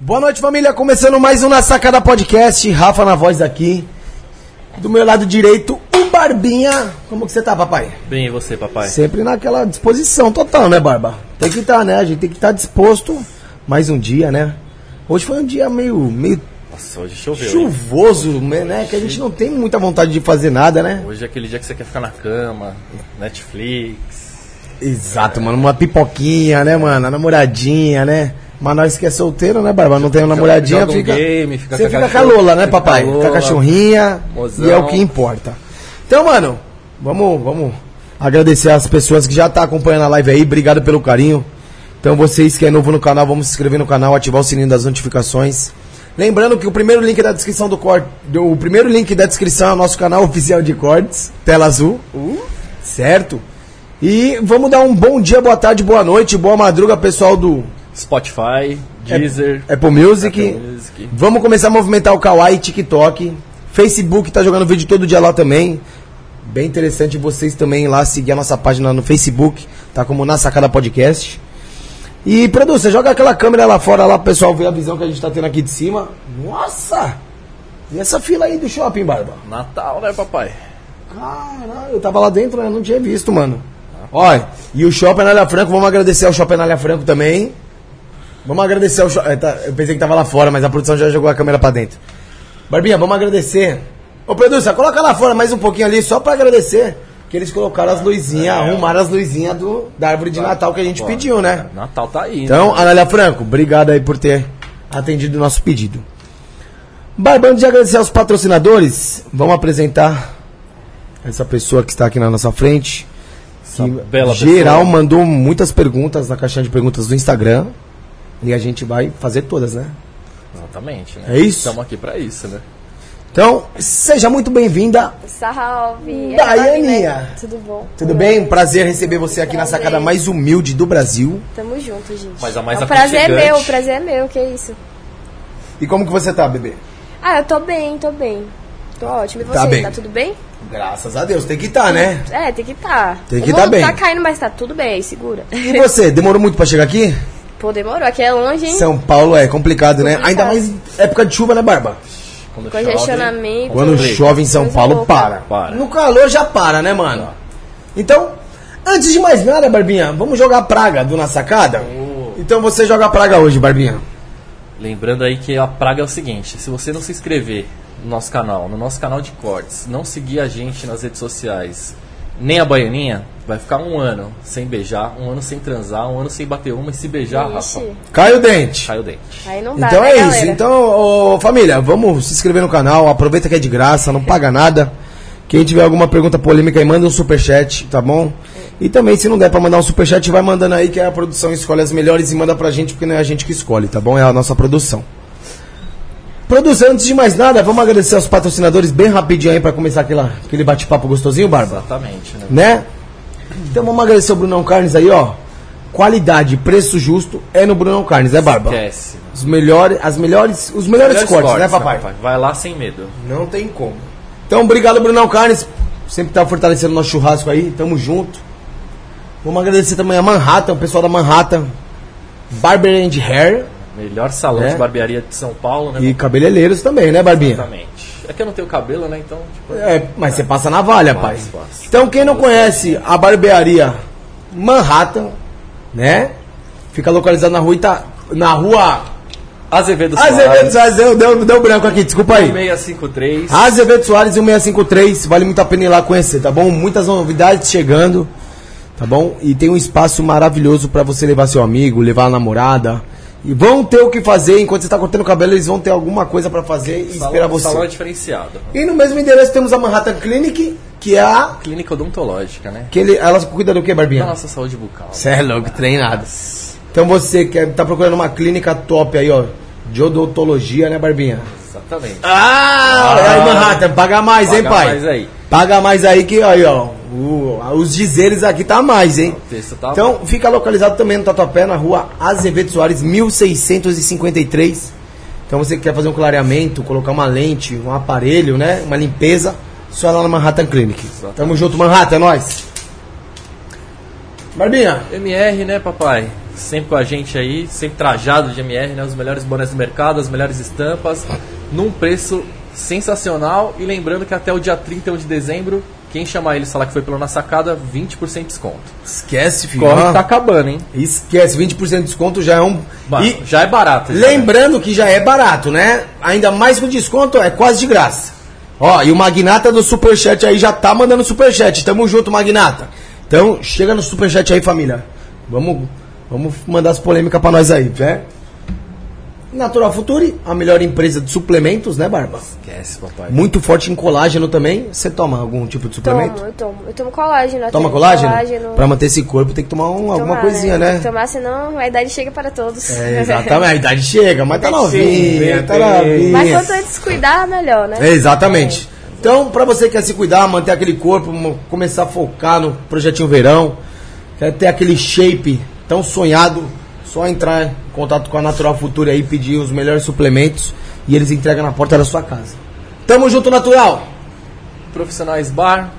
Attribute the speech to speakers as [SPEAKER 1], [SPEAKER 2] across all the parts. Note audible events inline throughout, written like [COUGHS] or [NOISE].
[SPEAKER 1] Boa noite, família. Começando mais um Na Sacada Podcast. Rafa na voz aqui. Do meu lado direito, o Barbinha. Como que você tá, papai?
[SPEAKER 2] Bem, e você, papai?
[SPEAKER 1] Sempre naquela disposição total, né, Barba? Tem que estar, né? A gente tem que estar disposto mais um dia, né? Hoje foi um dia meio, meio
[SPEAKER 2] Nossa, hoje choveu. hein?
[SPEAKER 1] chuvoso, né? Que a gente não tem muita vontade de fazer nada, né?
[SPEAKER 2] Hoje é aquele dia que você quer ficar na cama, Netflix.
[SPEAKER 1] Exato, mano. Uma pipoquinha, né, mano? A namoradinha, né? Mas nós que é solteiro, né, Barba? Não tem uma namoradinha,
[SPEAKER 2] joga um
[SPEAKER 1] fica...
[SPEAKER 2] game, fica
[SPEAKER 1] Você
[SPEAKER 2] com a
[SPEAKER 1] fica com a
[SPEAKER 2] cachorra-
[SPEAKER 1] Lola, né,
[SPEAKER 2] fica com a
[SPEAKER 1] papai? Com a
[SPEAKER 2] Lola,
[SPEAKER 1] cachorrinha.
[SPEAKER 2] mozão.
[SPEAKER 1] E é o que importa. Então, mano, vamos, vamos agradecer as pessoas que já tá acompanhando a live aí. Obrigado pelo carinho. Então, vocês que é novo no canal, vamos se inscrever no canal, ativar o sininho das notificações. Lembrando que o primeiro link da descrição do corte. O primeiro link da descrição é o nosso canal oficial de cortes, tela azul. Certo? E vamos dar um bom dia, boa tarde, boa noite, boa madruga, pessoal do
[SPEAKER 2] Spotify,
[SPEAKER 1] É-
[SPEAKER 2] Deezer.
[SPEAKER 1] Apple Music.
[SPEAKER 2] Apple Music.
[SPEAKER 1] Vamos começar a movimentar o Kawaii, TikTok. Facebook tá jogando vídeo todo dia lá também. Bem interessante vocês também ir lá seguir a nossa página no Facebook. Tá como Na Sacada Podcast. E, produção, você joga aquela câmera lá fora lá pro pessoal ver a visão que a gente tá tendo aqui de cima. Nossa! E essa fila aí do shopping, Barba?
[SPEAKER 2] Natal, né, papai?
[SPEAKER 1] Caralho, eu tava lá dentro, né? Não tinha visto, mano. Olha, e o Shopping Anália Franco, vamos agradecer ao Shopping Anália Franco também. Vamos agradecer ao Shopping. Eu pensei que tava lá fora, mas a produção já jogou a câmera pra dentro. Barbinha, vamos agradecer. Ô, produção, coloca lá fora mais um pouquinho ali, só pra agradecer. Que eles colocaram as luzinhas, arrumaram as luzinhas do, da árvore de Natal que a gente
[SPEAKER 2] Pô,
[SPEAKER 1] pediu, né?
[SPEAKER 2] Natal tá aí.
[SPEAKER 1] Então,
[SPEAKER 2] né?
[SPEAKER 1] Anália Franco, obrigado aí por ter atendido o nosso pedido. Barbando de agradecer aos patrocinadores, vamos apresentar essa pessoa que está aqui na nossa frente.
[SPEAKER 2] Essa
[SPEAKER 1] que
[SPEAKER 2] bela
[SPEAKER 1] geral
[SPEAKER 2] pessoa.
[SPEAKER 1] mandou muitas perguntas na caixinha de perguntas do Instagram. E a gente vai fazer todas, né?
[SPEAKER 2] Exatamente, né?
[SPEAKER 1] É isso?
[SPEAKER 2] Estamos aqui pra isso, né?
[SPEAKER 1] Então, seja muito bem-vinda.
[SPEAKER 3] Hum. Salve!
[SPEAKER 1] Daianinha.
[SPEAKER 3] É, né? Tudo bom?
[SPEAKER 1] Tudo bem? Um prazer receber você aqui na sacada mais humilde do Brasil.
[SPEAKER 3] Tamo junto, gente.
[SPEAKER 2] Mas a mais
[SPEAKER 3] o prazer é
[SPEAKER 2] aconchegante.
[SPEAKER 3] meu, o prazer é meu, que isso.
[SPEAKER 1] E como que você tá, bebê?
[SPEAKER 3] Ah, eu tô bem, tô bem. Tô ótimo. E você,
[SPEAKER 1] Tá
[SPEAKER 3] tá,
[SPEAKER 1] bem.
[SPEAKER 3] tudo bem?
[SPEAKER 1] Graças a Deus, tem que estar, né?
[SPEAKER 3] É, tem que tá.
[SPEAKER 1] Tem que
[SPEAKER 3] o
[SPEAKER 1] tá
[SPEAKER 3] mundo
[SPEAKER 1] bem.
[SPEAKER 3] tá caindo, mas tá tudo bem,
[SPEAKER 1] [LAUGHS]
[SPEAKER 3] segura.
[SPEAKER 1] E você, demorou muito pra chegar aqui?
[SPEAKER 3] Pô, demorou, aqui é longe, hein?
[SPEAKER 1] São Paulo é complicado, né?
[SPEAKER 3] Complicado.
[SPEAKER 1] Ainda mais época de chuva, né, Barba?
[SPEAKER 2] Quando
[SPEAKER 3] Congestionamento.
[SPEAKER 1] Quando
[SPEAKER 2] Complica.
[SPEAKER 1] chove em São
[SPEAKER 3] Coisa
[SPEAKER 1] Paulo,
[SPEAKER 3] louca.
[SPEAKER 1] para.
[SPEAKER 2] Para.
[SPEAKER 1] No calor já para, né, mano? Então, antes de mais nada, Barbinha, vamos jogar a praga do Na Sacada?
[SPEAKER 2] Oh.
[SPEAKER 1] Então você joga a praga hoje, Barbinha.
[SPEAKER 2] Lembrando aí que a praga é o seguinte: se você não se inscrever no nosso canal, no nosso canal de cortes, não seguir a gente nas redes sociais, nem a baianinha, vai ficar um ano sem beijar, um ano sem transar, um ano sem bater uma e se beijar,
[SPEAKER 3] Ixi,
[SPEAKER 2] Rafa,
[SPEAKER 1] Cai o dente.
[SPEAKER 2] cai o dente.
[SPEAKER 3] aí não dá,
[SPEAKER 1] Então
[SPEAKER 3] né,
[SPEAKER 1] é isso.
[SPEAKER 3] galera?
[SPEAKER 1] Então, ô, família, vamos se inscrever no canal. Aproveita que é de graça, não paga nada. Quem tiver alguma pergunta polêmica aí, manda um superchat, tá bom? E também, se não der pra mandar um superchat, vai mandando aí que a produção escolhe as melhores e manda pra gente, porque não é a gente que escolhe, tá bom? É a nossa produção. Produção, antes de mais nada, vamos agradecer aos patrocinadores bem rapidinho aí pra começar aquela, aquele bate-papo gostosinho, Barba
[SPEAKER 2] Exatamente, né?
[SPEAKER 1] né? Então vamos agradecer o Brunão Carnes aí, ó. Qualidade, preço justo é no Brunão Carnes, né, Barba?
[SPEAKER 2] Esquece.
[SPEAKER 1] Os melhores, as melhores, os melhores,
[SPEAKER 2] Melhores
[SPEAKER 1] cortes, né,
[SPEAKER 2] cortes,
[SPEAKER 1] papai?
[SPEAKER 2] Vai lá sem medo.
[SPEAKER 1] Não tem como. Então, obrigado, Brunão Carnes. Sempre tá fortalecendo nosso churrasco aí. Tamo junto. Vamos agradecer também a Manhattan, o pessoal da Manhattan. Barber and Hair
[SPEAKER 2] Melhor salão
[SPEAKER 1] É.
[SPEAKER 2] de barbearia de São Paulo, né?
[SPEAKER 1] e cabeleireiros também, né, Barbinha?
[SPEAKER 2] Exatamente. É que eu não tenho cabelo, né? Então, tipo,
[SPEAKER 1] É, mas você passa navalha, pai.
[SPEAKER 2] Faz, faz.
[SPEAKER 1] Então, quem não conhece a barbearia Manhattan, né? Fica localizada na rua Ita, na rua
[SPEAKER 2] Azevedo
[SPEAKER 1] Azevedo
[SPEAKER 2] Soares.
[SPEAKER 1] Soares, deu, deu, deu branco aqui, desculpa aí.
[SPEAKER 2] 653.
[SPEAKER 1] Azevedo Soares 1653, vale muito a pena ir lá conhecer, tá bom? Muitas novidades chegando, tá bom? E tem um espaço maravilhoso pra você levar seu amigo, levar a namorada. E vão ter o que fazer, enquanto você tá cortando o cabelo, eles vão ter alguma coisa pra fazer e esperar
[SPEAKER 2] salão,
[SPEAKER 1] você.
[SPEAKER 2] salão é diferenciado.
[SPEAKER 1] E no mesmo endereço temos a Manhattan Clinic, que é a.
[SPEAKER 2] Clínica odontológica, né?
[SPEAKER 1] Que ele, ela cuida do que, Barbinha?
[SPEAKER 2] Da nossa saúde bucal.
[SPEAKER 1] Você é louco, treinado. Então você que tá procurando uma clínica top aí, ó, de odontologia, né, Barbinha?
[SPEAKER 2] Exatamente.
[SPEAKER 1] Ah, aí, Manhattan, paga mais, hein,
[SPEAKER 2] Paga
[SPEAKER 1] pai?
[SPEAKER 2] mais aí.
[SPEAKER 1] Paga mais aí que, aí, ó, o- os dizeres aqui tá mais, hein?
[SPEAKER 2] O texto tá
[SPEAKER 1] Então, fica localizado também no Tatuapé, na rua Azevedo Soares, 1653. Então, você que quer fazer um clareamento, colocar uma lente, um aparelho, né? Uma limpeza, só lá na Manhattan Clinic.
[SPEAKER 2] Exatamente.
[SPEAKER 1] Tamo junto, Manhattan, é nóis. Barbinha,
[SPEAKER 2] MR, né, papai? sempre com a gente aí, sempre trajado de MR, né? Os melhores bonés do mercado, as melhores estampas, num preço sensacional. E lembrando que até o dia 31 de dezembro, quem chamar ele e falar que foi pelo Na Sacada, 20% de desconto.
[SPEAKER 1] Esquece, filho.
[SPEAKER 2] Corre que tá
[SPEAKER 1] Ah,
[SPEAKER 2] acabando, hein?
[SPEAKER 1] Esquece, 20% de desconto já é um.
[SPEAKER 2] Mano,
[SPEAKER 1] E
[SPEAKER 2] já é barato. já, né?
[SPEAKER 1] lembrando que já é barato, né? Ainda mais com desconto, é quase de graça. Ó, e o Magnata do Superchat aí já tá mandando Superchat. Tamo junto, Magnata. Então, chega no Superchat aí, família. Vamos, vamos mandar as polêmicas pra nós aí, né? Natural Futuri, a melhor empresa de suplementos, né, Barba?
[SPEAKER 2] Esquece, papai.
[SPEAKER 1] Muito forte em colágeno também. Você toma algum tipo de suplemento?
[SPEAKER 3] Tomo, eu tomo. Eu tomo colágeno. eu
[SPEAKER 1] Toma
[SPEAKER 3] tomo
[SPEAKER 1] colágeno?
[SPEAKER 3] colágeno.
[SPEAKER 1] Pra manter esse corpo tem que tomar um- alguma
[SPEAKER 3] Tomar,
[SPEAKER 1] coisinha,
[SPEAKER 3] Tem
[SPEAKER 1] né?
[SPEAKER 3] que Tomar, senão a idade chega para todos.
[SPEAKER 1] É, exatamente, a idade chega, mas tá novinha, tá novinha.
[SPEAKER 3] [LAUGHS] Mas quanto antes cuidar, melhor, né?
[SPEAKER 1] É, exatamente. Então, pra você que quer se cuidar, manter aquele corpo, mo- começar a focar no projetinho verão, quer ter aquele shape tão sonhado, só entrar em contato com a Natural Futura aí, pedir os melhores suplementos e eles entregam na porta da sua casa. Tamo junto, Natural!
[SPEAKER 2] Profissionais Bar,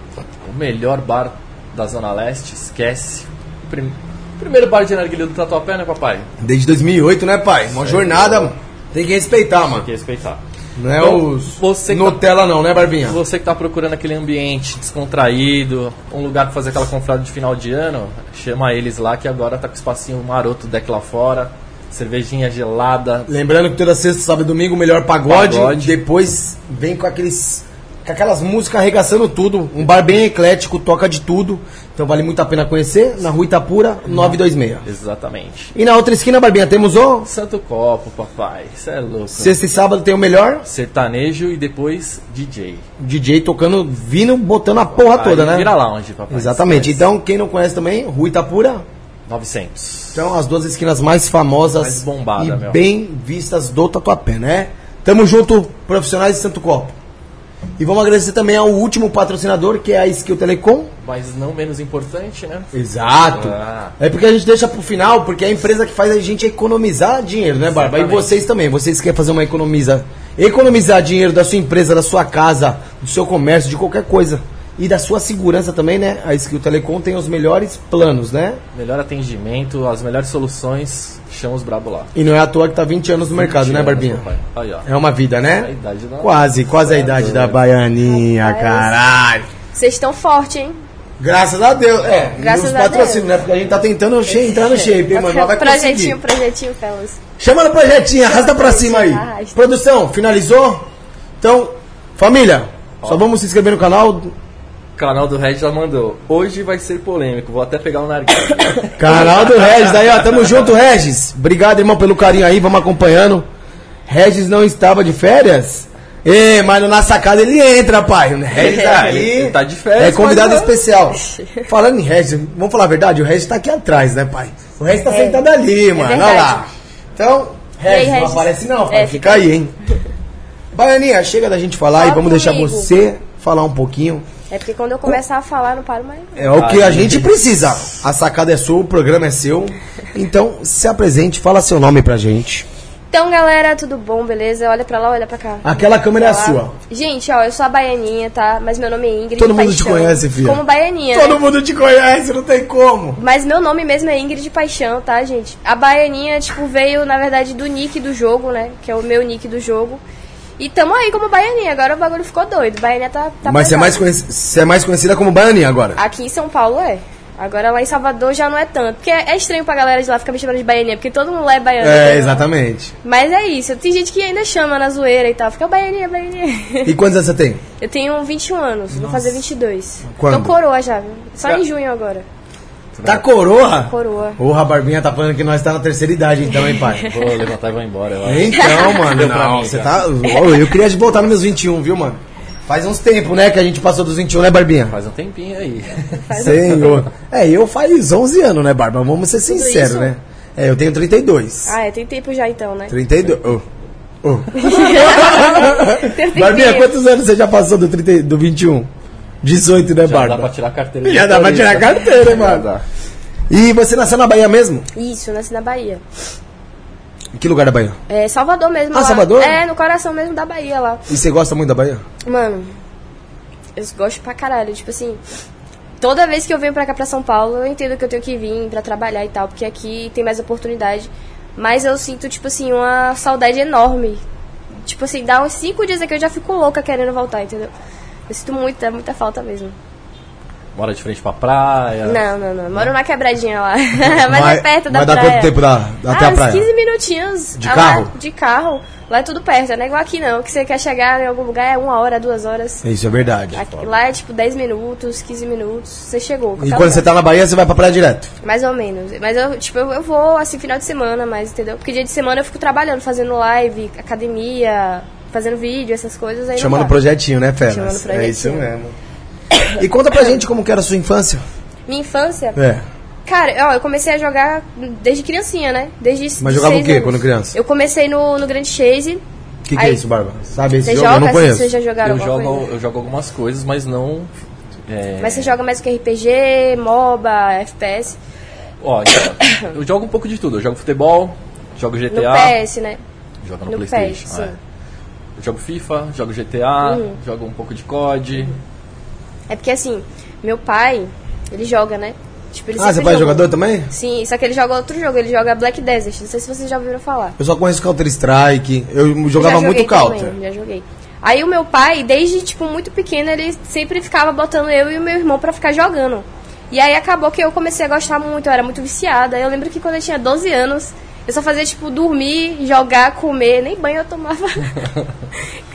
[SPEAKER 2] o melhor bar da Zona Leste, esquece. Prim- Primeiro bar de narguilha do Tatuapé, né, papai?
[SPEAKER 1] Desde 2008, né, pai? Uma jornada, mano. tem que respeitar,
[SPEAKER 2] Tem
[SPEAKER 1] mano.
[SPEAKER 2] que respeitar.
[SPEAKER 1] Não é
[SPEAKER 2] Então,
[SPEAKER 1] os
[SPEAKER 2] você que tá-
[SPEAKER 1] Nutella não, né, Barbinha?
[SPEAKER 2] Você que tá procurando aquele ambiente descontraído, um lugar pra fazer aquela confrada de final de ano, chama eles lá que agora tá com o espacinho maroto deck lá fora, cervejinha gelada.
[SPEAKER 1] Lembrando que toda sexta, sábado e domingo, o melhor pagode.
[SPEAKER 2] Pagode.
[SPEAKER 1] Depois vem com aqueles. Com aquelas músicas arregaçando tudo. Um bar bem eclético, toca de tudo. Então vale muito a pena conhecer. Na Rua Itapura, 926.
[SPEAKER 2] Exatamente.
[SPEAKER 1] E na outra esquina, Barbinha, temos o.
[SPEAKER 2] Santo Copo, papai. Isso é louco.
[SPEAKER 1] Sexta e sábado tem o melhor.
[SPEAKER 2] Sertanejo e depois DJ.
[SPEAKER 1] DJ tocando, vindo, botando a porra toda,
[SPEAKER 2] Aí
[SPEAKER 1] né?
[SPEAKER 2] Vira lounge, papai.
[SPEAKER 1] Exatamente.
[SPEAKER 2] Esquece.
[SPEAKER 1] Então, quem não conhece também, Rua Itapura.
[SPEAKER 2] 900.
[SPEAKER 1] Então, as duas esquinas mais famosas
[SPEAKER 2] Mais bombada,
[SPEAKER 1] e
[SPEAKER 2] meu.
[SPEAKER 1] bem vistas do Tatuapé, né? Tamo junto, profissionais de Santo Copo. E vamos agradecer também ao último patrocinador, que é a Skill Telecom.
[SPEAKER 2] Mas não menos importante, né?
[SPEAKER 1] Exato.
[SPEAKER 2] Ah.
[SPEAKER 1] É porque a gente deixa pro final, porque é a empresa que faz a gente economizar dinheiro, né, Barba? E
[SPEAKER 2] Exatamente.
[SPEAKER 1] vocês também, vocês querem fazer uma economiza, economizar dinheiro da sua empresa, da sua casa, do seu comércio, de qualquer coisa. E da sua segurança também, né? A Skill Telecom tem os melhores planos, né?
[SPEAKER 2] Melhor atendimento, as melhores soluções, chama os brabo lá.
[SPEAKER 1] E não é à toa que tá 20 anos no mercado, né,
[SPEAKER 2] Tira,
[SPEAKER 1] Barbinha?
[SPEAKER 2] papai. Aí, ó.
[SPEAKER 1] É uma vida, né?
[SPEAKER 2] A idade da-
[SPEAKER 1] Quase, quase a
[SPEAKER 2] É
[SPEAKER 1] idade
[SPEAKER 2] doido.
[SPEAKER 1] da baianinha,
[SPEAKER 3] Rapaz.
[SPEAKER 1] caralho.
[SPEAKER 3] Vocês estão fortes, hein?
[SPEAKER 1] Graças a Deus, é.
[SPEAKER 3] Graças
[SPEAKER 1] os
[SPEAKER 3] a é.
[SPEAKER 1] patrocínios, né? Porque a gente tá tentando che- entrar no shape, hein, mano? Mas vai conseguir.
[SPEAKER 3] um projetinho, projetinho, Felas.
[SPEAKER 1] Chama no projetinho, arrasta pra cima aí.
[SPEAKER 3] Arrasta.
[SPEAKER 1] Produção, finalizou? Então, família, só vamos se inscrever no canal.
[SPEAKER 2] O canal do Red já mandou. Hoje vai ser polêmico, vou até pegar um o narguilha.
[SPEAKER 1] Canal do Regis, aí ó, tamo junto, Regis. Obrigado, irmão, pelo carinho aí, vamos acompanhando. Regis não estava de férias? Ê, mas no Na Sacada ele entra, pai. O Regis
[SPEAKER 2] É,
[SPEAKER 1] aí
[SPEAKER 2] ele tá de férias,
[SPEAKER 1] É convidado
[SPEAKER 2] mas não.
[SPEAKER 1] especial.
[SPEAKER 2] [LAUGHS]
[SPEAKER 1] Falando em Regis, vamos falar a verdade, o Regis tá aqui atrás, né, pai? O Regis tá sentado ali, mano, olha
[SPEAKER 3] É. verdade.
[SPEAKER 1] lá. Então,
[SPEAKER 3] aí,
[SPEAKER 1] Regis, não
[SPEAKER 3] Regis?
[SPEAKER 1] aparece não, pai,
[SPEAKER 3] É,
[SPEAKER 1] fica aí, hein. Baianinha, chega da gente falar
[SPEAKER 3] Fala
[SPEAKER 1] e vamos deixar
[SPEAKER 3] comigo.
[SPEAKER 1] você falar um pouquinho.
[SPEAKER 3] É porque quando eu começar a falar, eu não paro mais.
[SPEAKER 1] É o que a gente precisa. A sacada é sua, o programa é seu. Então, se apresente, fala seu nome pra gente.
[SPEAKER 3] Então, galera, tudo bom, beleza? Olha pra lá, olha pra cá.
[SPEAKER 1] Aquela câmera é a
[SPEAKER 3] Olá.
[SPEAKER 1] sua.
[SPEAKER 3] Gente, ó, eu sou a Baianinha, tá? Mas meu nome é Ingrid
[SPEAKER 1] Todo mundo te
[SPEAKER 3] Paixão.
[SPEAKER 1] conhece, filha.
[SPEAKER 3] Como Baianinha, né?
[SPEAKER 1] Todo mundo te conhece, não tem como.
[SPEAKER 3] Mas meu nome mesmo é Ingrid Paixão, tá, gente? A Baianinha, tipo, veio, na verdade, do nick do jogo, né? Que é o meu nick do jogo. E tamo aí como Baianinha. Agora o bagulho ficou doido. Baianinha tá, tá Ah.
[SPEAKER 1] Mas você é,
[SPEAKER 3] pesado.
[SPEAKER 1] mais conheci- você é mais conhecida como Baianinha agora.
[SPEAKER 3] Aqui em São Paulo é. Agora lá em Salvador já não é tanto. Porque é é estranho pra galera de lá ficar me chamando de Baianinha, porque todo mundo lá é Baianinha.
[SPEAKER 1] É,
[SPEAKER 3] entendeu?
[SPEAKER 1] exatamente.
[SPEAKER 3] Mas é isso. Tem gente que ainda chama na zoeira e tal. Fica Baianinha, Baianinha. [LAUGHS]
[SPEAKER 1] E quantos anos você tem?
[SPEAKER 3] Eu tenho 21 anos, vou fazer 22.
[SPEAKER 1] Quando?
[SPEAKER 3] Tô coroa já, viu? Só
[SPEAKER 2] Pra-
[SPEAKER 3] em junho agora.
[SPEAKER 1] Tá coroa?
[SPEAKER 3] Coroa.
[SPEAKER 1] Porra, a Barbinha tá falando que nós tá na terceira idade, então, hein,
[SPEAKER 3] [LAUGHS]
[SPEAKER 1] pai?
[SPEAKER 2] vou levantar e vou embora. eu acho.
[SPEAKER 1] Então, mano,
[SPEAKER 2] Deu pra
[SPEAKER 1] não,
[SPEAKER 2] mim,
[SPEAKER 1] você
[SPEAKER 2] já.
[SPEAKER 1] tá. Ô, Eu queria te voltar nos meus 21, viu, mano? Faz uns tempos, né, que a gente passou dos 21, né, Barbinha?
[SPEAKER 2] Faz um tempinho aí. [LAUGHS]
[SPEAKER 3] Tá
[SPEAKER 1] Senhor. É, eu faz 11 anos, né, Barba? Vamos ser sinceros,
[SPEAKER 3] isso?
[SPEAKER 1] né? É, eu tenho 32.
[SPEAKER 3] Ah, é, tem tempo já então, né?
[SPEAKER 1] 32. Oh.
[SPEAKER 3] [LAUGHS]
[SPEAKER 1] Oh.
[SPEAKER 3] Tem
[SPEAKER 1] [LAUGHS]
[SPEAKER 3] tempo.
[SPEAKER 1] Barbinha, quantos anos você já passou do, 30, do 21? 18, né,
[SPEAKER 2] Já dá pra
[SPEAKER 1] Barba?
[SPEAKER 2] tirar a carteira. de
[SPEAKER 1] Já dá pra tirar a
[SPEAKER 2] motorista.
[SPEAKER 1] carteira, hein,
[SPEAKER 2] Já
[SPEAKER 1] mano?
[SPEAKER 2] dá.
[SPEAKER 1] E você nasceu na Bahia mesmo?
[SPEAKER 3] Isso, eu nasci na Bahia.
[SPEAKER 1] Em que lugar da Bahia?
[SPEAKER 3] É Salvador mesmo.
[SPEAKER 1] Ah,
[SPEAKER 3] lá.
[SPEAKER 1] Salvador?
[SPEAKER 3] É, no coração mesmo da Bahia lá.
[SPEAKER 1] E você gosta muito da Bahia?
[SPEAKER 3] Mano, eu gosto pra caralho. Tipo assim, toda vez que eu venho pra cá, pra São Paulo, eu entendo que eu tenho que vir pra trabalhar e tal, porque aqui tem mais oportunidade. Mas eu sinto, tipo assim, uma saudade enorme. Tipo assim, dá uns cinco dias aqui eu já fico louca querendo voltar, entendeu? Eu sinto muita, muita falta mesmo.
[SPEAKER 2] Mora de frente pra praia.
[SPEAKER 3] Não, não, não. Moro na quebradinha lá. [LAUGHS] mas, é perto da
[SPEAKER 1] É. mas
[SPEAKER 3] praia.
[SPEAKER 1] dá quanto tempo da, até
[SPEAKER 3] ah,
[SPEAKER 1] a
[SPEAKER 3] uns
[SPEAKER 1] praia?
[SPEAKER 3] 15 minutinhos.
[SPEAKER 1] De
[SPEAKER 3] Ah,
[SPEAKER 1] carro?
[SPEAKER 3] Lá, de carro. Lá é tudo perto. Não é igual aqui, não. Que você quer chegar em algum lugar é uma hora, duas horas.
[SPEAKER 1] Isso é
[SPEAKER 2] Tá
[SPEAKER 1] verdade.
[SPEAKER 3] Aqui- lá é tipo 10 minutos, 15 minutos. Você
[SPEAKER 1] E
[SPEAKER 3] chegou. acabou.
[SPEAKER 1] quando você tá na Bahia, você vai pra praia direto.
[SPEAKER 3] Mais ou menos. Mas eu, tipo, eu, eu vou assim final de semana, mas entendeu? Porque dia de semana eu fico trabalhando, fazendo live, academia, fazendo vídeo, essas coisas. Aí
[SPEAKER 1] Chamando
[SPEAKER 3] não
[SPEAKER 1] o
[SPEAKER 3] dá.
[SPEAKER 1] projetinho, né, Feras?
[SPEAKER 3] Chamando o
[SPEAKER 1] É isso
[SPEAKER 3] projetinho.
[SPEAKER 1] mesmo. E conta pra gente como que era a sua infância.
[SPEAKER 3] Minha infância.
[SPEAKER 1] É.
[SPEAKER 3] Cara, ó, eu comecei a jogar desde criancinha, né? Desde
[SPEAKER 1] Mas jogava
[SPEAKER 3] seis
[SPEAKER 1] o quê
[SPEAKER 3] anos.
[SPEAKER 1] quando criança?
[SPEAKER 3] Eu comecei no, no Grand Chase.
[SPEAKER 1] O que, que é
[SPEAKER 3] Aí-
[SPEAKER 1] isso, Barba? Sabe esse
[SPEAKER 3] Você
[SPEAKER 1] jogo?
[SPEAKER 3] joga?
[SPEAKER 1] eu não conheço.
[SPEAKER 3] Vocês já jogaram
[SPEAKER 2] Eu
[SPEAKER 3] alguma
[SPEAKER 2] jogo,
[SPEAKER 3] coisa?
[SPEAKER 2] eu jogo algumas coisas, mas não. é,
[SPEAKER 3] Mas você joga mais o que RPG, MOBA, FPS.
[SPEAKER 2] Ó, então, [COUGHS] eu jogo um pouco de tudo. Eu jogo futebol, jogo
[SPEAKER 3] No
[SPEAKER 2] GTA.
[SPEAKER 3] PS, né?
[SPEAKER 2] Joga no,
[SPEAKER 3] No
[SPEAKER 2] Playstation.
[SPEAKER 3] PES,
[SPEAKER 2] ah, é.
[SPEAKER 3] sim.
[SPEAKER 2] Eu jogo FIFA, jogo GTA,
[SPEAKER 3] Uhum.
[SPEAKER 2] jogo um pouco de COD.
[SPEAKER 3] É porque assim, meu pai, ele joga, né? Tipo, ele
[SPEAKER 1] Ah,
[SPEAKER 3] sempre
[SPEAKER 1] você pai é
[SPEAKER 3] jogou.
[SPEAKER 1] jogador também?
[SPEAKER 3] Sim, só que ele joga outro jogo, ele joga Black Desert. Não sei se vocês já ouviram falar.
[SPEAKER 1] Eu só conheço Counter Strike. Eu jogava
[SPEAKER 3] já joguei
[SPEAKER 1] muito
[SPEAKER 3] também,
[SPEAKER 1] Counter.
[SPEAKER 3] Já joguei. Aí o meu pai, desde tipo muito pequeno, ele sempre ficava botando eu e o meu irmão pra ficar jogando. E aí acabou que eu comecei a gostar muito, eu era muito viciada. Eu lembro que quando eu tinha 12 anos, eu só fazia tipo dormir, jogar, comer, nem banho eu tomava. [LAUGHS]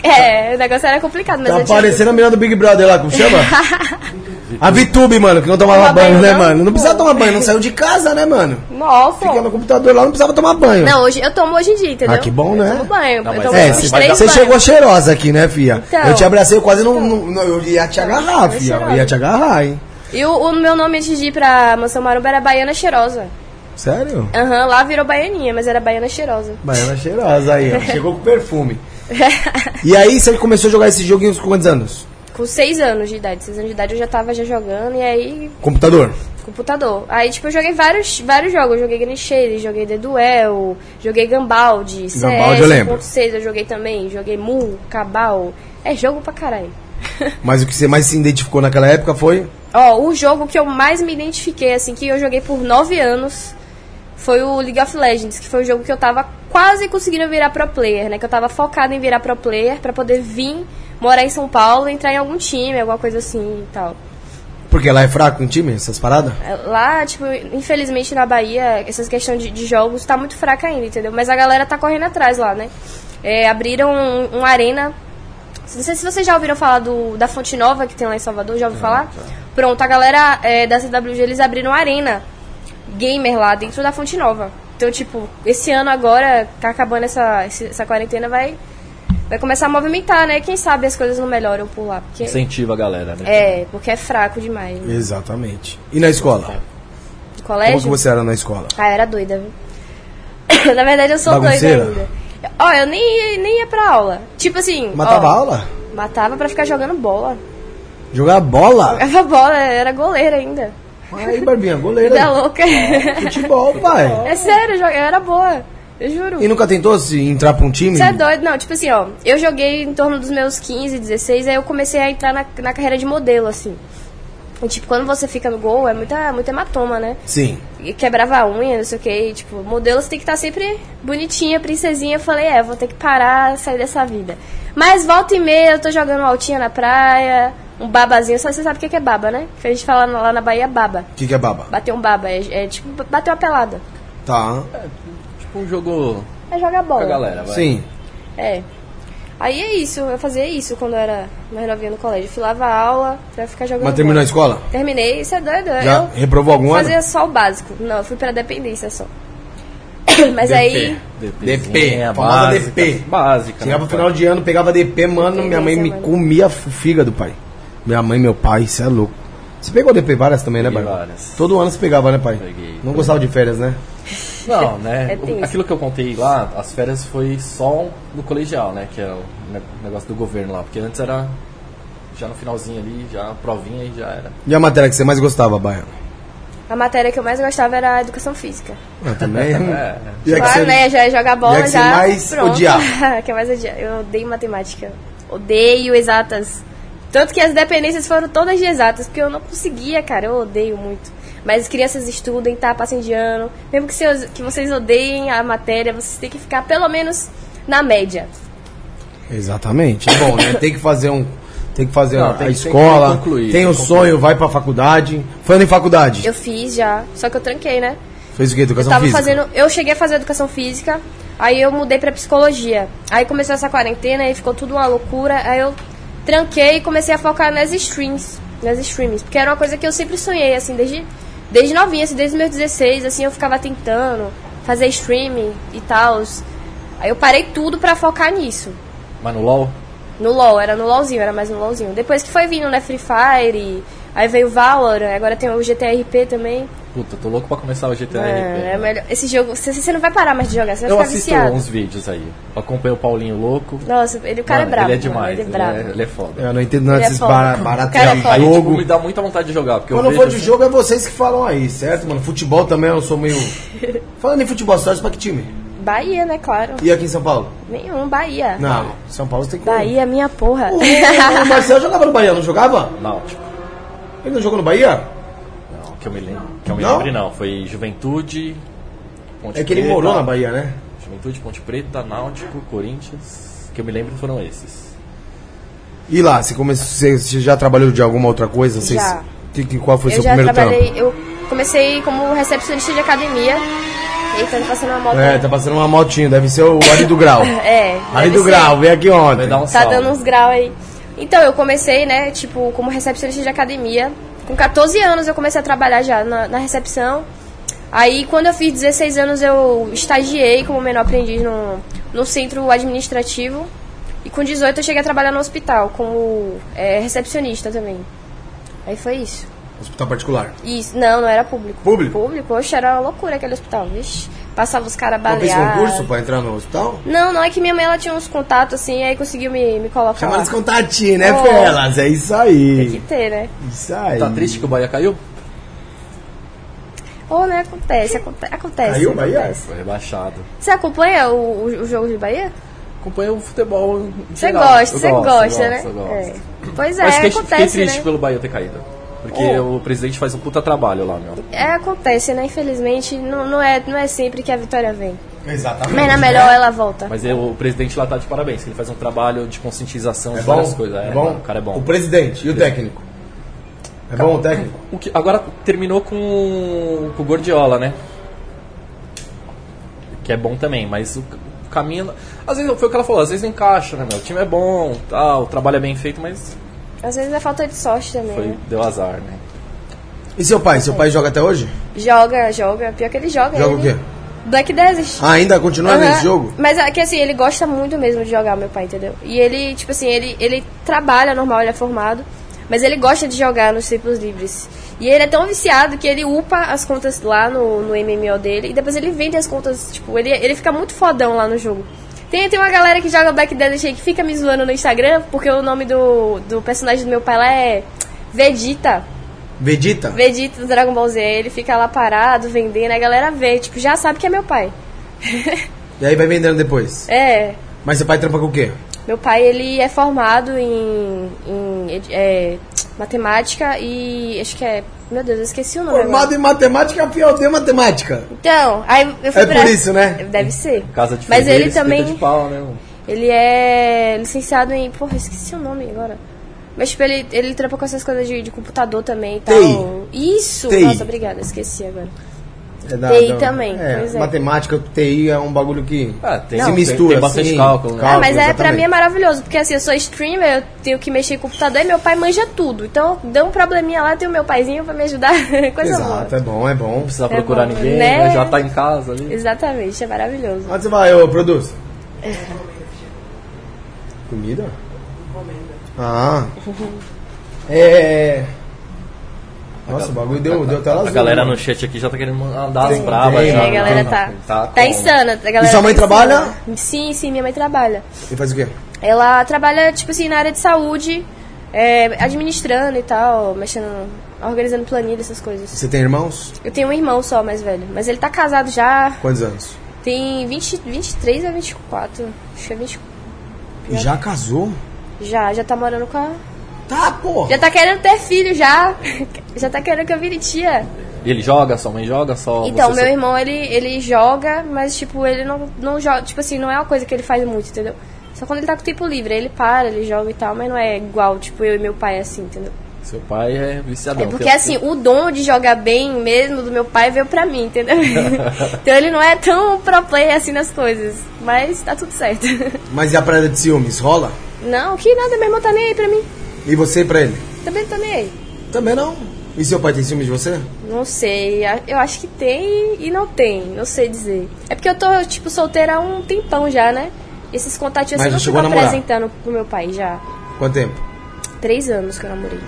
[SPEAKER 3] é, o negócio era complicado, mas
[SPEAKER 1] Tá
[SPEAKER 3] eu tinha
[SPEAKER 1] aparecendo a menina do Big Brother lá, como
[SPEAKER 3] [LAUGHS]
[SPEAKER 1] chama? a Vitube, mano, que não tomava
[SPEAKER 3] Toma
[SPEAKER 1] banho,
[SPEAKER 3] banho,
[SPEAKER 1] né,
[SPEAKER 3] não?
[SPEAKER 1] mano? Não precisava tomar banho, não saiu de casa, né, mano?
[SPEAKER 3] Mó, pô.
[SPEAKER 1] Fica no computador lá, não precisava tomar banho.
[SPEAKER 3] Não, hoje eu tomo hoje em dia, entendeu?
[SPEAKER 1] Ah, que bom, né?
[SPEAKER 3] Eu tomo banho,
[SPEAKER 2] Não,
[SPEAKER 3] eu
[SPEAKER 2] mas-
[SPEAKER 3] tomo
[SPEAKER 1] É,
[SPEAKER 2] Mas
[SPEAKER 3] uns
[SPEAKER 1] você
[SPEAKER 2] dá-
[SPEAKER 3] três
[SPEAKER 1] você
[SPEAKER 3] banhos.
[SPEAKER 1] chegou cheirosa aqui, né, fia?
[SPEAKER 3] Então.
[SPEAKER 1] eu te abracei, eu quase não, não- não- Eu ia te agarrar,
[SPEAKER 3] Então,
[SPEAKER 1] fia. Eu
[SPEAKER 3] cheirosa.
[SPEAKER 1] ia te agarrar, hein?
[SPEAKER 3] E o, o meu nome antes de ir pra Mansão Maromba era Baiana Cheirosa.
[SPEAKER 1] Sério?
[SPEAKER 3] Aham, lá virou Baianinha, mas era Baiana Cheirosa. [LAUGHS]
[SPEAKER 1] Baiana cheirosa aí, ó. Chegou com perfume. E aí, você começou a jogar esse jogo em quantos anos?
[SPEAKER 3] Com seis anos de idade. seis anos de idade eu já tava já jogando, e aí,
[SPEAKER 1] Computador.
[SPEAKER 3] computador. Aí, tipo, eu joguei vários, vários jogos. Eu joguei Grand Shade, joguei The Duel, joguei Gambaldi, CS,
[SPEAKER 1] Gambaldi eu lembro.
[SPEAKER 3] 1.6 eu joguei também. Joguei Mu, Cabal. É jogo pra caralho.
[SPEAKER 1] Mas o que você mais se identificou naquela época foi.
[SPEAKER 3] Ó, o jogo que eu mais me identifiquei, assim, que eu joguei por nove anos, foi o League of Legends, que foi o jogo que eu tava quase conseguindo virar pro player, né? Que eu tava focada em virar pro player pra poder vir morar em São Paulo, entrar em algum time, alguma coisa assim e tal.
[SPEAKER 1] Porque lá é fraco um time, essas paradas?
[SPEAKER 3] Lá, tipo, infelizmente na Bahia, essas questões de, de jogos tá muito fraca ainda, entendeu? Mas a galera tá correndo atrás lá, né? É, abriram um, uma arena. Não sei se vocês já ouviram falar do, da Fonte Nova que tem lá em Salvador, já ouviu falar?
[SPEAKER 1] tá.
[SPEAKER 3] Pronto, a galera é, da CWG, eles abriram uma arena gamer lá dentro da Fonte Nova. Então, tipo, esse ano agora, tá acabando essa, esse- essa quarentena, vai, vai começar a movimentar, né? Quem sabe as coisas não melhoram por lá. Porque,
[SPEAKER 2] Incentiva a galera, né?
[SPEAKER 3] É, porque é fraco demais. Né?
[SPEAKER 1] Exatamente. E na escola?
[SPEAKER 3] De colégio.
[SPEAKER 1] Como que você era na escola?
[SPEAKER 3] Ah, eu era doida, viu? [COUGHS] Na verdade, eu sou
[SPEAKER 1] Bagunceira?
[SPEAKER 3] doida ainda. Ó, eu nem, nem ia pra aula. Tipo assim.
[SPEAKER 1] Matava
[SPEAKER 3] ó,
[SPEAKER 1] aula?
[SPEAKER 3] Matava pra ficar jogando bola.
[SPEAKER 1] Jogava
[SPEAKER 3] [LAUGHS]
[SPEAKER 1] bola?
[SPEAKER 3] Jogava bola, era goleira ainda.
[SPEAKER 1] Aí, Barbinha,
[SPEAKER 3] Vida
[SPEAKER 1] goleira.
[SPEAKER 3] louca. [LAUGHS] é
[SPEAKER 1] Futebol, pai.
[SPEAKER 3] sério, eu joga- eu era boa. Eu juro.
[SPEAKER 1] E nunca tentou se entrar pra um time?
[SPEAKER 3] Você é doido? Não, tipo assim, ó. Eu joguei em torno dos meus 15, 16, aí eu comecei a entrar na, na carreira de modelo, assim. E, tipo, quando você fica no gol, é muita, muito hematoma, né?
[SPEAKER 1] Sim.
[SPEAKER 3] E quebrava a unha, não sei o que, tipo, modelo você tem que estar sempre bonitinha, princesinha. Eu falei, é, vou ter que parar, sair dessa vida. Mas volta e meia, eu tô jogando uma altinha na praia, um babazinho, só você sabe o que que é baba, né? Que a gente fala lá na Bahia, baba.
[SPEAKER 1] O que, que é baba?
[SPEAKER 3] Bater um baba, é, é tipo, bater uma pelada.
[SPEAKER 1] Tá.
[SPEAKER 2] Tipo um jogo
[SPEAKER 3] É jogar
[SPEAKER 2] com a
[SPEAKER 3] bola.
[SPEAKER 2] galera, vai.
[SPEAKER 1] Sim.
[SPEAKER 3] É. Aí é isso, eu fazia isso quando eu era mais novinha no colégio. Filava a aula pra ficar jogando
[SPEAKER 1] Mas terminou a
[SPEAKER 3] bola.
[SPEAKER 1] escola?
[SPEAKER 3] Terminei, isso é doido.
[SPEAKER 1] Já
[SPEAKER 3] eu
[SPEAKER 1] reprovou algum ano?
[SPEAKER 3] fazia só o básico. Não, eu fui pra dependência só. [COUGHS] Mas
[SPEAKER 1] DP.
[SPEAKER 3] aí...
[SPEAKER 1] DP,
[SPEAKER 2] DP.
[SPEAKER 1] famosa
[SPEAKER 2] é Básica.
[SPEAKER 1] DP.
[SPEAKER 2] Básica.
[SPEAKER 1] Chegava
[SPEAKER 2] né,
[SPEAKER 1] no final de ano, pegava DP, mano, minha mãe me
[SPEAKER 3] mano.
[SPEAKER 1] comia f- fígado, pai. Minha mãe, meu pai, isso é louco. Você pegou DP várias também, né,
[SPEAKER 2] Peguei
[SPEAKER 1] pai?
[SPEAKER 2] várias.
[SPEAKER 1] Todo ano você pegava, né, pai?
[SPEAKER 2] Peguei.
[SPEAKER 1] Não gostava de férias, né?
[SPEAKER 2] Não, né?
[SPEAKER 3] [LAUGHS] É tenso.
[SPEAKER 2] Aquilo que eu contei lá, as férias foi só no colegial, né? Que é o ne- negócio do governo lá. Porque antes era já no finalzinho ali, já a provinha e já era.
[SPEAKER 1] E a matéria que você mais gostava, Baia?
[SPEAKER 3] A matéria que eu mais gostava era a educação física.
[SPEAKER 1] Eu também.
[SPEAKER 2] [LAUGHS] É.
[SPEAKER 1] E a que
[SPEAKER 3] claro,
[SPEAKER 1] você-
[SPEAKER 3] né? Já ia jogar bola,
[SPEAKER 1] e a que você
[SPEAKER 3] já.
[SPEAKER 1] mais
[SPEAKER 3] [LAUGHS] pronto.
[SPEAKER 1] odiava?
[SPEAKER 3] que eu mais odiava. Eu odeio matemática. Odeio exatas. Tanto que as dependências foram todas de exatas, porque eu não conseguia, cara, eu odeio muito. Mas crianças estudem, tá? Passem de ano. Mesmo que, seus, que vocês odeiem a matéria, vocês têm que ficar pelo menos na média.
[SPEAKER 1] Exatamente. É Bom, né? Tem que fazer um. Tem que fazer
[SPEAKER 2] Não,
[SPEAKER 1] a,
[SPEAKER 2] tem-
[SPEAKER 1] a
[SPEAKER 2] tem que
[SPEAKER 1] escola. Tem,
[SPEAKER 2] concluir,
[SPEAKER 1] o
[SPEAKER 2] tem que
[SPEAKER 1] sonho, vai pra faculdade. Foi na faculdade.
[SPEAKER 3] Eu fiz já, só que eu tranquei, né?
[SPEAKER 1] Fez o quê?
[SPEAKER 3] Eu
[SPEAKER 1] Educação
[SPEAKER 3] tava
[SPEAKER 1] física?
[SPEAKER 3] fazendo. Eu cheguei a fazer educação física, aí eu mudei pra psicologia. Aí começou essa quarentena, aí ficou tudo uma loucura. Aí eu tranquei e comecei a focar nas streams. Nas streams. Porque era uma coisa que eu sempre sonhei, assim, desde, desde novinha, assim, desde meus 16, assim, eu ficava tentando fazer streaming e tal. Aí eu parei tudo pra focar nisso.
[SPEAKER 2] Mas no LOL?
[SPEAKER 3] No LoL, era no LoLzinho, era mais no LoLzinho. Depois que foi vindo, né, Free Fire, aí veio Valorant, agora tem o GTRP também.
[SPEAKER 2] Puta, tô louco pra começar o GTA RP.
[SPEAKER 3] É, é melhor. Esse jogo, você, você não vai parar mais de jogar, você vai
[SPEAKER 2] Eu
[SPEAKER 3] ficar
[SPEAKER 2] né? assisto
[SPEAKER 3] viciado.
[SPEAKER 2] uns vídeos aí. Eu acompanho o Paulinho Louco.
[SPEAKER 3] Nossa, ele, o cara
[SPEAKER 2] Mano,
[SPEAKER 3] é brabo.
[SPEAKER 2] Ele é demais.
[SPEAKER 3] mano, ele é brabo.
[SPEAKER 2] Ele, é, ele é foda.
[SPEAKER 1] Eu não entendo nada
[SPEAKER 3] Ele é
[SPEAKER 1] desses
[SPEAKER 3] foda.
[SPEAKER 1] bara- baratos
[SPEAKER 3] Cara,
[SPEAKER 1] de
[SPEAKER 3] é foda.
[SPEAKER 2] Aí,
[SPEAKER 1] jogo.
[SPEAKER 2] tipo, me dá muita vontade de jogar. Porque eu
[SPEAKER 1] Quando eu
[SPEAKER 2] vejo,
[SPEAKER 1] for de
[SPEAKER 2] assim,
[SPEAKER 1] jogo, é vocês que falam aí, certo, mano? Futebol também, eu sou
[SPEAKER 3] [LAUGHS]
[SPEAKER 1] meio. Falando em futebol, você torce pra que time?
[SPEAKER 2] é-
[SPEAKER 3] Bahia, né, claro.
[SPEAKER 1] E aqui em São Paulo?
[SPEAKER 3] Nenhum, Bahia.
[SPEAKER 1] Não, São Paulo você tem que.
[SPEAKER 3] Bahia, é minha porra.
[SPEAKER 1] O,
[SPEAKER 2] Uh,
[SPEAKER 3] [LAUGHS]
[SPEAKER 1] o Marcelo jogava no Bahia, não jogava?
[SPEAKER 2] Náutico.
[SPEAKER 1] Ele não jogou no Bahia?
[SPEAKER 2] Não, que eu me lembro. Que eu me
[SPEAKER 1] Não?
[SPEAKER 2] lembre, não. Foi Juventude. Ponte
[SPEAKER 1] É que ele
[SPEAKER 2] Preta,
[SPEAKER 1] morou na Bahia, né?
[SPEAKER 2] Juventude, Ponte Preta, Náutico, Corinthians. Que eu me lembro foram esses.
[SPEAKER 1] E lá, você, começou, você, você já trabalhou de alguma outra coisa? Vocês-
[SPEAKER 3] Já.
[SPEAKER 1] Que, que- qual foi o
[SPEAKER 3] eu
[SPEAKER 1] seu
[SPEAKER 3] já
[SPEAKER 1] primeiro
[SPEAKER 3] trabalhei.
[SPEAKER 1] trampo?
[SPEAKER 3] Eu comecei como recepcionista de academia. Eita, tá passando uma moto.
[SPEAKER 1] É, tá passando uma motinha, deve ser o Ari do Grau.
[SPEAKER 3] [LAUGHS] É,
[SPEAKER 1] Ari
[SPEAKER 3] deve
[SPEAKER 1] do
[SPEAKER 3] ser.
[SPEAKER 1] Grau, veio aqui ontem.
[SPEAKER 2] Vai dar um
[SPEAKER 3] Tá
[SPEAKER 2] salve.
[SPEAKER 3] dando uns graus aí. Então, eu comecei, né, tipo, como recepcionista de academia. Com 14 anos eu comecei a trabalhar já na, na recepção. Aí, quando eu fiz 16 anos, eu estagiei como menor aprendiz no, no centro administrativo. E com 18 eu cheguei a trabalhar no hospital como é, recepcionista também. Aí foi isso.
[SPEAKER 2] um
[SPEAKER 1] Hospital particular.
[SPEAKER 3] Isso, não, não era público.
[SPEAKER 1] Público?
[SPEAKER 3] Público, poxa, era uma loucura aquele hospital, vixe. Passava os caras
[SPEAKER 1] Você fez
[SPEAKER 3] baleados.
[SPEAKER 1] concurso um pra entrar no hospital?
[SPEAKER 3] Não, não, é que minha mãe, ela tinha uns contatos, assim, aí conseguiu me, me colocar
[SPEAKER 1] Chama
[SPEAKER 3] lá.
[SPEAKER 1] eles contatinho, né,
[SPEAKER 3] Oh.
[SPEAKER 1] Felas? É isso aí.
[SPEAKER 3] Tem que ter, né?
[SPEAKER 1] Isso aí.
[SPEAKER 2] Tá triste que o Bahia caiu?
[SPEAKER 3] Ou, né? Acontece, aconte acontece.
[SPEAKER 1] Caiu Então, o Bahia?
[SPEAKER 3] acontece.
[SPEAKER 2] Foi rebaixado.
[SPEAKER 3] Você acompanha o, o, o jogo de Bahia?
[SPEAKER 2] Acompanha o futebol. em
[SPEAKER 3] Você
[SPEAKER 2] geral.
[SPEAKER 3] gosta,
[SPEAKER 2] Eu
[SPEAKER 3] você
[SPEAKER 2] gosto,
[SPEAKER 3] gosta,
[SPEAKER 2] eu
[SPEAKER 3] né?
[SPEAKER 2] gosto, eu gosto.
[SPEAKER 3] É. Pois é,
[SPEAKER 2] Mas fiquei, fiquei
[SPEAKER 3] acontece,
[SPEAKER 2] triste
[SPEAKER 3] né?
[SPEAKER 2] pelo Bahia ter caído. Porque
[SPEAKER 3] Oh.
[SPEAKER 2] o presidente faz um puta trabalho lá, meu.
[SPEAKER 3] É, acontece, né? Infelizmente, não, não, é, não é sempre que a vitória vem.
[SPEAKER 1] Exatamente. É
[SPEAKER 3] Mas na
[SPEAKER 2] é.
[SPEAKER 3] melhor ela volta.
[SPEAKER 2] Mas eu- o presidente lá tá de parabéns, que ele faz um trabalho de conscientização
[SPEAKER 1] É
[SPEAKER 2] de
[SPEAKER 1] bom?
[SPEAKER 2] várias coisas.
[SPEAKER 1] É
[SPEAKER 2] mano,
[SPEAKER 1] bom?
[SPEAKER 2] O cara é bom.
[SPEAKER 1] O presidente e o técnico? É bom o técnico?
[SPEAKER 2] O que, agora terminou com, com o Gordiola, né? Que é bom também, mas o, o caminho. Às vezes foi o que ela falou, às vezes não encaixa, né, meu? O time é bom, tal, o trabalho é bem feito, mas
[SPEAKER 3] Às vezes é falta de sorte também,
[SPEAKER 2] foi,
[SPEAKER 3] né?
[SPEAKER 2] deu azar, né?
[SPEAKER 1] E seu pai? Seu pai joga até hoje?
[SPEAKER 3] Joga, joga. Pior que ele joga.
[SPEAKER 1] Joga
[SPEAKER 3] ele...
[SPEAKER 1] o quê?
[SPEAKER 3] Black Desert.
[SPEAKER 1] Ah, ainda continua
[SPEAKER 3] Aham.
[SPEAKER 1] nesse jogo?
[SPEAKER 3] Mas é que assim, ele gosta muito mesmo de jogar, meu pai, entendeu? E ele, tipo assim, ele, ele trabalha normal, ele é formado, mas ele gosta de jogar nos tempos livres. E ele é tão viciado que ele upa as contas lá no, no MMO dele e depois ele vende as contas, tipo, ele, ele fica muito fodão lá no jogo. Tem, tem uma galera que joga Black Desert aí que fica me zoando no Instagram, porque o nome do, do personagem do meu pai lá é Vegeta.
[SPEAKER 1] Vegeta?
[SPEAKER 3] Vegeta do Dragon Ball Z, ele fica lá parado, vendendo, a galera vê, tipo, já sabe que é meu pai. [LAUGHS]
[SPEAKER 1] E aí vai vendendo depois.
[SPEAKER 3] É,
[SPEAKER 1] Mas seu pai trampa com o quê?
[SPEAKER 3] Meu pai, ele é formado em, em, é, matemática e acho que é... Meu Deus, eu esqueci o nome agora.
[SPEAKER 1] Formado em matemática, fiel tem é matemática.
[SPEAKER 3] Então, aí eu fui
[SPEAKER 1] É
[SPEAKER 3] pra...
[SPEAKER 1] por isso, né?
[SPEAKER 3] Deve ser.
[SPEAKER 2] Casa de
[SPEAKER 3] Mas
[SPEAKER 2] Ferreira,
[SPEAKER 3] ele
[SPEAKER 2] espeta
[SPEAKER 3] também...
[SPEAKER 2] de pau, né?
[SPEAKER 3] Ele é licenciado em... Porra, eu esqueci o nome agora. Mas, tipo, ele, ele trampa com essas coisas de, de computador também e tal. Isso!
[SPEAKER 1] TI.
[SPEAKER 3] Nossa, obrigada, esqueci agora.
[SPEAKER 1] É da-
[SPEAKER 3] TI também, pois é.
[SPEAKER 1] Matemática, TI é um bagulho que
[SPEAKER 2] Ah, tem-
[SPEAKER 1] se
[SPEAKER 2] tem-
[SPEAKER 1] mistura.
[SPEAKER 2] tem bastante
[SPEAKER 1] assim,
[SPEAKER 2] cálculo, né?
[SPEAKER 3] Ah, mas é, pra
[SPEAKER 1] exatamente.
[SPEAKER 3] mim é maravilhoso, porque assim, eu sou streamer, eu tenho que mexer em computador e meu pai manja tudo. Então, dá um probleminha lá, tem o meu paizinho pra me ajudar. [LAUGHS] Coisa boa.
[SPEAKER 1] Exato, é bom, é bom.
[SPEAKER 2] Não precisa
[SPEAKER 3] É
[SPEAKER 2] procurar
[SPEAKER 3] bom,
[SPEAKER 2] ninguém,
[SPEAKER 3] né?
[SPEAKER 2] né? já tá em casa ali.
[SPEAKER 3] Exatamente, é maravilhoso.
[SPEAKER 1] Onde você vai, ô,
[SPEAKER 2] [LAUGHS]
[SPEAKER 1] produz? Comida? Ah. É. Nossa, o bagulho deu, deu tela
[SPEAKER 2] A
[SPEAKER 1] azul.
[SPEAKER 2] galera
[SPEAKER 1] mano.
[SPEAKER 2] no chat aqui já tá querendo mandar as
[SPEAKER 1] Tem-
[SPEAKER 2] bravas.
[SPEAKER 1] tem,
[SPEAKER 2] já,
[SPEAKER 3] É, a
[SPEAKER 1] não,
[SPEAKER 2] né?
[SPEAKER 3] galera
[SPEAKER 1] não,
[SPEAKER 3] tá, tá,
[SPEAKER 2] como?
[SPEAKER 3] insana. A galera
[SPEAKER 1] E sua mãe
[SPEAKER 3] tá insana.
[SPEAKER 1] trabalha?
[SPEAKER 3] Sim, sim, minha mãe trabalha.
[SPEAKER 1] E faz o quê?
[SPEAKER 3] Ela trabalha, tipo assim, na área de saúde, é, administrando e tal, mexendo, organizando planilha, essas coisas.
[SPEAKER 1] Você tem irmãos?
[SPEAKER 3] Eu tenho um irmão só, mais velho, mas ele tá casado já,
[SPEAKER 1] Quantos anos?
[SPEAKER 3] tem 20, 23 a 24, acho que é 20,
[SPEAKER 1] E já casou?
[SPEAKER 3] já, já tá morando com a...
[SPEAKER 1] Tá, porra.
[SPEAKER 3] Já tá querendo ter filho já. [LAUGHS] Já tá querendo que eu vire tia.
[SPEAKER 2] E ele joga, sua mãe joga, só.
[SPEAKER 3] Então,
[SPEAKER 2] você
[SPEAKER 3] meu
[SPEAKER 2] só-
[SPEAKER 3] irmão, ele, ele joga, mas, tipo, ele não, não joga. Tipo assim, não é uma coisa que ele faz muito, entendeu? Só quando ele tá com tempo livre, aí ele para, ele joga e tal, mas não é igual, tipo, eu e meu pai, assim, entendeu?
[SPEAKER 2] Seu pai é viciadão.
[SPEAKER 3] É porque,
[SPEAKER 2] tem-
[SPEAKER 3] assim, o dom de jogar bem mesmo do meu pai veio pra mim, entendeu? então ele não é tão pro player assim nas coisas, mas tá tudo certo. [LAUGHS]
[SPEAKER 1] Mas e a parada de ciúmes? Rola?
[SPEAKER 3] não, que nada, meu irmão tá nem aí pra mim.
[SPEAKER 1] E você pra ele?
[SPEAKER 3] Também não tá nem aí.
[SPEAKER 1] Também não. E seu pai tem ciúmes de você?
[SPEAKER 3] Não sei, a- eu acho que tem e não tem, não sei dizer. É porque eu tô, tipo, solteira há um tempão já, né? Esses contatinhos
[SPEAKER 1] Mas
[SPEAKER 3] assim, eu
[SPEAKER 1] já chegou
[SPEAKER 3] não fico
[SPEAKER 1] a namorar?
[SPEAKER 3] apresentando pro meu pai já.
[SPEAKER 1] Quanto tempo?
[SPEAKER 3] Três anos que eu namorei.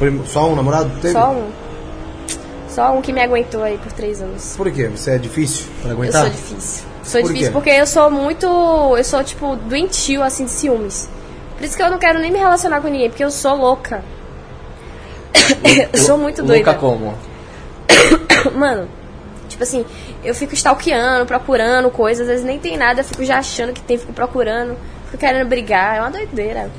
[SPEAKER 1] Prim- Só um namorado? Teve?
[SPEAKER 3] Só um. Só um que me aguentou aí por três anos.
[SPEAKER 1] Por quê? Você é difícil pra
[SPEAKER 3] Eu
[SPEAKER 1] aguentar?
[SPEAKER 3] sou difícil. Sou
[SPEAKER 1] Por
[SPEAKER 3] difícil
[SPEAKER 1] quê?
[SPEAKER 3] porque eu sou muito. Eu sou, tipo, doentio, assim, de ciúmes. Por isso que eu não quero nem me relacionar com ninguém, porque eu sou louca. [COUGHS] eu sou muito
[SPEAKER 2] Louca
[SPEAKER 3] doida.
[SPEAKER 2] como?
[SPEAKER 3] Mano, tipo assim, eu fico stalkeando, procurando coisas, às vezes nem tem nada, eu fico já achando que tem, fico procurando, fico querendo brigar, é uma doideira.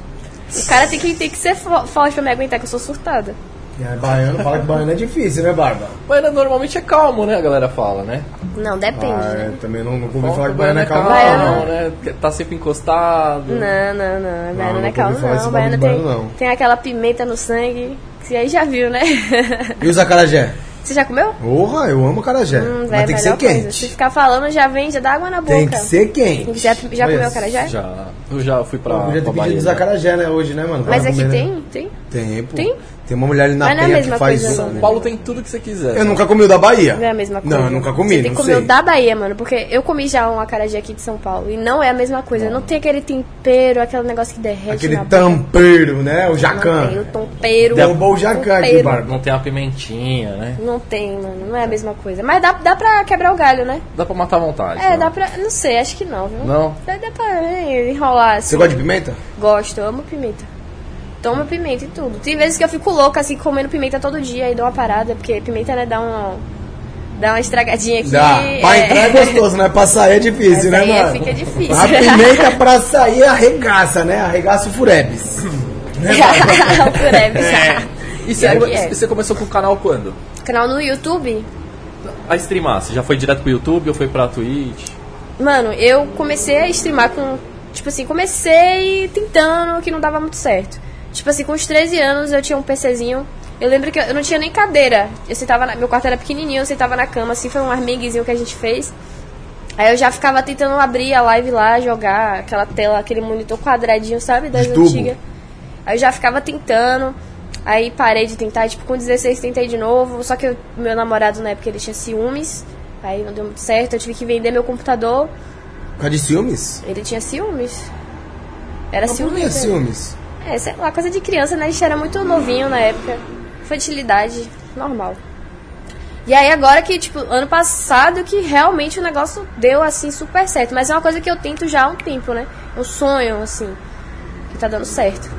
[SPEAKER 3] O cara tem que, tem que ser fo- forte pra me aguentar, que eu sou surtada.
[SPEAKER 1] É, baiano, fala que baiano é difícil, né, Barba?
[SPEAKER 2] Mas né, normalmente é calmo, né? A galera fala, né?
[SPEAKER 3] Não, depende.
[SPEAKER 1] Ah,
[SPEAKER 3] né?
[SPEAKER 1] é, também não, não ouvi falar que baiano é calmo,
[SPEAKER 3] calmo,
[SPEAKER 1] não.
[SPEAKER 2] não, né? Tá sempre encostado.
[SPEAKER 3] Não, não, não.
[SPEAKER 1] Não,
[SPEAKER 3] Baiano não
[SPEAKER 1] nunca
[SPEAKER 3] é
[SPEAKER 1] ouvi
[SPEAKER 3] calmo,
[SPEAKER 1] falar esse
[SPEAKER 3] não. Baiano
[SPEAKER 1] bagulho
[SPEAKER 3] tem,
[SPEAKER 1] de baiano, não.
[SPEAKER 3] tem aquela pimenta no sangue. Que aí já viu, né? [LAUGHS]
[SPEAKER 1] E os acarajé?
[SPEAKER 3] Você já comeu?
[SPEAKER 1] Porra, eu amo acarajé.
[SPEAKER 3] Hum,
[SPEAKER 1] Mas
[SPEAKER 3] velho,
[SPEAKER 1] tem que
[SPEAKER 3] melhor
[SPEAKER 1] ser
[SPEAKER 3] coisa. Se
[SPEAKER 1] quente.
[SPEAKER 3] ficar falando, já vem, já dá água na boca.
[SPEAKER 1] Tem que ser quente.
[SPEAKER 3] Já, já
[SPEAKER 1] Olha,
[SPEAKER 3] comeu acarajé?
[SPEAKER 2] Já. Eu já fui pra,
[SPEAKER 1] Eu podia
[SPEAKER 2] pra
[SPEAKER 1] ter
[SPEAKER 2] Bahia.
[SPEAKER 1] pedido os
[SPEAKER 2] né?
[SPEAKER 1] acarajé, né, hoje, né, mano?
[SPEAKER 3] Mas
[SPEAKER 1] Pra
[SPEAKER 3] aqui
[SPEAKER 1] comer, né?
[SPEAKER 3] tem? Tem?
[SPEAKER 1] Tem, pô.
[SPEAKER 3] Tem?
[SPEAKER 1] Tem uma mulher ali na
[SPEAKER 3] Mas não é a
[SPEAKER 1] penha que
[SPEAKER 3] mesma
[SPEAKER 1] faz
[SPEAKER 3] coisa,
[SPEAKER 1] isso.
[SPEAKER 3] não.
[SPEAKER 1] né?
[SPEAKER 2] Paulo tá tem tudo que você quiser.
[SPEAKER 1] Eu nunca comi o da Bahia.
[SPEAKER 3] Não é a mesma coisa.
[SPEAKER 1] Não, eu nunca comi,
[SPEAKER 3] Você tem
[SPEAKER 1] não
[SPEAKER 3] que comer
[SPEAKER 1] sei.
[SPEAKER 3] o da Bahia, mano, porque eu comi já um acarajé aqui de São Paulo e não é a mesma coisa. Não tem aquele tempero, aquele negócio que derrete
[SPEAKER 1] Aquele
[SPEAKER 3] na boca.
[SPEAKER 1] tampeiro, né? O
[SPEAKER 3] Não tem o
[SPEAKER 1] jacan.
[SPEAKER 3] tempero.
[SPEAKER 1] Derrubou o jacan aqui,
[SPEAKER 3] Tempero.
[SPEAKER 1] Barba.
[SPEAKER 2] Não tem uma pimentinha, né?
[SPEAKER 3] Não tem, mano, não é a mesma coisa. Mas dá, dá pra quebrar o galho, né?
[SPEAKER 2] Dá pra matar a vontade.
[SPEAKER 3] É,
[SPEAKER 2] né?
[SPEAKER 3] dá pra... Não sei, acho que não, viu?
[SPEAKER 2] Não?
[SPEAKER 3] Dá, dá pra é, enrolar, assim.
[SPEAKER 1] Você gosta de pimenta?
[SPEAKER 3] Gosto, eu amo pimenta. Tomo pimenta e tudo. Tem vezes que eu fico louca, assim, comendo pimenta todo dia e dou uma parada, porque pimenta, né, dá uma... Dá uma estragadinha aqui.
[SPEAKER 1] Dá. Pra
[SPEAKER 3] é.
[SPEAKER 1] entrar é gostoso, né? Pra sair é difícil,
[SPEAKER 3] Essa
[SPEAKER 1] né,
[SPEAKER 3] aí é-
[SPEAKER 1] mano?
[SPEAKER 3] fica difícil.
[SPEAKER 1] A pimenta pra sair arregaça, né? Arregaça o furebes.
[SPEAKER 3] [LAUGHS] o
[SPEAKER 1] É.
[SPEAKER 3] Furebs.
[SPEAKER 2] E você,
[SPEAKER 3] Pior
[SPEAKER 2] come-
[SPEAKER 3] que é.
[SPEAKER 2] e você começou com o canal quando?
[SPEAKER 3] Canal no YouTube.
[SPEAKER 2] A streamar, você já foi direto pro YouTube ou foi pra Twitch?
[SPEAKER 3] Mano, eu comecei a streamar com. Tipo assim, comecei tentando, que não dava muito certo. Tipo assim, com os 13 anos eu tinha um PCzinho. Eu lembro que eu, eu não tinha nem cadeira. Eu sentava na, meu quarto era pequenininho, eu sentava na cama, assim, foi um armenguezinho que a gente fez. Aí eu já ficava tentando abrir a live lá, jogar aquela tela, aquele monitor quadradinho, sabe? Das
[SPEAKER 1] De tubo.
[SPEAKER 3] antigas. Aí eu já ficava tentando. Aí parei de tentar, tipo, com 16 tentei de novo. Só que eu- meu namorado na época ele tinha ciúmes. Aí não deu muito certo, eu tive que vender meu computador.
[SPEAKER 1] Por causa de ciúmes?
[SPEAKER 3] Ele tinha ciúmes. Era
[SPEAKER 1] Mas por que
[SPEAKER 3] É ciúmes. né?
[SPEAKER 1] ciúmes?
[SPEAKER 3] É, sei lá, coisa de criança, né? A gente era muito novinho na época. Fertilidade, normal. E aí agora que, tipo, ano passado que realmente o negócio deu, assim, super certo. Mas é uma coisa que eu tento já há um tempo, né? Um sonho, assim, que tá dando certo.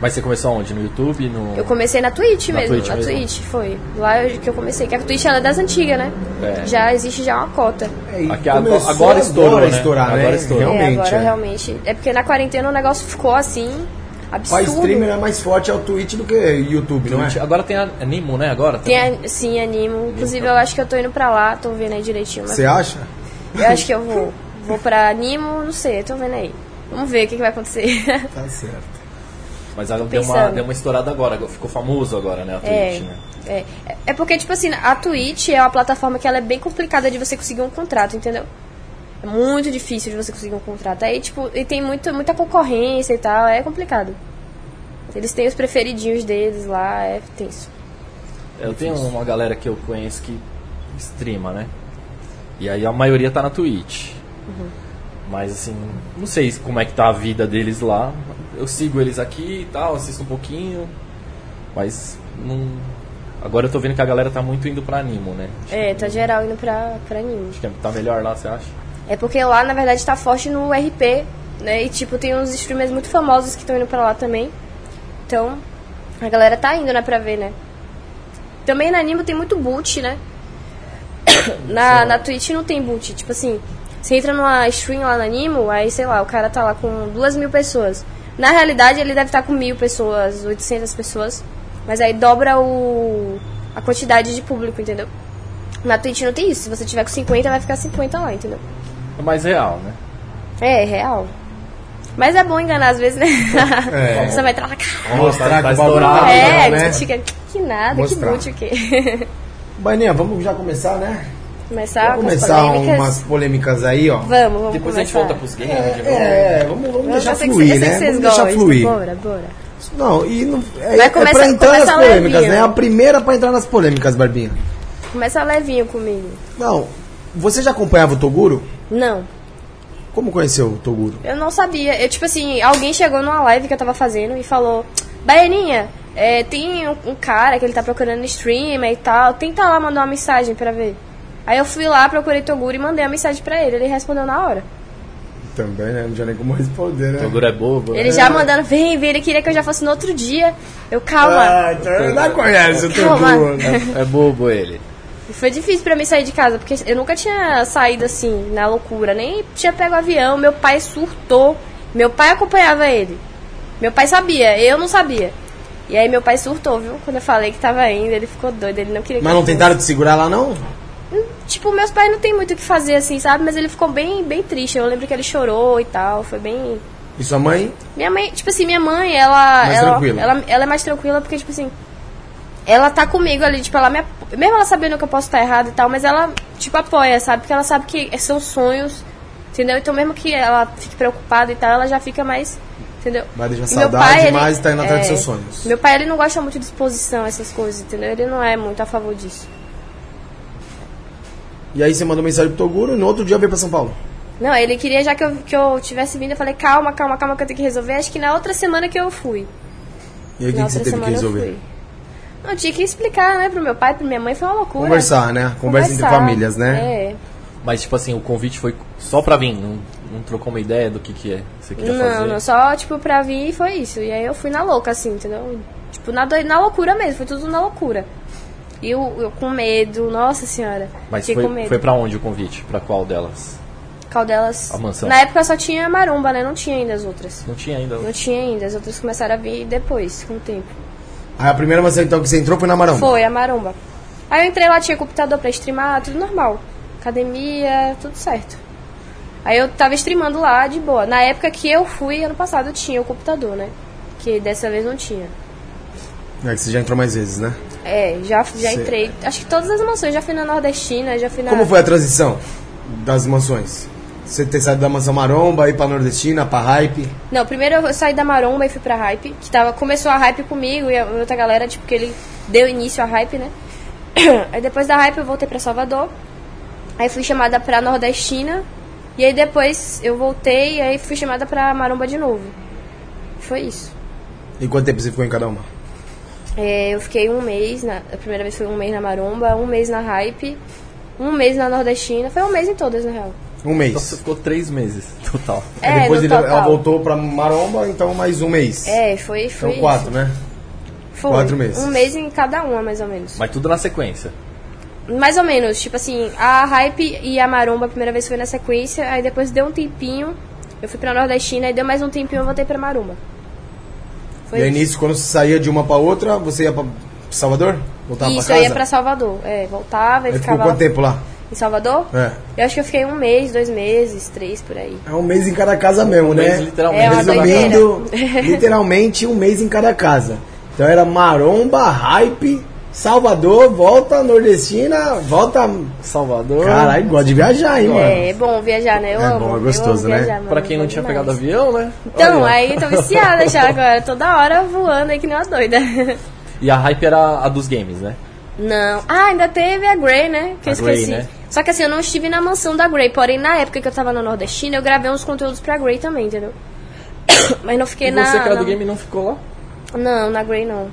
[SPEAKER 2] Mas você começou onde? No YouTube? No...
[SPEAKER 3] Eu comecei na Twitch
[SPEAKER 2] Na
[SPEAKER 3] mesmo.
[SPEAKER 2] Twitch
[SPEAKER 3] na
[SPEAKER 2] mesmo.
[SPEAKER 3] Twitch, foi. Lá eu- que eu comecei. Que a Twitch ela é das antigas, né?
[SPEAKER 2] É.
[SPEAKER 3] Já existe já uma cota.
[SPEAKER 1] É, e
[SPEAKER 2] Aqui agora-
[SPEAKER 1] começou
[SPEAKER 2] agora estourou,
[SPEAKER 1] agora
[SPEAKER 2] né?
[SPEAKER 1] estourar, né?
[SPEAKER 2] Agora estourou.
[SPEAKER 1] Realmente,
[SPEAKER 3] é, agora
[SPEAKER 1] é.
[SPEAKER 3] realmente. É porque na quarentena o negócio ficou assim.
[SPEAKER 1] Pra
[SPEAKER 3] Absurdo.
[SPEAKER 2] né?
[SPEAKER 1] streamer é mais forte é o Twitch do que YouTube, não é?
[SPEAKER 2] Twitch. Agora tem a é Nimo, né? Agora?
[SPEAKER 3] Tem, a- sim, animo. Inclusive, eu acho que eu tô indo pra lá, tô vendo aí direitinho. Mas
[SPEAKER 1] Você acha?
[SPEAKER 3] eu acho que eu vou. Vou pra animo, não sei, tô vendo aí. Vamos ver o que, que vai acontecer. [LAUGHS]
[SPEAKER 1] Tá certo.
[SPEAKER 2] Mas ela deu uma,
[SPEAKER 3] pensando.
[SPEAKER 2] deu uma estourada agora, ficou famoso agora, né? A
[SPEAKER 3] É,
[SPEAKER 2] Twitch, né?
[SPEAKER 3] é. É porque, tipo assim, a Twitch é uma plataforma que ela é bem complicada de você conseguir um contrato, entendeu? É muito difícil de você conseguir um contrato. Aí, tipo, e tem muito, muita concorrência e tal, é complicado. Eles têm os preferidinhos deles lá, é tenso.
[SPEAKER 2] Eu tenho uma galera que eu conheço que streama, né? E aí a maioria tá na Twitch.
[SPEAKER 3] Uhum.
[SPEAKER 2] Mas assim, não sei como é que tá a vida deles lá. Eu sigo eles aqui e tal, assisto um pouquinho. Mas não. Agora eu tô vendo que a galera tá muito indo pra Animo, né? Acho
[SPEAKER 3] É, tá geral indo pra, pra anime.
[SPEAKER 2] que tá melhor lá, você acha?
[SPEAKER 3] É porque lá, na verdade, tá forte no RP, né? E, tipo, tem uns streamers muito famosos que estão indo pra lá também. Então, a galera tá indo, né, pra ver, né? Também na Animo tem muito boot, né? [COUGHS] Na, na Twitch não tem boot. Tipo assim, você entra numa stream lá na Animo, aí, sei lá, o cara tá lá com duas mil pessoas. Na realidade, ele deve estar com mil pessoas, 800 pessoas. Mas aí dobra o, a quantidade de público, entendeu? Na Twitch não tem isso. Se você tiver com 50, vai ficar 50 lá, entendeu?
[SPEAKER 2] É mais real, né?
[SPEAKER 3] É, é real. Mas é bom enganar às vezes, né? [LAUGHS] É. Você vai entrar lá, cara.
[SPEAKER 1] Mostrar
[SPEAKER 2] Tá
[SPEAKER 1] que o bagulho
[SPEAKER 2] estourado,
[SPEAKER 1] tá
[SPEAKER 3] é,
[SPEAKER 1] legal,
[SPEAKER 3] que
[SPEAKER 1] né?
[SPEAKER 3] você fica, que nada,
[SPEAKER 1] Mostrar.
[SPEAKER 3] que [LAUGHS] boot o quê?
[SPEAKER 1] Baininha, vamos já começar, né?
[SPEAKER 3] começar
[SPEAKER 1] vamos
[SPEAKER 3] Ah, com as
[SPEAKER 1] começar
[SPEAKER 3] polêmicas.
[SPEAKER 1] umas polêmicas aí, ó.
[SPEAKER 3] Vamos, vamos
[SPEAKER 2] Depois a gente volta
[SPEAKER 3] começar.
[SPEAKER 2] pros games. de novo.
[SPEAKER 1] É, vamos, vamos
[SPEAKER 3] Eu
[SPEAKER 1] deixar
[SPEAKER 3] sei que
[SPEAKER 1] fluir,
[SPEAKER 3] cê- eu sei
[SPEAKER 1] né?
[SPEAKER 3] que vocês
[SPEAKER 1] Vamos deixar
[SPEAKER 3] gostam. é
[SPEAKER 1] fluir.
[SPEAKER 3] Bora, bora.
[SPEAKER 1] Não, e não, é,
[SPEAKER 3] Vai
[SPEAKER 1] é
[SPEAKER 3] começar-
[SPEAKER 1] pra entrar
[SPEAKER 3] começa
[SPEAKER 1] nas polêmicas,
[SPEAKER 3] levinho.
[SPEAKER 1] né? É a primeira pra entrar nas polêmicas, Barbinha.
[SPEAKER 3] Começa levinho comigo.
[SPEAKER 1] Não, você já acompanhava o Toguro?
[SPEAKER 3] Não,
[SPEAKER 1] Como conheceu o Toguro?
[SPEAKER 3] eu não sabia. Eu, tipo assim, alguém chegou numa live que eu tava fazendo e falou: Baianinha, é, tem um, um cara que ele tá procurando streamer e tal. Tenta lá mandar uma mensagem pra ver. Aí eu fui lá, procurei Toguro e mandei a mensagem pra ele. Ele respondeu na hora.
[SPEAKER 1] Também, né? Não tinha nem como responder, né?
[SPEAKER 2] Toguro é bobo.
[SPEAKER 3] Ele já mandando, vem, vem, ele queria que eu já fosse no outro dia. Eu, calma.
[SPEAKER 1] Ah, então eu não conhece o
[SPEAKER 3] Calma.
[SPEAKER 1] Toguro. né?
[SPEAKER 2] É, é bobo ele.
[SPEAKER 3] E Foi difícil pra mim sair de casa, porque eu nunca tinha saído assim, na loucura, nem tinha pego avião, meu pai surtou, meu pai acompanhava ele. Meu pai sabia, eu não sabia. E aí meu pai surtou, viu? Quando eu falei que tava indo, ele ficou doido, ele não queria
[SPEAKER 1] [LAUGHS]
[SPEAKER 3] que
[SPEAKER 1] Mas
[SPEAKER 3] eu
[SPEAKER 1] não
[SPEAKER 3] fosse.
[SPEAKER 1] tentaram te segurar lá, não?
[SPEAKER 3] Tipo, meus pais não tem muito o que fazer assim, sabe? Mas ele ficou bem, bem triste. Eu lembro que ele chorou e tal, foi bem
[SPEAKER 1] E sua mãe?
[SPEAKER 3] minha mãe, tipo assim, minha mãe, ela.
[SPEAKER 1] Mais
[SPEAKER 3] ela,
[SPEAKER 1] tranquila.
[SPEAKER 3] ela ela é mais tranquila porque, tipo assim. Ela tá comigo ali, tipo, ela me apo- Mesmo ela sabendo que eu posso estar errado e tal, mas ela, tipo, apoia, sabe? Porque ela sabe que são sonhos, entendeu? Então, mesmo que ela fique preocupada e tal, ela já fica mais. Entendeu?
[SPEAKER 1] Vai deixar
[SPEAKER 3] E
[SPEAKER 1] saudade, mas tá indo atrás dos seus sonhos.
[SPEAKER 3] é, Meu pai, ele não gosta muito de exposição, essas coisas, entendeu? Ele não é muito a favor disso.
[SPEAKER 1] E aí você mandou mensagem pro Toguro e no outro dia veio pra São Paulo.
[SPEAKER 3] Não, ele queria já que eu, que eu tivesse vindo, eu falei, calma, calma, calma, que eu tenho que resolver. Acho que na outra semana que eu fui.
[SPEAKER 1] E aí o que,
[SPEAKER 3] Na
[SPEAKER 1] que você
[SPEAKER 3] outra
[SPEAKER 1] teve que
[SPEAKER 3] semana eu
[SPEAKER 1] resolver?
[SPEAKER 3] fui. Não, tinha que explicar, né, pro meu pai, pra minha mãe, foi uma loucura.
[SPEAKER 1] Conversar, né? Conversa entre
[SPEAKER 3] Conversar.
[SPEAKER 1] famílias, né?
[SPEAKER 3] É.
[SPEAKER 2] Mas, tipo assim, o convite foi só pra vir. Não, não trocou uma ideia do que, que é. Você queria
[SPEAKER 3] Não,
[SPEAKER 2] fazer.
[SPEAKER 3] não, só, tipo, pra vir e foi isso. E aí eu fui na louca, assim, entendeu? Tipo, na, doi- na loucura mesmo, foi tudo na loucura. E eu, eu com medo, nossa senhora.
[SPEAKER 2] Mas
[SPEAKER 3] fiquei com
[SPEAKER 2] foi,
[SPEAKER 3] medo.
[SPEAKER 2] foi pra onde o convite? Pra qual delas?
[SPEAKER 3] Caldelas.
[SPEAKER 2] A mansão.
[SPEAKER 3] Na época só tinha marumba, né? Não tinha ainda as outras.
[SPEAKER 2] Não tinha ainda.
[SPEAKER 3] Não tinha ainda, as outras começaram a vir depois, com o tempo.
[SPEAKER 1] Aí a primeira maçã então que você entrou foi na Marão.
[SPEAKER 3] Foi, a maromba. Aí eu entrei lá, tinha computador pra streamar, tudo normal. Academia, tudo certo. Aí eu tava streamando lá de boa. Na época que eu fui, ano passado, tinha o computador, né? Que dessa vez não tinha.
[SPEAKER 1] É que você já entrou mais vezes, né?
[SPEAKER 3] É, já, já
[SPEAKER 1] Cê-
[SPEAKER 3] entrei. Acho que todas as mansões, já fui na Nordestina, já fui na.
[SPEAKER 1] Como foi a transição das mansões? Você ter saído da mansão Maromba, ir pra Nordestina, pra Hype.
[SPEAKER 3] Não, primeiro eu saí da Maromba e fui pra Hype, que tava, começou a Hype comigo e a outra galera, tipo, que ele deu início à Hype, né? [CLEARS THROAT] Aí depois da Hype eu voltei pra Salvador, aí fui chamada pra Nordestina, e aí depois eu voltei e aí fui chamada pra Maromba de novo. Foi isso.
[SPEAKER 1] E quanto tempo você ficou em cada uma?
[SPEAKER 3] É, eu fiquei um mês, na, a primeira vez foi um mês na Maromba, um mês na Hype, um mês na Nordestina, foi um mês em todas, na real.
[SPEAKER 1] Um mês.
[SPEAKER 2] Então você ficou três meses [LAUGHS] total.
[SPEAKER 1] Aí
[SPEAKER 3] É,
[SPEAKER 1] depois
[SPEAKER 3] no
[SPEAKER 1] ele- ela
[SPEAKER 3] total.
[SPEAKER 1] voltou pra Maromba, então mais um mês.
[SPEAKER 3] É, foi, foi
[SPEAKER 1] então quatro,
[SPEAKER 3] isso.
[SPEAKER 1] né?
[SPEAKER 3] Foi.
[SPEAKER 1] quatro meses.
[SPEAKER 3] Um mês em cada uma, mais ou menos.
[SPEAKER 2] Mas tudo na sequência.
[SPEAKER 3] Mais ou menos, tipo assim, a Hype e a Maromba a primeira vez foi na sequência, aí depois deu um tempinho, eu fui pra Nordestina, aí deu mais um tempinho eu voltei pra Maromba. Foi
[SPEAKER 1] e aí
[SPEAKER 3] isso.
[SPEAKER 1] nisso, quando você saía de uma pra outra, você ia pra Salvador? Voltava
[SPEAKER 3] Isso,
[SPEAKER 1] pra
[SPEAKER 3] eu
[SPEAKER 1] casa?
[SPEAKER 3] ia pra Salvador, é, voltava e
[SPEAKER 1] Aí ficou
[SPEAKER 3] ficava
[SPEAKER 1] quanto tempo lá?
[SPEAKER 3] em Salvador.
[SPEAKER 1] É.
[SPEAKER 3] Eu acho que eu fiquei um mês, dois meses, três, por aí.
[SPEAKER 1] É um mês em cada casa mesmo, né?
[SPEAKER 2] Um mês, literalmente.
[SPEAKER 3] É uma
[SPEAKER 1] Resumindo, literalmente um mês em cada casa. Então era Maromba, Hype, Salvador, volta Nordestina, volta...
[SPEAKER 2] Salvador.
[SPEAKER 1] Caralho, gosta de viajar, hein, mano?
[SPEAKER 3] É, é bom viajar, né? Eu
[SPEAKER 1] É
[SPEAKER 3] amo.
[SPEAKER 1] bom, é
[SPEAKER 3] eu
[SPEAKER 1] gostoso,
[SPEAKER 3] amo
[SPEAKER 1] né?
[SPEAKER 3] viajar, mano,
[SPEAKER 2] Pra quem não
[SPEAKER 3] bom
[SPEAKER 2] tinha
[SPEAKER 3] demais.
[SPEAKER 2] pegado avião, né?
[SPEAKER 3] Então,
[SPEAKER 2] Olha.
[SPEAKER 3] aí eu tô viciada já agora, toda hora voando aí que nem uma doida.
[SPEAKER 1] [LAUGHS]
[SPEAKER 2] E a hype era a dos games, né?
[SPEAKER 3] Não. Ah, ainda teve a Grey, né? Que
[SPEAKER 2] A
[SPEAKER 3] eu
[SPEAKER 2] Grey,
[SPEAKER 3] esqueci.
[SPEAKER 2] né?
[SPEAKER 3] Só que assim, eu não estive na mansão da Grey, porém na época que eu tava no Nordestina, eu gravei uns conteúdos pra Grey também, entendeu? [COUGHS] Mas não fiquei
[SPEAKER 2] E
[SPEAKER 3] na.
[SPEAKER 2] você
[SPEAKER 1] é
[SPEAKER 2] que era
[SPEAKER 3] na-
[SPEAKER 2] do game não ficou lá?
[SPEAKER 3] Não, na Grey não.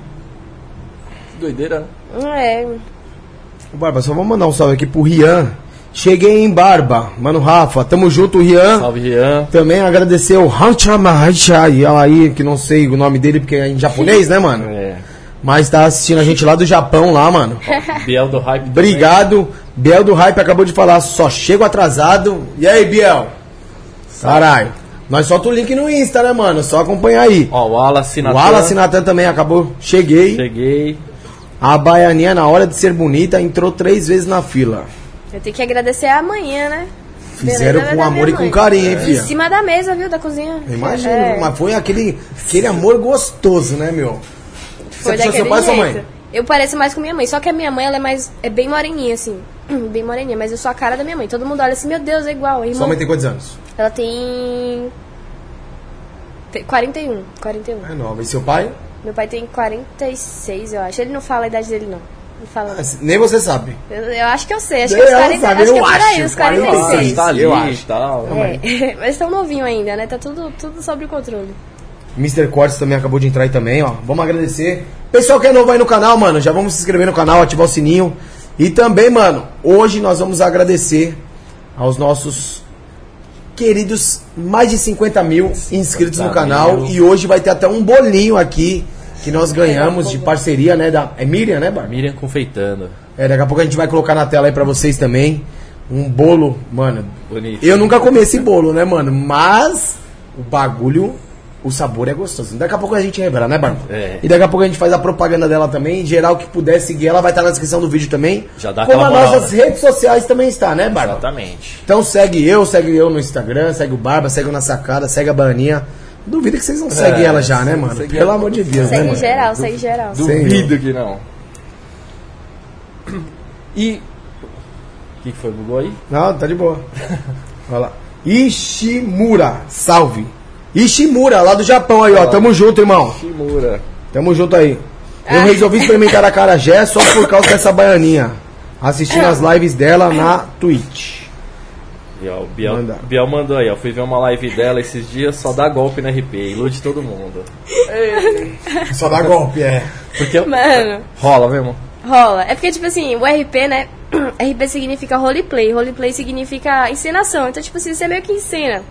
[SPEAKER 2] Doideira, né?
[SPEAKER 3] É.
[SPEAKER 1] Barba, só vou mandar um salve aqui pro Rian. Cheguei em Barba. Mano Rafa, tamo junto, Rian.
[SPEAKER 2] Salve, Rian.
[SPEAKER 1] Também agradecer o Hanchamahacha e ela aí, que não sei o nome dele porque é em japonês, né, mano?
[SPEAKER 2] É.
[SPEAKER 1] Mas tá assistindo a gente lá do Japão, lá,
[SPEAKER 2] [LAUGHS]
[SPEAKER 1] mano.
[SPEAKER 2] Biel do hype. também.
[SPEAKER 1] Obrigado. Biel do Hype acabou de falar, só chego atrasado. E aí, Biel? Caralho. Nós solta o link no Insta, né, mano? Só acompanhar aí.
[SPEAKER 2] Ó, o Wallace
[SPEAKER 1] O
[SPEAKER 2] Natan.
[SPEAKER 1] Wallace Natan também acabou. Cheguei.
[SPEAKER 2] Cheguei.
[SPEAKER 1] A baianinha, na hora de ser bonita, entrou três vezes na fila.
[SPEAKER 3] Eu tenho que agradecer amanhã, né?
[SPEAKER 1] Fizeram com
[SPEAKER 3] Beleza da
[SPEAKER 1] amor e
[SPEAKER 3] minha
[SPEAKER 1] com
[SPEAKER 3] mãe.
[SPEAKER 1] carinho, hein,
[SPEAKER 3] Em
[SPEAKER 1] filha?
[SPEAKER 3] cima da mesa, viu, da cozinha.
[SPEAKER 1] Imagina,
[SPEAKER 3] É,
[SPEAKER 1] mas foi aquele, aquele amor gostoso, né, meu? puxou
[SPEAKER 3] foi daquele
[SPEAKER 1] seu pai ou sua
[SPEAKER 3] jeito.
[SPEAKER 1] mãe?
[SPEAKER 3] Eu pareço mais com minha mãe, só que a minha mãe, ela é mais, é bem moreninha, assim. [CLEARS THROAT] Bem moreninha, mas eu sou a cara da minha mãe. Todo mundo olha assim, meu Deus, é igual, irmão.
[SPEAKER 1] Sua mãe tem quantos anos?
[SPEAKER 3] Ela tem... tem 41, 41.
[SPEAKER 1] É nova. E seu pai?
[SPEAKER 3] Meu pai tem 46, eu acho. Ele não fala a idade dele, não. Não fala. não.
[SPEAKER 1] Nem você sabe.
[SPEAKER 3] Eu, eu acho que eu sei, acho que
[SPEAKER 1] Eu
[SPEAKER 3] os 40,
[SPEAKER 1] sabe,
[SPEAKER 3] acho que é
[SPEAKER 1] eu
[SPEAKER 3] por aí,
[SPEAKER 1] acho,
[SPEAKER 3] os 46.
[SPEAKER 2] Tá ali,
[SPEAKER 1] Eu acho.
[SPEAKER 2] tal.
[SPEAKER 3] É, [LAUGHS] mas tão novinho ainda, né? Tá tudo, tudo sob controle.
[SPEAKER 1] Mr. Cortes também acabou de entrar aí também, ó. Vamos agradecer. Pessoal que é novo aí no canal, mano, já vamos se inscrever no canal, ativar o sininho. E também, mano, hoje nós vamos agradecer aos nossos queridos mais de 50 mil inscritos no
[SPEAKER 2] 50
[SPEAKER 1] canal.
[SPEAKER 2] mil.
[SPEAKER 1] E hoje vai ter até um bolinho aqui que nós ganhamos de parceria, né? Da... É Miriam, né, Barbie?
[SPEAKER 2] Miriam confeitando.
[SPEAKER 1] É, daqui a pouco a gente vai colocar na tela aí pra vocês também. Um bolo, mano.
[SPEAKER 2] Bonito.
[SPEAKER 1] Eu nunca comi esse bolo, né, mano? Mas o bagulho, o sabor é gostoso. Daqui a pouco a gente revela, né, Barba?
[SPEAKER 2] É.
[SPEAKER 1] E daqui a pouco a gente faz a propaganda dela também. Em geral, que puder seguir ela, vai estar na descrição do vídeo também.
[SPEAKER 2] Já dá
[SPEAKER 1] Como
[SPEAKER 2] aquela
[SPEAKER 1] as
[SPEAKER 2] moral,
[SPEAKER 1] nossas
[SPEAKER 2] né?
[SPEAKER 1] redes sociais também está, né, Barba?
[SPEAKER 2] Exatamente.
[SPEAKER 1] Então segue eu, segue eu no Instagram, segue o Barba, segue o Na Sacada, segue a Baninha. Duvido que
[SPEAKER 2] É,
[SPEAKER 1] vocês não seguem ela já, né, mano?
[SPEAKER 2] segue
[SPEAKER 1] Pelo
[SPEAKER 2] ela.
[SPEAKER 1] amor de Deus, né,
[SPEAKER 3] Segue
[SPEAKER 1] mano?
[SPEAKER 3] geral, segue geral.
[SPEAKER 2] Duvido que não. [CLEARS THROAT] E. O que que foi? Bugou aí?
[SPEAKER 1] Não, tá de boa. Olha lá. Ishimura, salve. Ishimura, lá do Japão aí, ó. Tamo junto, irmão.
[SPEAKER 2] Shimura.
[SPEAKER 1] Tamo junto aí. Eu resolvi experimentar a Carajé só por causa dessa baianinha. Assistindo
[SPEAKER 3] Ah.
[SPEAKER 1] as lives dela na Twitch.
[SPEAKER 2] E ó, o Biel,
[SPEAKER 1] Manda.
[SPEAKER 2] Biel mandou aí, ó. Fui ver uma live dela esses dias, só dá golpe na RP, ilude todo mundo.
[SPEAKER 1] Só dá golpe, é.
[SPEAKER 2] Porque
[SPEAKER 3] [LAUGHS] Mano,
[SPEAKER 2] rola mesmo.
[SPEAKER 3] rola. É porque, tipo assim, o RP, né? [CLEARS THROAT] RP significa roleplay. Roleplay significa encenação. Então, tipo assim, você meio que encena.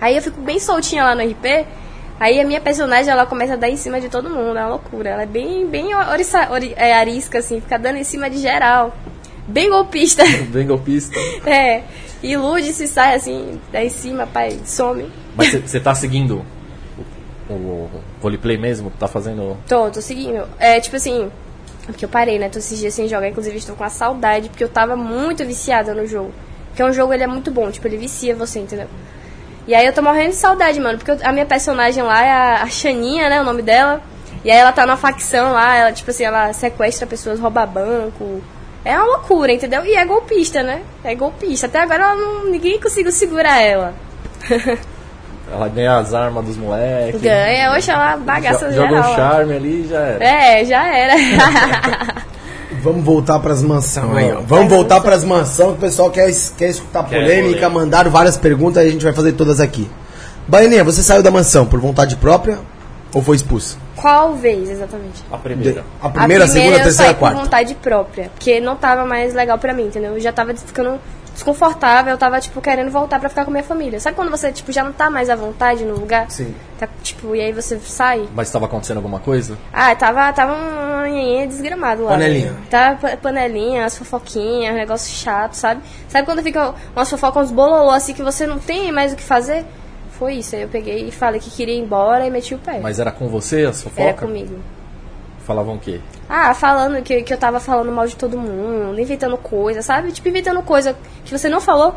[SPEAKER 3] Aí eu fico bem soltinha lá no RP. Aí a minha personagem, ela começa a dar em cima de todo mundo. É uma loucura. Ela é bem, bem oriça, ori, é, arisca, assim. Fica dando em cima de geral. Bem golpista. [LAUGHS]
[SPEAKER 2] Bem golpista.
[SPEAKER 3] é. Ilude, se sai, assim, dá em cima, pai, some.
[SPEAKER 2] Mas você tá seguindo o, o roleplay mesmo? Tá fazendo.
[SPEAKER 3] Tô, tô seguindo. É, tipo assim, porque eu parei, né? Tô esses dias sem jogar, inclusive estou com a saudade, porque eu tava muito viciada no jogo. Porque é um jogo, ele é muito bom, tipo, ele vicia você, entendeu? E aí eu tô morrendo de saudade, mano, porque eu- a minha personagem lá é a, a Xaninha, né, o nome dela. E aí ela tá numa facção lá, ela, tipo assim, ela sequestra pessoas, rouba banco. É uma loucura, entendeu? E é golpista, né? É golpista. Até agora ela não, ninguém conseguiu segurar ela.
[SPEAKER 2] Ela ganha as armas dos moleques.
[SPEAKER 3] Ganha, hoje ela bagaça
[SPEAKER 2] jo- Joga
[SPEAKER 3] geral.
[SPEAKER 2] um
[SPEAKER 3] lá.
[SPEAKER 2] charme ali e já era.
[SPEAKER 3] é, já era. [LAUGHS]
[SPEAKER 1] Vamos voltar pras mansão aí, ó. Vamos voltar pras mansão, que o pessoal quer, es- quer escutar
[SPEAKER 2] Quer
[SPEAKER 1] polêmica,
[SPEAKER 2] polêmica.
[SPEAKER 1] mandaram várias perguntas, aí a gente vai fazer todas aqui. Baianinha, você saiu da mansão por vontade própria ou foi expulsa?
[SPEAKER 3] Qual vez, exatamente?
[SPEAKER 2] A
[SPEAKER 1] De-
[SPEAKER 2] primeira.
[SPEAKER 1] A primeira, a segunda, a
[SPEAKER 3] eu
[SPEAKER 1] terceira, a
[SPEAKER 3] saí é, por
[SPEAKER 1] quarta.
[SPEAKER 3] vontade própria, porque não tava mais legal pra mim, entendeu? Eu já tava ficando desconfortável, eu tava, tipo, querendo voltar pra ficar com a minha família. Sabe quando você, tipo, já não tá mais à vontade no lugar?
[SPEAKER 1] Sim.
[SPEAKER 3] Tá, tipo, e aí você sai?
[SPEAKER 2] Mas tava acontecendo alguma coisa?
[SPEAKER 3] Ah, tava, tava um nhenhenhê desgramado lá.
[SPEAKER 1] Panelinha.
[SPEAKER 3] Tava pa- panelinha, as fofoquinhas, um negócio chato, sabe? Sabe quando fica umas fofocas, uns bololô, assim, que você não tem mais o que fazer? Foi isso, aí eu peguei e falei que queria ir embora e meti o pé.
[SPEAKER 2] Mas era com você as
[SPEAKER 3] Era
[SPEAKER 2] fofocas?
[SPEAKER 3] comigo.
[SPEAKER 2] Falavam o quê?
[SPEAKER 3] Ah, falando que, que eu tava falando mal de todo mundo, inventando coisa, sabe? Tipo, inventando coisa que você não falou.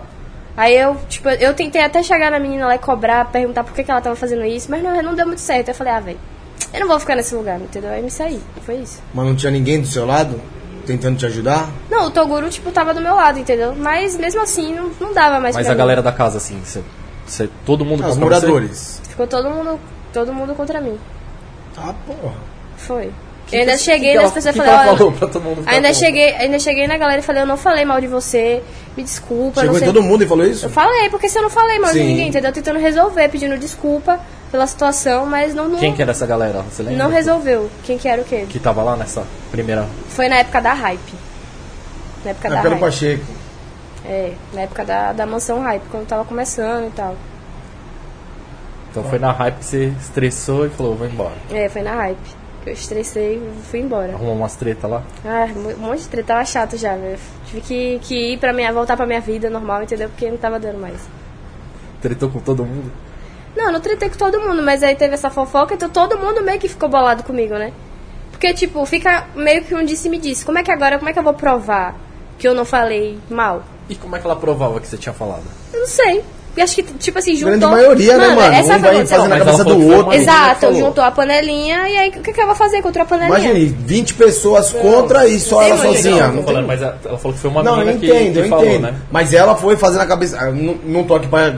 [SPEAKER 3] Aí eu, tipo, eu tentei até chegar na menina lá e cobrar, perguntar por que, que ela tava fazendo isso, mas não, não deu muito certo. Eu falei, ah, velho, eu não vou ficar nesse lugar, entendeu? Aí me saí, foi isso.
[SPEAKER 1] Mas não tinha ninguém do seu lado tentando te ajudar?
[SPEAKER 3] Não, o Toguro, tipo, tava do meu lado, entendeu? Mas mesmo assim, não, não dava mais
[SPEAKER 2] Mas
[SPEAKER 3] pra
[SPEAKER 2] a
[SPEAKER 3] mim.
[SPEAKER 2] galera da casa, assim, cê, cê- todo mundo
[SPEAKER 1] Ah, Os
[SPEAKER 2] contra
[SPEAKER 1] moradores.
[SPEAKER 3] Ficou todo mundo, todo mundo contra mim.
[SPEAKER 1] Ah, porra.
[SPEAKER 3] Foi.
[SPEAKER 2] você?
[SPEAKER 3] eu ainda
[SPEAKER 2] Que-
[SPEAKER 3] cheguei
[SPEAKER 2] que
[SPEAKER 3] nas
[SPEAKER 2] ela-
[SPEAKER 3] pessoas e
[SPEAKER 2] que
[SPEAKER 3] falei,
[SPEAKER 2] ela
[SPEAKER 3] olha.
[SPEAKER 2] falou pra todo mundo tá ficar
[SPEAKER 3] Ainda
[SPEAKER 2] contra?
[SPEAKER 3] cheguei, ainda cheguei na galera e falei, eu não falei mal de você, me desculpa,
[SPEAKER 1] Chegou
[SPEAKER 3] não
[SPEAKER 1] em
[SPEAKER 3] sei.
[SPEAKER 1] todo mundo e falou isso?
[SPEAKER 3] Eu falei, porque se eu não falei mal de
[SPEAKER 1] Sim.
[SPEAKER 3] ninguém, entendeu? Tentando resolver, pedindo desculpa pela situação, mas não, não,
[SPEAKER 2] Quem que era essa galera? Você lembra?
[SPEAKER 3] não resolveu. Quem que era o quê?
[SPEAKER 2] Que tava lá nessa primeira.
[SPEAKER 3] Foi na época da hype. Na época
[SPEAKER 1] Na
[SPEAKER 3] da
[SPEAKER 1] época do
[SPEAKER 3] hype.
[SPEAKER 1] Pacheco.
[SPEAKER 3] É, na época da, da mansão hype, quando tava começando e tal.
[SPEAKER 2] Então foi na hype que você estressou e falou, vou embora.
[SPEAKER 3] É, foi na hype. que Eu estressei e fui embora.
[SPEAKER 2] Arrumou umas treta lá.
[SPEAKER 3] Ah, um monte de treta, tava chato já, velho. Tive que, que ir pra minha, voltar pra minha vida normal, entendeu? Porque não tava dando mais.
[SPEAKER 2] Tretou com todo mundo.
[SPEAKER 3] Não, eu não tretei com todo mundo, mas aí teve essa fofoca, então todo mundo meio que ficou bolado comigo, né? Porque, tipo, fica meio que um disse me disse. Como é que agora, como é que eu vou provar que eu não falei mal?
[SPEAKER 2] E como é que ela provava que você tinha falado?
[SPEAKER 3] Eu não sei. Eu acho que, tipo assim, juntou...
[SPEAKER 1] Grande maioria, né, mano?
[SPEAKER 3] Essa
[SPEAKER 1] Um
[SPEAKER 3] foi a
[SPEAKER 1] vai
[SPEAKER 3] condição.
[SPEAKER 1] fazendo né, a
[SPEAKER 2] Mas ela
[SPEAKER 1] cabeça
[SPEAKER 2] falou que
[SPEAKER 1] do
[SPEAKER 2] foi
[SPEAKER 1] outro.
[SPEAKER 2] uma
[SPEAKER 3] Exato,
[SPEAKER 2] Falou.
[SPEAKER 3] juntou a panelinha e aí o que, que eu vou fazer contra a panelinha?
[SPEAKER 1] Imagine, 20 pessoas contra e só
[SPEAKER 3] Sim,
[SPEAKER 1] ela
[SPEAKER 3] mas legal,
[SPEAKER 1] sozinha. Não
[SPEAKER 2] Não, não
[SPEAKER 1] tem-
[SPEAKER 2] falando, mas ela ela falou que foi uma
[SPEAKER 1] Não, eu
[SPEAKER 2] menina
[SPEAKER 1] entendo,
[SPEAKER 2] que, que
[SPEAKER 1] eu
[SPEAKER 2] falou,
[SPEAKER 1] entendo.
[SPEAKER 2] né?
[SPEAKER 1] Mas ela foi fazendo a cabeça. ah, Não, não tô aqui pra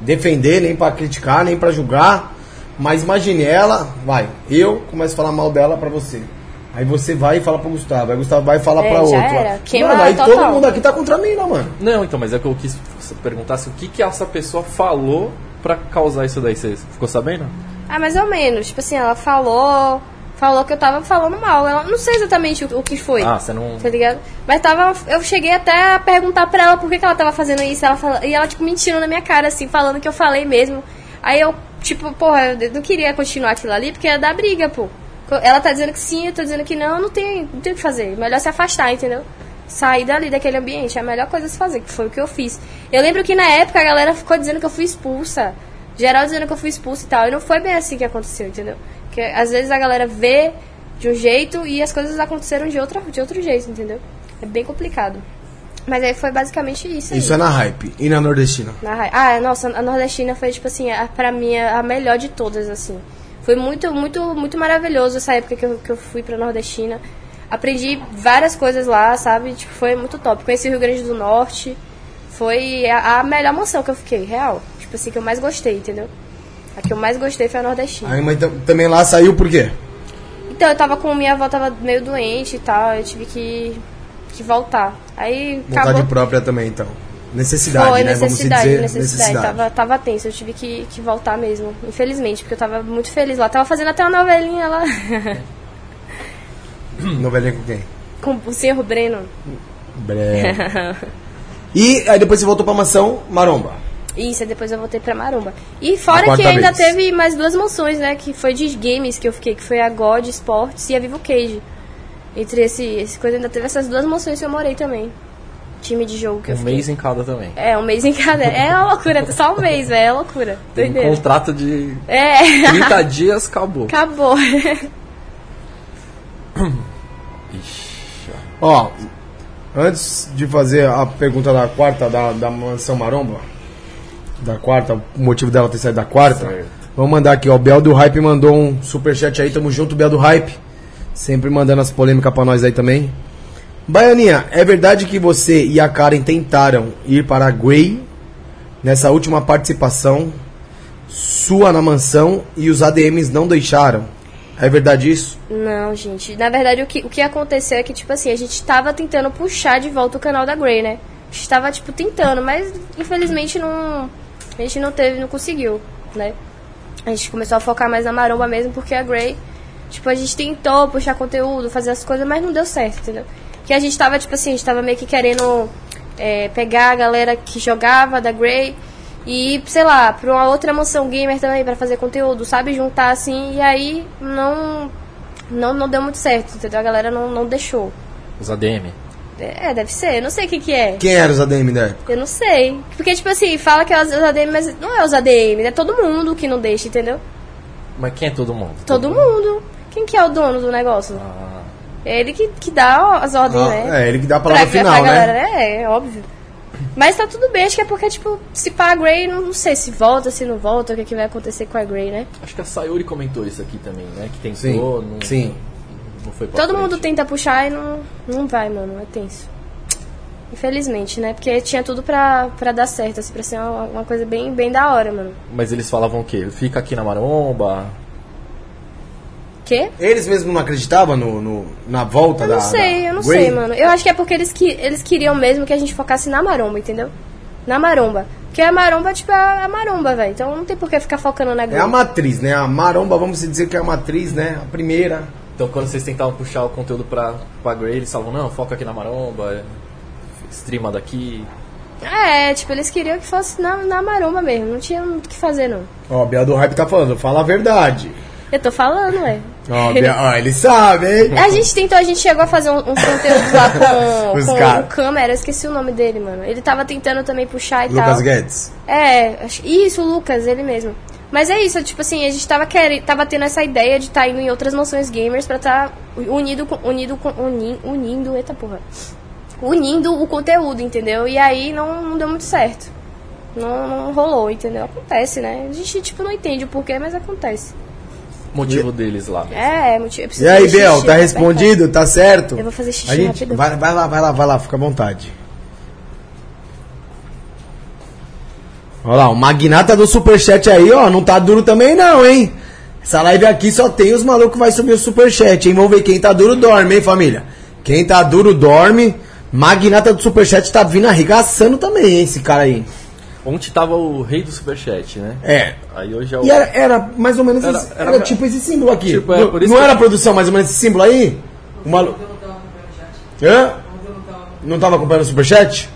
[SPEAKER 1] defender, nem pra criticar, nem pra julgar. Mas imagine ela, vai, eu começo a falar mal dela pra você. Aí você vai e fala pro Gustavo. Aí o Gustavo vai e fala
[SPEAKER 3] É,
[SPEAKER 1] pra
[SPEAKER 3] já
[SPEAKER 1] outro.
[SPEAKER 3] era. Queima
[SPEAKER 1] mano, aí todo
[SPEAKER 3] total.
[SPEAKER 1] mundo aqui tá contra mim, não, mano.
[SPEAKER 2] Não, então, mas é que eu quis perguntar se o que, que essa pessoa falou pra causar isso daí. Você ficou sabendo?
[SPEAKER 3] Ah, mais ou menos. Tipo assim, ela falou. Falou que eu tava falando mal. Ela não sei exatamente o, o que foi.
[SPEAKER 2] Ah, você não.
[SPEAKER 3] Tá ligado? Mas tava. Eu cheguei até a perguntar pra ela por que, que ela tava fazendo isso. Ela fala- e ela, tipo, mentindo na minha cara, assim, falando que eu falei mesmo. Aí eu, tipo, porra, eu não queria continuar aquilo ali porque ia dar briga, pô. Ela tá dizendo que sim, eu tô dizendo que não, não tem, não tem o que fazer. Melhor se afastar, entendeu? Sair dali, daquele ambiente. É a melhor coisa a se fazer, que foi o que eu fiz. Eu lembro que na época a galera ficou dizendo que eu fui expulsa. Geral dizendo que eu fui expulsa e tal. E não foi bem assim que aconteceu, entendeu? Porque às vezes a galera vê de um jeito e as coisas aconteceram de, outra, de outro jeito, entendeu? É bem complicado. Mas aí foi basicamente isso. aí.
[SPEAKER 1] Isso é na hype e na nordestina.
[SPEAKER 3] Na ra- Ah, nossa, a nordestina foi, tipo assim, a, pra mim, a a melhor de todas, assim. Foi muito, muito, muito maravilhoso essa época que eu, que eu fui pra nordestina. Aprendi várias coisas lá, sabe? Tipo, foi muito top. Conheci o Rio Grande do Norte. Foi a, a melhor mansão que eu fiquei, real. Tipo assim, que eu mais gostei, entendeu? A que eu mais gostei foi a nordestina.
[SPEAKER 1] Aí, mas tam- também lá saiu por quê?
[SPEAKER 3] Então, eu tava com minha avó, tava meio doente e tal, eu tive que, que voltar. Aí
[SPEAKER 1] Vontade
[SPEAKER 3] acabou.
[SPEAKER 1] própria também, então. Necessidade,
[SPEAKER 3] Foi
[SPEAKER 1] né?
[SPEAKER 3] necessidade,
[SPEAKER 1] Vamos dizer
[SPEAKER 3] necessidade. Tava, tava tenso, eu tive que, que voltar mesmo. Infelizmente, porque eu tava muito feliz lá. Tava fazendo até uma novelinha lá [LAUGHS]
[SPEAKER 1] Novelinha com quem?
[SPEAKER 3] com o senhor Breno.
[SPEAKER 1] e aí depois você voltou pra mansão Maromba.
[SPEAKER 3] Isso, aí depois eu voltei pra Maromba. E
[SPEAKER 1] A
[SPEAKER 3] fora
[SPEAKER 1] quarta
[SPEAKER 3] que ainda
[SPEAKER 1] vez.
[SPEAKER 3] teve mais duas mansões, né? Que foi de games que eu fiquei, que foi a God Sports e a Vivo Cage. Entre esse, esse coisa, ainda teve essas duas mansões que eu morei também. Time de jogo que eu
[SPEAKER 2] Um
[SPEAKER 3] fiquei.
[SPEAKER 2] mês em cada também.
[SPEAKER 3] É, um mês em cada. É uma loucura, só um mês, velho. É uma loucura.
[SPEAKER 2] Tem
[SPEAKER 3] Doideira.
[SPEAKER 2] um contrato de
[SPEAKER 3] É, [LAUGHS]
[SPEAKER 2] 30 dias, acabou.
[SPEAKER 3] acabou.
[SPEAKER 2] Ixi,
[SPEAKER 1] Ó, antes de fazer a pergunta da quarta, da, da mansão Maromba, da quarta, o motivo dela ter saído da quarta,
[SPEAKER 2] Certo.
[SPEAKER 1] vamos mandar aqui, ó. O Bel do Hype mandou um superchat aí, tamo junto, Bel do Hype. Sempre mandando as polêmicas pra nós aí também. Baianinha, é verdade que você e a Karen tentaram ir para a Grey nessa última participação sua na mansão e os ADMs não deixaram? É verdade isso?
[SPEAKER 3] Não, gente. Na verdade, o que, o que aconteceu é que, tipo assim, a gente tava tentando puxar de volta o canal da Grey, né? A gente tava, tipo, tentando, mas infelizmente não. A gente não teve, não conseguiu, né? A gente começou a focar mais na maromba mesmo, porque a Grey, tipo, a gente tentou puxar conteúdo, fazer as coisas, mas não deu certo, entendeu? Que a gente tava, tipo assim, a gente tava meio que querendo é, pegar a galera que jogava da Grey e, sei lá, pra uma outra mansão gamer também, pra fazer conteúdo, sabe? Juntar assim, e aí não. Não, não deu muito certo, entendeu? A galera não, não deixou.
[SPEAKER 2] Os ADM.
[SPEAKER 3] É, deve ser, eu não sei o que que é.
[SPEAKER 1] Quem eram os ADM da época?
[SPEAKER 3] Eu não sei. Porque, tipo assim, fala que é os os ADM, mas não é os ADM, é todo mundo que não deixa, entendeu?
[SPEAKER 2] Mas quem é todo mundo?
[SPEAKER 3] Todo mundo. Quem que é o dono do negócio?
[SPEAKER 2] Ah,
[SPEAKER 3] É ele que, que dá as ordens,
[SPEAKER 1] Ah,
[SPEAKER 3] né?
[SPEAKER 1] É, ele que dá a palavra final, né?
[SPEAKER 3] galera, né? É, é óbvio. Mas tá tudo bem, acho que é porque, tipo, se pá a Grey, não, não sei se volta, se não volta, o que, que vai acontecer com a Grey, né?
[SPEAKER 2] acho que a Sayuri comentou isso aqui também, né? Que tentou,
[SPEAKER 1] Sim,
[SPEAKER 2] não,
[SPEAKER 1] sim.
[SPEAKER 2] não foi pra
[SPEAKER 3] Todo
[SPEAKER 2] frente.
[SPEAKER 3] mundo tenta puxar e não, não vai, mano, é tenso. Infelizmente, né? Porque tinha tudo pra, pra dar certo, assim, pra ser uma, uma coisa bem, bem da hora, mano.
[SPEAKER 2] Mas eles falavam o quê? Fica aqui na maromba.
[SPEAKER 3] Quê?
[SPEAKER 1] Eles mesmos não acreditavam no, no- na volta
[SPEAKER 3] Eu
[SPEAKER 1] da.
[SPEAKER 3] não sei,
[SPEAKER 1] da
[SPEAKER 3] eu não
[SPEAKER 1] Grey?
[SPEAKER 3] sei, mano. Eu acho que é porque eles, que, eles queriam mesmo que a gente focasse na maromba, entendeu? Na maromba. Porque a maromba, tipo, é a maromba, velho. Então não tem por que ficar focando na
[SPEAKER 1] É
[SPEAKER 3] Grey.
[SPEAKER 1] a matriz, né? A maromba, vamos dizer que é a matriz, né? A primeira.
[SPEAKER 2] Então quando vocês tentavam puxar o conteúdo pra, pra Grey, eles falavam, não, foca aqui na maromba, é, streama daqui.
[SPEAKER 3] É, tipo, eles queriam que fosse na, na maromba mesmo. Não tinha muito o que fazer, não.
[SPEAKER 1] Ó, o Biel do Hype tá falando, fala a verdade.
[SPEAKER 3] Eu tô falando, ué.
[SPEAKER 1] Ó,
[SPEAKER 3] [LAUGHS]
[SPEAKER 1] Biel, ó ele sabe, hein?
[SPEAKER 3] A gente tentou, a gente chegou a fazer um, um conteúdo lá
[SPEAKER 1] [LAUGHS]
[SPEAKER 3] com,
[SPEAKER 1] Os
[SPEAKER 3] com
[SPEAKER 1] cara.
[SPEAKER 3] o câmera, eu esqueci o nome dele, mano. Ele tava tentando também puxar e
[SPEAKER 1] Lucas
[SPEAKER 3] tal.
[SPEAKER 1] Guedes.
[SPEAKER 3] É, acho- isso, o Lucas, ele mesmo. Mas é isso, tipo assim, a gente tava, quer... tava tendo essa ideia de estar tá indo em outras noções gamers pra estar tá unido com. Unido com. Uni... Unindo, eita porra. Unindo o conteúdo, entendeu? E aí não, não deu muito certo. Não, não rolou, entendeu? Acontece, né? A gente, tipo, não entende o porquê, mas acontece.
[SPEAKER 2] Motivo deles lá.
[SPEAKER 3] É, é motivo. eu preciso
[SPEAKER 1] E aí,
[SPEAKER 3] fazer
[SPEAKER 1] Biel,
[SPEAKER 3] xixi,
[SPEAKER 1] tá
[SPEAKER 3] vai, vai,
[SPEAKER 1] respondido? Tá certo?
[SPEAKER 3] vai. Eu vou fazer xixi
[SPEAKER 1] A gente...
[SPEAKER 3] rápido.
[SPEAKER 1] vai, vai lá, vai lá, vai lá, fica à vontade. Olha lá, o magnata do superchat aí, ó, não tá duro também não, hein? Essa live aqui só tem os malucos que vai subir o superchat, hein? Vamos ver quem tá duro dorme, hein, família? Quem tá duro dorme. Magnata do superchat tá vindo arregaçando também, hein, esse cara aí.
[SPEAKER 2] Ontem tava o rei do superchat, né?
[SPEAKER 1] É.
[SPEAKER 2] Aí hoje é o.
[SPEAKER 1] E era, era mais ou menos
[SPEAKER 2] Era-
[SPEAKER 1] esse-
[SPEAKER 2] era-
[SPEAKER 1] era tipo esse símbolo aqui.
[SPEAKER 2] Tipo, é,
[SPEAKER 1] não
[SPEAKER 2] por isso
[SPEAKER 1] não
[SPEAKER 2] que-
[SPEAKER 1] era a produção mais ou menos esse símbolo aí? O maluco. Hã? Não tava acompanhando o superchat?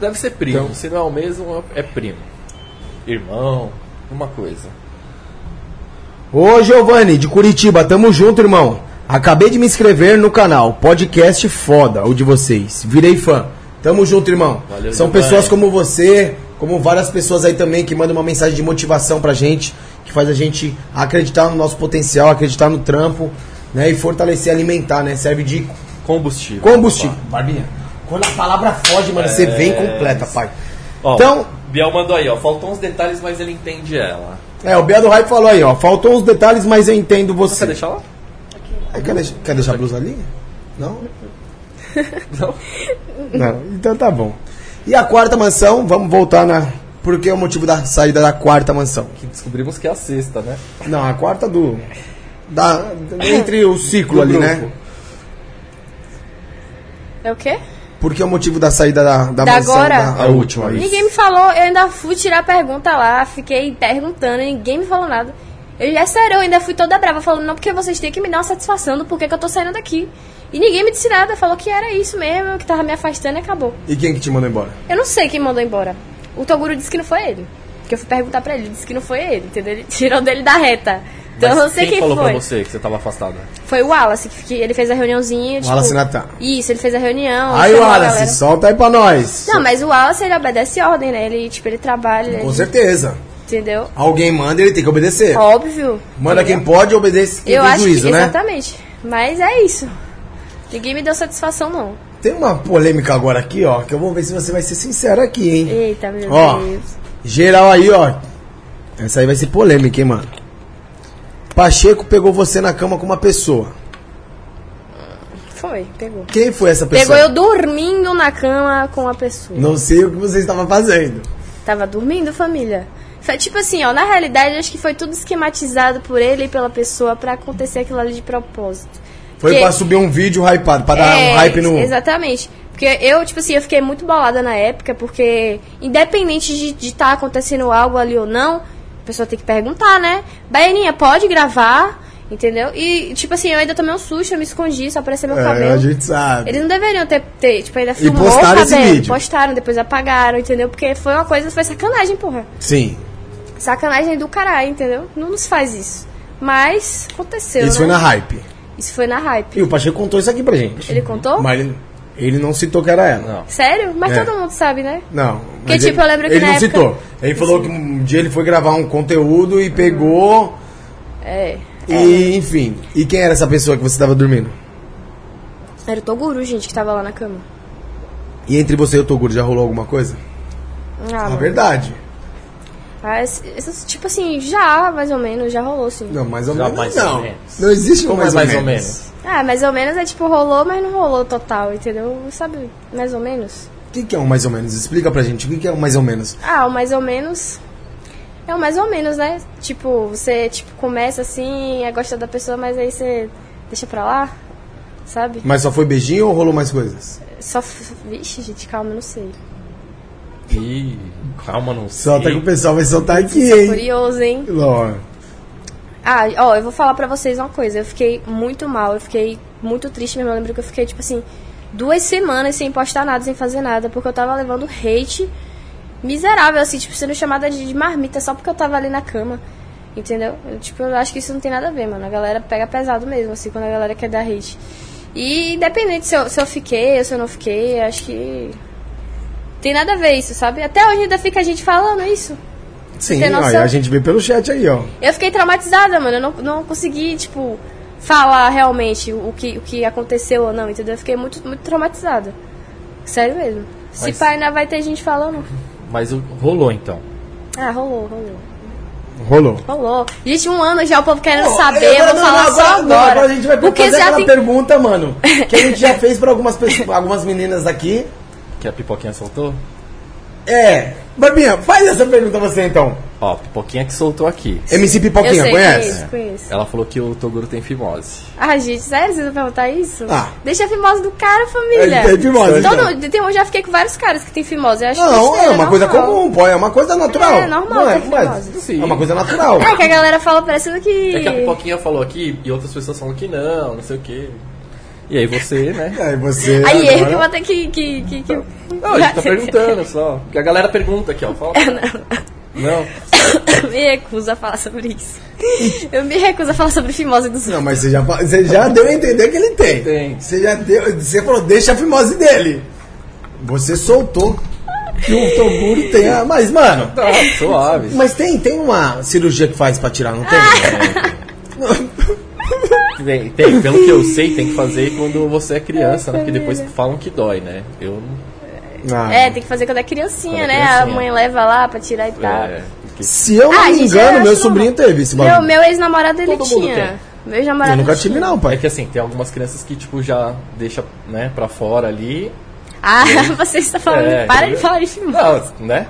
[SPEAKER 2] Deve ser primo.
[SPEAKER 1] Então.
[SPEAKER 2] Se não é o mesmo, é primo. Irmão, uma coisa.
[SPEAKER 1] Ô Giovanni, de Curitiba, tamo junto, irmão. Acabei de me inscrever no canal. Podcast foda, o de vocês. Virei fã. Tamo junto, irmão.
[SPEAKER 2] Valeu,
[SPEAKER 1] São
[SPEAKER 2] Giovanni.
[SPEAKER 1] pessoas como você, como várias pessoas aí também que mandam uma mensagem de motivação pra gente, que faz a gente acreditar no nosso potencial, acreditar no trampo, né? E fortalecer, alimentar, né? Serve de
[SPEAKER 2] Combustível.
[SPEAKER 1] Combustível. Barbinha. Quando a palavra foge, mano, você
[SPEAKER 3] É,
[SPEAKER 1] vem completa, pai.
[SPEAKER 2] Ó,
[SPEAKER 1] Então-
[SPEAKER 2] Biel mandou aí, ó. Faltam uns detalhes, mas ele entende ela.
[SPEAKER 1] É, o Bia do Hype falou aí, ó. Faltou uns detalhes, mas eu entendo
[SPEAKER 2] Você quer
[SPEAKER 1] você.
[SPEAKER 2] deixar lá?
[SPEAKER 1] É, Quer, deix- quer deixar a blusa ali?
[SPEAKER 3] [LAUGHS]
[SPEAKER 1] Não?
[SPEAKER 2] Não.
[SPEAKER 1] Não. Então tá bom. E a quarta mansão, vamos voltar na. Por que é o motivo da saída da quarta mansão?
[SPEAKER 2] Que descobrimos que é a sexta, né?
[SPEAKER 1] Não, a quarta do. Da, entre o ciclo
[SPEAKER 2] Do
[SPEAKER 1] ali,
[SPEAKER 2] grupo.
[SPEAKER 1] né?
[SPEAKER 3] É o quê?
[SPEAKER 1] Por que é o motivo da saída da, da,
[SPEAKER 3] Da
[SPEAKER 1] mansão?
[SPEAKER 3] agora?
[SPEAKER 1] Da, a última, isso.
[SPEAKER 3] Ninguém me falou, eu ainda fui tirar a pergunta lá, fiquei perguntando, ninguém me falou nada. Eu, é sério, eu ainda fui toda brava, falando, não, porque vocês têm que me dar uma satisfação do porquê que eu tô saindo daqui. E ninguém me disse nada, falou que era isso mesmo, que tava me afastando e acabou.
[SPEAKER 1] E quem que te mandou embora?
[SPEAKER 3] Eu não sei quem mandou embora. O Toguro disse que não foi ele. Que eu fui perguntar pra ele, ele disse que não foi ele, entendeu? Ele [LAUGHS] tirou dele da reta. Então
[SPEAKER 2] Mas
[SPEAKER 3] eu não sei
[SPEAKER 2] quem,
[SPEAKER 3] quem,
[SPEAKER 2] falou
[SPEAKER 3] foi.
[SPEAKER 2] pra você que você tava afastada?
[SPEAKER 3] Foi o Wallace, que, que ele fez a reuniãozinha. tipo,
[SPEAKER 1] Wallace Natan.
[SPEAKER 3] Isso, ele fez a reunião.
[SPEAKER 1] Aí,
[SPEAKER 3] chamou a
[SPEAKER 1] Wallace,
[SPEAKER 3] galera.
[SPEAKER 1] solta aí pra nós.
[SPEAKER 3] Não, mas o Wallace, ele obedece ordem, né? Ele, tipo, ele trabalha,
[SPEAKER 1] Com
[SPEAKER 3] ele-
[SPEAKER 1] certeza.
[SPEAKER 3] entendeu?
[SPEAKER 1] Alguém manda, ele tem que obedecer.
[SPEAKER 3] Óbvio.
[SPEAKER 1] Manda quem pode, obedece quem
[SPEAKER 3] Eu
[SPEAKER 1] tem
[SPEAKER 3] acho
[SPEAKER 1] juízo,
[SPEAKER 3] que,
[SPEAKER 1] né?
[SPEAKER 3] exatamente. Mas é isso. Ninguém me deu satisfação, não.
[SPEAKER 1] Tem uma polêmica agora aqui, ó, que eu vou ver se você vai ser sincero aqui, hein?
[SPEAKER 3] Eita, meu
[SPEAKER 1] Ó,
[SPEAKER 3] Deus.
[SPEAKER 1] geral aí, ó. Essa aí vai ser polêmica, hein, mano. Pacheco pegou você na cama com uma pessoa.
[SPEAKER 3] Foi, pegou.
[SPEAKER 1] Quem foi Hum? essa pessoa?
[SPEAKER 3] Pegou eu dormindo na cama com a pessoa.
[SPEAKER 1] Não sei o que você estava fazendo.
[SPEAKER 3] Tava dormindo, família? Foi tipo assim, ó, na realidade acho que foi tudo esquematizado por ele e pela pessoa pra acontecer aquilo ali de propósito.
[SPEAKER 1] Foi
[SPEAKER 3] Porque-
[SPEAKER 1] pra subir um vídeo hypado, pra dar
[SPEAKER 3] É,
[SPEAKER 1] um hype no.
[SPEAKER 3] Exatamente. Porque eu, tipo assim, eu fiquei muito bolada na época, porque independente de estar acontecendo algo ali ou não, a pessoa tem que perguntar, né? Baianinha, pode gravar? Entendeu? E, tipo assim, eu ainda tomei um susto, eu me escondi, só apareceu meu
[SPEAKER 1] É,
[SPEAKER 3] cabelo.
[SPEAKER 1] a gente sabe.
[SPEAKER 3] Eles não deveriam ter, ter, tipo, ainda filmou
[SPEAKER 1] postaram
[SPEAKER 3] o
[SPEAKER 1] esse
[SPEAKER 3] cabelo,
[SPEAKER 1] vídeo.
[SPEAKER 3] postaram, depois apagaram, entendeu? Porque foi uma coisa, foi sacanagem, porra.
[SPEAKER 1] Sim.
[SPEAKER 3] Sacanagem do caralho, entendeu? Não nos faz isso. Mas aconteceu.
[SPEAKER 1] Isso foi
[SPEAKER 3] né?
[SPEAKER 1] na hype.
[SPEAKER 3] Isso foi na hype.
[SPEAKER 1] E o Pacheco contou isso aqui pra gente.
[SPEAKER 3] Ele contou?
[SPEAKER 1] Mas ele, ele não citou que era ela.
[SPEAKER 2] Não.
[SPEAKER 3] Sério? Mas
[SPEAKER 1] É.
[SPEAKER 3] todo mundo sabe, né?
[SPEAKER 1] Não.
[SPEAKER 3] Porque,
[SPEAKER 1] mas
[SPEAKER 3] tipo,
[SPEAKER 1] ele,
[SPEAKER 3] eu lembro que
[SPEAKER 1] Ele
[SPEAKER 3] na
[SPEAKER 1] não
[SPEAKER 3] época-
[SPEAKER 1] citou. Ele falou que um dia ele foi gravar um conteúdo e pegou.
[SPEAKER 3] É.
[SPEAKER 1] E, enfim. E quem era essa pessoa que você tava dormindo?
[SPEAKER 3] Era o Toguru, gente, que tava lá na cama.
[SPEAKER 1] E entre você e o Toguro já rolou alguma coisa?
[SPEAKER 3] Ah,
[SPEAKER 1] Na
[SPEAKER 3] mano.
[SPEAKER 1] verdade.
[SPEAKER 3] Mas, essas- tipo assim, já, mais ou menos, já rolou, sim.
[SPEAKER 1] Não, mais ou
[SPEAKER 2] Já
[SPEAKER 1] menos.
[SPEAKER 2] mais
[SPEAKER 1] não.
[SPEAKER 2] ou menos.
[SPEAKER 1] Não existe um
[SPEAKER 2] Como
[SPEAKER 1] mais,
[SPEAKER 2] é mais ou menos?
[SPEAKER 3] Ah, mais ou menos é tipo, rolou, mas não rolou total, entendeu? Sabe, mais ou menos?
[SPEAKER 1] O que, que é um mais ou menos? Explica pra gente. O que, que é um mais ou menos?
[SPEAKER 3] Ah, o mais ou menos. É o mais ou menos, né? Tipo, você tipo, começa assim, a gostar da pessoa, mas aí você deixa pra lá, sabe?
[SPEAKER 1] Mas só foi beijinho ou rolou mais coisas?
[SPEAKER 3] Só. f- Vixe, gente, calma, eu não sei.
[SPEAKER 2] Ih, calma, não sei.
[SPEAKER 1] Solta que o pessoal vai soltar aqui, hein?
[SPEAKER 3] Curioso, hein?
[SPEAKER 1] Ló.
[SPEAKER 3] Ah, ó, eu vou falar pra vocês uma coisa. Eu fiquei muito mal, eu fiquei muito triste mesmo. Eu lembro que eu fiquei, tipo assim, duas semanas sem postar nada, sem fazer nada, porque eu tava levando hate miserável, assim, tipo, sendo chamada de de marmita só porque eu tava ali na cama. Entendeu? Eu, tipo, eu acho que isso não tem nada a ver, mano. A galera pega pesado mesmo, assim, quando a galera quer dar hate. E independente se eu, se eu fiquei ou se eu não fiquei, eu acho que. Tem nada a ver isso, sabe? Até hoje ainda fica a gente falando isso.
[SPEAKER 1] Sim,
[SPEAKER 3] tem
[SPEAKER 1] ó, e
[SPEAKER 3] noção?
[SPEAKER 1] a gente vê pelo chat aí, ó.
[SPEAKER 3] Eu fiquei traumatizada, mano. Eu não, não consegui, tipo, falar realmente o que, o que aconteceu ou não, entendeu? Eu fiquei muito, muito traumatizada. Sério mesmo. Se
[SPEAKER 2] Mas-
[SPEAKER 3] pai ainda vai ter gente falando.
[SPEAKER 2] Mas o- rolou então.
[SPEAKER 3] Ah, rolou, rolou.
[SPEAKER 1] Rolou.
[SPEAKER 3] Rolou. Gente, um ano já o povo querendo saber,
[SPEAKER 1] Agora,
[SPEAKER 3] eu vou
[SPEAKER 1] não,
[SPEAKER 3] falar
[SPEAKER 1] agora,
[SPEAKER 3] só agora.
[SPEAKER 1] não, agora a gente vai
[SPEAKER 3] Porque
[SPEAKER 1] fazer
[SPEAKER 3] já
[SPEAKER 1] aquela
[SPEAKER 3] tem...
[SPEAKER 1] pergunta, mano, que a gente
[SPEAKER 3] [LAUGHS]
[SPEAKER 1] já fez pra algumas, pessoas- algumas meninas aqui.
[SPEAKER 2] Que a pipoquinha soltou?
[SPEAKER 1] É, Barbinha, faz essa pergunta você então.
[SPEAKER 2] Ó, a pipoquinha que soltou aqui.
[SPEAKER 1] MC
[SPEAKER 3] Eu
[SPEAKER 1] Pipoquinha,
[SPEAKER 3] sei, é
[SPEAKER 1] conhece?
[SPEAKER 3] conheço, conheço.
[SPEAKER 2] Ela falou que o Toguro tem fimose.
[SPEAKER 3] Ah, gente, sério, vocês vão perguntar isso?
[SPEAKER 1] Ah.
[SPEAKER 3] Deixa a fimose do cara, família.
[SPEAKER 1] É, é fimose,
[SPEAKER 3] Todo,
[SPEAKER 1] então.
[SPEAKER 3] tem- um, eu já fiquei com vários caras que tem fimose. Eu acho
[SPEAKER 1] Não, é
[SPEAKER 3] besteira,
[SPEAKER 1] uma coisa
[SPEAKER 3] normal.
[SPEAKER 1] comum, pô, é uma coisa natural.
[SPEAKER 3] É, normal
[SPEAKER 1] Não é,
[SPEAKER 3] ter
[SPEAKER 1] mas-
[SPEAKER 3] fimose.
[SPEAKER 2] Sim.
[SPEAKER 1] é uma coisa natural.
[SPEAKER 3] É que a galera fala parecendo que...
[SPEAKER 2] É que a pipoquinha falou aqui e outras pessoas falam que não, não sei o quê. E aí você,
[SPEAKER 3] [LAUGHS]
[SPEAKER 2] né?
[SPEAKER 1] Aí você.
[SPEAKER 3] Aí eu que
[SPEAKER 1] agora-
[SPEAKER 3] vou ter que... que, que, que...
[SPEAKER 2] Não, a gente tá
[SPEAKER 3] [LAUGHS]
[SPEAKER 2] perguntando só. Porque a galera pergunta aqui, ó. Fala.
[SPEAKER 3] É,
[SPEAKER 2] Não.
[SPEAKER 3] me recuso a falar sobre isso. Eu me recuso a falar sobre fimose dos
[SPEAKER 1] Não, mas você já, fa- você já deu a entender que ele tem.
[SPEAKER 2] Tem.
[SPEAKER 1] Você já deu. Você falou, deixa a fimose dele. Você soltou que o Toguro tem a. Mas, mano.
[SPEAKER 2] Não,
[SPEAKER 3] [LAUGHS]
[SPEAKER 2] suave.
[SPEAKER 1] Mas tem, tem uma cirurgia que faz pra tirar, não tem?
[SPEAKER 2] Tem, É. tem, pelo que eu sei, tem que fazer quando você é criança, né? Porque depois falam que dói, né? Eu não.
[SPEAKER 1] Ah,
[SPEAKER 3] É, tem que fazer quando é criancinha,
[SPEAKER 2] Quando é
[SPEAKER 3] né?
[SPEAKER 2] criancinha.
[SPEAKER 3] A mãe leva lá pra tirar e tal.
[SPEAKER 2] É, porque
[SPEAKER 1] Se eu não
[SPEAKER 3] Ah,
[SPEAKER 1] me
[SPEAKER 3] gente,
[SPEAKER 1] engano,
[SPEAKER 3] eu acho
[SPEAKER 1] meu
[SPEAKER 3] normal.
[SPEAKER 1] sobrinho teve esse
[SPEAKER 3] Meu,
[SPEAKER 1] bagulho.
[SPEAKER 3] meu ex-namorado, ele
[SPEAKER 2] Todo mundo
[SPEAKER 3] tinha.
[SPEAKER 2] tem.
[SPEAKER 3] Meu ex-namorado
[SPEAKER 1] Eu nunca
[SPEAKER 3] tinha.
[SPEAKER 1] tive, não,
[SPEAKER 2] é
[SPEAKER 1] pai.
[SPEAKER 2] que assim, tem algumas crianças que, tipo, já deixa, né, pra fora ali.
[SPEAKER 3] Ah, [LAUGHS] você está falando...
[SPEAKER 2] É,
[SPEAKER 3] para de
[SPEAKER 2] entendeu?
[SPEAKER 3] falar de fimose.
[SPEAKER 2] Não, né?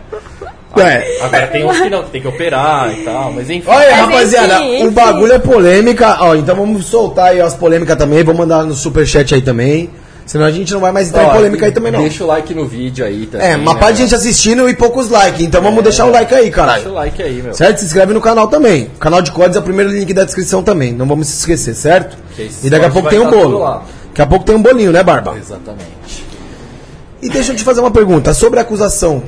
[SPEAKER 1] É.
[SPEAKER 2] Agora tem uns que não, que tem que operar e tal, mas enfim.
[SPEAKER 1] Olha aí,
[SPEAKER 3] Mas
[SPEAKER 1] rapaziada,
[SPEAKER 3] enfim,
[SPEAKER 1] o
[SPEAKER 3] enfim.
[SPEAKER 1] bagulho é polêmica. Ó, então vamos soltar aí as polêmicas também. Vou mandar no superchat aí também. Senão a gente não vai mais entrar em
[SPEAKER 2] Ó,
[SPEAKER 1] polêmica aí também, não.
[SPEAKER 2] Deixa o like no vídeo aí também.
[SPEAKER 1] É, uma
[SPEAKER 2] né?
[SPEAKER 1] parte de gente assistindo e poucos likes. Então
[SPEAKER 2] É.
[SPEAKER 1] vamos deixar o like aí,
[SPEAKER 2] Deixa o
[SPEAKER 1] caralho.
[SPEAKER 2] like aí, meu.
[SPEAKER 1] Certo? Se inscreve no canal também. O canal de códigos é o primeiro link da descrição também. Não vamos se esquecer, certo?
[SPEAKER 2] Que esse
[SPEAKER 1] E daqui a pouco
[SPEAKER 2] corte
[SPEAKER 1] tem
[SPEAKER 2] vai
[SPEAKER 1] um
[SPEAKER 2] tá
[SPEAKER 1] bolo.
[SPEAKER 2] tudo lá.
[SPEAKER 1] Daqui a pouco tem um bolinho, né, Barba?
[SPEAKER 2] Exatamente.
[SPEAKER 1] E deixa eu te fazer uma pergunta. Sobre a acusação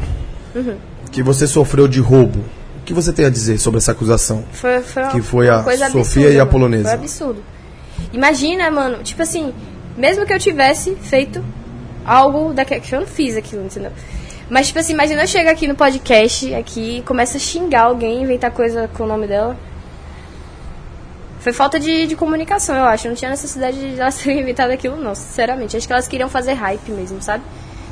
[SPEAKER 3] Uhum.
[SPEAKER 1] que você sofreu de roubo, o que você tem a dizer sobre essa acusação?
[SPEAKER 3] Foi, foi uma
[SPEAKER 1] Que foi a
[SPEAKER 3] coisa
[SPEAKER 1] Sofia
[SPEAKER 3] absurda,
[SPEAKER 1] e a
[SPEAKER 3] mano.
[SPEAKER 1] polonesa.
[SPEAKER 3] Foi um absurdo. Imagina, mano, tipo assim, mesmo que eu tivesse feito algo daquele que eu não fiz aquilo, entendeu? Mas tipo assim, imagina eu chego aqui no podcast aqui e começo a xingar alguém, inventar coisa com o nome dela. Foi falta de, de comunicação, eu acho. Não tinha necessidade de elas [LAUGHS] terem inventado aquilo, não, sinceramente. Acho que elas queriam fazer hype mesmo, sabe?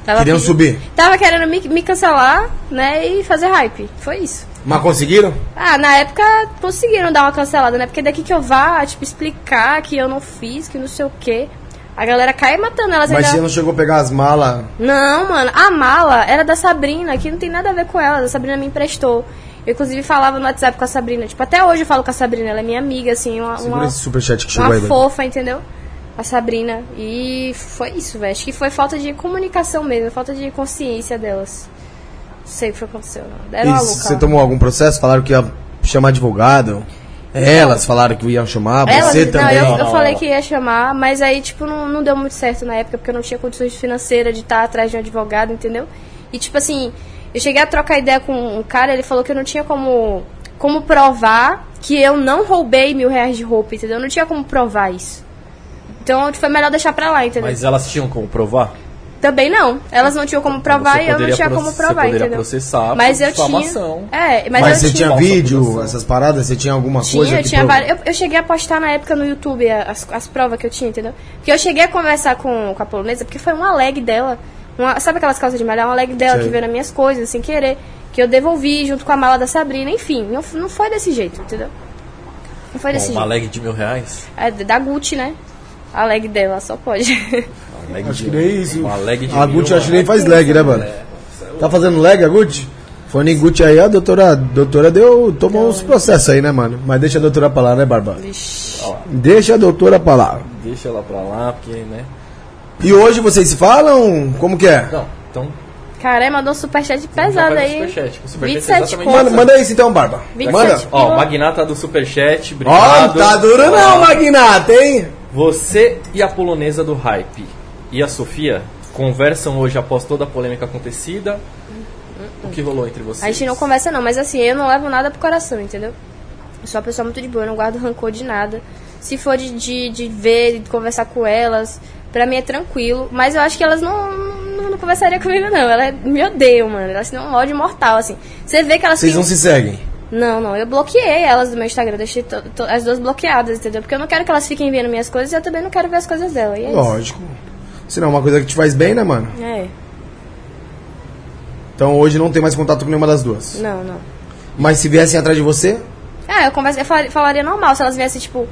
[SPEAKER 3] Tava
[SPEAKER 1] Queriam subir.
[SPEAKER 3] Tava querendo me, me cancelar, né? E fazer hype. Foi isso.
[SPEAKER 1] Mas conseguiram?
[SPEAKER 3] Ah, na época conseguiram dar uma cancelada, né? Porque daqui que eu vá, tipo, explicar que eu não fiz, que não sei o quê. A galera cai matando elas
[SPEAKER 1] Mas você
[SPEAKER 3] ainda.
[SPEAKER 1] não chegou a pegar as malas.
[SPEAKER 3] Não, mano, a mala era da Sabrina, que não tem nada a ver com ela. A Sabrina me emprestou. Eu, inclusive, falava no WhatsApp com a Sabrina. Tipo, até hoje eu falo com a Sabrina, ela é minha amiga, assim, uma,
[SPEAKER 1] Segura
[SPEAKER 3] uma,
[SPEAKER 1] esse superchat que chegou
[SPEAKER 3] uma
[SPEAKER 1] aí. Dani.
[SPEAKER 3] fofa, entendeu? A Sabrina. E foi isso, velho. Acho que foi falta de comunicação mesmo, falta de consciência delas. Não sei o que foi aconteceu, não. Era
[SPEAKER 1] E
[SPEAKER 3] uma louca.
[SPEAKER 1] você tomou algum processo? Falaram que ia chamar advogado? Elas falaram que iam chamar,
[SPEAKER 3] Ela,
[SPEAKER 1] você
[SPEAKER 3] não,
[SPEAKER 1] também.
[SPEAKER 3] Eu,
[SPEAKER 2] Não,
[SPEAKER 3] eu
[SPEAKER 2] não,
[SPEAKER 3] falei
[SPEAKER 2] ela.
[SPEAKER 3] que ia chamar, mas aí, tipo, não, não deu muito certo na época, porque eu não tinha condições financeiras de estar atrás de um advogado, entendeu? E, tipo assim, eu cheguei a trocar ideia com um cara, ele falou que eu não tinha como, como provar que eu não roubei mil reais de roupa, entendeu? Eu não tinha como provar isso. Então, foi melhor deixar pra lá, entendeu?
[SPEAKER 2] Mas elas tinham como provar?
[SPEAKER 3] Também não. Elas não tinham como
[SPEAKER 2] Você
[SPEAKER 3] provar e eu não
[SPEAKER 2] poderia
[SPEAKER 3] tinha
[SPEAKER 2] pro-
[SPEAKER 3] como
[SPEAKER 2] você
[SPEAKER 3] provar,
[SPEAKER 2] poderia
[SPEAKER 3] entendeu?
[SPEAKER 2] processar por
[SPEAKER 3] mas eu
[SPEAKER 2] difamação.
[SPEAKER 3] tinha. É, mas,
[SPEAKER 1] Mas
[SPEAKER 3] eu
[SPEAKER 1] você tinha
[SPEAKER 2] Falsa
[SPEAKER 1] vídeo,
[SPEAKER 2] acusação.
[SPEAKER 1] essas paradas? Você tinha alguma coisa?
[SPEAKER 3] Tinha, eu
[SPEAKER 1] que
[SPEAKER 3] tinha
[SPEAKER 1] prova-
[SPEAKER 3] várias. Eu, eu cheguei a postar na época no YouTube a- as, as provas que eu tinha, entendeu? Porque eu cheguei a conversar com, com a polonesa, porque foi uma leg dela. Uma, sabe aquelas calças de malhar? Uma leg dela
[SPEAKER 1] Sei.
[SPEAKER 3] que veio nas minhas coisas, sem querer. Que eu devolvi junto com a mala da Sabrina, enfim. Não, f- não foi desse jeito, entendeu? Não foi
[SPEAKER 2] Bom,
[SPEAKER 3] desse
[SPEAKER 2] uma
[SPEAKER 3] jeito.
[SPEAKER 2] leg de mil reais?
[SPEAKER 3] É d- da Gucci, né? A leg dela, só pode. [LAUGHS]
[SPEAKER 2] Uma leg
[SPEAKER 1] Acho
[SPEAKER 2] de-
[SPEAKER 1] que nem isso.
[SPEAKER 2] Uma leg de
[SPEAKER 1] A Gucci
[SPEAKER 2] mil,
[SPEAKER 1] acho que nem faz leg, né, mano? Tá fazendo leg a Gucci? Falando em Gucci aí, a doutora, a doutora deu, tomou uns processos aí, né, mano? Mas deixa a doutora pra lá, né, Barba?
[SPEAKER 3] Vixe.
[SPEAKER 1] Deixa a doutora pra lá.
[SPEAKER 2] Deixa ela pra lá, porque, né?
[SPEAKER 1] E hoje vocês se falam? Como que é?
[SPEAKER 2] Não, então.
[SPEAKER 3] Cara, mandou um superchat
[SPEAKER 2] vai
[SPEAKER 3] pesado
[SPEAKER 2] no
[SPEAKER 3] aí. hein?
[SPEAKER 2] superchat, que o superchat é
[SPEAKER 3] 27
[SPEAKER 2] exatamente
[SPEAKER 1] Manda,
[SPEAKER 3] conto.
[SPEAKER 1] manda isso então, Barba.
[SPEAKER 3] 27.
[SPEAKER 1] Manda.
[SPEAKER 2] Ó, o Magnata do Superchat,
[SPEAKER 1] Ó,
[SPEAKER 2] obrigado.
[SPEAKER 1] não tá duro não, Magnata, hein?
[SPEAKER 2] Você e a polonesa do hype e a Sofia conversam hoje após toda a polêmica acontecida. O que rolou entre vocês?
[SPEAKER 3] A gente não conversa não, mas assim, eu não levo nada pro coração, entendeu? Eu sou uma pessoa muito de boa, eu não guardo rancor de nada. Se for de, de, de ver, de conversar com elas, pra mim é tranquilo. Mas eu acho que elas não, não não, não conversaria comigo, não. Ela é- me odeia, mano. Ela tem um ódio mortal, assim. Você vê que elas
[SPEAKER 1] Vocês
[SPEAKER 3] têm-
[SPEAKER 1] não se seguem.
[SPEAKER 3] Não, não, eu bloqueei elas do meu Instagram, deixei to- to- as duas bloqueadas, entendeu? Porque eu não quero que elas fiquem vendo minhas coisas e eu também não quero ver as coisas dela. E é isso.
[SPEAKER 1] Lógico. Se não é uma coisa que te faz bem, né, mano?
[SPEAKER 3] É,
[SPEAKER 1] Então hoje não tem mais contato com nenhuma das duas.
[SPEAKER 3] não, não.
[SPEAKER 1] Mas se viessem atrás de você,
[SPEAKER 3] É, eu, conversa, eu falaria, falaria normal se elas viessem, tipo,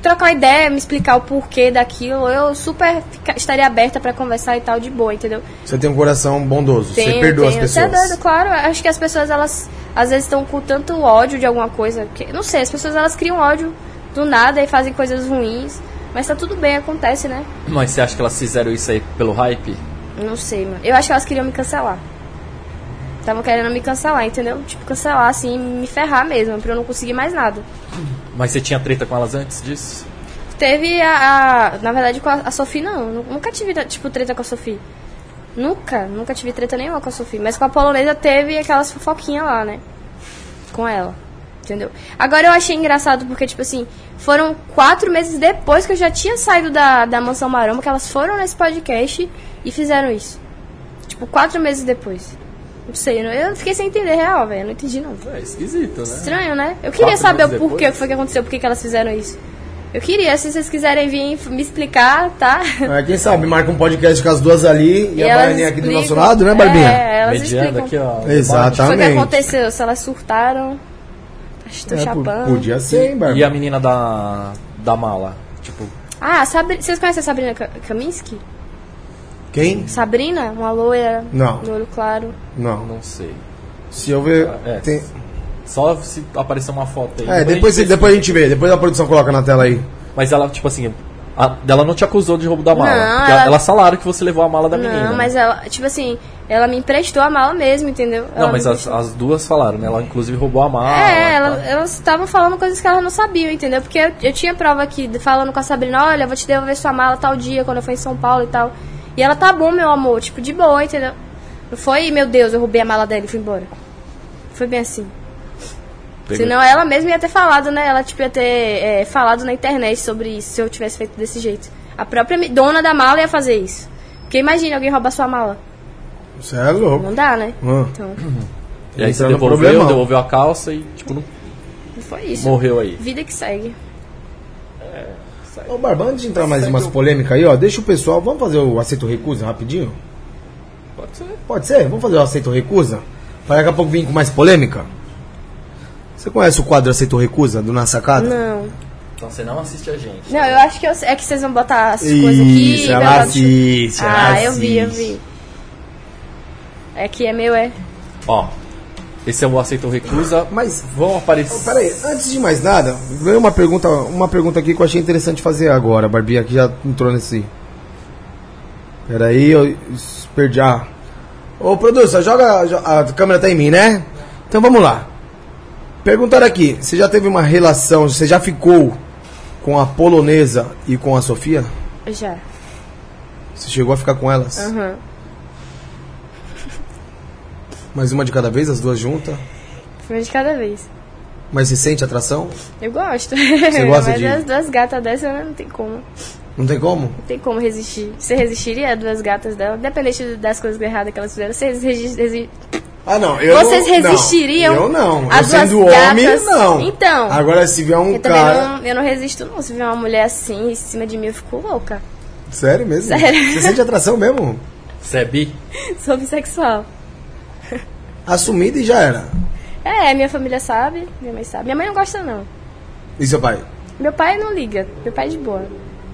[SPEAKER 3] trocar uma ideia, me explicar o porquê daquilo. Eu super fica- estaria aberta pra conversar e tal, de boa, entendeu?
[SPEAKER 1] você tem um coração bondoso. você
[SPEAKER 3] Tenho,
[SPEAKER 1] perdoa
[SPEAKER 3] tenho.
[SPEAKER 1] as
[SPEAKER 3] Você é doido,
[SPEAKER 1] pessoas.
[SPEAKER 3] claro. Acho que as pessoas, elas, às vezes, estão com tanto ódio de alguma coisa. Que, não sei, as pessoas, elas criam ódio do nada e fazem coisas ruins. Mas tá tudo bem, acontece, né?
[SPEAKER 2] Mas você acha que elas fizeram isso aí pelo hype?
[SPEAKER 3] Não sei, mano. Eu acho que elas queriam me cancelar. Estavam querendo me cancelar, entendeu? Tipo, cancelar, assim, me ferrar mesmo, pra eu não conseguir mais nada.
[SPEAKER 2] Mas você tinha treta com elas antes disso?
[SPEAKER 3] Teve a. a- na verdade, com a, a Sophie, não. Nu- Nunca tive, tipo, treta com a Sophie. Nunca, nunca tive treta nenhuma com a Sophie. Mas com a polonesa teve aquelas fofoquinhas lá, né? Com ela. Entendeu? Agora eu achei engraçado porque, tipo assim, foram quatro meses depois que eu já tinha saído da, da Mansão Maromba que elas foram nesse podcast e fizeram isso. Tipo, quatro meses depois. Não sei, eu não- eu fiquei sem entender real, velho. Eu Não entendi, não.
[SPEAKER 2] É esquisito, né?
[SPEAKER 3] Estranho, né? Eu queria
[SPEAKER 2] Quatro
[SPEAKER 3] saber
[SPEAKER 2] meses
[SPEAKER 3] o porquê,
[SPEAKER 2] depois?
[SPEAKER 3] o que foi que aconteceu, por que que elas fizeram isso. Eu queria, se vocês quiserem vir me explicar, tá?
[SPEAKER 1] É, quem sabe, marca um podcast com as duas ali e, a Barbinha aqui do
[SPEAKER 3] explicam.
[SPEAKER 1] nosso lado, né, Barbinha?
[SPEAKER 3] É, elas
[SPEAKER 2] Mediando
[SPEAKER 3] explicam.
[SPEAKER 2] aqui, ó.
[SPEAKER 3] O que foi que
[SPEAKER 1] Exatamente.
[SPEAKER 3] aconteceu? Se elas surtaram, acho que
[SPEAKER 1] É,
[SPEAKER 3] tô
[SPEAKER 1] po-
[SPEAKER 3] chapando.
[SPEAKER 1] podia ser, hein,
[SPEAKER 2] E a
[SPEAKER 1] Barbinha?
[SPEAKER 2] menina da, da mala? Tipo,
[SPEAKER 3] Ah, Sabri... vocês conhecem a Sabrina Ka- Kaminsky?
[SPEAKER 1] Quem?
[SPEAKER 3] Sabrina, uma loira
[SPEAKER 1] Não.
[SPEAKER 3] do olho claro.
[SPEAKER 1] Não.
[SPEAKER 2] não sei.
[SPEAKER 1] Se eu ver.
[SPEAKER 2] É.
[SPEAKER 1] tem-
[SPEAKER 2] Só se aparecer uma foto aí.
[SPEAKER 1] É, depois,
[SPEAKER 2] a gente
[SPEAKER 1] depois a gente vê, depois a produção coloca na tela aí.
[SPEAKER 2] vê. Mas ela, tipo assim, a- ela não te acusou de roubo da mala.
[SPEAKER 3] Não,
[SPEAKER 2] porque
[SPEAKER 3] ela-
[SPEAKER 2] ela... falaram que você levou a mala da menina.
[SPEAKER 3] Não, mas ela, tipo assim, ela me emprestou a mala mesmo, entendeu?
[SPEAKER 2] Não,
[SPEAKER 3] Ela
[SPEAKER 2] mas
[SPEAKER 3] me
[SPEAKER 2] as, as duas falaram, né? Ela inclusive roubou a mala.
[SPEAKER 3] É,
[SPEAKER 2] tá?
[SPEAKER 3] ela- elas estavam falando coisas que elas não sabiam, entendeu? Porque eu, eu tinha prova aqui, de- falando com a Sabrina, olha, eu vou te devolver sua mala tal dia, quando eu for em São Paulo e tal. E ela, tá bom, meu amor, tipo, de boa, entendeu? Não foi, meu Deus, eu roubei a mala dela e fui embora. Foi bem assim.
[SPEAKER 2] Pegou.
[SPEAKER 3] Senão ela mesma ia ter falado, né? Ela, tipo, ia ter é, falado na internet sobre isso, se eu tivesse feito desse jeito. A própria mi- dona da mala ia fazer isso. Porque imagina alguém roubar sua mala.
[SPEAKER 1] Você é louco.
[SPEAKER 3] Não dá, né?
[SPEAKER 1] Hã?
[SPEAKER 3] Então,
[SPEAKER 2] E aí você
[SPEAKER 1] Entrando no
[SPEAKER 2] devolveu,
[SPEAKER 1] problemão.
[SPEAKER 2] devolveu a calça e, tipo, não
[SPEAKER 3] foi isso.
[SPEAKER 2] morreu aí.
[SPEAKER 3] Vida que segue.
[SPEAKER 1] Ô, Barba, antes de entrar mais umas polêmicas aí, ó, deixa o pessoal. Vamos fazer o aceito recusa rapidinho?
[SPEAKER 2] Pode ser.
[SPEAKER 1] Pode ser? Vamos fazer o aceito recusa? Pra daqui a pouco vir com mais polêmica? Você conhece o quadro aceito recusa do Na Sacada?
[SPEAKER 3] Não.
[SPEAKER 2] Então você não assiste a gente.
[SPEAKER 3] Não, eu acho que eu sei- é que vocês vão botar as coisas aqui.
[SPEAKER 1] Isso, é
[SPEAKER 3] vai
[SPEAKER 1] ela
[SPEAKER 3] botar-
[SPEAKER 1] assiste. ela
[SPEAKER 3] Ah, eu vi, eu
[SPEAKER 1] assiste.
[SPEAKER 3] vi. É que é meu, é.
[SPEAKER 2] Ó, esse é o Aceita ou Recusa.
[SPEAKER 3] Ah,
[SPEAKER 1] Mas
[SPEAKER 2] Vão aparecer.
[SPEAKER 1] Peraí, antes de mais nada, veio uma pergunta, uma pergunta aqui que eu achei interessante fazer agora, Barbinha, que já entrou nesse. Peraí, eu es- perdi a. Ô, produção, joga. jo- A câmera tá em mim, né? Então vamos lá. Perguntaram aqui, você já teve uma relação, você já ficou com a polonesa e com a Sofia?
[SPEAKER 3] Já.
[SPEAKER 1] Você chegou a ficar com elas?
[SPEAKER 3] Aham.
[SPEAKER 1] Mas uma de cada vez, as duas juntas?
[SPEAKER 3] Foi de cada vez.
[SPEAKER 1] Mas você sente atração?
[SPEAKER 3] Eu gosto.
[SPEAKER 1] gosta
[SPEAKER 3] [LAUGHS] Mas
[SPEAKER 1] de-
[SPEAKER 3] as duas gatas dessa né, não tem como.
[SPEAKER 1] Não tem como?
[SPEAKER 3] Não tem como resistir. Você resistiria às duas gatas dela? Independente das coisas erradas que elas fizeram, vocês resi- resi-
[SPEAKER 1] Ah, não. Eu
[SPEAKER 3] Vocês
[SPEAKER 1] não- não,
[SPEAKER 3] resistiriam
[SPEAKER 1] eu não.
[SPEAKER 3] a
[SPEAKER 1] Eu sendo
[SPEAKER 3] duas
[SPEAKER 1] homem,
[SPEAKER 3] gatas?
[SPEAKER 1] não.
[SPEAKER 3] Então.
[SPEAKER 1] Agora, se vier um
[SPEAKER 3] Eu também
[SPEAKER 1] cara.
[SPEAKER 3] não, eu não resisto, não. Se vier uma mulher assim em cima de mim, eu fico louca. [LAUGHS]
[SPEAKER 1] Sério mesmo?
[SPEAKER 3] Sério.
[SPEAKER 1] Você sente atração
[SPEAKER 3] [LAUGHS]
[SPEAKER 1] mesmo?
[SPEAKER 2] Você é bi?
[SPEAKER 3] Sou bissexual.
[SPEAKER 1] Assumida e já era.
[SPEAKER 3] É, minha família sabe, minha mãe sabe. Minha mãe não gosta, não.
[SPEAKER 1] E seu pai?
[SPEAKER 3] Meu pai não liga, meu pai é de boa.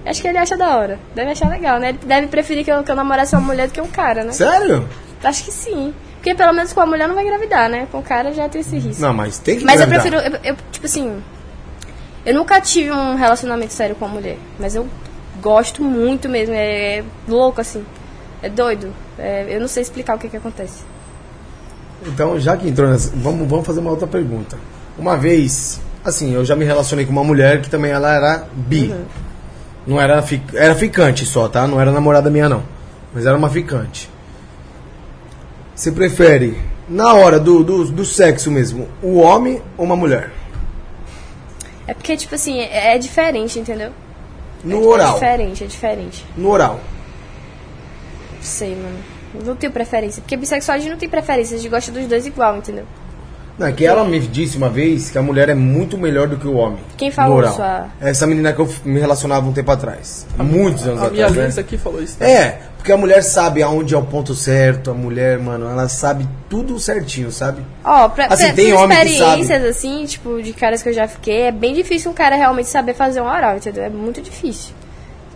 [SPEAKER 3] Acho que ele acha da hora, deve achar legal, né? Ele deve preferir que eu, que eu namorasse uma mulher do que um cara, né?
[SPEAKER 1] Sério?
[SPEAKER 3] Acho que sim. Porque pelo menos com a mulher não vai engravidar, né? Com o cara já tem esse risco.
[SPEAKER 1] Não, é mas tem que
[SPEAKER 3] mas eu
[SPEAKER 1] engravidar.
[SPEAKER 3] prefiro, eu, eu, tipo assim, eu nunca tive um relacionamento sério com a mulher, mas eu gosto muito mesmo, é, é louco assim, é doido. É, eu não sei explicar o que que acontece.
[SPEAKER 1] Então, já que entrou nessa. Vamos, vamos fazer uma outra pergunta. Uma vez, assim, eu já me relacionei com uma mulher que também ela era bi.
[SPEAKER 3] Uhum.
[SPEAKER 1] Não era, fi- era ficante só, tá? Não era namorada minha, não. Mas era uma ficante. Você prefere, na hora do, do, do sexo mesmo, o homem ou uma mulher?
[SPEAKER 3] É porque, tipo assim, é, é diferente, entendeu?
[SPEAKER 1] No oral.
[SPEAKER 3] É diferente, é diferente.
[SPEAKER 1] No oral.
[SPEAKER 3] Não sei, mano. Não tenho preferência. Porque bissexual a gente não tem preferência, a gente gosta dos dois igual, entendeu?
[SPEAKER 1] Não, é que ela me disse uma vez que a mulher é muito melhor do que o homem.
[SPEAKER 3] Quem falou
[SPEAKER 1] Moral.
[SPEAKER 3] isso, a-
[SPEAKER 1] Essa menina que eu f- me relacionava um tempo atrás. Há muitos anos
[SPEAKER 2] A minha
[SPEAKER 1] atrás. né?
[SPEAKER 2] Liz aqui falou isso. também.
[SPEAKER 1] É, porque a mulher sabe aonde é o ponto certo, a mulher, mano, ela sabe tudo certinho, sabe?
[SPEAKER 3] Ó, pra,
[SPEAKER 1] Assim,
[SPEAKER 3] pra-
[SPEAKER 1] tem
[SPEAKER 3] por
[SPEAKER 1] homem que
[SPEAKER 3] experiências, assim, tipo, de caras que eu já fiquei, é bem difícil um cara realmente saber fazer um oral, entendeu? É muito difícil.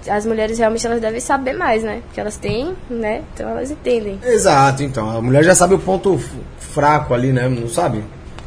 [SPEAKER 3] As mulheres realmente elas devem saber mais, né? Porque elas têm, né? Então elas entendem.
[SPEAKER 1] Exato, então. A mulher já sabe o ponto f- fraco ali, né? Não sabe?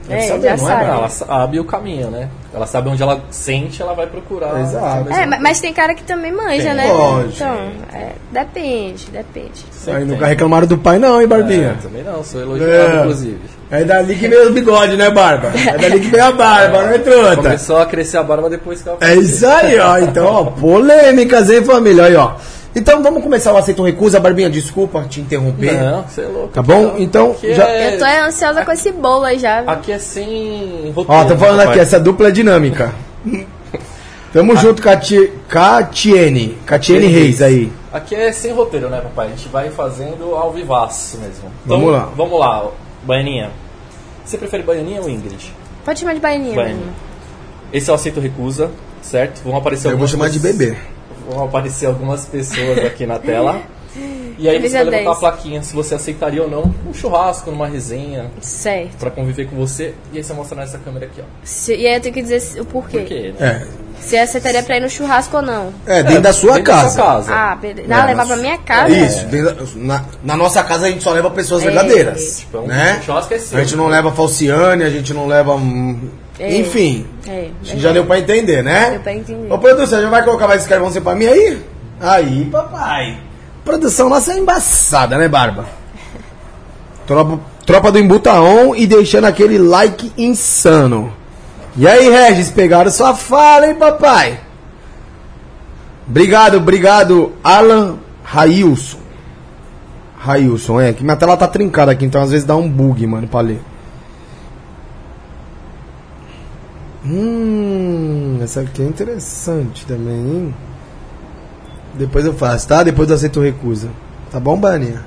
[SPEAKER 1] Tem que
[SPEAKER 3] É, já
[SPEAKER 1] não
[SPEAKER 3] sabe.
[SPEAKER 2] Não,
[SPEAKER 1] Bárbara?
[SPEAKER 2] ela sabe o caminho, né? Ela sabe onde ela sente, ela vai procurar.
[SPEAKER 1] Exato.
[SPEAKER 3] É, ma- mas tem cara que também manja,
[SPEAKER 2] Tem,
[SPEAKER 3] né?
[SPEAKER 1] lógico.
[SPEAKER 3] Então, é, depende, depende.
[SPEAKER 2] Sempre
[SPEAKER 1] Aí
[SPEAKER 2] tem.
[SPEAKER 1] nunca reclamaram do pai, não, hein, Barbinha?
[SPEAKER 2] É, também não, sou elogiado,
[SPEAKER 1] É.
[SPEAKER 2] inclusive.
[SPEAKER 1] É, dali que veio o bigode, né, Barba? É dali que veio a barba, né, truta?
[SPEAKER 2] Começou a crescer a barba depois que ela
[SPEAKER 1] É isso aí, ó. Então, ó, polêmicas, hein, família? Aí, ó. Então, vamos começar o aceito recusa, Barbinha. Desculpa te interromper.
[SPEAKER 2] Não, você é louco.
[SPEAKER 1] Tá bom? Então,
[SPEAKER 2] Aqui
[SPEAKER 1] já-
[SPEAKER 2] é-
[SPEAKER 3] Eu tô é, ansiosa com esse bolo aí já. viu?
[SPEAKER 2] Aqui é sem roteiro. né,
[SPEAKER 1] Ó, tô falando
[SPEAKER 2] papai.
[SPEAKER 1] aqui, essa dupla é dinâmica. Tamo junto, Cati... Catiene. Catiene Reis aí.
[SPEAKER 2] Aqui é sem roteiro, né, papai? A gente vai fazendo ao vivaço mesmo. Então,
[SPEAKER 1] Vamos lá.
[SPEAKER 2] Vamos lá, Baianinha. Você prefere Baianinha ou Ingrid?
[SPEAKER 3] Pode chamar de baianinha.
[SPEAKER 2] Baianinha. Esse é o aceito recusa, certo? Vão aparecer
[SPEAKER 1] Eu vou
[SPEAKER 2] algumas
[SPEAKER 1] chamar de
[SPEAKER 2] pessoas-
[SPEAKER 1] bebê.
[SPEAKER 2] Vão aparecer algumas pessoas aqui na tela. E aí você
[SPEAKER 3] Camisa
[SPEAKER 2] vai levantar a
[SPEAKER 3] 10.
[SPEAKER 2] plaquinha se você aceitaria ou não um churrasco, numa resenha,
[SPEAKER 3] Certo.
[SPEAKER 2] pra conviver com você. E aí você mostra nessa câmera aqui, ó.
[SPEAKER 3] Se- e aí eu tenho que dizer se- o porquê.
[SPEAKER 2] Por quê? né?
[SPEAKER 1] É.
[SPEAKER 3] Se aceitaria pra ir no churrasco ou não.
[SPEAKER 1] É, dentro da sua É.
[SPEAKER 2] Dentro
[SPEAKER 1] casa.
[SPEAKER 2] Da sua casa.
[SPEAKER 3] Ah, beleza. Ah, levar pra minha casa?
[SPEAKER 1] Isso, dentro da- na, na nossa casa a gente só leva pessoas
[SPEAKER 3] É, assim.
[SPEAKER 1] verdadeiras.
[SPEAKER 2] tipo, é um
[SPEAKER 1] né?
[SPEAKER 2] churrasco é seu.
[SPEAKER 1] A gente não leva falciane, a gente não leva. hum,
[SPEAKER 3] É.
[SPEAKER 1] Enfim.
[SPEAKER 3] É.
[SPEAKER 1] Acho que já deu pra entender, né?
[SPEAKER 3] Deu pra entender.
[SPEAKER 1] Ô, produção, já vai colocar mais esse carvãozinho pra mim aí? Aí, papai. Produção nossa é embaçada, né, Barba? Tropa, tropa do Embutaon e deixando aquele like insano. E aí, Regis, pegaram sua fala, hein, papai? Obrigado, obrigado, Alan Railson. Railson, é, que minha tela tá trincada aqui, então às vezes dá um bug, mano, pra ler. Hum, essa aqui é interessante também, hein? Depois eu faço, tá? Depois eu aceito recusa. Tá bom, Baninha?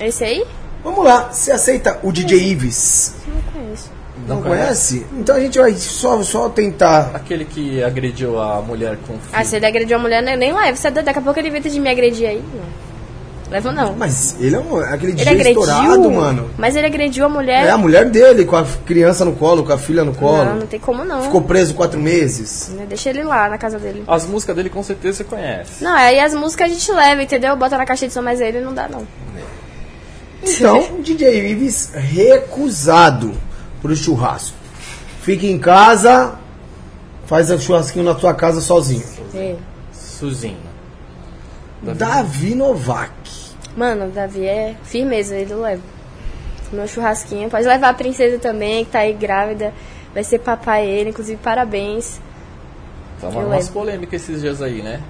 [SPEAKER 3] É Esse aí?
[SPEAKER 1] Vamos lá, você aceita o DJ Ives?
[SPEAKER 3] Não conheço.
[SPEAKER 1] Não, conhece? Então a gente vai só, só tentar.
[SPEAKER 2] Aquele que agrediu a mulher com o filho.
[SPEAKER 3] Ah, se ele agrediu uma mulher, né? nem leva. Você- Daqui a pouco ele inventa de me agredir aí. Não. Leva não.
[SPEAKER 1] Mas ele é um, aquele
[SPEAKER 3] Ele
[SPEAKER 1] DJ
[SPEAKER 3] agrediu.
[SPEAKER 1] estourado, mano.
[SPEAKER 3] Mas ele agrediu a mulher.
[SPEAKER 1] É a mulher dele, com a criança no colo, com a filha no colo.
[SPEAKER 3] Não, não tem como não. Né?
[SPEAKER 1] Ficou preso quatro meses.
[SPEAKER 3] Deixa ele lá na casa dele.
[SPEAKER 2] As músicas dele com certeza você conhece.
[SPEAKER 3] Não, é aí as músicas a gente leva, entendeu? Bota na caixa de som, mas ele não dá não.
[SPEAKER 1] Então, o DJ Ives recusado pro churrasco. Fica em casa, faz o churrasquinho na tua casa sozinho.
[SPEAKER 3] É.
[SPEAKER 2] Suzinho.
[SPEAKER 1] Davi Novak.
[SPEAKER 3] Mano, o Davi é firmeza, ele leva. Meu churrasquinho. Pode levar a princesa também, que tá aí grávida. Vai ser papai ele, inclusive parabéns.
[SPEAKER 2] Tá
[SPEAKER 3] Eu
[SPEAKER 2] umas
[SPEAKER 3] lembro.
[SPEAKER 2] polêmicas esses dias aí, né?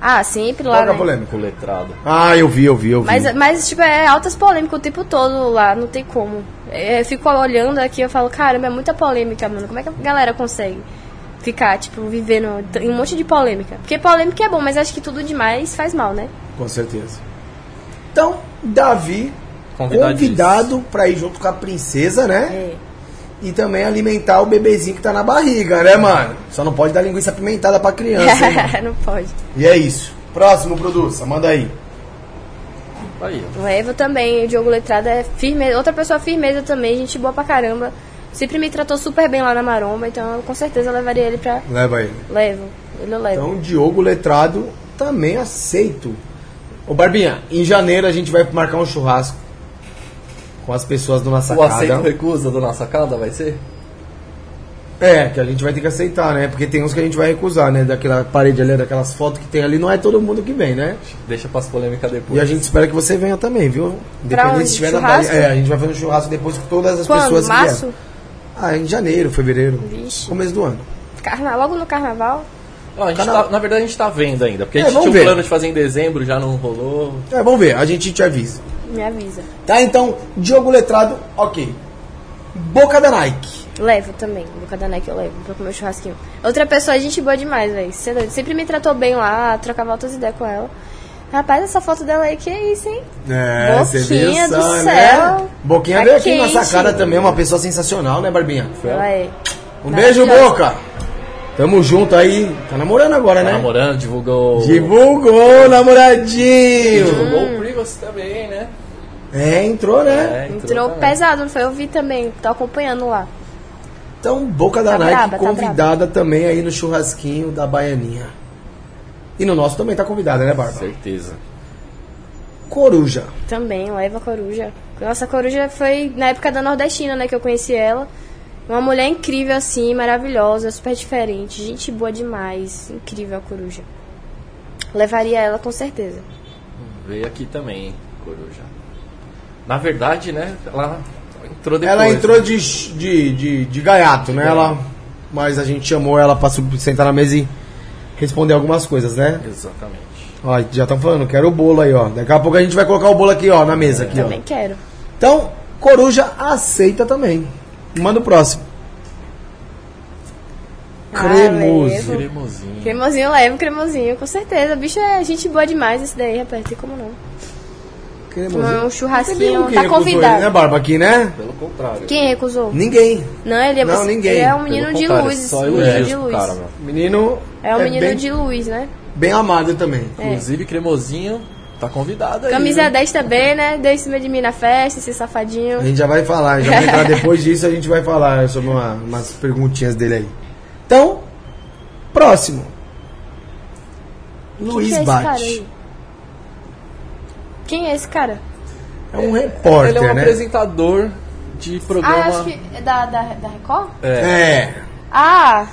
[SPEAKER 3] Ah, sempre lá,
[SPEAKER 1] Qual é a
[SPEAKER 3] né?
[SPEAKER 1] polêmica?
[SPEAKER 2] Com o letrado.
[SPEAKER 1] Ah, eu vi, eu vi, eu vi.
[SPEAKER 3] Mas, mas, tipo, é altas polêmicas o tempo todo lá, não tem como. É, eu fico olhando aqui eu falo, caramba, é muita polêmica, mano. Como é que a galera consegue ficar, tipo, vivendo t- em um monte de polêmica? Porque polêmica é bom, mas acho que tudo demais faz mal, né?
[SPEAKER 1] Com certeza. Então, Davi,
[SPEAKER 2] Convidadíssimo.
[SPEAKER 1] convidado pra ir junto com a princesa, né?
[SPEAKER 3] É.
[SPEAKER 1] E também alimentar o bebezinho que tá na barriga, né, mano? Só não pode dar linguiça pimentada pra criança, hein,
[SPEAKER 3] [LAUGHS]
[SPEAKER 1] mano?
[SPEAKER 3] não pode.
[SPEAKER 1] E é isso. Próximo, produça, manda aí.
[SPEAKER 2] Aí, ó.
[SPEAKER 3] O Evo também, o Diogo Letrada é firmeza, outra pessoa firmeza também, gente boa pra caramba. Sempre me tratou super bem lá na Maromba, então eu com certeza levaria ele pra.
[SPEAKER 1] Leva ele.
[SPEAKER 3] Levo, ele eu levo.
[SPEAKER 1] Então, Diogo Letrado também aceito. Ô, Barbinha, em janeiro a gente vai marcar um churrasco com as pessoas do Nossa
[SPEAKER 2] O aceito
[SPEAKER 1] Casa.
[SPEAKER 2] recusa do nossa casa vai ser?
[SPEAKER 1] É, que a gente vai ter que aceitar, né? Porque tem uns que a gente vai recusar, né? Daquela parede ali, daquelas fotos que tem ali, não é todo mundo que vem, né?
[SPEAKER 2] Deixa pras polêmicas depois.
[SPEAKER 1] E a gente espera que você venha também, viu?
[SPEAKER 3] Pra
[SPEAKER 1] Independente
[SPEAKER 3] onde?
[SPEAKER 1] se tiver
[SPEAKER 3] Churrasco?
[SPEAKER 1] Bahia- É, a gente vai fazer um churrasco depois que todas as
[SPEAKER 3] Quando?
[SPEAKER 1] pessoas que vieram.
[SPEAKER 3] Março?
[SPEAKER 1] Ah, em janeiro, fevereiro.
[SPEAKER 3] Vixe.
[SPEAKER 1] Começo do ano.
[SPEAKER 3] Carna... Logo no carnaval?
[SPEAKER 2] Ó, a gente
[SPEAKER 1] Cada-
[SPEAKER 2] tá- na verdade a gente tá vendo ainda, porque
[SPEAKER 1] É,
[SPEAKER 2] a gente
[SPEAKER 1] vamos
[SPEAKER 2] tinha um
[SPEAKER 1] ver.
[SPEAKER 2] plano de fazer em dezembro, já não rolou.
[SPEAKER 1] É, vamos ver, a gente te avisa.
[SPEAKER 3] Me avisa.
[SPEAKER 1] Tá, então, Diogo Letrado, ok. Boca da Nike.
[SPEAKER 3] Levo também, boca da Nike eu levo pra comer o churrasquinho. é Outra pessoa, gente boa demais, velho. Sempre me tratou bem lá, trocava altas ideias com ela. Rapaz, essa foto dela aí, que é isso, hein?
[SPEAKER 1] É, você viu
[SPEAKER 3] Boquinha
[SPEAKER 1] só, né?
[SPEAKER 3] do céu.
[SPEAKER 1] Boquinha
[SPEAKER 3] Tá
[SPEAKER 1] veio aqui
[SPEAKER 3] quente.
[SPEAKER 1] na sacada também, uma pessoa sensacional, né, Barbinha?
[SPEAKER 3] Ela é.
[SPEAKER 1] Um beijo,
[SPEAKER 3] Maravilhosa.
[SPEAKER 1] Boca! Tamo junto aí. Tá namorando agora,
[SPEAKER 2] Tá
[SPEAKER 1] né?
[SPEAKER 2] namorando, divulgou.
[SPEAKER 1] Divulgou, namoradinho!
[SPEAKER 2] Divulgou o Privacy também, né?
[SPEAKER 1] É, entrou, né?
[SPEAKER 2] É,
[SPEAKER 3] Entrou
[SPEAKER 2] também.
[SPEAKER 3] pesado, não foi? Eu vi também, tô acompanhando lá.
[SPEAKER 1] Então, Boca da
[SPEAKER 3] Tá
[SPEAKER 1] Nike
[SPEAKER 3] braba, tá
[SPEAKER 1] convidada também aí no churrasquinho da Baianinha. E no nosso também tá convidada, né, Barba?
[SPEAKER 2] Certeza.
[SPEAKER 1] Coruja.
[SPEAKER 3] Também, lá Eva Coruja. Nossa, a Coruja foi na época da Nordestina, né, que eu conheci ela. Uma mulher incrível, assim, maravilhosa, super diferente. Gente boa demais. Incrível a Coruja. Levaria ela com certeza.
[SPEAKER 2] Veio aqui também, Coruja. Na verdade, né? Ela entrou depois. né?
[SPEAKER 1] Ela entrou de, de, de, de gaiato, né? Ela, mas a gente chamou ela pra sub- sentar na mesa e responder algumas coisas, né?
[SPEAKER 2] Exatamente.
[SPEAKER 1] Ó, já estão falando, quero o bolo aí, ó. Daqui a pouco a gente vai colocar o bolo aqui, ó, na mesa aqui, ó.
[SPEAKER 3] Também quero.
[SPEAKER 1] Então, Coruja aceita também. Manda o próximo.
[SPEAKER 3] Ah,
[SPEAKER 1] Cremoso.
[SPEAKER 3] levo.
[SPEAKER 2] Cremosinho.
[SPEAKER 3] Cremosinho leva, cremosinho, com certeza. Bicho é gente boa demais esse daí, rapaz. Tem como não?
[SPEAKER 1] Cremosinho.
[SPEAKER 3] Um
[SPEAKER 1] Ninguém
[SPEAKER 3] churrasquinho,
[SPEAKER 1] que
[SPEAKER 3] tá
[SPEAKER 1] recusou Ele, né,
[SPEAKER 3] convidado.
[SPEAKER 1] Barba, aqui, né?
[SPEAKER 2] Pelo contrário.
[SPEAKER 3] Quem recusou?
[SPEAKER 1] Ninguém.
[SPEAKER 3] Não, ele é
[SPEAKER 1] Não,
[SPEAKER 3] você-
[SPEAKER 1] ninguém.
[SPEAKER 3] Ele é um
[SPEAKER 2] Pelo
[SPEAKER 3] menino de
[SPEAKER 2] contrário,
[SPEAKER 3] luz.
[SPEAKER 2] Só
[SPEAKER 3] menino de
[SPEAKER 2] elogios pro
[SPEAKER 3] luz.
[SPEAKER 2] cara, mano.
[SPEAKER 1] Menino.
[SPEAKER 3] É um menino
[SPEAKER 1] bem,
[SPEAKER 3] de luz, né? É.
[SPEAKER 1] bem amado também.
[SPEAKER 2] Inclusive, Cremosinho tá convidado aí.
[SPEAKER 3] Camisa
[SPEAKER 2] né?
[SPEAKER 3] 10 também, né? Deu em cima de mim na festa, esse safadinho.
[SPEAKER 1] A gente já vai falar, já vai
[SPEAKER 3] [LAUGHS]
[SPEAKER 1] entrar depois disso, a gente vai falar sobre uma- umas perguntinhas dele aí. Então, próximo.
[SPEAKER 3] Quem que
[SPEAKER 1] Luiz
[SPEAKER 3] é esse cara
[SPEAKER 1] Bate.
[SPEAKER 3] aí? Quem é esse cara?
[SPEAKER 1] É um repórter,
[SPEAKER 2] Ele é um
[SPEAKER 1] né?
[SPEAKER 2] apresentador de
[SPEAKER 3] Ah,
[SPEAKER 2] programa.
[SPEAKER 3] acho que é da, da, da Record?
[SPEAKER 2] É,
[SPEAKER 1] É,
[SPEAKER 3] Ah,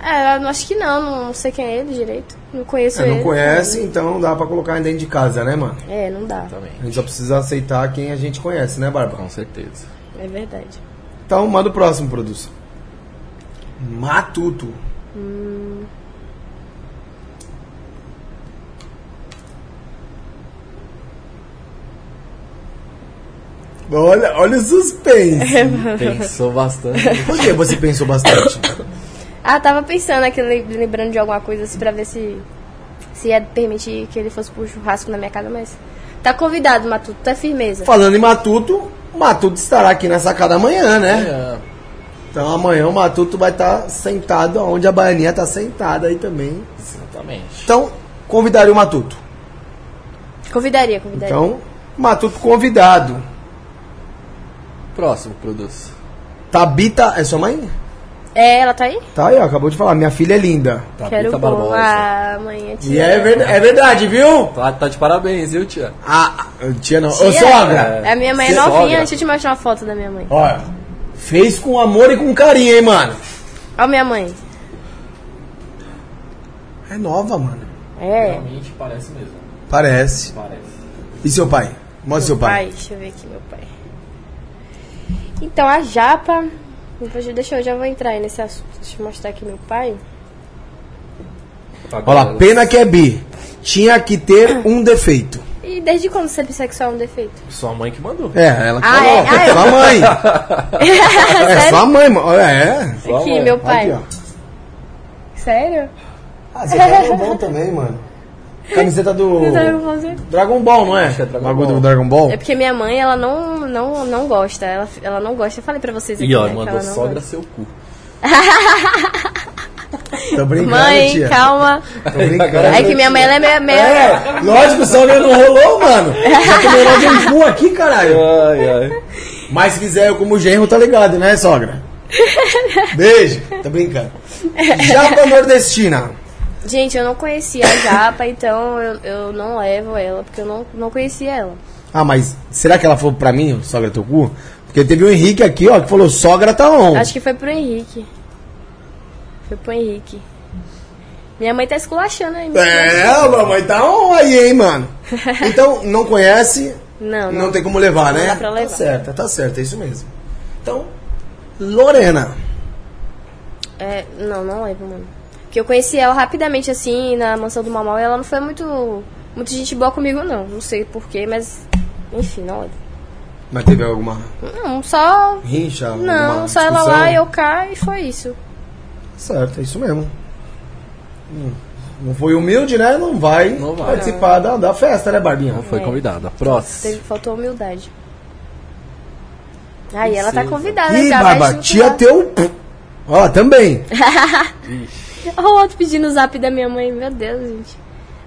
[SPEAKER 3] é, eu não- acho que não, não sei quem é ele direito. Não conheço
[SPEAKER 1] você
[SPEAKER 3] ele.
[SPEAKER 1] É, não conhece, então dá pra colocar dentro de casa, né, mano?
[SPEAKER 3] É, não dá.
[SPEAKER 1] A
[SPEAKER 2] também.
[SPEAKER 1] gente só precisa aceitar quem a gente conhece, né, Barba?
[SPEAKER 2] Com
[SPEAKER 3] [LAUGHS]
[SPEAKER 2] certeza.
[SPEAKER 3] É verdade.
[SPEAKER 1] Então, manda o próximo, produção. Matuto. Hum. Olha, olha o
[SPEAKER 2] [LAUGHS]
[SPEAKER 1] suspense.
[SPEAKER 2] Pensou bastante.
[SPEAKER 1] Por que você pensou bastante?
[SPEAKER 3] Ah, tava pensando aqui, le- lembrando de alguma coisa assim, pra ver se, se ia permitir que ele fosse pro churrasco na minha casa, mas. Tá convidado, Matuto, tu é firmeza.
[SPEAKER 1] Falando em Matuto, Matuto estará aqui na sacada amanhã, né?
[SPEAKER 2] É,
[SPEAKER 1] Então amanhã o Matuto vai estar sentado onde a Baianinha está sentada aí também.
[SPEAKER 2] exatamente.
[SPEAKER 1] Então, convidaria o Matuto.
[SPEAKER 3] Convidaria, convidaria.
[SPEAKER 1] Então, Matuto convidado.
[SPEAKER 2] Próximo, produz.
[SPEAKER 1] Tabita, é sua mãe?
[SPEAKER 3] É, ela tá aí?
[SPEAKER 1] Tá aí, ó, acabou de falar. Minha filha é linda.
[SPEAKER 3] Quero
[SPEAKER 2] Tabita
[SPEAKER 3] o bolo.
[SPEAKER 2] Tá, Barbosa.
[SPEAKER 3] Ah, amanhã te
[SPEAKER 1] E é,
[SPEAKER 3] amo.
[SPEAKER 1] verda- é verdade, viu?
[SPEAKER 2] Tá, tá de parabéns, viu, tia?
[SPEAKER 1] A, a- tia não. Ô,
[SPEAKER 3] Tia,
[SPEAKER 1] sogra!
[SPEAKER 3] É, a minha mãe é
[SPEAKER 1] Tia-
[SPEAKER 3] novinha,
[SPEAKER 2] sogra.
[SPEAKER 3] deixa eu te mostrar uma foto da minha mãe. Ó,
[SPEAKER 1] Olha, fez com amor e com carinho, hein, mano?
[SPEAKER 3] minha mãe.
[SPEAKER 1] É nova, mano.
[SPEAKER 3] É.
[SPEAKER 2] Realmente parece mesmo.
[SPEAKER 1] Parece.
[SPEAKER 2] Parece.
[SPEAKER 1] E seu pai? Mostra seu
[SPEAKER 3] Pai,
[SPEAKER 1] pai.
[SPEAKER 3] deixa eu ver aqui meu pai. Então a japa. Depois eu- Deixa eu já vou entrar aí nesse assunto. Deixa eu mostrar aqui meu pai.
[SPEAKER 1] Olha lá, pena que é bi. Tinha que ter um defeito.
[SPEAKER 3] E desde quando ser bissexual é um defeito? [LAUGHS]
[SPEAKER 2] Sua mãe que mandou.
[SPEAKER 1] É, ela que
[SPEAKER 3] Ah,
[SPEAKER 1] falou.
[SPEAKER 3] é? Ah, é?
[SPEAKER 1] sua mãe. [LAUGHS]
[SPEAKER 3] [LAUGHS]
[SPEAKER 1] É sua mãe, mano. É.
[SPEAKER 2] Sua
[SPEAKER 3] aqui,
[SPEAKER 2] mãe.
[SPEAKER 3] meu
[SPEAKER 1] Aqui,
[SPEAKER 3] pai.
[SPEAKER 1] ó.
[SPEAKER 3] Sério?
[SPEAKER 1] Ah, seu pai é bom também, mano. Camiseta do.
[SPEAKER 3] Então eu vou fazer.
[SPEAKER 1] Dragon Ball, não é?
[SPEAKER 2] Acho que é Dragon
[SPEAKER 1] Bagulho
[SPEAKER 2] Ball.
[SPEAKER 1] do Dragon Ball.
[SPEAKER 3] É porque minha mãe, ela não, não, não gosta. Ela, ela não gosta. Eu falei pra vocês aqui,
[SPEAKER 2] E ó,
[SPEAKER 3] né, que
[SPEAKER 2] mandou
[SPEAKER 3] ela não
[SPEAKER 2] sogra
[SPEAKER 3] gosta.
[SPEAKER 2] seu cu.
[SPEAKER 1] Tô brincando,
[SPEAKER 3] Mãe,
[SPEAKER 1] tia.
[SPEAKER 3] calma.
[SPEAKER 1] Tô brincando.
[SPEAKER 2] Agora
[SPEAKER 3] É que minha mãe, ela é meio... meio-
[SPEAKER 1] É, lógico, sogra não rolou, mano. Já comeu lá de um cu aqui, caralho.
[SPEAKER 2] Ai, ai.
[SPEAKER 1] Mas se quiser, eu como genro, tá ligado, né, sogra? Beijo. Tô brincando. Japa nordestina.
[SPEAKER 3] Gente, eu não conhecia a japa, então eu, eu não levo ela, porque eu não, não conhecia ela.
[SPEAKER 1] Ah, mas será que ela falou pra mim, sogra teu cu? Porque teve o Henrique aqui, ó, que falou, sogra tá on.
[SPEAKER 3] Acho que foi pro Henrique. Foi pro Henrique. Minha mãe tá esculachando aí. me
[SPEAKER 1] É, a mamãe tá on aí, hein,
[SPEAKER 3] [LAUGHS]
[SPEAKER 1] mano. Então, não conhece,
[SPEAKER 3] Não,
[SPEAKER 1] não
[SPEAKER 3] não.
[SPEAKER 1] tem como levar, né?
[SPEAKER 3] dá pra levar.
[SPEAKER 1] Tá certo, tá certo, é isso mesmo. Então, Lorena.
[SPEAKER 3] É, não, não levo, mano. Porque eu conheci ela rapidamente, assim, na mansão do Mamal, e ela não foi muito, muito gente boa comigo, não. Não sei porquê, mas... Enfim, não levo.
[SPEAKER 1] Mas teve alguma
[SPEAKER 3] Não, só...
[SPEAKER 1] rincha?
[SPEAKER 3] Não,
[SPEAKER 1] alguma
[SPEAKER 3] só ela
[SPEAKER 1] discussão?
[SPEAKER 3] lá, eu cá, e foi isso.
[SPEAKER 1] Certo, é isso mesmo. Não foi humilde, né? Não vai,
[SPEAKER 2] Não vai.
[SPEAKER 1] participar Da, da festa, né, Barbinha?
[SPEAKER 2] Não foi
[SPEAKER 3] É.
[SPEAKER 2] convidada.
[SPEAKER 3] Teve-
[SPEAKER 2] Próximo.
[SPEAKER 3] faltou humildade. Aí ela tá
[SPEAKER 2] Princesa.
[SPEAKER 3] convidada
[SPEAKER 1] Ih,
[SPEAKER 3] já.
[SPEAKER 1] Barba,
[SPEAKER 3] mas
[SPEAKER 1] tia
[SPEAKER 3] não-
[SPEAKER 1] teu. Ó, também.
[SPEAKER 3] [LAUGHS] Olha o outro pedindo o zap da minha mãe. Meu Deus, gente.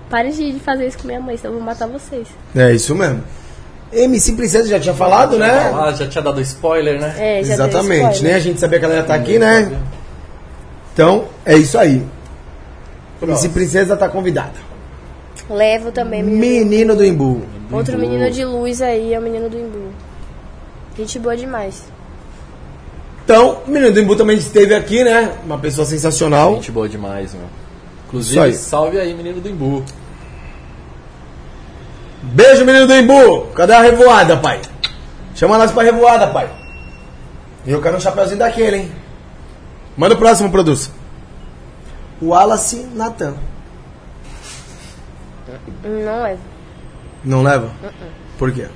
[SPEAKER 3] Parem de de fazer isso com minha mãe, senão eu vou matar vocês.
[SPEAKER 1] É isso mesmo. MC Princesa já tinha falado, né?
[SPEAKER 2] Ah, já tinha dado spoiler, né?
[SPEAKER 3] É, já deu
[SPEAKER 1] Exatamente,
[SPEAKER 3] spoiler.
[SPEAKER 1] né? A gente sabia que ela ia estar aqui, né? Então, é isso aí. MC Princesa tá convidada.
[SPEAKER 3] Levo também, menino.
[SPEAKER 1] Menino do Imbu.
[SPEAKER 3] Outro
[SPEAKER 1] Uhum.
[SPEAKER 3] menino de luz aí é o menino do Imbu. Gente boa demais.
[SPEAKER 1] Então, Menino do Imbu também esteve aqui, né? Uma pessoa sensacional.
[SPEAKER 2] Gente boa demais, meu.
[SPEAKER 1] Isso
[SPEAKER 2] Inclusive,
[SPEAKER 1] aí.
[SPEAKER 2] salve aí, menino do Imbu.
[SPEAKER 1] Beijo, menino do Imbu! Cadê a revoada, pai? Chama nós pra revoada, pai. E eu quero um chapeuzinho daquele, hein? Manda o próximo, produção. Wallace Natan.
[SPEAKER 3] Hum, Não é. levo.
[SPEAKER 1] Não leva?
[SPEAKER 3] Uh-uh.
[SPEAKER 1] Por quê?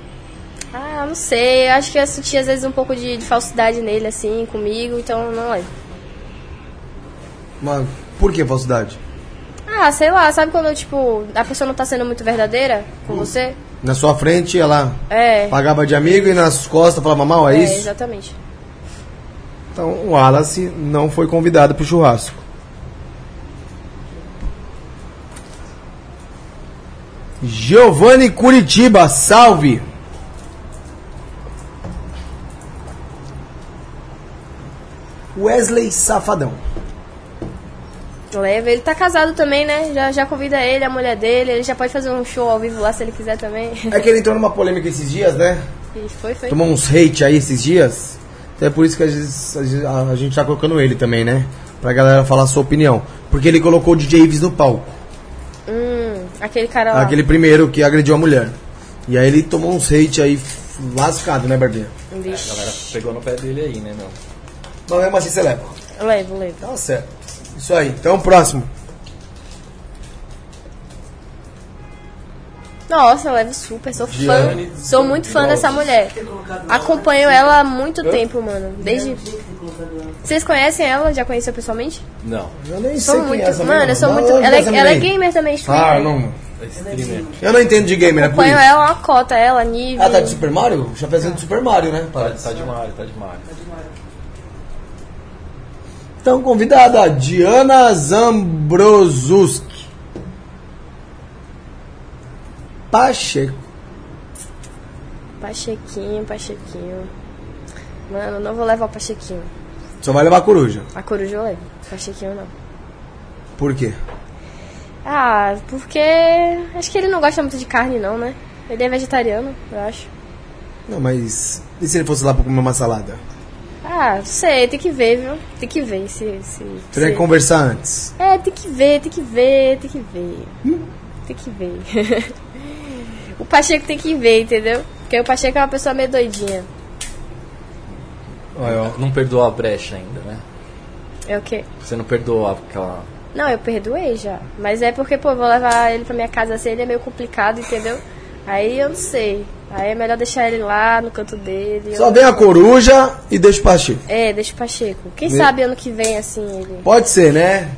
[SPEAKER 3] Ah, eu não sei. Eu acho que eu senti às vezes um pouco de, de falsidade nele, assim, comigo, então não levo.
[SPEAKER 1] Mano, por que falsidade?
[SPEAKER 3] Ah, sei lá, sabe quando, tipo, a pessoa não tá sendo muito verdadeira com
[SPEAKER 1] Hum.
[SPEAKER 3] você?
[SPEAKER 1] Na sua frente ela
[SPEAKER 3] É.
[SPEAKER 1] pagava de amigo e nas costas falava mal, é,
[SPEAKER 3] é,
[SPEAKER 1] isso?
[SPEAKER 3] exatamente.
[SPEAKER 1] Então o Wallace não foi convidado pro churrasco. Giovanni Curitiba, salve! Wesley Safadão.
[SPEAKER 3] Leva. Ele tá casado também, né? Já, já convida ele, a mulher dele. Ele já pode fazer um show ao vivo lá se ele quiser também. [LAUGHS]
[SPEAKER 1] É que ele entrou numa polêmica esses dias, né?
[SPEAKER 3] E foi, foi.
[SPEAKER 1] Tomou uns hate aí esses dias. Então é por isso que às vezes a gente- a gente tá colocando ele também, né? Pra galera falar a sua opinião. Porque ele colocou o DJ Ives no palco.
[SPEAKER 3] Hum, aquele cara lá.
[SPEAKER 1] Aquele primeiro que agrediu a mulher. E aí ele tomou uns hate aí f- lascado, né, Barbinha?
[SPEAKER 2] A
[SPEAKER 3] Vixe.
[SPEAKER 2] galera pegou no pé dele aí, né, meu?
[SPEAKER 1] Não, mesmo assim você leva.
[SPEAKER 3] Levo, levo.
[SPEAKER 1] Tá certo. Isso aí. Então, próximo.
[SPEAKER 3] Nossa, eu levo super, sou
[SPEAKER 2] Diane
[SPEAKER 3] fã. Sou muito fã
[SPEAKER 2] Lopes.
[SPEAKER 3] dessa mulher. Acompanho ela há muito tempo, mano. Desde. Vocês conhecem ela? Já conheceu pessoalmente?
[SPEAKER 2] Não.
[SPEAKER 1] Eu nem
[SPEAKER 3] Sou
[SPEAKER 1] sei quem
[SPEAKER 3] muito.
[SPEAKER 1] é essa
[SPEAKER 3] mano,
[SPEAKER 1] menina.
[SPEAKER 3] eu sou
[SPEAKER 1] Da
[SPEAKER 3] muito.
[SPEAKER 1] onde
[SPEAKER 3] Ela é,
[SPEAKER 1] essa
[SPEAKER 3] ela é
[SPEAKER 1] menina?
[SPEAKER 3] gamer também, streamer.
[SPEAKER 1] Ah, eu não.
[SPEAKER 2] É streamer.
[SPEAKER 1] Eu não entendo de gamer, é por
[SPEAKER 3] Acompanho
[SPEAKER 1] isso.
[SPEAKER 3] ela, uma cota, ela, nível.
[SPEAKER 1] Ah, tá de Super Mario? Chapeuzinho de Super Mario, né?
[SPEAKER 2] Tá,
[SPEAKER 1] Parece.
[SPEAKER 2] tá de Mario, tá de Mario.
[SPEAKER 1] Então, convidada, Diana Zambrosuski. Pacheco.
[SPEAKER 3] Pachequinho, Pachequinho. Mano, não vou levar o Pachequinho.
[SPEAKER 1] Só vai levar coruja.
[SPEAKER 3] A coruja eu levo. Pachequinho não.
[SPEAKER 1] Por quê?
[SPEAKER 3] Ah, porque. Acho que ele não gosta muito de carne, não, né? Ele é vegetariano, eu acho.
[SPEAKER 1] Não, mas. E se ele fosse lá pra comer uma salada?
[SPEAKER 3] Ah, não sei, tem que ver, viu? Tem que ver se. se,
[SPEAKER 1] Teria
[SPEAKER 3] se-
[SPEAKER 1] que conversar antes.
[SPEAKER 3] É, tem que ver, tem que ver, tem que ver. Tem que ver. [LAUGHS] o Pacheco tem que ver, entendeu? Porque o Pacheco é uma pessoa meio doidinha.
[SPEAKER 1] Olha, ó.
[SPEAKER 2] Não perdoou a brecha ainda, né?
[SPEAKER 3] É o quê?
[SPEAKER 2] Você não perdoou aquela.
[SPEAKER 3] Não, eu perdoei já. Mas é porque, pô, eu vou levar ele pra minha casa assim, ele é meio complicado, entendeu? Aí eu não sei. Aí é melhor deixar ele lá no canto dele. eu-
[SPEAKER 1] Só vem a coruja e deixa o Pacheco.
[SPEAKER 3] É, deixa o Pacheco. Quem
[SPEAKER 1] Vê-
[SPEAKER 3] sabe ano que vem, assim, ele.
[SPEAKER 1] Pode ser, né?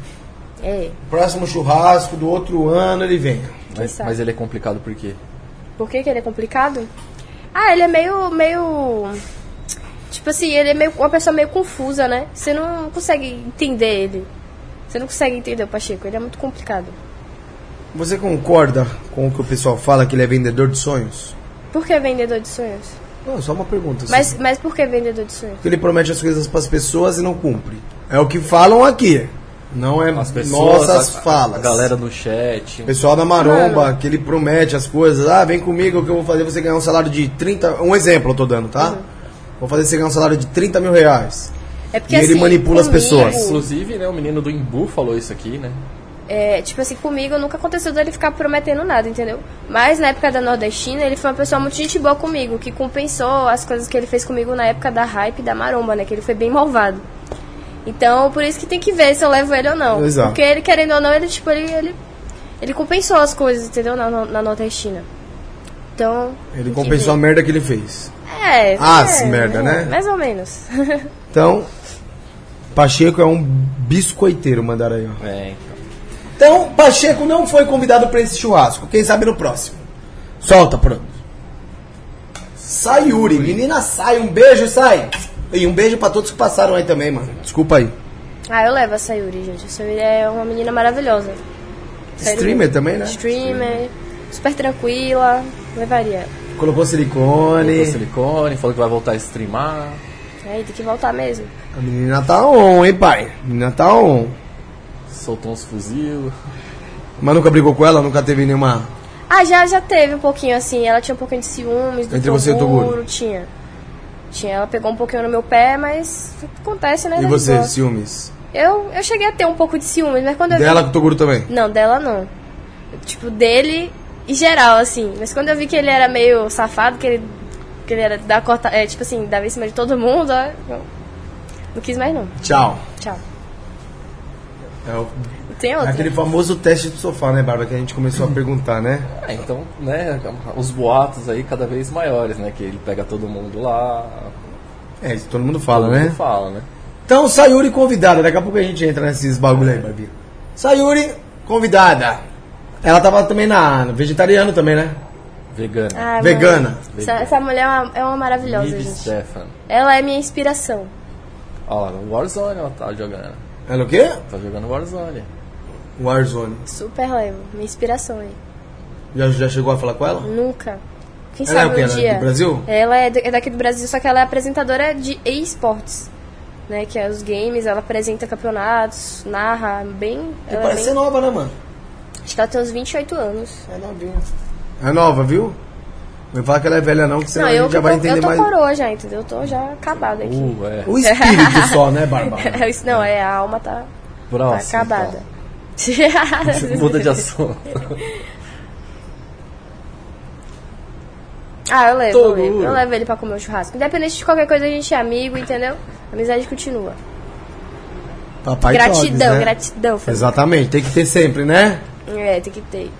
[SPEAKER 3] É,
[SPEAKER 1] Próximo churrasco do outro ano ele vem.
[SPEAKER 2] Mas,
[SPEAKER 3] sabe?
[SPEAKER 2] mas ele é complicado por quê?
[SPEAKER 3] Por que, que ele é complicado? Ah, ele é meio. meio. Tipo assim, ele é meio, uma pessoa meio confusa, né? Você não consegue entender ele. Você não consegue entender o Pacheco, ele é muito complicado.
[SPEAKER 1] Você concorda com o que o pessoal fala que ele é vendedor de sonhos?
[SPEAKER 3] Por que vendedor de sonhos?
[SPEAKER 1] Não, só uma pergunta. assim.
[SPEAKER 3] Mas, mas por que vendedor de sonhos?
[SPEAKER 1] Porque ele promete as coisas pras pessoas e não cumpre. É o que falam aqui. Não é nossas
[SPEAKER 2] a- a-
[SPEAKER 1] falas.
[SPEAKER 2] A galera no chat.
[SPEAKER 1] O pessoal da maromba,
[SPEAKER 3] Mano.
[SPEAKER 1] que ele promete as coisas. Ah, vem comigo que eu vou fazer você ganhar um salário de 30... Um exemplo eu tô dando, tá? Vou fazer você ganhar um salário de 30 mil reais.
[SPEAKER 3] É porque
[SPEAKER 1] E ele manipula as pessoas.
[SPEAKER 2] Inclusive, né, o menino do Imbu falou isso aqui, né?
[SPEAKER 3] É, tipo assim, comigo nunca aconteceu dele ficar prometendo nada, entendeu? Mas na época da Nordestina, ele foi uma pessoa muito gente boa comigo, que compensou as coisas que ele fez comigo na época da hype e da maromba, né? Que ele foi bem malvado. Então, por isso que tem que ver se eu levo ele ou não.
[SPEAKER 1] Exato.
[SPEAKER 3] Porque ele, querendo ou não, ele, tipo, ele, ele, ele compensou as coisas, entendeu? Na, na, na Nordestina. Então.
[SPEAKER 1] Ele
[SPEAKER 3] tem que
[SPEAKER 1] compensou a
[SPEAKER 3] ver.
[SPEAKER 1] merda que ele fez.
[SPEAKER 3] É.
[SPEAKER 1] As
[SPEAKER 3] é,
[SPEAKER 1] merda,
[SPEAKER 3] é,
[SPEAKER 1] né?
[SPEAKER 3] Mais ou menos.
[SPEAKER 1] Então, Pacheco é um biscoiteiro, mandaram aí, ó.
[SPEAKER 2] É, então.
[SPEAKER 1] Então, Pacheco não foi convidado para esse churrasco. Quem sabe no próximo. Solta, pronto. Sai, Yuri. Menina, sai. Um beijo, sai. E um beijo para todos que passaram aí também, mano. Desculpa aí.
[SPEAKER 3] Ah, eu levo a Sayuri, gente. A Sayuri é uma menina maravilhosa. Sayuri-
[SPEAKER 1] Streamer também, né?
[SPEAKER 3] Streamer, super tranquila, levaria.
[SPEAKER 1] Colocou
[SPEAKER 2] Colocou
[SPEAKER 1] silicone.
[SPEAKER 2] silicone, falou que vai voltar a streamar.
[SPEAKER 3] Aí tem que voltar mesmo.
[SPEAKER 1] A menina tá on, hein, pai? A menina tá on.
[SPEAKER 2] Soltou uns fuzil.
[SPEAKER 1] Mas nunca brigou com ela? Nunca teve nenhuma.
[SPEAKER 3] Ah, já, já teve um pouquinho, assim. Ela tinha um pouquinho de ciúmes. Do
[SPEAKER 1] Entre você e o
[SPEAKER 3] Toguro,
[SPEAKER 1] Toguro?
[SPEAKER 3] Tinha. Tinha. Ela pegou um pouquinho no meu pé, mas acontece, né?
[SPEAKER 1] E
[SPEAKER 3] da
[SPEAKER 1] você,
[SPEAKER 3] vida.
[SPEAKER 1] ciúmes?
[SPEAKER 3] Eu, eu cheguei a ter um pouco de ciúmes, mas quando eu
[SPEAKER 1] Dela com o Toguro também.
[SPEAKER 3] vi... Não, dela não. Tipo, dele e geral, assim. Mas quando eu vi que ele era meio safado, que ele, que ele era da corta... É, tipo assim, dava em cima de todo mundo, ó, eu não quis mais não.
[SPEAKER 1] Tchau.
[SPEAKER 3] Tchau.
[SPEAKER 1] É o-
[SPEAKER 3] Tem outra?
[SPEAKER 1] aquele famoso teste do sofá, né, Bárbara? Que a gente começou a perguntar, né?
[SPEAKER 2] Ah, então, né, os boatos aí cada vez maiores, né? Que ele pega todo mundo lá.
[SPEAKER 1] É, isso todo mundo fala,
[SPEAKER 2] todo
[SPEAKER 1] né?
[SPEAKER 2] mundo fala, né?
[SPEAKER 1] Então, Sayuri convidada. Daqui a pouco a gente entra nesses bagulho aí, Barbinha. Sayuri convidada. Ela tava também na vegetariana também, né?
[SPEAKER 2] Vegano.
[SPEAKER 3] Ah, mano.
[SPEAKER 1] Vegana.
[SPEAKER 3] Essa, essa mulher é uma, é uma maravilhosa,
[SPEAKER 2] Lib
[SPEAKER 3] gente.
[SPEAKER 2] Stefan.
[SPEAKER 3] Ela é minha inspiração.
[SPEAKER 2] Ó, lá, Warzone ela tá jogando.
[SPEAKER 1] Ela é o quê?
[SPEAKER 2] Tá jogando Warzone.
[SPEAKER 1] Warzone.
[SPEAKER 3] Super levo. Minha inspiração aí.
[SPEAKER 1] Já, já chegou a falar com ela?
[SPEAKER 3] Nunca. Quem
[SPEAKER 1] Ela é o
[SPEAKER 3] sabe
[SPEAKER 1] quê?
[SPEAKER 3] um
[SPEAKER 1] Ela é
[SPEAKER 3] dia.
[SPEAKER 1] do Brasil?
[SPEAKER 3] Ela é, do- é daqui do Brasil, só que ela é apresentadora de e-sports. Né, que é os games, ela apresenta campeonatos, narra, bem.
[SPEAKER 1] Ela
[SPEAKER 3] Ela é
[SPEAKER 1] parece ser
[SPEAKER 3] bem
[SPEAKER 1] nova, né, mano?
[SPEAKER 3] acho que ela tá tem uns 28 anos.
[SPEAKER 1] É novinha. É nova, viu? Não fala que ela é velha, não, que senão
[SPEAKER 3] não,
[SPEAKER 1] a
[SPEAKER 3] eu,
[SPEAKER 1] gente
[SPEAKER 3] que
[SPEAKER 1] já vai
[SPEAKER 3] tô,
[SPEAKER 1] entender
[SPEAKER 3] eu tô
[SPEAKER 1] mais.
[SPEAKER 3] coroa já, entendeu? Eu tô já acabada aqui.
[SPEAKER 2] Uh, é.
[SPEAKER 1] O espírito só, né, Bárbara?
[SPEAKER 3] [LAUGHS] É isso, não, é a alma tá,
[SPEAKER 1] Uh,
[SPEAKER 3] tá
[SPEAKER 2] Próximo.
[SPEAKER 1] então.
[SPEAKER 3] acabada.
[SPEAKER 2] então. Muda de assunto.
[SPEAKER 3] [LAUGHS] ah, eu levo, eu
[SPEAKER 2] Todo
[SPEAKER 3] levo. Eu
[SPEAKER 2] mundo.
[SPEAKER 3] levo ele pra comer um churrasco. Independente de qualquer coisa, a gente é amigo, entendeu? A amizade continua.
[SPEAKER 1] Papai Togs,
[SPEAKER 3] gratidão,
[SPEAKER 1] né?
[SPEAKER 3] gratidão. Fernando.
[SPEAKER 1] Exatamente, tem que ter sempre, né?
[SPEAKER 3] É, tem que ter.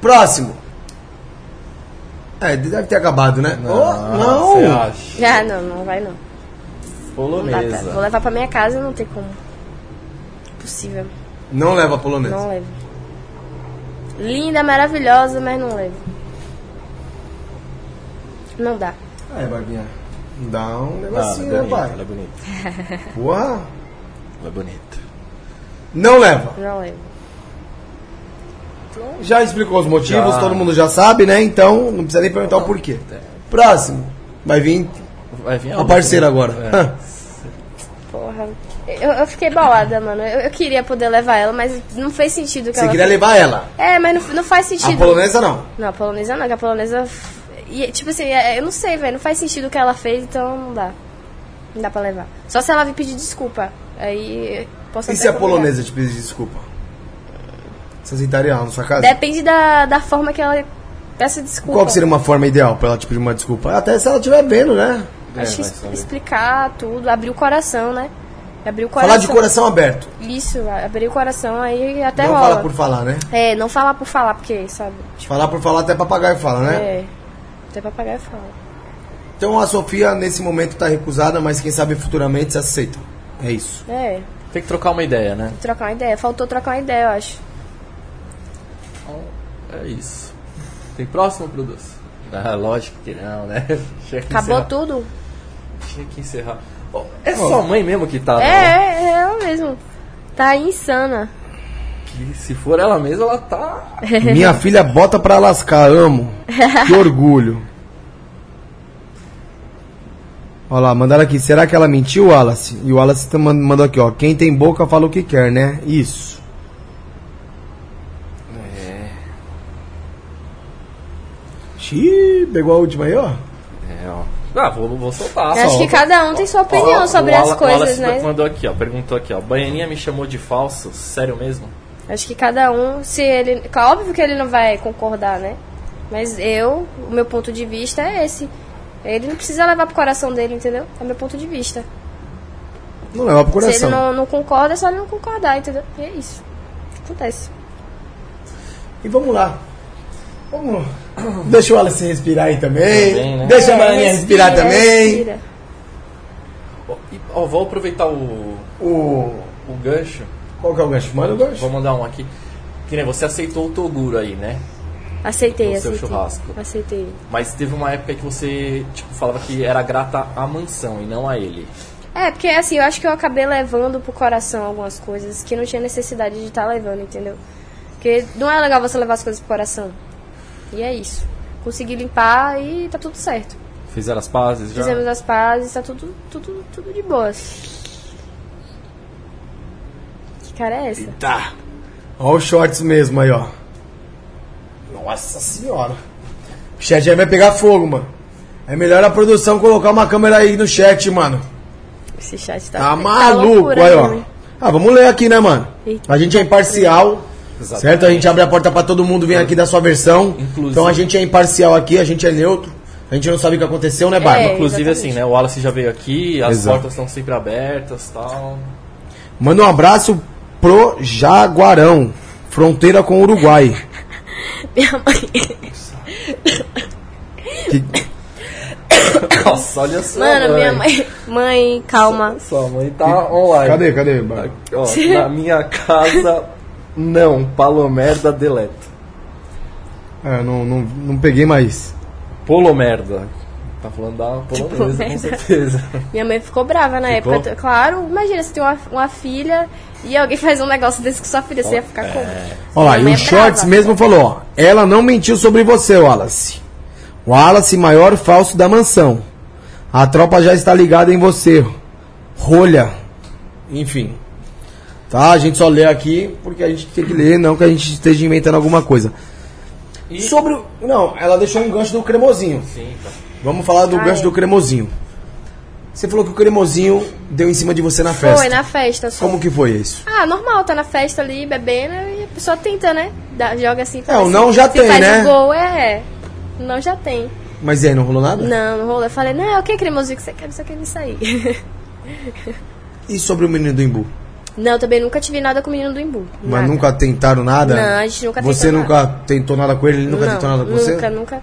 [SPEAKER 1] Próximo. É, deve ter acabado, né? [LAUGHS] Oh, não.
[SPEAKER 2] Ah, Você acha? Ah,
[SPEAKER 3] Ah, não, não vai não. Não dá pra- Vou
[SPEAKER 2] Polonesa.
[SPEAKER 3] levar pra minha casa, não tem como. Possível.
[SPEAKER 1] Não leva polonês.
[SPEAKER 3] Não levo. Linda, maravilhosa, mas não levo. Não dá.
[SPEAKER 1] É, Barbinha. Dá um
[SPEAKER 2] Ah,
[SPEAKER 1] negocinho,
[SPEAKER 2] ela é
[SPEAKER 1] né,
[SPEAKER 2] bonita, ela é
[SPEAKER 1] pai?
[SPEAKER 2] bonita.
[SPEAKER 1] Porra.
[SPEAKER 2] Ela é bonita.
[SPEAKER 1] Não leva.
[SPEAKER 3] Não levo.
[SPEAKER 1] Já explicou os motivos,
[SPEAKER 2] Já. Tá.
[SPEAKER 1] todo mundo já sabe, né? Então não precisa nem perguntar o porquê. Próximo. Vai vir
[SPEAKER 2] Vai vir
[SPEAKER 1] a
[SPEAKER 2] outra,
[SPEAKER 1] parceira
[SPEAKER 2] né?
[SPEAKER 1] agora.
[SPEAKER 2] Tá É.
[SPEAKER 3] Tá.
[SPEAKER 1] Hã.
[SPEAKER 3] Porra. Eu, eu fiquei bolada, mano. Eu, eu queria poder levar ela, mas não fez sentido que
[SPEAKER 1] Você
[SPEAKER 3] ela.
[SPEAKER 1] queria levar ela.
[SPEAKER 3] É, mas não, não faz
[SPEAKER 1] A
[SPEAKER 3] sentido.
[SPEAKER 1] polonesa não.
[SPEAKER 3] Não, a polonesa não, que a polonesa. e, tipo assim, é- eu não sei, velho. Não faz sentido o que ela fez, então não dá. Não dá pra levar. Só se ela vir pedir desculpa. Aí posso
[SPEAKER 1] E
[SPEAKER 3] até
[SPEAKER 1] se a
[SPEAKER 3] convidar.
[SPEAKER 1] polonesa te pedir desculpa? Você aceitaria ela na sua casa?
[SPEAKER 3] Depende da, da forma que ela peça desculpa.
[SPEAKER 1] Qual que seria uma forma ideal pra ela te pedir uma desculpa? Até se ela estiver vendo, né?
[SPEAKER 3] Acho que
[SPEAKER 2] vai
[SPEAKER 3] es-
[SPEAKER 2] saber.
[SPEAKER 3] explicar tudo, abrir o coração, né? Abrir o coração.
[SPEAKER 1] Falar de coração aberto.
[SPEAKER 3] Isso, abrir o coração, aí até
[SPEAKER 1] não
[SPEAKER 3] rola.
[SPEAKER 1] fala por falar, né?
[SPEAKER 3] É, não falar por falar, porque, sabe? tipo,
[SPEAKER 1] Falar por falar até papagaio fala, né?
[SPEAKER 3] É. Até papagaio fala.
[SPEAKER 1] Então a Sofia nesse momento tá recusada, mas quem sabe futuramente se aceita. É
[SPEAKER 3] [LAUGHS]
[SPEAKER 1] isso.
[SPEAKER 3] É,
[SPEAKER 2] Tem que trocar uma ideia, né?
[SPEAKER 3] trocar uma ideia. Faltou trocar uma ideia, eu acho.
[SPEAKER 2] Então, é isso. Tem próximo, produção? Ah, lógico que não, né? [LAUGHS] Tinha que
[SPEAKER 3] Acabou
[SPEAKER 2] encerrar.
[SPEAKER 3] tudo?
[SPEAKER 2] Tinha que encerrar. Ó, é sua mãe mesmo que tá.
[SPEAKER 3] É,
[SPEAKER 2] né?
[SPEAKER 3] é, é ela mesmo. Tá insana.
[SPEAKER 2] Que se for ela mesma, ela tá.
[SPEAKER 1] Minha filha bota pra lascar, amo.
[SPEAKER 3] [LAUGHS]
[SPEAKER 1] Que orgulho. Olha lá, mandaram aqui. Será que ela mentiu, Wallace? E o Wallace tá man- mandou aqui, ó. Quem tem boca fala o que quer, né? Isso. É. Xiii, pegou a última aí, ó.
[SPEAKER 2] É, ó. Ah, vou, vou soltar.
[SPEAKER 3] Eu acho que cada um tem sua opinião
[SPEAKER 2] Ó,
[SPEAKER 3] sobre
[SPEAKER 2] o
[SPEAKER 3] as
[SPEAKER 2] Ala- o
[SPEAKER 3] coisas,
[SPEAKER 2] Wallace
[SPEAKER 3] né?
[SPEAKER 2] mandou aqui, ó. Perguntou aqui, ó. Baianinha me chamou de falso? Sério mesmo?
[SPEAKER 3] Acho que cada um, se ele. claro, Óbvio que ele não vai concordar, né? Mas eu, o meu ponto de vista é esse. Ele não precisa levar pro coração dele, entendeu? É meu ponto de vista.
[SPEAKER 1] Não leva pro
[SPEAKER 3] Se
[SPEAKER 1] coração.
[SPEAKER 3] ele não, não concorda, é só ele não concordar, entendeu? E é isso. Acontece.
[SPEAKER 1] E vamos lá. Vamos. [CLEARS THROAT] Deixa o Wallace respirar aí também.
[SPEAKER 2] Também, né?
[SPEAKER 1] Deixa a Marianinha
[SPEAKER 3] Marinha
[SPEAKER 1] respirar também.
[SPEAKER 2] Ó, e- ó, vou aproveitar o,
[SPEAKER 1] O.
[SPEAKER 2] o gancho.
[SPEAKER 1] Qual que é o gancho? Manda o gancho.
[SPEAKER 2] Vou mandar um aqui. Que nem você aceitou o Toguro aí, né?
[SPEAKER 3] Aceitei,
[SPEAKER 2] No seu
[SPEAKER 3] aceitei.
[SPEAKER 2] churrasco.
[SPEAKER 3] Aceitei.
[SPEAKER 2] Mas teve uma época que você tipo, falava que era grata à mansão e não a ele.
[SPEAKER 3] É, porque assim, eu acho que eu acabei levando pro coração algumas coisas que não tinha necessidade de estar levando, entendeu? Porque não é legal você levar as coisas pro coração. E é isso. Consegui limpar e tá tudo certo.
[SPEAKER 2] Fizeram as pazes já?
[SPEAKER 3] Fizemos as pazes, tá tudo, tudo, tudo de boas. Que cara é essa?
[SPEAKER 1] Tá. Ó os shorts mesmo aí, ó. Nossa senhora. O chat aí vai pegar fogo, mano. É melhor a produção colocar uma câmera aí no chat, mano.
[SPEAKER 3] Esse chat tá.
[SPEAKER 1] Tá
[SPEAKER 3] tá
[SPEAKER 1] maluco,
[SPEAKER 3] loucura,
[SPEAKER 1] aí, ó.
[SPEAKER 3] né?
[SPEAKER 1] Ah, vamos ler aqui, né, mano?
[SPEAKER 3] Eita.
[SPEAKER 1] A gente é imparcial,
[SPEAKER 2] Exatamente.
[SPEAKER 1] certo? A gente abre a porta pra todo mundo vir aqui dar sua versão.
[SPEAKER 2] Inclusive.
[SPEAKER 1] Então a gente é imparcial aqui, a gente é neutro. A gente não sabe o que aconteceu, né, Barba?
[SPEAKER 3] É.
[SPEAKER 2] Inclusive
[SPEAKER 3] exatamente.
[SPEAKER 2] assim, né? O Wallace já veio aqui, as
[SPEAKER 1] Exato.
[SPEAKER 2] portas estão sempre abertas tal. [LAUGHS]
[SPEAKER 1] Manda um abraço pro Jaguarão, fronteira com o Uruguai.
[SPEAKER 3] Minha mãe.
[SPEAKER 1] Que-
[SPEAKER 2] Nossa, olha só.
[SPEAKER 3] Mano, minha mãe. Mãe, calma.
[SPEAKER 2] Sua mãe tá online.
[SPEAKER 1] Cadê, cadê? Barba?
[SPEAKER 2] Ó,
[SPEAKER 3] [LAUGHS]
[SPEAKER 2] na minha casa, não. Palomerda, deleta.
[SPEAKER 1] É, não, não, não peguei mais.
[SPEAKER 2] Polomerda. Tá falando da polonesa, com
[SPEAKER 3] merda. [LAUGHS]
[SPEAKER 2] certeza.
[SPEAKER 3] Minha mãe ficou brava na
[SPEAKER 2] Ficou?
[SPEAKER 3] época. Claro, imagina, você tem uma, uma filha e alguém [LAUGHS] faz um negócio desse com sua filha, você ia
[SPEAKER 1] É,
[SPEAKER 3] ficar como?
[SPEAKER 1] Olha lá, e o
[SPEAKER 3] Minha mãe é
[SPEAKER 1] Shorts
[SPEAKER 3] brava.
[SPEAKER 1] mesmo falou, ó, ela não mentiu sobre você, Wallace. Wallace, maior falso da mansão. A tropa já está ligada em você. Rolha. Enfim. Tá, a gente só lê aqui porque a gente tem que ler, não que a gente esteja inventando alguma coisa.
[SPEAKER 2] E-
[SPEAKER 1] Sobre o... Não, ela deixou um gancho do cremosinho.
[SPEAKER 2] Sim, tá.
[SPEAKER 1] Vamos falar do
[SPEAKER 3] Ah,
[SPEAKER 1] gancho
[SPEAKER 3] é.
[SPEAKER 1] do cremosinho. Você falou que o cremosinho deu em cima de você na festa.
[SPEAKER 3] Foi na festa só.
[SPEAKER 1] Como que foi isso?
[SPEAKER 3] Ah, normal, tá na festa ali, bebendo, e a pessoa tenta, né? Dá- joga assim.
[SPEAKER 1] É, o não já
[SPEAKER 3] se
[SPEAKER 1] tem,
[SPEAKER 3] faz
[SPEAKER 1] né?
[SPEAKER 3] o gol, é. Não já tem.
[SPEAKER 1] Mas e aí, não rolou nada?
[SPEAKER 3] Não, não rolou. Eu falei, não, é o que cremosinho que você quer? Você quer me sair. [LAUGHS]
[SPEAKER 1] E sobre o menino do Imbu?
[SPEAKER 3] não, também nunca tive nada com o menino do Imbu.
[SPEAKER 1] Mas
[SPEAKER 3] nada.
[SPEAKER 1] nunca tentaram nada?
[SPEAKER 3] Não, a gente nunca
[SPEAKER 1] Você
[SPEAKER 3] tentou
[SPEAKER 1] nunca tentou nada com ele? Ele nunca
[SPEAKER 3] Não,
[SPEAKER 1] tentou nada com
[SPEAKER 3] nunca,
[SPEAKER 1] você?
[SPEAKER 3] Nunca,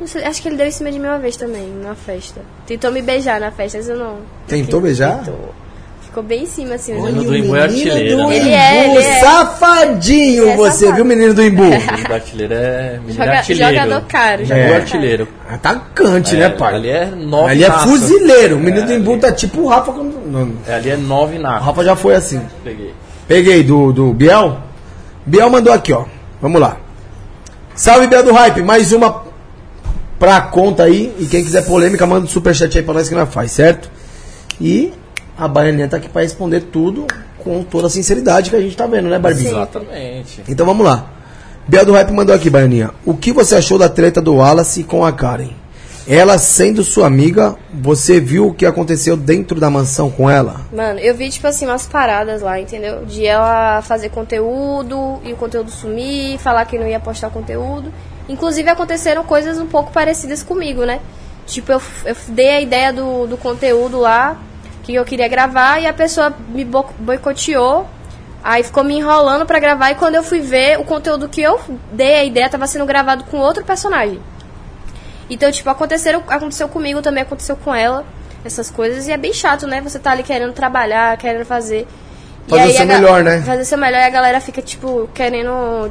[SPEAKER 3] Não sei, Acho que ele deu em cima de mim uma vez também, numa festa. Tentou me beijar na festa, mas eu não.
[SPEAKER 1] Tentou beijar?
[SPEAKER 3] Tentou. Ficou bem em cima, assim. mas eu
[SPEAKER 2] Olha,
[SPEAKER 3] não-
[SPEAKER 2] do Imbu é artilheiro, né?
[SPEAKER 3] Ele é, ele é.
[SPEAKER 1] Safadinho
[SPEAKER 3] Ele é
[SPEAKER 1] você,
[SPEAKER 3] safado.
[SPEAKER 1] viu, menino do
[SPEAKER 3] [LAUGHS]
[SPEAKER 1] Imbu?
[SPEAKER 2] Menino do artilheiro é. menino
[SPEAKER 3] Joga-
[SPEAKER 2] artilheiro.
[SPEAKER 3] jogador caro,
[SPEAKER 2] Jogador
[SPEAKER 1] jogador
[SPEAKER 2] artilheiro.
[SPEAKER 1] Atacante, Ah, né, pai?
[SPEAKER 2] Ali é nove
[SPEAKER 1] Ele é
[SPEAKER 2] naças.
[SPEAKER 1] fuzileiro. O menino
[SPEAKER 2] É,
[SPEAKER 1] do Imbu
[SPEAKER 2] ali-
[SPEAKER 1] tá tipo o Rafa quando... Não,
[SPEAKER 2] é, ali é nove
[SPEAKER 1] o
[SPEAKER 2] natos.
[SPEAKER 1] Rafa já foi assim.
[SPEAKER 2] Peguei.
[SPEAKER 1] Peguei do, do Biel. Biel mandou aqui, ó. Vamos lá. Salve, Biel do Hype. Mais uma pra conta aí. E quem quiser polêmica, manda um superchat aí pra nós que nós faz, certo? E a Baianinha tá aqui pra responder tudo com toda a sinceridade que a gente tá vendo, né, Barbinha?
[SPEAKER 2] Exatamente.
[SPEAKER 1] Então vamos lá. Biel do Hype mandou aqui, Baianinha. O que você achou da treta do Wallace com a Karen? Ela sendo sua amiga, você viu o que aconteceu dentro da mansão com ela?
[SPEAKER 3] Mano, eu vi, tipo assim, umas paradas lá, entendeu? De ela fazer conteúdo e o conteúdo sumir, falar que não ia postar conteúdo. Inclusive, aconteceram coisas um pouco parecidas comigo, né? Tipo, eu, f- eu f- dei a ideia do, do conteúdo lá, que eu queria gravar, e a pessoa me bo- boicoteou. Aí ficou me enrolando pra gravar, e quando eu fui ver, o conteúdo que eu dei a ideia tava sendo gravado com outro personagem. Então, tipo, aconteceram, aconteceu comigo também, aconteceu com ela, essas coisas. E é bem chato, né? Você tá ali querendo trabalhar, querendo fazer. E
[SPEAKER 1] Fazer o
[SPEAKER 3] aí
[SPEAKER 1] seu
[SPEAKER 3] a ga-
[SPEAKER 1] melhor, né?
[SPEAKER 3] Fazer o seu melhor e a galera fica, tipo, querendo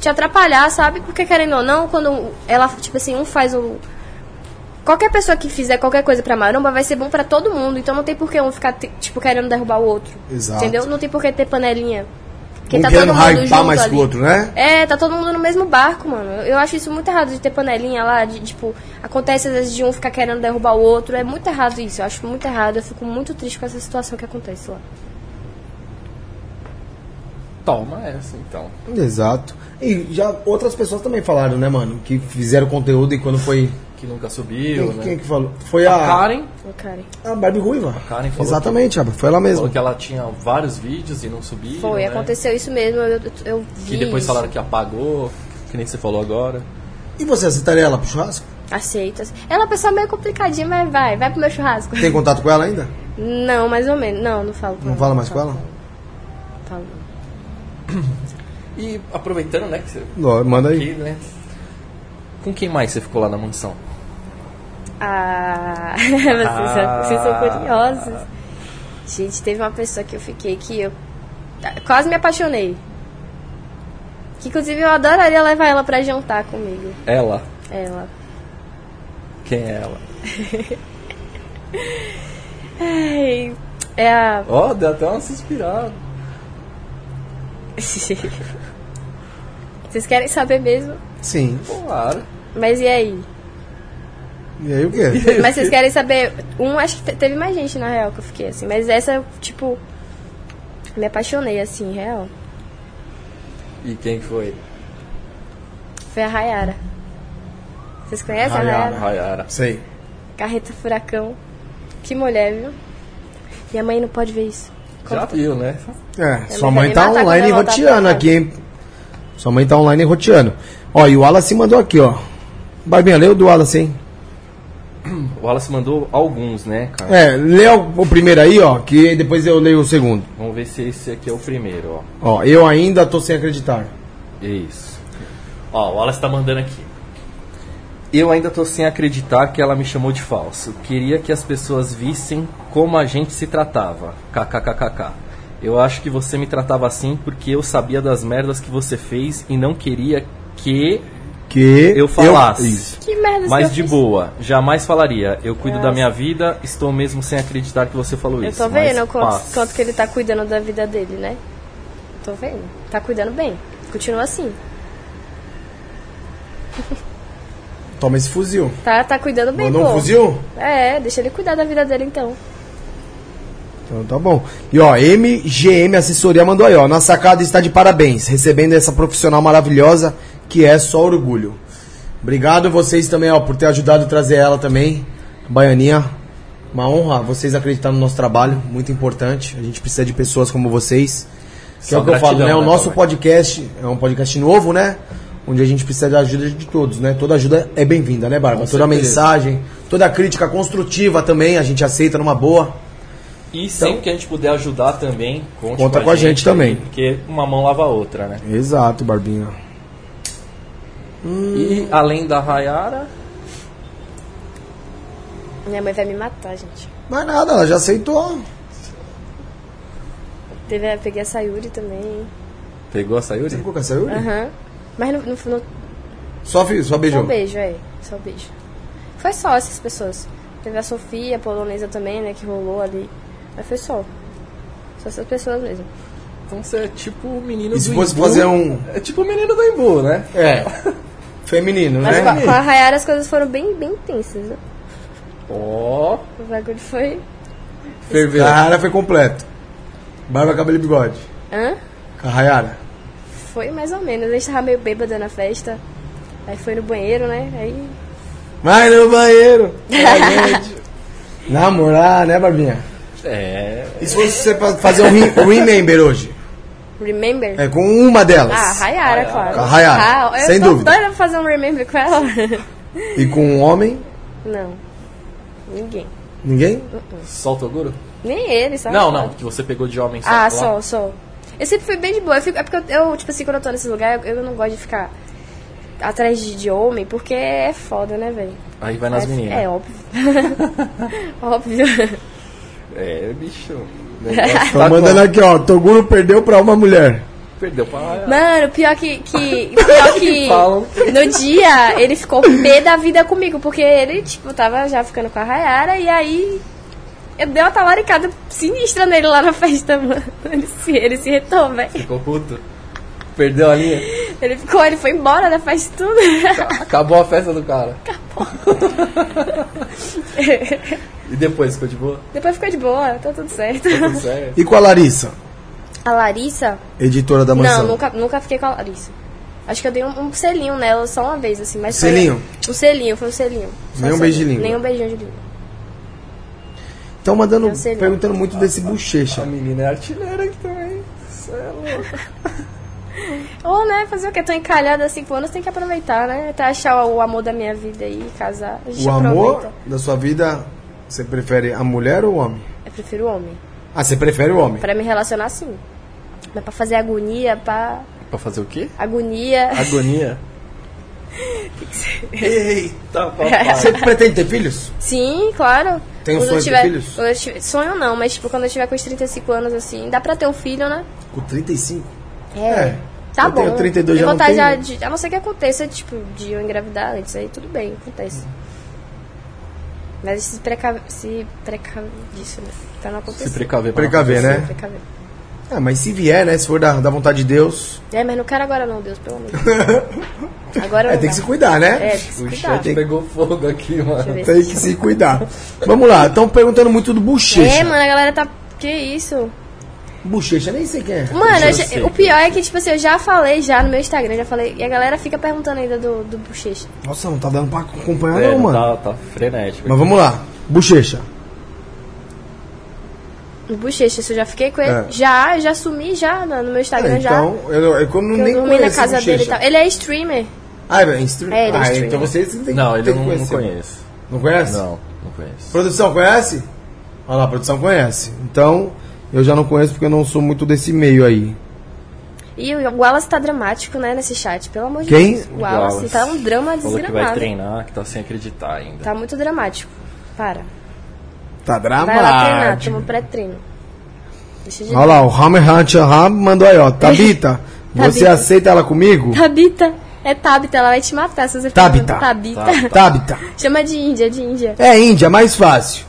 [SPEAKER 3] te atrapalhar, sabe? Porque querendo ou não, quando ela, tipo assim, um faz o. Qualquer pessoa que fizer qualquer coisa pra maromba vai ser bom pra todo mundo. Então não tem por que um ficar, te- tipo, querendo derrubar o outro.
[SPEAKER 1] Exato.
[SPEAKER 3] Entendeu? Não tem por que ter panelinha. Porque
[SPEAKER 1] Um
[SPEAKER 3] tá todo
[SPEAKER 1] querendo
[SPEAKER 3] mundo
[SPEAKER 1] hypar
[SPEAKER 3] junto
[SPEAKER 1] mais que o
[SPEAKER 3] ali.
[SPEAKER 1] outro, né?
[SPEAKER 3] É, tá todo mundo no mesmo barco, mano. Eu acho isso muito errado de ter panelinha lá, de tipo, acontece às vezes de um ficar querendo derrubar o outro. É muito errado isso, eu acho muito errado. Eu fico muito triste com essa situação que acontece lá.
[SPEAKER 2] Toma essa então.
[SPEAKER 1] Exato. E já outras pessoas também falaram, né, mano? Que fizeram conteúdo e quando foi.
[SPEAKER 2] Que nunca
[SPEAKER 1] Quem,
[SPEAKER 2] subiu, né?
[SPEAKER 1] quem que falou? Foi
[SPEAKER 2] A
[SPEAKER 1] a.
[SPEAKER 2] Karen
[SPEAKER 3] Ô, Karen.
[SPEAKER 1] A Barbie Ruiva.
[SPEAKER 2] Karen falou
[SPEAKER 1] Exatamente, Abra. Foi ela mesma.
[SPEAKER 2] falou que ela tinha vários vídeos e não subia.
[SPEAKER 3] Foi,
[SPEAKER 1] é?
[SPEAKER 2] né?
[SPEAKER 3] aconteceu isso mesmo, eu, eu- eu vi.
[SPEAKER 2] Que depois
[SPEAKER 3] isso.
[SPEAKER 2] falaram que apagou, que nem você falou agora.
[SPEAKER 1] E você aceitaria ela pro churrasco?
[SPEAKER 3] Aceita. Ela é uma pessoa meio complicadinha, mas vai, vai pro meu churrasco.
[SPEAKER 1] Tem contato com ela ainda?
[SPEAKER 3] Não, mais ou menos. Não, não falo com
[SPEAKER 1] Não
[SPEAKER 3] ela.
[SPEAKER 1] fala mais com ela?
[SPEAKER 3] Não falo. não.
[SPEAKER 2] E aproveitando, né, que você
[SPEAKER 1] Não, manda
[SPEAKER 2] aqui, né? Com quem mais você ficou lá na mansão?
[SPEAKER 3] Ah, [LAUGHS] vocês, são- vocês são
[SPEAKER 2] Ah.
[SPEAKER 3] curiosos. Gente, teve uma pessoa que eu fiquei que eu Quase me apaixonei. Que inclusive eu adoraria levar ela pra jantar comigo.
[SPEAKER 2] Ela?
[SPEAKER 3] Ela.
[SPEAKER 2] Quem é ela?
[SPEAKER 3] Ai, é a. [LAUGHS]
[SPEAKER 2] Ó, deu até uma suspirada.
[SPEAKER 3] Vocês querem saber mesmo?
[SPEAKER 1] Sim.
[SPEAKER 2] Claro.
[SPEAKER 3] Mas e aí?
[SPEAKER 1] E aí o [LAUGHS] quê?
[SPEAKER 3] Mas vocês querem saber? Um, acho que te- teve mais gente na real que eu fiquei assim. Mas essa, eu, tipo. Me apaixonei assim, real.
[SPEAKER 2] E quem foi?
[SPEAKER 3] Foi a Rayara. Vocês conhecem é a
[SPEAKER 1] Rayara.
[SPEAKER 3] Rayara?
[SPEAKER 2] Rayara.
[SPEAKER 1] Sei.
[SPEAKER 3] Carreta Furacão. Que mulher, viu? Minha mãe não pode ver isso.
[SPEAKER 2] Já viu, né?
[SPEAKER 1] É, sua
[SPEAKER 3] me
[SPEAKER 1] mãe tá
[SPEAKER 3] matar quando
[SPEAKER 1] online
[SPEAKER 3] eu voltar
[SPEAKER 1] roteando
[SPEAKER 3] pra
[SPEAKER 1] aqui, hein? Sua mãe tá online roteando. Ó, e o Wallace mandou aqui, ó. Barbinha, lê o do Wallace, hein?
[SPEAKER 2] O Wallace mandou alguns, né, cara?
[SPEAKER 1] É, lê o o primeiro aí, ó, que depois eu leio o segundo.
[SPEAKER 2] Vamos ver se esse aqui é o primeiro, ó.
[SPEAKER 1] Ó, eu ainda tô sem acreditar.
[SPEAKER 2] Isso. Ó, o Wallace tá mandando aqui. Eu ainda tô sem acreditar que ela me chamou de falso. Queria que as pessoas vissem como a gente se tratava. KKKKK. Eu acho que você me tratava assim porque eu sabia das merdas que você fez e não queria que
[SPEAKER 1] Que
[SPEAKER 2] eu falasse.
[SPEAKER 1] isso.
[SPEAKER 3] Que merda que eu
[SPEAKER 2] Mas de
[SPEAKER 3] fiz?
[SPEAKER 2] boa, jamais falaria. Eu cuido da
[SPEAKER 3] Nossa.
[SPEAKER 2] minha vida, estou mesmo sem acreditar que você falou
[SPEAKER 3] Eu
[SPEAKER 2] isso.
[SPEAKER 3] tô vendo o quanto,
[SPEAKER 2] passa.
[SPEAKER 3] quanto que ele tá cuidando da vida dele, né? Tô vendo. Tá cuidando bem. Continua assim.
[SPEAKER 1] Toma esse fuzil.
[SPEAKER 3] Tá, tá cuidando bem,
[SPEAKER 1] Mandou
[SPEAKER 3] pô.
[SPEAKER 1] um fuzil?
[SPEAKER 3] É, deixa ele cuidar da vida dele então.
[SPEAKER 1] Então tá bom. E ó, MGM Assessoria mandou aí, ó. Na sacada está de parabéns, recebendo essa profissional maravilhosa que é só orgulho. Obrigado vocês também, ó, por ter ajudado a trazer ela também. Baianinha, uma honra vocês acreditarem no nosso trabalho, muito importante. A gente precisa de pessoas como vocês. Que
[SPEAKER 2] Só
[SPEAKER 1] é o que eu falo,
[SPEAKER 2] gratidão,
[SPEAKER 1] né? O
[SPEAKER 2] né,
[SPEAKER 1] nosso
[SPEAKER 2] também.
[SPEAKER 1] podcast é um podcast novo, né? Onde a gente precisa da ajuda de todos, né? Toda ajuda é bem-vinda, né, Barba? Toda
[SPEAKER 2] certeza.
[SPEAKER 1] mensagem, toda crítica construtiva também, a gente aceita numa boa.
[SPEAKER 2] E sempre que a gente puder ajudar também, conte
[SPEAKER 1] Conta com a gente também.
[SPEAKER 2] Porque uma mão lava a outra, né?
[SPEAKER 1] Exato, Barbinha.
[SPEAKER 2] E além da Rayara,
[SPEAKER 3] Minha mãe vai me matar, gente.
[SPEAKER 1] Mas nada, ela já aceitou.
[SPEAKER 3] Teve, eu peguei a Sayuri também.
[SPEAKER 2] pegou a
[SPEAKER 1] Você
[SPEAKER 2] Sayuri?
[SPEAKER 1] ficou com a Sayuri?
[SPEAKER 3] Aham. Mas não, não, não
[SPEAKER 1] Só, fi- só
[SPEAKER 3] Só
[SPEAKER 1] beijou.
[SPEAKER 3] um beijo, é. Só um beijo. Foi só essas pessoas. Teve a Sofia, a polonesa também, né, que rolou ali. Mas foi só. Só essas pessoas mesmo.
[SPEAKER 2] Então você é tipo o menino
[SPEAKER 1] E
[SPEAKER 2] do
[SPEAKER 1] se fosse
[SPEAKER 2] Imbu.
[SPEAKER 1] fazer um.
[SPEAKER 2] É tipo o menino do Imbu, né?
[SPEAKER 1] É. Feminino,
[SPEAKER 3] Mas
[SPEAKER 1] né?
[SPEAKER 3] com, a, com a Rayara as coisas foram bem, bem intensas. né?
[SPEAKER 2] Ó,
[SPEAKER 3] O bagulho foi.
[SPEAKER 2] ferveu.
[SPEAKER 1] Carrara foi completo. Barba, cabelo e bigode.
[SPEAKER 3] Hã?
[SPEAKER 1] Carraiara.
[SPEAKER 3] Foi mais ou menos. A gente tava meio bêbada na festa. Aí foi no banheiro, né? Aí.
[SPEAKER 1] Vai no banheiro.
[SPEAKER 3] [LAUGHS]
[SPEAKER 1] Vai, gente. Namorar, né, Barbinha?
[SPEAKER 2] É,
[SPEAKER 1] E se fosse você fa- fazer um re- um remember hoje?
[SPEAKER 3] Remember?
[SPEAKER 1] É, com uma delas.
[SPEAKER 3] Ah, Rayara, claro.
[SPEAKER 1] A Rayara,
[SPEAKER 3] Ah, eu
[SPEAKER 1] sem
[SPEAKER 3] tô
[SPEAKER 1] dúvida.
[SPEAKER 3] doida pra fazer um remember com ela. [LAUGHS]
[SPEAKER 1] E com um homem?
[SPEAKER 3] não. Ninguém.
[SPEAKER 1] Ninguém?
[SPEAKER 2] solta o guru?
[SPEAKER 3] Nem ele, sabe?
[SPEAKER 2] Não, não, que você pegou de homem só.
[SPEAKER 3] Tá Ah,
[SPEAKER 2] lá.
[SPEAKER 3] sou, sou. Eu sempre fui bem de boa. Eu fico- é porque eu, eu, tipo assim, quando eu tô nesse lugar, eu, eu não gosto de ficar atrás de, de homem, porque é foda, né, velho?
[SPEAKER 2] Aí vai nas
[SPEAKER 3] é,
[SPEAKER 2] meninas.
[SPEAKER 3] É óbvio. [LAUGHS] óbvio.
[SPEAKER 2] É, bicho.
[SPEAKER 3] [LAUGHS]
[SPEAKER 2] o negócio
[SPEAKER 1] Tô
[SPEAKER 2] tá
[SPEAKER 1] mandando
[SPEAKER 2] com-
[SPEAKER 1] aqui, ó. Toguro perdeu pra uma mulher.
[SPEAKER 2] Perdeu pra Rayara.
[SPEAKER 3] Mano, pior que. que
[SPEAKER 1] [LAUGHS]
[SPEAKER 3] pior que.
[SPEAKER 2] Falam.
[SPEAKER 3] no dia, ele ficou um pé da vida comigo, porque ele, tipo, tava já ficando com a Rayara, e aí. Eu dei uma talaricada sinistra nele lá na festa, mano. Ele se, ele se retou, velho.
[SPEAKER 2] Ficou puto. Perdeu a linha.
[SPEAKER 3] Ele ficou, ele foi embora da festa e tudo.
[SPEAKER 1] Tá.
[SPEAKER 2] Acabou a festa do cara. [LAUGHS] E depois ficou de
[SPEAKER 3] [LAUGHS]
[SPEAKER 2] boa? é.
[SPEAKER 3] Depois ficou de boa, tá tudo certo.
[SPEAKER 2] Tudo certo?
[SPEAKER 1] E com a Larissa,
[SPEAKER 3] A Larissa?
[SPEAKER 1] editora da mansão?
[SPEAKER 3] Não, nunca, nunca fiquei com a Larissa. Acho que eu dei um, um selinho nela só uma vez, assim, mas
[SPEAKER 1] Selinho?
[SPEAKER 3] Foi, um selinho, foi um selinho. Só
[SPEAKER 1] Nem um
[SPEAKER 3] selinho.
[SPEAKER 1] beijo de língua.
[SPEAKER 3] Nem um beijinho de língua.
[SPEAKER 1] Estão mandando,
[SPEAKER 3] Eu sei não.
[SPEAKER 1] perguntando muito desse bochecha.
[SPEAKER 2] A menina é artilheira aqui também. Cê é louco.
[SPEAKER 3] Ou, né, fazer o quê? Tô encalhada há cinco anos, tem que aproveitar, né? Até achar o amor da minha vida aí, casar. A gente
[SPEAKER 1] O amor
[SPEAKER 3] aproveita.
[SPEAKER 1] da sua vida, você prefere a mulher ou o homem?
[SPEAKER 3] Eu prefiro o homem.
[SPEAKER 1] Ah, você prefere o homem.
[SPEAKER 3] Pra me relacionar, sim. Mas pra fazer agonia, pra...
[SPEAKER 2] Pra fazer o quê?
[SPEAKER 3] Agonia...
[SPEAKER 2] Agonia? Eita,
[SPEAKER 3] [LAUGHS]
[SPEAKER 2] papai.
[SPEAKER 1] Você pretende ter filhos?
[SPEAKER 3] [LAUGHS] Sim, claro.
[SPEAKER 1] Tem um
[SPEAKER 3] Quando
[SPEAKER 1] sonho
[SPEAKER 3] eu
[SPEAKER 1] de ter
[SPEAKER 3] tiver-
[SPEAKER 1] filhos?
[SPEAKER 3] quando eu tiver- sonho não, mas tipo, quando eu tiver com os 35 anos assim, dá pra ter um filho, né?
[SPEAKER 1] Com 35?
[SPEAKER 3] É. Tá
[SPEAKER 1] eu
[SPEAKER 3] bom.
[SPEAKER 1] tenho 32, já não
[SPEAKER 3] Levantar já
[SPEAKER 1] tenho.
[SPEAKER 3] de- a não ser que aconteça, tipo, de eu engravidar antes, aí tudo bem, acontece.
[SPEAKER 1] Hum.
[SPEAKER 3] Mas se precaver, se precaver disso, né? Pra não acontecer.
[SPEAKER 2] Se precaver. pra não
[SPEAKER 1] Precaver,
[SPEAKER 2] acontecer.
[SPEAKER 3] Se
[SPEAKER 1] né?
[SPEAKER 3] precaver.
[SPEAKER 1] Ah, mas se vier, né? Se for da, da vontade de Deus,
[SPEAKER 3] É, mas não quero agora não, Deus, pelo amor
[SPEAKER 1] [LAUGHS]
[SPEAKER 3] de Deus. Agora
[SPEAKER 1] é,
[SPEAKER 3] não
[SPEAKER 1] tem
[SPEAKER 3] dá.
[SPEAKER 1] que se cuidar, né?
[SPEAKER 3] É, tem que se
[SPEAKER 2] O
[SPEAKER 3] cuidar.
[SPEAKER 2] chat
[SPEAKER 1] Tem-
[SPEAKER 2] pegou fogo aqui, mano.
[SPEAKER 3] Deixa eu ver.
[SPEAKER 1] Tem que se cuidar. Vamos lá, estão perguntando muito do Bochecha.
[SPEAKER 3] É, mano, a galera tá... Que isso?
[SPEAKER 1] Bochecha, nem É sei quem é.
[SPEAKER 3] Mano,
[SPEAKER 2] Eu
[SPEAKER 3] eu já-
[SPEAKER 2] sei,
[SPEAKER 3] o pior é que, tipo assim, eu já falei já no meu Instagram, já falei, e a galera fica perguntando ainda do, do bochecha.
[SPEAKER 1] Nossa, não tá dando pra acompanhar
[SPEAKER 2] É,
[SPEAKER 1] não,
[SPEAKER 2] não
[SPEAKER 1] mano.
[SPEAKER 2] Tá, tá frenético.
[SPEAKER 1] Mas vamos lá, Bochecha.
[SPEAKER 3] Do bochecha, se eu já fiquei com ele.
[SPEAKER 1] É.
[SPEAKER 3] Já, eu já sumi já no, no meu Instagram,
[SPEAKER 1] É,
[SPEAKER 3] já.
[SPEAKER 1] então, eu, eu como
[SPEAKER 3] Que
[SPEAKER 1] nem
[SPEAKER 3] eu dormi na
[SPEAKER 1] conheço
[SPEAKER 3] casa
[SPEAKER 1] Bochecha.
[SPEAKER 3] dele e tal. Ele é streamer.
[SPEAKER 1] Ah, é stream...
[SPEAKER 3] É, ele é
[SPEAKER 1] ah,
[SPEAKER 3] streamer.
[SPEAKER 1] então vocês têm que
[SPEAKER 2] Não, ele
[SPEAKER 1] tem
[SPEAKER 2] eu
[SPEAKER 1] que
[SPEAKER 2] não, não
[SPEAKER 1] conhecer.
[SPEAKER 2] conheço.
[SPEAKER 1] Não conhece?
[SPEAKER 2] Não, não conheço.
[SPEAKER 1] Produção, conhece? Olha lá, a produção conhece. Então, eu já não conheço porque eu não sou muito desse meio aí.
[SPEAKER 3] E o Wallace tá dramático, né, nesse chat, pelo amor de
[SPEAKER 1] Quem?
[SPEAKER 3] Deus. O Wallace,
[SPEAKER 2] Wallace.
[SPEAKER 3] tá um drama
[SPEAKER 2] Falou que vai
[SPEAKER 3] desgramado.
[SPEAKER 2] treinar, que tá sem acreditar ainda.
[SPEAKER 3] Tá muito dramático. Para.
[SPEAKER 1] Tá
[SPEAKER 3] Vai lá treinar,
[SPEAKER 1] dramático.
[SPEAKER 3] toma um pré-treino. Deixa de
[SPEAKER 1] Olha lá, o Hammer Hunter Ham mandou aí, ó.
[SPEAKER 3] [LAUGHS]
[SPEAKER 1] Tabita, você
[SPEAKER 3] Tabita.
[SPEAKER 1] aceita ela
[SPEAKER 3] [LAUGHS]
[SPEAKER 1] comigo?
[SPEAKER 3] Tabita. É Tabita, ela vai te matar se você ficar
[SPEAKER 1] Tabita.
[SPEAKER 3] falando
[SPEAKER 2] Tá.
[SPEAKER 3] Tabita.
[SPEAKER 1] Tabita.
[SPEAKER 3] Chama de Índia, de Índia.
[SPEAKER 1] É Índia, mais fácil.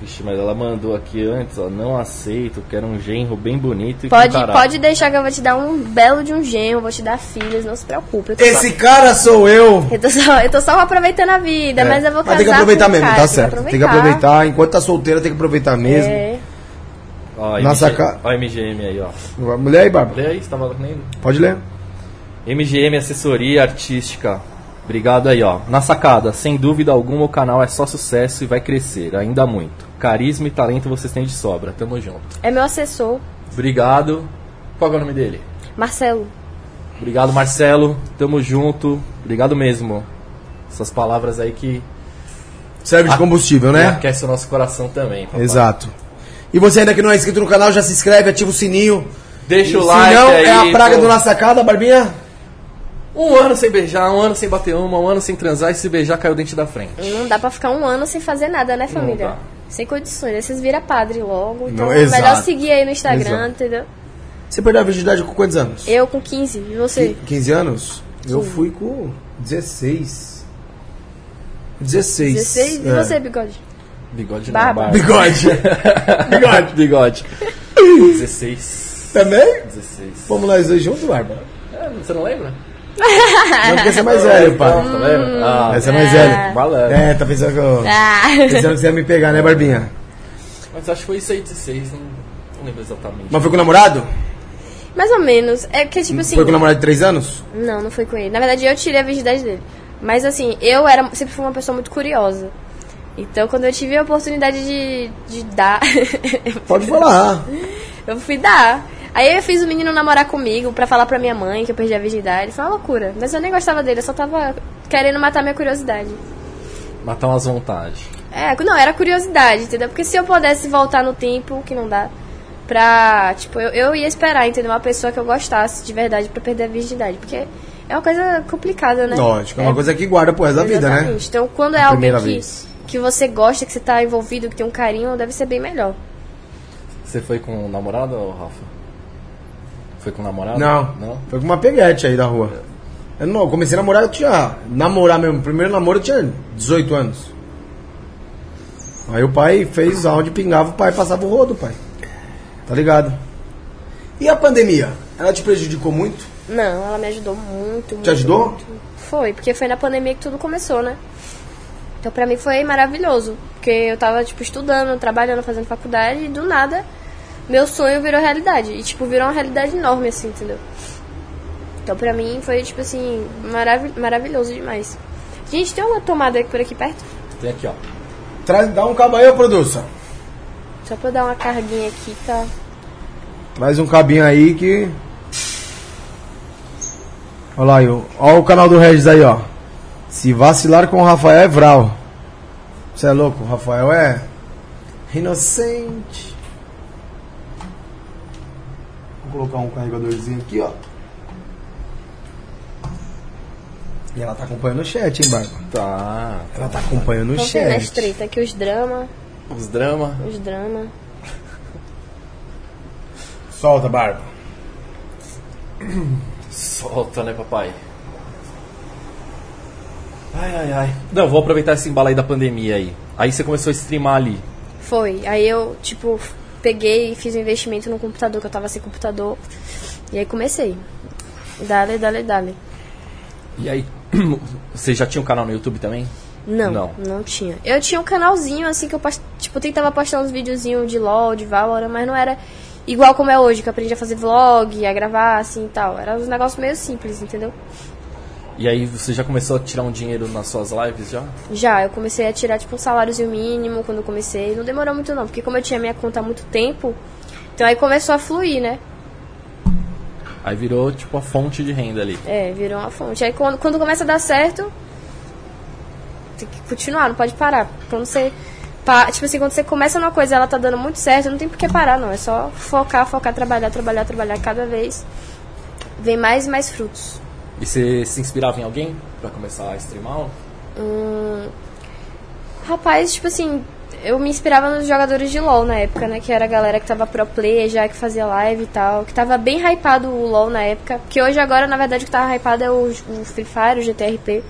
[SPEAKER 2] Vixe, mas ela mandou aqui antes, ó. Não aceito, quero um genro bem bonito e
[SPEAKER 3] Pode,
[SPEAKER 2] com caráter.
[SPEAKER 3] pode deixar que eu vou te dar um belo de um genro, vou te dar filhas, não se preocupe. Eu tô,
[SPEAKER 1] Esse
[SPEAKER 3] só,
[SPEAKER 1] cara sou eu.
[SPEAKER 3] eu tô só, eu tô só aproveitando a vida, É, mas eu vou
[SPEAKER 1] É.
[SPEAKER 3] casar
[SPEAKER 1] tem que aproveitar
[SPEAKER 3] com um
[SPEAKER 1] mesmo,
[SPEAKER 3] cara,
[SPEAKER 1] tá certo. Tem que, aproveitar. Enquanto tá solteira, tem que aproveitar mesmo.
[SPEAKER 3] É.
[SPEAKER 2] Ó, a
[SPEAKER 1] Nossa
[SPEAKER 2] MG...
[SPEAKER 1] ca-
[SPEAKER 2] ó, a MGM aí, ó.
[SPEAKER 1] Mulher aí, Bárbara.
[SPEAKER 2] Lê aí, tá você tava lendo?
[SPEAKER 1] Pode ler.
[SPEAKER 2] MGM Assessoria Artística. Obrigado aí, ó. Na sacada, sem dúvida alguma, o canal é só sucesso e vai crescer, ainda muito. Carisma e talento vocês têm de sobra. Tamo junto.
[SPEAKER 3] é meu assessor,
[SPEAKER 2] Obrigado. Qual que é o nome dele?
[SPEAKER 3] Marcelo.
[SPEAKER 2] Obrigado, Marcelo. Tamo junto. Obrigado mesmo. Essas palavras aí que
[SPEAKER 1] Serve de
[SPEAKER 2] Ah.
[SPEAKER 1] combustível, né?
[SPEAKER 2] aquece o nosso coração também. papai.
[SPEAKER 1] Exato. E você ainda que não é inscrito no canal, já se inscreve, ativa o sininho.
[SPEAKER 2] Deixa o
[SPEAKER 1] Se
[SPEAKER 2] like
[SPEAKER 1] não,
[SPEAKER 2] aí,
[SPEAKER 1] é a praga
[SPEAKER 2] pô.
[SPEAKER 1] do Nossa Sacada, Barbinha.
[SPEAKER 2] Um ano sem beijar, um ano sem bater uma, um ano sem transar e se beijar caiu o dente da frente.
[SPEAKER 3] Não dá pra ficar um ano sem fazer nada, né, família?
[SPEAKER 2] dá.
[SPEAKER 3] Sem condições, aí vocês viram padre logo. Então
[SPEAKER 1] Não,
[SPEAKER 3] é melhor
[SPEAKER 1] exato.
[SPEAKER 3] seguir aí no Instagram,
[SPEAKER 1] Exato.
[SPEAKER 3] entendeu?
[SPEAKER 1] Você perdeu a virgindade com quantos anos?
[SPEAKER 3] Eu com 15, e você?
[SPEAKER 1] 15 anos? Eu fui com 16. 16.
[SPEAKER 3] 16, e
[SPEAKER 1] é.
[SPEAKER 3] você, bigode?
[SPEAKER 2] Bigode
[SPEAKER 3] Barba.
[SPEAKER 2] não, barba.
[SPEAKER 3] [LAUGHS]
[SPEAKER 1] Bigode. [LAUGHS]
[SPEAKER 2] Bigode. Bigode. 16.
[SPEAKER 1] Também?
[SPEAKER 2] 16.
[SPEAKER 1] Vamos nós dois juntos, Bárbara?
[SPEAKER 2] É, você não lembra?
[SPEAKER 1] Não, porque você é mais velho, pá.
[SPEAKER 2] Não lembra? Ah,
[SPEAKER 1] Você é mais velho.
[SPEAKER 2] Balando.
[SPEAKER 1] É, tá pensando que eu...
[SPEAKER 3] Ah,
[SPEAKER 1] Pensando que você ia me pegar, né, Barbinha?
[SPEAKER 2] Mas acho que foi isso aí, 16. Não, não lembro exatamente.
[SPEAKER 1] Mas foi com o namorado?
[SPEAKER 3] mais ou menos. É porque, tipo assim.
[SPEAKER 1] Foi com o namorado de 3 anos?
[SPEAKER 3] Não, não foi com ele. Na verdade, eu tirei a virgindade dele. Mas assim, eu era sempre fui uma pessoa muito curiosa. Então, quando eu tive a oportunidade de, de dar, [LAUGHS]
[SPEAKER 1] Pode falar.
[SPEAKER 3] eu fui dar. Aí eu fiz o menino namorar comigo pra falar pra minha mãe que eu perdi a virgindade. Foi uma loucura. Mas eu nem gostava dele, eu só tava querendo matar minha curiosidade.
[SPEAKER 2] Matar umas vontades.
[SPEAKER 3] É, não, era curiosidade, entendeu? Porque se eu pudesse voltar no tempo, que não dá, pra. Tipo, eu, eu ia esperar, entendeu? Uma pessoa que eu gostasse de verdade pra perder a virgindade. Porque é uma coisa complicada, né?
[SPEAKER 1] Lógico, é uma coisa que guarda pro resto da vida, né?
[SPEAKER 3] Exatamente. Então, quando é
[SPEAKER 1] A
[SPEAKER 3] alguém
[SPEAKER 1] primeira
[SPEAKER 3] que,
[SPEAKER 1] vez.
[SPEAKER 3] que você gosta, que você tá envolvido, que tem um carinho, deve ser bem melhor.
[SPEAKER 2] Você foi com o namorado ou Rafa? Foi com o namorado?
[SPEAKER 1] Não.
[SPEAKER 2] Tá Não?
[SPEAKER 1] Foi com uma peguete aí da rua. Eu não, eu comecei a namorar, eu tinha. Namorar mesmo. Primeiro namoro eu tinha 18 anos. Aí o pai fez aonde pingava, o pai passava o rodo, pai. Tá ligado? E a pandemia? Ela te prejudicou muito?
[SPEAKER 3] Não, ela me ajudou muito. muito,
[SPEAKER 1] ajudou?
[SPEAKER 3] muito. Foi, porque foi na pandemia que tudo começou, né? Então, pra mim foi maravilhoso. Porque eu tava, tipo, estudando, trabalhando, fazendo faculdade, e do nada, meu sonho virou realidade. E, tipo, virou uma realidade enorme, assim, entendeu? Então, pra mim foi, tipo, assim, marav maravilhoso demais. Gente, tem uma tomada por aqui perto?
[SPEAKER 2] Tem aqui, ó.
[SPEAKER 1] Traz, dá um cabo aí, ô produção.
[SPEAKER 3] Só pra eu dar uma carguinha aqui, tá?
[SPEAKER 1] Traz um cabinho aí que. Olha lá, aí, ó. Ó o canal do Regis aí, ó. Se vacilar com o Rafael é Vral. Você é louco, o Rafael é. Inocente. Vou colocar um carregadorzinho aqui, ó. E ela tá acompanhando o chat, hein, Bárbara?
[SPEAKER 2] Tá.
[SPEAKER 1] Ela tá acompanhando o
[SPEAKER 3] é Vamos ver nas
[SPEAKER 1] chat.
[SPEAKER 3] treta aqui os drama,
[SPEAKER 2] Os drama.
[SPEAKER 3] os drama.
[SPEAKER 4] Solta, Barba.
[SPEAKER 2] Solta, né, papai? Ai, ai, ai. Não, vou aproveitar esse embalo aí da pandemia aí. Aí você começou a streamar ali.
[SPEAKER 3] Foi. Aí eu, tipo, peguei e fiz um investimento no computador, que eu tava sem computador. E aí comecei. Dale, dale, dale.
[SPEAKER 2] E aí, [CLEARS THROAT] você já tinha um canal no YouTube também?
[SPEAKER 3] Não,
[SPEAKER 2] Não.
[SPEAKER 3] não, tinha. Eu tinha um canalzinho, assim, que eu, post- tipo, tentava postar uns videozinhos de LOL, de Valorant, mas não era igual como é hoje, que eu aprendi a fazer vlog, a gravar, assim, e tal. Era uns negócios meio simples, entendeu?
[SPEAKER 2] E aí você já começou a tirar um dinheiro nas suas lives já?
[SPEAKER 3] Já, eu comecei a tirar, tipo, um saláriozinho mínimo quando eu comecei. Não demorou muito, não, porque como eu tinha minha conta há muito tempo, então aí começou a fluir, né?
[SPEAKER 2] Aí virou tipo a fonte de renda ali.
[SPEAKER 3] É, virou uma fonte. Aí quando, quando começa a dar certo, tem que continuar, não pode parar. Quando você. pa- Tipo assim, quando você começa uma coisa e ela tá dando muito certo, não tem por que parar, não. É só focar, focar, trabalhar, trabalhar, trabalhar. Cada vez vem mais e mais frutos.
[SPEAKER 2] E você se inspirava em alguém pra começar a streamar?
[SPEAKER 3] Rapaz, tipo assim, eu me inspirava nos jogadores de LoL na época, né? Que era a galera que tava pro player já, que fazia live e tal. Que tava bem hypado o LoL na época. Que hoje agora, na verdade, o que tava hypado é o, o Free Fire, o GTRP.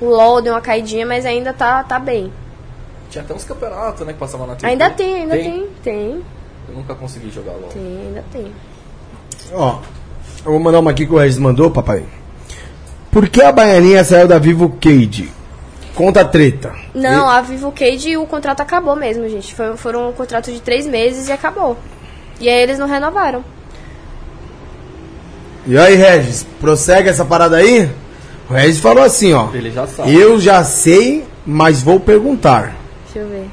[SPEAKER 3] O LoL deu uma caidinha, mas ainda tá, tá bem.
[SPEAKER 2] Tinha até uns campeonatos, né, que passavam na TV.
[SPEAKER 3] Ainda tem, ainda tem, tem,
[SPEAKER 2] Eu nunca consegui jogar LOL.
[SPEAKER 3] tem, ainda tem.
[SPEAKER 1] Ó, eu vou mandar uma aqui que o Regis mandou, papai. Por que a baianinha saiu da Vivo Cade? Conta a treta.
[SPEAKER 3] Não, a Vivo Cage, o contrato acabou mesmo, gente. Foi, foram um contrato de três meses e acabou. E aí eles não renovaram.
[SPEAKER 1] E aí, Regis, prossegue essa parada aí? O Regis falou assim, ó.
[SPEAKER 2] Ele já sabe.
[SPEAKER 1] Eu já sei, mas vou perguntar.
[SPEAKER 3] Deixa eu ver.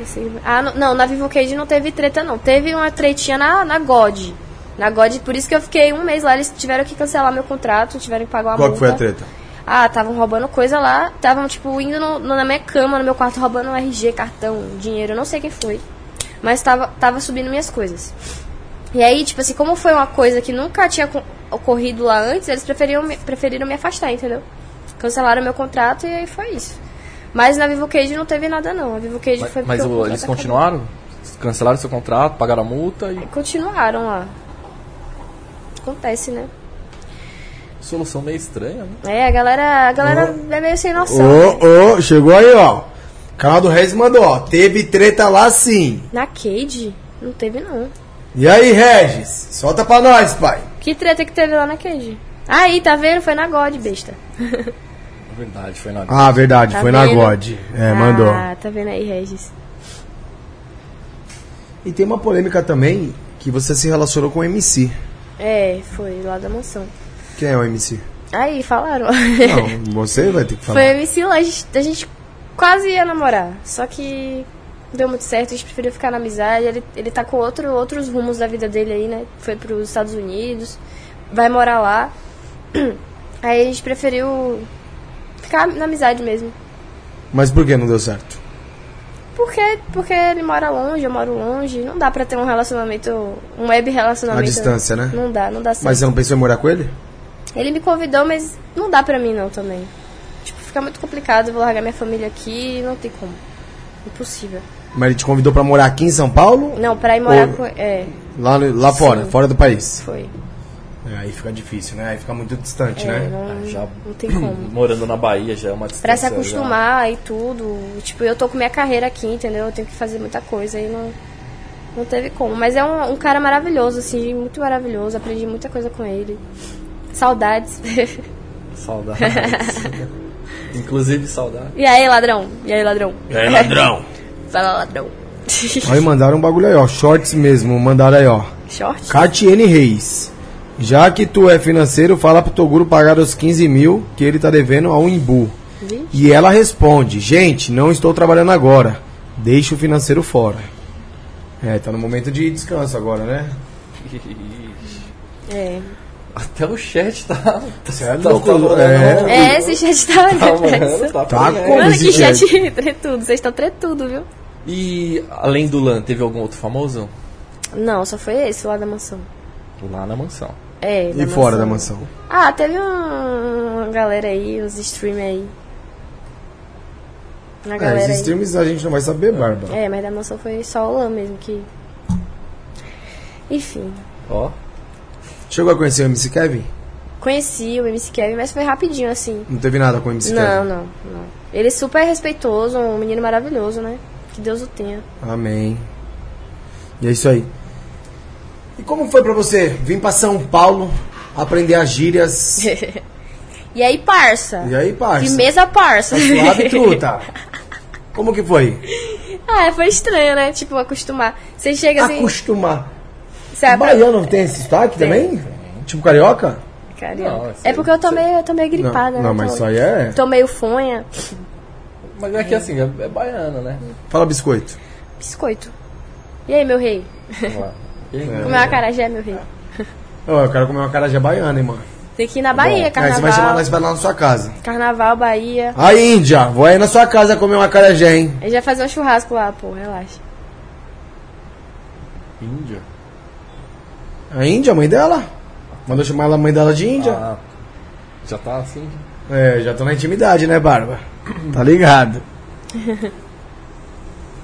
[SPEAKER 3] Esse- Ah, não, não, na Vivo Cage não teve treta, não. Teve uma tretinha na, na God. Na God, por isso que eu fiquei um mês lá. Eles tiveram que cancelar meu contrato, tiveram que pagar uma
[SPEAKER 1] Qual que
[SPEAKER 3] multa.
[SPEAKER 1] foi a treta?
[SPEAKER 3] Ah, estavam roubando coisa lá. Estavam, tipo, indo no- no- na minha cama, no meu quarto, roubando um RG, cartão, dinheiro. Eu não sei quem foi. Mas tava, tava subindo minhas coisas. E aí, tipo assim, como foi uma coisa que nunca tinha co- ocorrido lá antes, eles preferiam me- preferiram me afastar, entendeu? Cancelaram meu contrato e aí foi isso. Mas na Vivo Cage não teve nada, não. A Vivo Cage
[SPEAKER 2] Mas,
[SPEAKER 3] foi
[SPEAKER 2] mas
[SPEAKER 3] porque o
[SPEAKER 2] o-
[SPEAKER 3] contrato
[SPEAKER 2] eles
[SPEAKER 3] acabou.
[SPEAKER 2] continuaram? Cancelaram seu contrato, pagaram a multa e.
[SPEAKER 3] Continuaram lá. Acontece, né?
[SPEAKER 2] Solução meio estranha, né?
[SPEAKER 3] É, a galera, a galera é meio sem
[SPEAKER 1] Uhum. Ô,
[SPEAKER 3] noção. né?
[SPEAKER 1] ô, chegou aí, ó. O canal do Regis mandou, ó. Teve treta lá sim.
[SPEAKER 3] Na Cage? Não teve, não.
[SPEAKER 1] E aí, Regis? Solta pra nós, pai.
[SPEAKER 3] Que treta que teve lá na Cage? Aí, tá vendo? Foi na God, besta.
[SPEAKER 2] Na É verdade, foi na.
[SPEAKER 1] Ah, verdade,
[SPEAKER 3] Tá
[SPEAKER 1] foi na
[SPEAKER 3] vendo?
[SPEAKER 1] God. É, mandou.
[SPEAKER 3] Ah, tá vendo aí, Regis?
[SPEAKER 1] E tem uma polêmica também que você se relacionou com o MC.
[SPEAKER 3] É, foi lá da mansão.
[SPEAKER 1] Quem é o MC?
[SPEAKER 3] Aí, falaram. [LAUGHS]
[SPEAKER 1] Não, você vai ter que
[SPEAKER 3] foi
[SPEAKER 1] falar.
[SPEAKER 3] MC lá, a gente, a gente quase ia namorar. Só que não deu muito certo, a gente preferiu ficar na amizade. Ele, ele tá com outro, outros rumos da vida dele aí, né? Foi pros Estados Unidos, vai morar lá. [CLEARS THROAT] Aí a gente preferiu ficar na amizade mesmo.
[SPEAKER 1] Mas por que não deu certo?
[SPEAKER 3] Porque, porque ele mora longe, eu moro longe. Não dá pra ter um relacionamento, um web relacionamento.
[SPEAKER 1] À distância, né?
[SPEAKER 3] Não dá, não dá certo.
[SPEAKER 1] Mas você não pensou em morar com ele?
[SPEAKER 3] Ele me convidou, mas não dá pra mim não também. Tipo, fica muito complicado, eu vou largar minha família aqui, não tem como. Impossível.
[SPEAKER 1] Mas ele te convidou pra morar aqui em São Paulo?
[SPEAKER 3] Não, pra ir morar
[SPEAKER 1] Ou-
[SPEAKER 3] com... É,
[SPEAKER 1] Lá, no- lá fora, fora do país.
[SPEAKER 3] foi.
[SPEAKER 1] É, aí fica difícil, né? Aí fica muito distante,
[SPEAKER 3] É,
[SPEAKER 1] né?
[SPEAKER 3] não,
[SPEAKER 2] já-
[SPEAKER 3] não
[SPEAKER 2] [CLEARS THROAT]
[SPEAKER 3] tem como.
[SPEAKER 2] Morando na Bahia já é uma distância.
[SPEAKER 3] Pra se
[SPEAKER 2] já.
[SPEAKER 3] acostumar e tudo. Tipo, eu tô com minha carreira aqui, entendeu? Eu tenho que fazer muita coisa e não, não teve como. Mas é um, um cara maravilhoso, assim, muito maravilhoso. Aprendi muita coisa com ele. Saudades. [LAUGHS]
[SPEAKER 2] Saudades. Inclusive saudade.
[SPEAKER 3] e aí, ladrão? E aí, ladrão?
[SPEAKER 4] E aí, ladrão?
[SPEAKER 3] Fala, ladrão. [LAUGHS]
[SPEAKER 1] Aí mandaram um bagulho aí, ó. Shorts mesmo, mandaram aí, ó.
[SPEAKER 3] Short?
[SPEAKER 1] Catiene Reis. Já que tu é financeiro, fala pro Toguro pagar os 15 mil que ele tá devendo ao Imbu.
[SPEAKER 3] Vixe.
[SPEAKER 1] E ela responde: Gente, não estou trabalhando agora. Deixa o financeiro fora. É, tá no momento de descanso agora, né?
[SPEAKER 3] É.
[SPEAKER 2] [LAUGHS] Até o chat tá.
[SPEAKER 1] Cê é louco, é.
[SPEAKER 2] rolando.
[SPEAKER 3] É, esse chat tá
[SPEAKER 2] [LAUGHS] Tá,
[SPEAKER 3] uma
[SPEAKER 2] mano,
[SPEAKER 3] depressa.
[SPEAKER 2] tá
[SPEAKER 1] Tá
[SPEAKER 2] bem, é.
[SPEAKER 1] com-
[SPEAKER 3] Mano,
[SPEAKER 1] esse
[SPEAKER 3] que chat [LAUGHS] tretudo. Vocês estão tretudo, viu?
[SPEAKER 2] E além do Lan, teve algum outro famoso?
[SPEAKER 3] Não, só foi esse lá da mansão.
[SPEAKER 2] Lá na mansão.
[SPEAKER 3] É,
[SPEAKER 1] E fora da mansão.
[SPEAKER 3] Ah, teve um- uma galera aí, uns stream aí. Uma
[SPEAKER 1] É,
[SPEAKER 3] galera
[SPEAKER 1] esses
[SPEAKER 3] aí.
[SPEAKER 1] streams a gente não vai saber, Barba.
[SPEAKER 3] É, mas da mansão foi só o Lan mesmo que... Enfim.
[SPEAKER 2] Ó.
[SPEAKER 1] Chegou a conhecer o MC Kevin?
[SPEAKER 3] Conheci o MC Kevin, mas foi rapidinho, assim.
[SPEAKER 1] Não teve nada com o MC
[SPEAKER 3] Não,
[SPEAKER 1] Kevin?
[SPEAKER 3] não, não. Ele é super respeitoso, um menino maravilhoso, né? Que Deus o tenha.
[SPEAKER 1] Amém. E é isso aí. E como foi pra você vir pra São Paulo aprender as gírias?
[SPEAKER 3] E aí, parça?
[SPEAKER 1] E aí, parça? Tá
[SPEAKER 3] De mesa, parça. [LAUGHS]
[SPEAKER 1] Suave truta. Como que foi?
[SPEAKER 3] ah, foi estranho, né? Tipo, acostumar. Você chega assim. é,
[SPEAKER 1] Acostumar.
[SPEAKER 3] Você
[SPEAKER 1] O baiano tem esse sotaque também? Tipo carioca?
[SPEAKER 3] Carioca.
[SPEAKER 2] Não, assim,
[SPEAKER 3] é porque eu tô meio, eu tô meio gripada.
[SPEAKER 1] Não,
[SPEAKER 3] né?
[SPEAKER 1] não,
[SPEAKER 3] Tô-
[SPEAKER 1] mas isso aí é-
[SPEAKER 3] Tô meio fonha.
[SPEAKER 2] Mas é que assim, é, é baiano,
[SPEAKER 3] [LAUGHS]
[SPEAKER 2] né?
[SPEAKER 1] Fala biscoito.
[SPEAKER 3] Biscoito. E aí, meu rei?
[SPEAKER 2] Vamos lá.
[SPEAKER 1] É,
[SPEAKER 3] Comeu a carajé, meu rei?
[SPEAKER 1] Ô, eu quero comer uma cara de baiana, hein, mano.
[SPEAKER 3] Tem que ir na Bahia,
[SPEAKER 1] Aí
[SPEAKER 3] carnaval.
[SPEAKER 1] você vai chamar nós pra ir lá na sua casa.
[SPEAKER 3] Carnaval, Bahia.
[SPEAKER 1] Aí, Índia, vou aí na sua casa comer uma carajé, hein?
[SPEAKER 3] A gente vai fazer um churrasco lá, pô, relaxa.
[SPEAKER 2] Índia?
[SPEAKER 1] A Índia, a mãe dela? Mandou chamar ela a mãe dela de Índia?
[SPEAKER 2] Ah, já tá assim?
[SPEAKER 1] É, já tô na intimidade, né, [CLEARS THROAT] Barba? Tá ligado.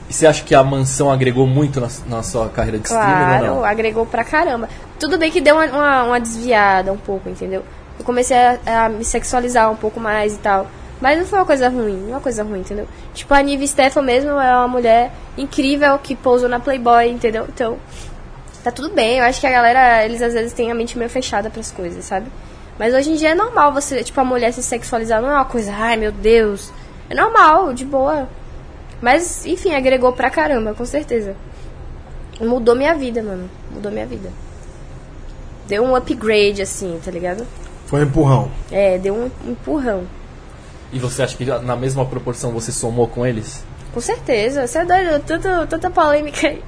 [SPEAKER 2] E você acha que a mansão agregou muito na, na sua carreira de streamer ou
[SPEAKER 3] Claro,
[SPEAKER 2] não?
[SPEAKER 3] agregou pra caramba. Tudo bem que deu uma, uma, uma desviada um pouco, entendeu? Eu comecei a, a me sexualizar um pouco mais e tal. Mas não foi uma coisa ruim, não é uma coisa ruim, entendeu? Tipo, a Nive Stefan mesmo é uma mulher incrível que pousou na Playboy, entendeu? Então, tá tudo bem. Eu acho que a galera, eles às vezes têm a mente meio fechada pras coisas, sabe? Mas hoje em dia é normal você, tipo, a mulher se sexualizar. Não é uma coisa, ai meu Deus. É normal, de boa. Mas, enfim, agregou pra caramba, com certeza. Mudou minha vida, mano. Mudou minha vida. Deu um upgrade, assim, tá ligado?
[SPEAKER 1] Foi um empurrão.
[SPEAKER 3] É, deu um empurrão.
[SPEAKER 2] E você acha que na mesma proporção você somou com eles?
[SPEAKER 3] Com certeza. Você é doido. Tanto, tanta polêmica aí.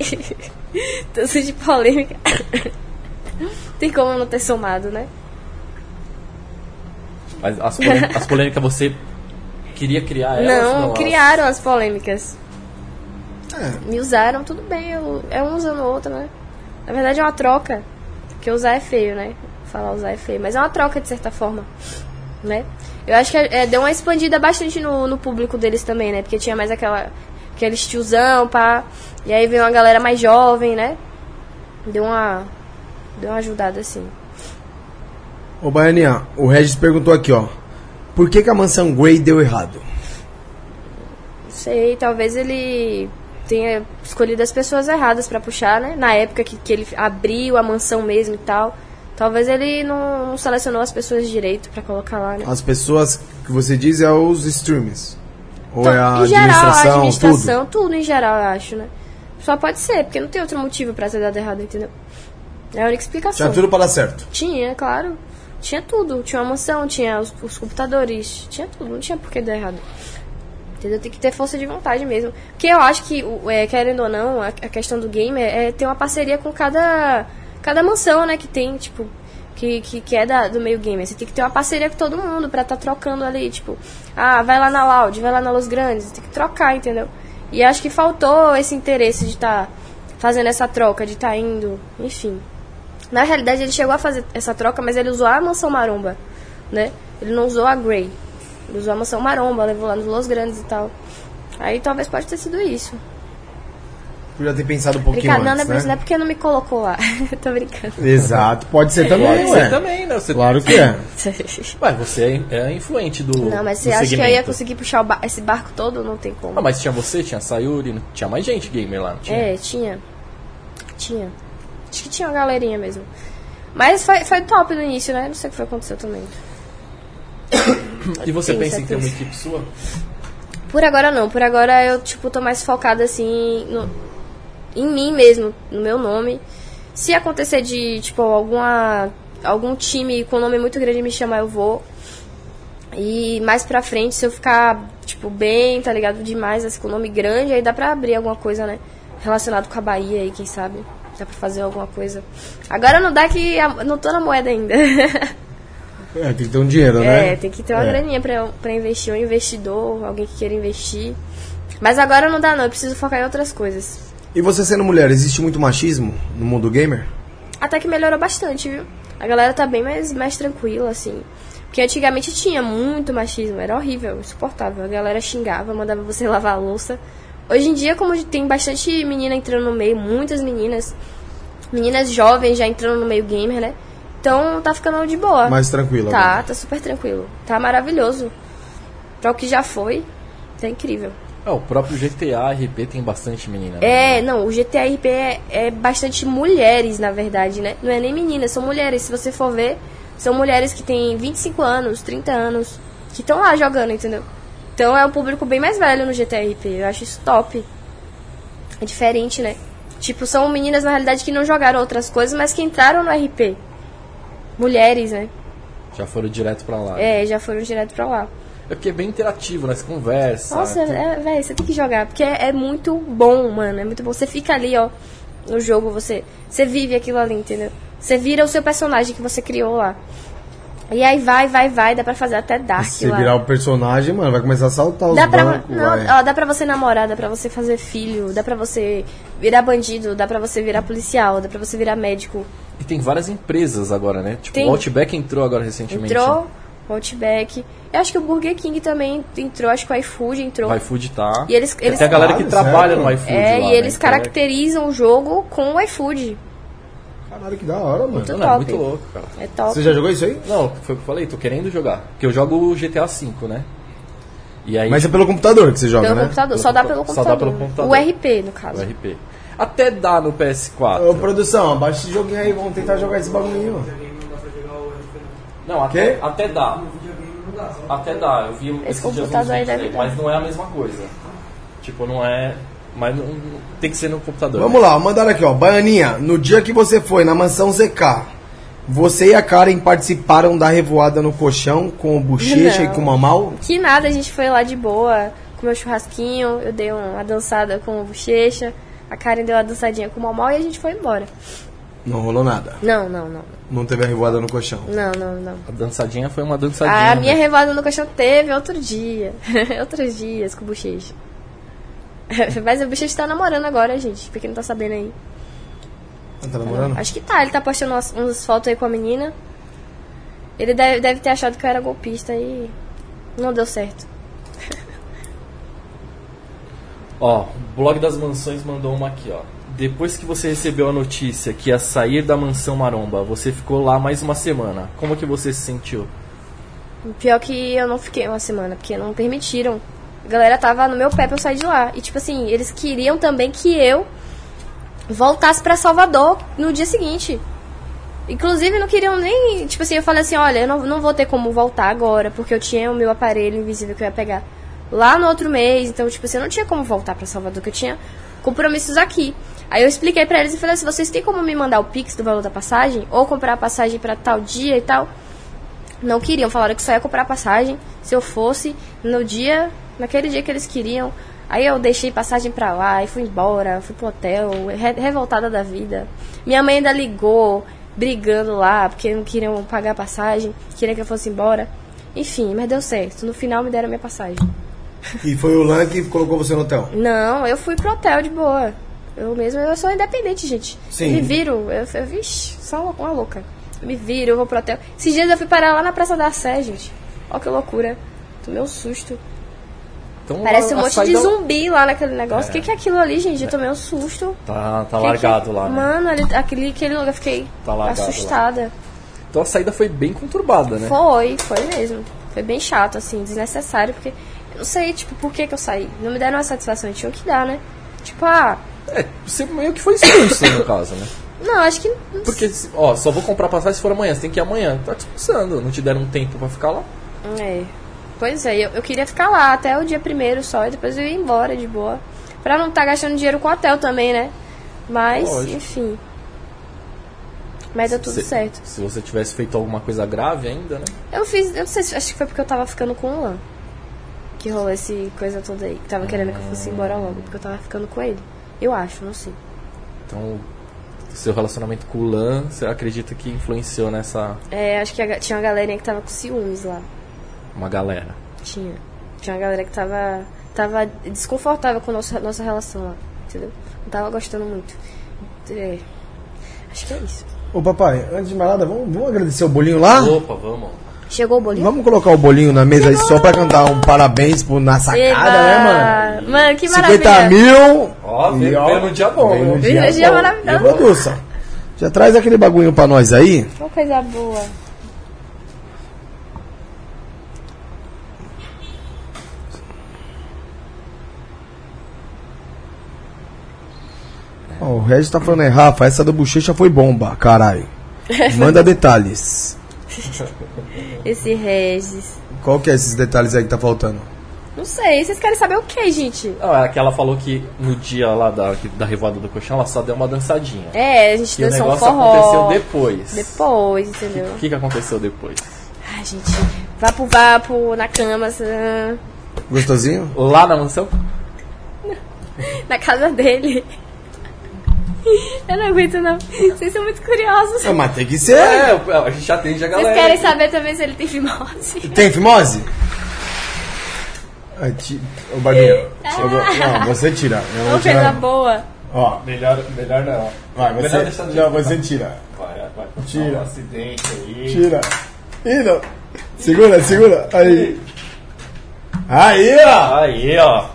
[SPEAKER 3] [LAUGHS] Tanto de polêmica. Tem como não ter somado, né?
[SPEAKER 2] Mas as,
[SPEAKER 3] [LAUGHS]
[SPEAKER 2] polê- as polêmicas você queria criar elas?
[SPEAKER 3] não,
[SPEAKER 2] elas-
[SPEAKER 3] criaram as polêmicas.
[SPEAKER 1] É.
[SPEAKER 3] Me usaram, tudo bem. Eu, é um usando o outro, né? Na verdade é uma troca. Porque usar é feio, né? Falar usar é feio. Mas é uma troca, de certa forma. Né? Eu acho que é, deu uma expandida bastante no, no público deles também, né? Porque tinha mais aquela, aqueles tiozão, pá. E aí veio uma galera mais jovem, né? Deu uma. Deu uma ajudada assim.
[SPEAKER 1] Ô, Baianinha, o Regis perguntou aqui, ó. Por que, que a mansão Grey deu errado?
[SPEAKER 3] Não sei, talvez ele tenha escolhido as pessoas erradas pra puxar, né? Na época que, que ele abriu a mansão mesmo e tal. Talvez ele não, não selecionou as pessoas direito pra colocar lá, né?
[SPEAKER 1] As pessoas que você diz é os streamers. Ou
[SPEAKER 3] Então,
[SPEAKER 1] é a
[SPEAKER 3] em geral,
[SPEAKER 1] administração,
[SPEAKER 3] a administração, tudo. em geral, eu acho, né? Só pode ser, porque não tem outro motivo pra ter dado errado, entendeu? É a única
[SPEAKER 1] tudo.
[SPEAKER 3] explicação.
[SPEAKER 1] Tinha tudo pra dar certo.
[SPEAKER 3] Tinha, claro. Tinha tudo. Tinha uma mansão, tinha os, os computadores, tinha tudo. Não tinha por que dar errado. Entendeu? Tem que ter força de vontade mesmo. Porque eu acho que, o- é, querendo ou não, a, a questão do game é, é ter uma parceria com cada, cada mansão, né? Que tem, tipo, que, que, que é da- do meio gamer. Você tem que ter uma parceria com todo mundo pra tá trocando ali, tipo, ah, vai lá na Loud, vai lá na Los Grandes. Tem que trocar, entendeu? E acho que faltou esse interesse de estar fazendo essa troca, de estar indo, enfim. Na realidade, ele chegou a fazer essa troca, mas ele usou a mansão maromba, né? Ele não usou a Grey. Ele usou a mansão maromba, levou lá nos Los Grandes e tal. Aí talvez pode ter sido
[SPEAKER 2] Um
[SPEAKER 3] isso.
[SPEAKER 1] Podia ter pensado um pouquinho
[SPEAKER 3] Brincando, não, é por
[SPEAKER 1] antes,
[SPEAKER 3] isso, não é
[SPEAKER 1] né?
[SPEAKER 3] porque não me colocou lá. [LAUGHS] Tô
[SPEAKER 2] [LAUGHS]
[SPEAKER 3] brincando.
[SPEAKER 1] Exato, É, pode ser também,
[SPEAKER 2] Claro que
[SPEAKER 1] ué.
[SPEAKER 2] você também, né? Você,
[SPEAKER 1] Claro que é.
[SPEAKER 2] Ué, você é, é influente do.
[SPEAKER 3] Não, mas
[SPEAKER 2] do
[SPEAKER 3] você acha que eu ia
[SPEAKER 2] Um segmento.
[SPEAKER 3] conseguir puxar o ba- esse barco todo? Não tem como.
[SPEAKER 2] Ah, mas tinha você, tinha a Sayuri, tinha mais gente gamer lá, não tinha?
[SPEAKER 3] É, tinha. Tinha. Acho que tinha uma galerinha mesmo. Mas foi, foi top no início, né? Não sei o que foi que aconteceu também.
[SPEAKER 2] E você
[SPEAKER 3] Sim,
[SPEAKER 2] pensa em ter uma
[SPEAKER 3] certeza.
[SPEAKER 2] equipe sua?
[SPEAKER 3] Por agora não, por agora eu, tipo, tô mais focada, assim, no- em mim mesmo, no meu nome. Se acontecer de, tipo, alguma, algum time com um nome muito grande me chamar, eu vou. E mais pra frente, se eu ficar, tipo, bem, tá ligado? Demais, assim, com nome grande, aí dá pra abrir alguma coisa, né? Relacionado com a Bahia aí, quem sabe? Dá pra fazer alguma coisa. Agora não dá que a- não tô na moeda ainda. [LAUGHS]
[SPEAKER 1] É, tem que ter um dinheiro, né?
[SPEAKER 3] É, tem que ter uma
[SPEAKER 1] É.
[SPEAKER 3] graninha pra, pra investir, um investidor, alguém que queira investir. Mas agora não dá não, eu preciso focar em outras coisas.
[SPEAKER 1] E você sendo mulher, existe muito machismo no mundo gamer?
[SPEAKER 3] Até que melhorou bastante, viu? A galera tá bem mais, mais tranquila, assim. Porque antigamente tinha muito machismo, era horrível, insuportável. A galera xingava, mandava você [LAUGHS] lavar a louça. Hoje em dia, como tem bastante menina entrando no meio, muitas meninas, Meninas jovens já entrando no meio gamer, né? Então tá ficando de boa.
[SPEAKER 1] Mais tranquilo.
[SPEAKER 3] Tá,
[SPEAKER 1] agora.
[SPEAKER 3] tá super tranquilo. Tá maravilhoso. Pra o que já foi, tá incrível.
[SPEAKER 2] É, o próprio GTA RP tem bastante menina. né?
[SPEAKER 3] É, não, o GTA RP é, é bastante mulheres, na verdade, né? Não é nem meninas, são mulheres. Se você for ver, são mulheres que têm 25 anos, 30 anos, que estão lá jogando, entendeu? Então é um público bem mais velho no GTA RP. Eu acho isso top. É diferente, né? Tipo, são meninas na realidade que não jogaram outras coisas, mas que entraram no RP. Mulheres, né?
[SPEAKER 2] Já foram direto pra lá.
[SPEAKER 3] É, já foram direto pra lá.
[SPEAKER 2] É porque é bem interativo, né? Você conversa.
[SPEAKER 3] Nossa,
[SPEAKER 2] tem-
[SPEAKER 3] é, velho, você tem que jogar, porque é, é muito bom, mano. É muito bom. Você fica ali, ó, no jogo, você, você vive aquilo ali, entendeu? Você vira o seu personagem que você criou lá. E aí vai, vai, vai, dá pra fazer até Dark
[SPEAKER 1] Se
[SPEAKER 3] lá.
[SPEAKER 1] virar o personagem, mano, vai começar a saltar os
[SPEAKER 3] é. Dá pra,
[SPEAKER 1] bancos.
[SPEAKER 3] não,
[SPEAKER 1] vai.
[SPEAKER 3] ó, dá pra você namorar, dá pra você fazer filho, dá pra você virar bandido, dá pra você virar policial, dá pra você virar médico.
[SPEAKER 2] E tem várias empresas agora, né? Tipo,
[SPEAKER 3] Tem.
[SPEAKER 2] o Outback entrou agora recentemente. né?
[SPEAKER 3] Entrou, Outback. Eu acho que o Burger King também entrou, acho que o iFood entrou.
[SPEAKER 2] O iFood tá.
[SPEAKER 3] E eles- eles-
[SPEAKER 2] Tem a galera que
[SPEAKER 1] Claro,
[SPEAKER 2] trabalha
[SPEAKER 1] certo.
[SPEAKER 2] no iFood.
[SPEAKER 3] é,
[SPEAKER 2] lá,
[SPEAKER 3] e
[SPEAKER 2] né?
[SPEAKER 3] eles
[SPEAKER 2] Então é-
[SPEAKER 3] caracterizam o jogo com o iFood.
[SPEAKER 1] Caralho, que da hora, mano.
[SPEAKER 3] Muito
[SPEAKER 2] Não, é
[SPEAKER 3] top.
[SPEAKER 2] muito louco, cara.
[SPEAKER 3] É top.
[SPEAKER 1] Você já jogou isso aí?
[SPEAKER 2] Não, foi o que eu falei, tô querendo jogar. Porque eu jogo o GTA V, né? E aí.
[SPEAKER 1] Mas é pelo computador que você joga,
[SPEAKER 3] Pelo
[SPEAKER 1] né?
[SPEAKER 3] computador,
[SPEAKER 2] Pelo
[SPEAKER 3] só dá
[SPEAKER 2] compu-
[SPEAKER 3] pelo
[SPEAKER 2] só
[SPEAKER 3] computador.
[SPEAKER 2] dá pelo computador.
[SPEAKER 3] O RP, no caso.
[SPEAKER 2] O RP. Até dá no PS4.
[SPEAKER 1] Ô, produção, abaixa esse joguinho aí, vamos tentar jogar esse bagulhinho, mano.
[SPEAKER 2] Não, até,
[SPEAKER 1] Quê?
[SPEAKER 2] até dá. Até dá. Eu vi esses dias uns
[SPEAKER 3] computador aí
[SPEAKER 2] vídeos
[SPEAKER 3] deve
[SPEAKER 2] aí,
[SPEAKER 3] dar.
[SPEAKER 2] mas não é a mesma coisa. Tipo, não é. Mas não, não- tem que ser no computador.
[SPEAKER 1] Vamos lá, mandaram aqui, ó. Baianinha, no dia que você foi na mansão ZK, você e a Karen participaram da revoada no colchão com o bochecha
[SPEAKER 3] Não.
[SPEAKER 1] e com o mamal?
[SPEAKER 3] Que nada, a gente foi lá de boa, comeu churrasquinho, eu dei um, uma dançada com o bochecha, a Karen deu uma dançadinha com o Mamal e a gente foi embora.
[SPEAKER 1] Não rolou nada.
[SPEAKER 3] Não, não, não.
[SPEAKER 1] Não teve a revoada no colchão.
[SPEAKER 3] Não, não, não.
[SPEAKER 2] A dançadinha foi uma dançadinha.
[SPEAKER 3] Ah, A minha
[SPEAKER 2] né?
[SPEAKER 3] revoada no caixão teve outro dia. [LAUGHS] Outros dias com o bochecha. [LAUGHS] Mas o bochecha tá namorando agora, gente. Pra quem não tá sabendo aí.
[SPEAKER 1] Ah, Tá namorando?
[SPEAKER 3] Acho que tá, ele tá postando umas, umas fotos aí com a menina. Ele deve, deve ter achado que eu era golpista e não deu certo.
[SPEAKER 2] Ó, o blog das mansões mandou uma aqui, ó. Depois que você recebeu a notícia que ia sair da mansão Maromba, você ficou lá mais uma semana. Como que você se sentiu?
[SPEAKER 3] Pior que eu não fiquei uma semana, porque não permitiram. A galera tava no meu pé pra eu sair de lá. E tipo assim, eles queriam também que eu voltasse pra Salvador no dia seguinte. Inclusive não queriam nem. Tipo assim, eu falei assim, olha, eu não, não vou ter como voltar agora, porque eu tinha o meu aparelho invisível que eu ia pegar lá no outro mês. Então, tipo assim, eu não tinha como voltar pra Salvador, que eu tinha compromissos aqui. Aí eu expliquei pra eles e falei assim, vocês têm como me mandar o Pix do valor da passagem? Ou comprar a passagem pra tal dia e tal? não queriam, falaram que só ia comprar passagem se eu fosse no dia, naquele dia que eles queriam. Aí eu deixei passagem pra lá e fui embora, fui pro hotel, re- revoltada da vida. Minha mãe ainda ligou, brigando lá, porque não queriam pagar a passagem, queriam que eu fosse embora. Enfim, mas deu certo. No final me deram minha passagem.
[SPEAKER 1] E foi o Lan que colocou você no hotel.
[SPEAKER 3] Não, eu fui pro hotel de boa. Eu mesmo, eu sou independente, gente.
[SPEAKER 1] Sim.
[SPEAKER 3] Me viro, eu, eu vixe, só uma, uma louca. Eu me viro, eu vou pro hotel. Esses dias eu fui parar lá na Praça da Sé, gente. Ó que loucura. Tomei um susto.
[SPEAKER 2] Então,
[SPEAKER 3] Parece
[SPEAKER 2] a-
[SPEAKER 3] um
[SPEAKER 2] a
[SPEAKER 3] monte
[SPEAKER 2] saída-
[SPEAKER 3] de zumbi lá naquele negócio. O que, que é aquilo ali, gente? Eu tomei um susto.
[SPEAKER 2] Tá, tá
[SPEAKER 3] Que
[SPEAKER 2] largado
[SPEAKER 3] que-
[SPEAKER 2] lá, né?
[SPEAKER 3] Mano, ali, aquele, aquele lugar eu fiquei
[SPEAKER 2] Tá largado lá.
[SPEAKER 3] assustada.
[SPEAKER 2] Então a saída foi bem conturbada, né?
[SPEAKER 3] Foi, foi mesmo. Foi bem chato, assim, desnecessário, porque eu não sei, tipo, por que, que eu saí. Não me deram uma satisfação, tinha que dar, né? Tipo, ah,
[SPEAKER 2] É, você meio que foi expulso no caso, né?
[SPEAKER 3] não, acho que. não
[SPEAKER 2] Porque, se- ó, só vou comprar passagem se for amanhã, você tem que ir amanhã. Tá te expulsando, não te deram um tempo pra ficar lá?
[SPEAKER 3] É. Pois é, eu, eu queria ficar lá até o dia primeiro só, e depois eu ia embora de boa. Pra não estar gastando dinheiro com hotel também, né? Mas,
[SPEAKER 2] Lógico.
[SPEAKER 3] enfim. Mas deu tudo
[SPEAKER 2] se,
[SPEAKER 3] certo.
[SPEAKER 2] Se você tivesse feito alguma coisa grave ainda, né?
[SPEAKER 3] Eu fiz, eu não sei se acho que foi porque eu tava ficando com o Lan. Que rolou esse coisa toda aí. Que tava querendo que eu fosse embora logo, porque eu tava ficando com ele. Eu acho, não sei.
[SPEAKER 2] Então, o seu relacionamento com o Lan, você acredita que influenciou nessa.
[SPEAKER 3] É, acho que a ga- tinha uma galerinha que tava com ciúmes lá.
[SPEAKER 2] uma galera?
[SPEAKER 3] Tinha. Tinha uma galera que tava, tava desconfortável com nossa, nossa relação lá, entendeu? Não tava gostando muito. É, acho que é isso.
[SPEAKER 1] Ô, papai, antes de mais nada, vamos, vamos agradecer o bolinho lá?
[SPEAKER 2] Opa, vamos.
[SPEAKER 3] Chegou o bolinho?
[SPEAKER 1] Vamos colocar o bolinho na mesa aí só pra cantar um parabéns por na sacada, né,
[SPEAKER 3] mano? Mano, que
[SPEAKER 1] mano? 50
[SPEAKER 3] maravilha.
[SPEAKER 1] mil.
[SPEAKER 2] Ó, veio-
[SPEAKER 1] E,
[SPEAKER 2] veio no dia bom,
[SPEAKER 1] Veio
[SPEAKER 2] né?
[SPEAKER 1] no
[SPEAKER 3] Veio no
[SPEAKER 1] dia
[SPEAKER 3] dia é
[SPEAKER 1] bom.
[SPEAKER 3] maravilhoso.
[SPEAKER 1] E produção. Já traz aquele bagulho pra nós aí.
[SPEAKER 3] Uma coisa boa.
[SPEAKER 1] Ó, o Regis tá falando aí, Rafa, essa do bochecha foi bomba,
[SPEAKER 3] [LAUGHS]
[SPEAKER 1] caralho. Manda detalhes.
[SPEAKER 3] Esse Regis.
[SPEAKER 1] Qual que é esses detalhes aí que tá faltando?
[SPEAKER 3] Não sei, vocês querem saber o que, gente?
[SPEAKER 2] Não, é que ela falou que no dia lá da, que- da revoada do colchão, ela só deu uma dançadinha.
[SPEAKER 3] É, a gente
[SPEAKER 2] E o
[SPEAKER 3] dançou um
[SPEAKER 2] negócio
[SPEAKER 3] forró.
[SPEAKER 2] aconteceu depois.
[SPEAKER 3] Depois, entendeu?
[SPEAKER 2] O que, que aconteceu depois?
[SPEAKER 3] Ai, gente, vapo, vapo, na cama, assim,
[SPEAKER 1] Gostosinho?
[SPEAKER 2] Lá na mansão?
[SPEAKER 3] na casa dele. Eu não aguento, não. Vocês são muito curiosos.
[SPEAKER 1] Ah, mas tem que ser.
[SPEAKER 2] É, a gente atende a galera.
[SPEAKER 3] Vocês querem saber também se ele tem fimose?
[SPEAKER 1] Tem fimose? Ah, ti- Ô, Baguinho.
[SPEAKER 3] É.
[SPEAKER 1] eu vou- Não, você tira. Eu vou
[SPEAKER 3] Uma coisa
[SPEAKER 1] tirar.
[SPEAKER 3] boa.
[SPEAKER 1] Ó,
[SPEAKER 2] Melhor, melhor não.
[SPEAKER 1] vai,
[SPEAKER 2] Melhor deixar tá?
[SPEAKER 1] você,
[SPEAKER 2] do
[SPEAKER 1] não,
[SPEAKER 2] jeito que
[SPEAKER 1] você tira.
[SPEAKER 2] Vai, vai.
[SPEAKER 1] Tira.
[SPEAKER 2] Um acidente aí.
[SPEAKER 1] Tira. Ih, não. Segura, segura. Aí. Aí, ó.
[SPEAKER 2] Aí, ó.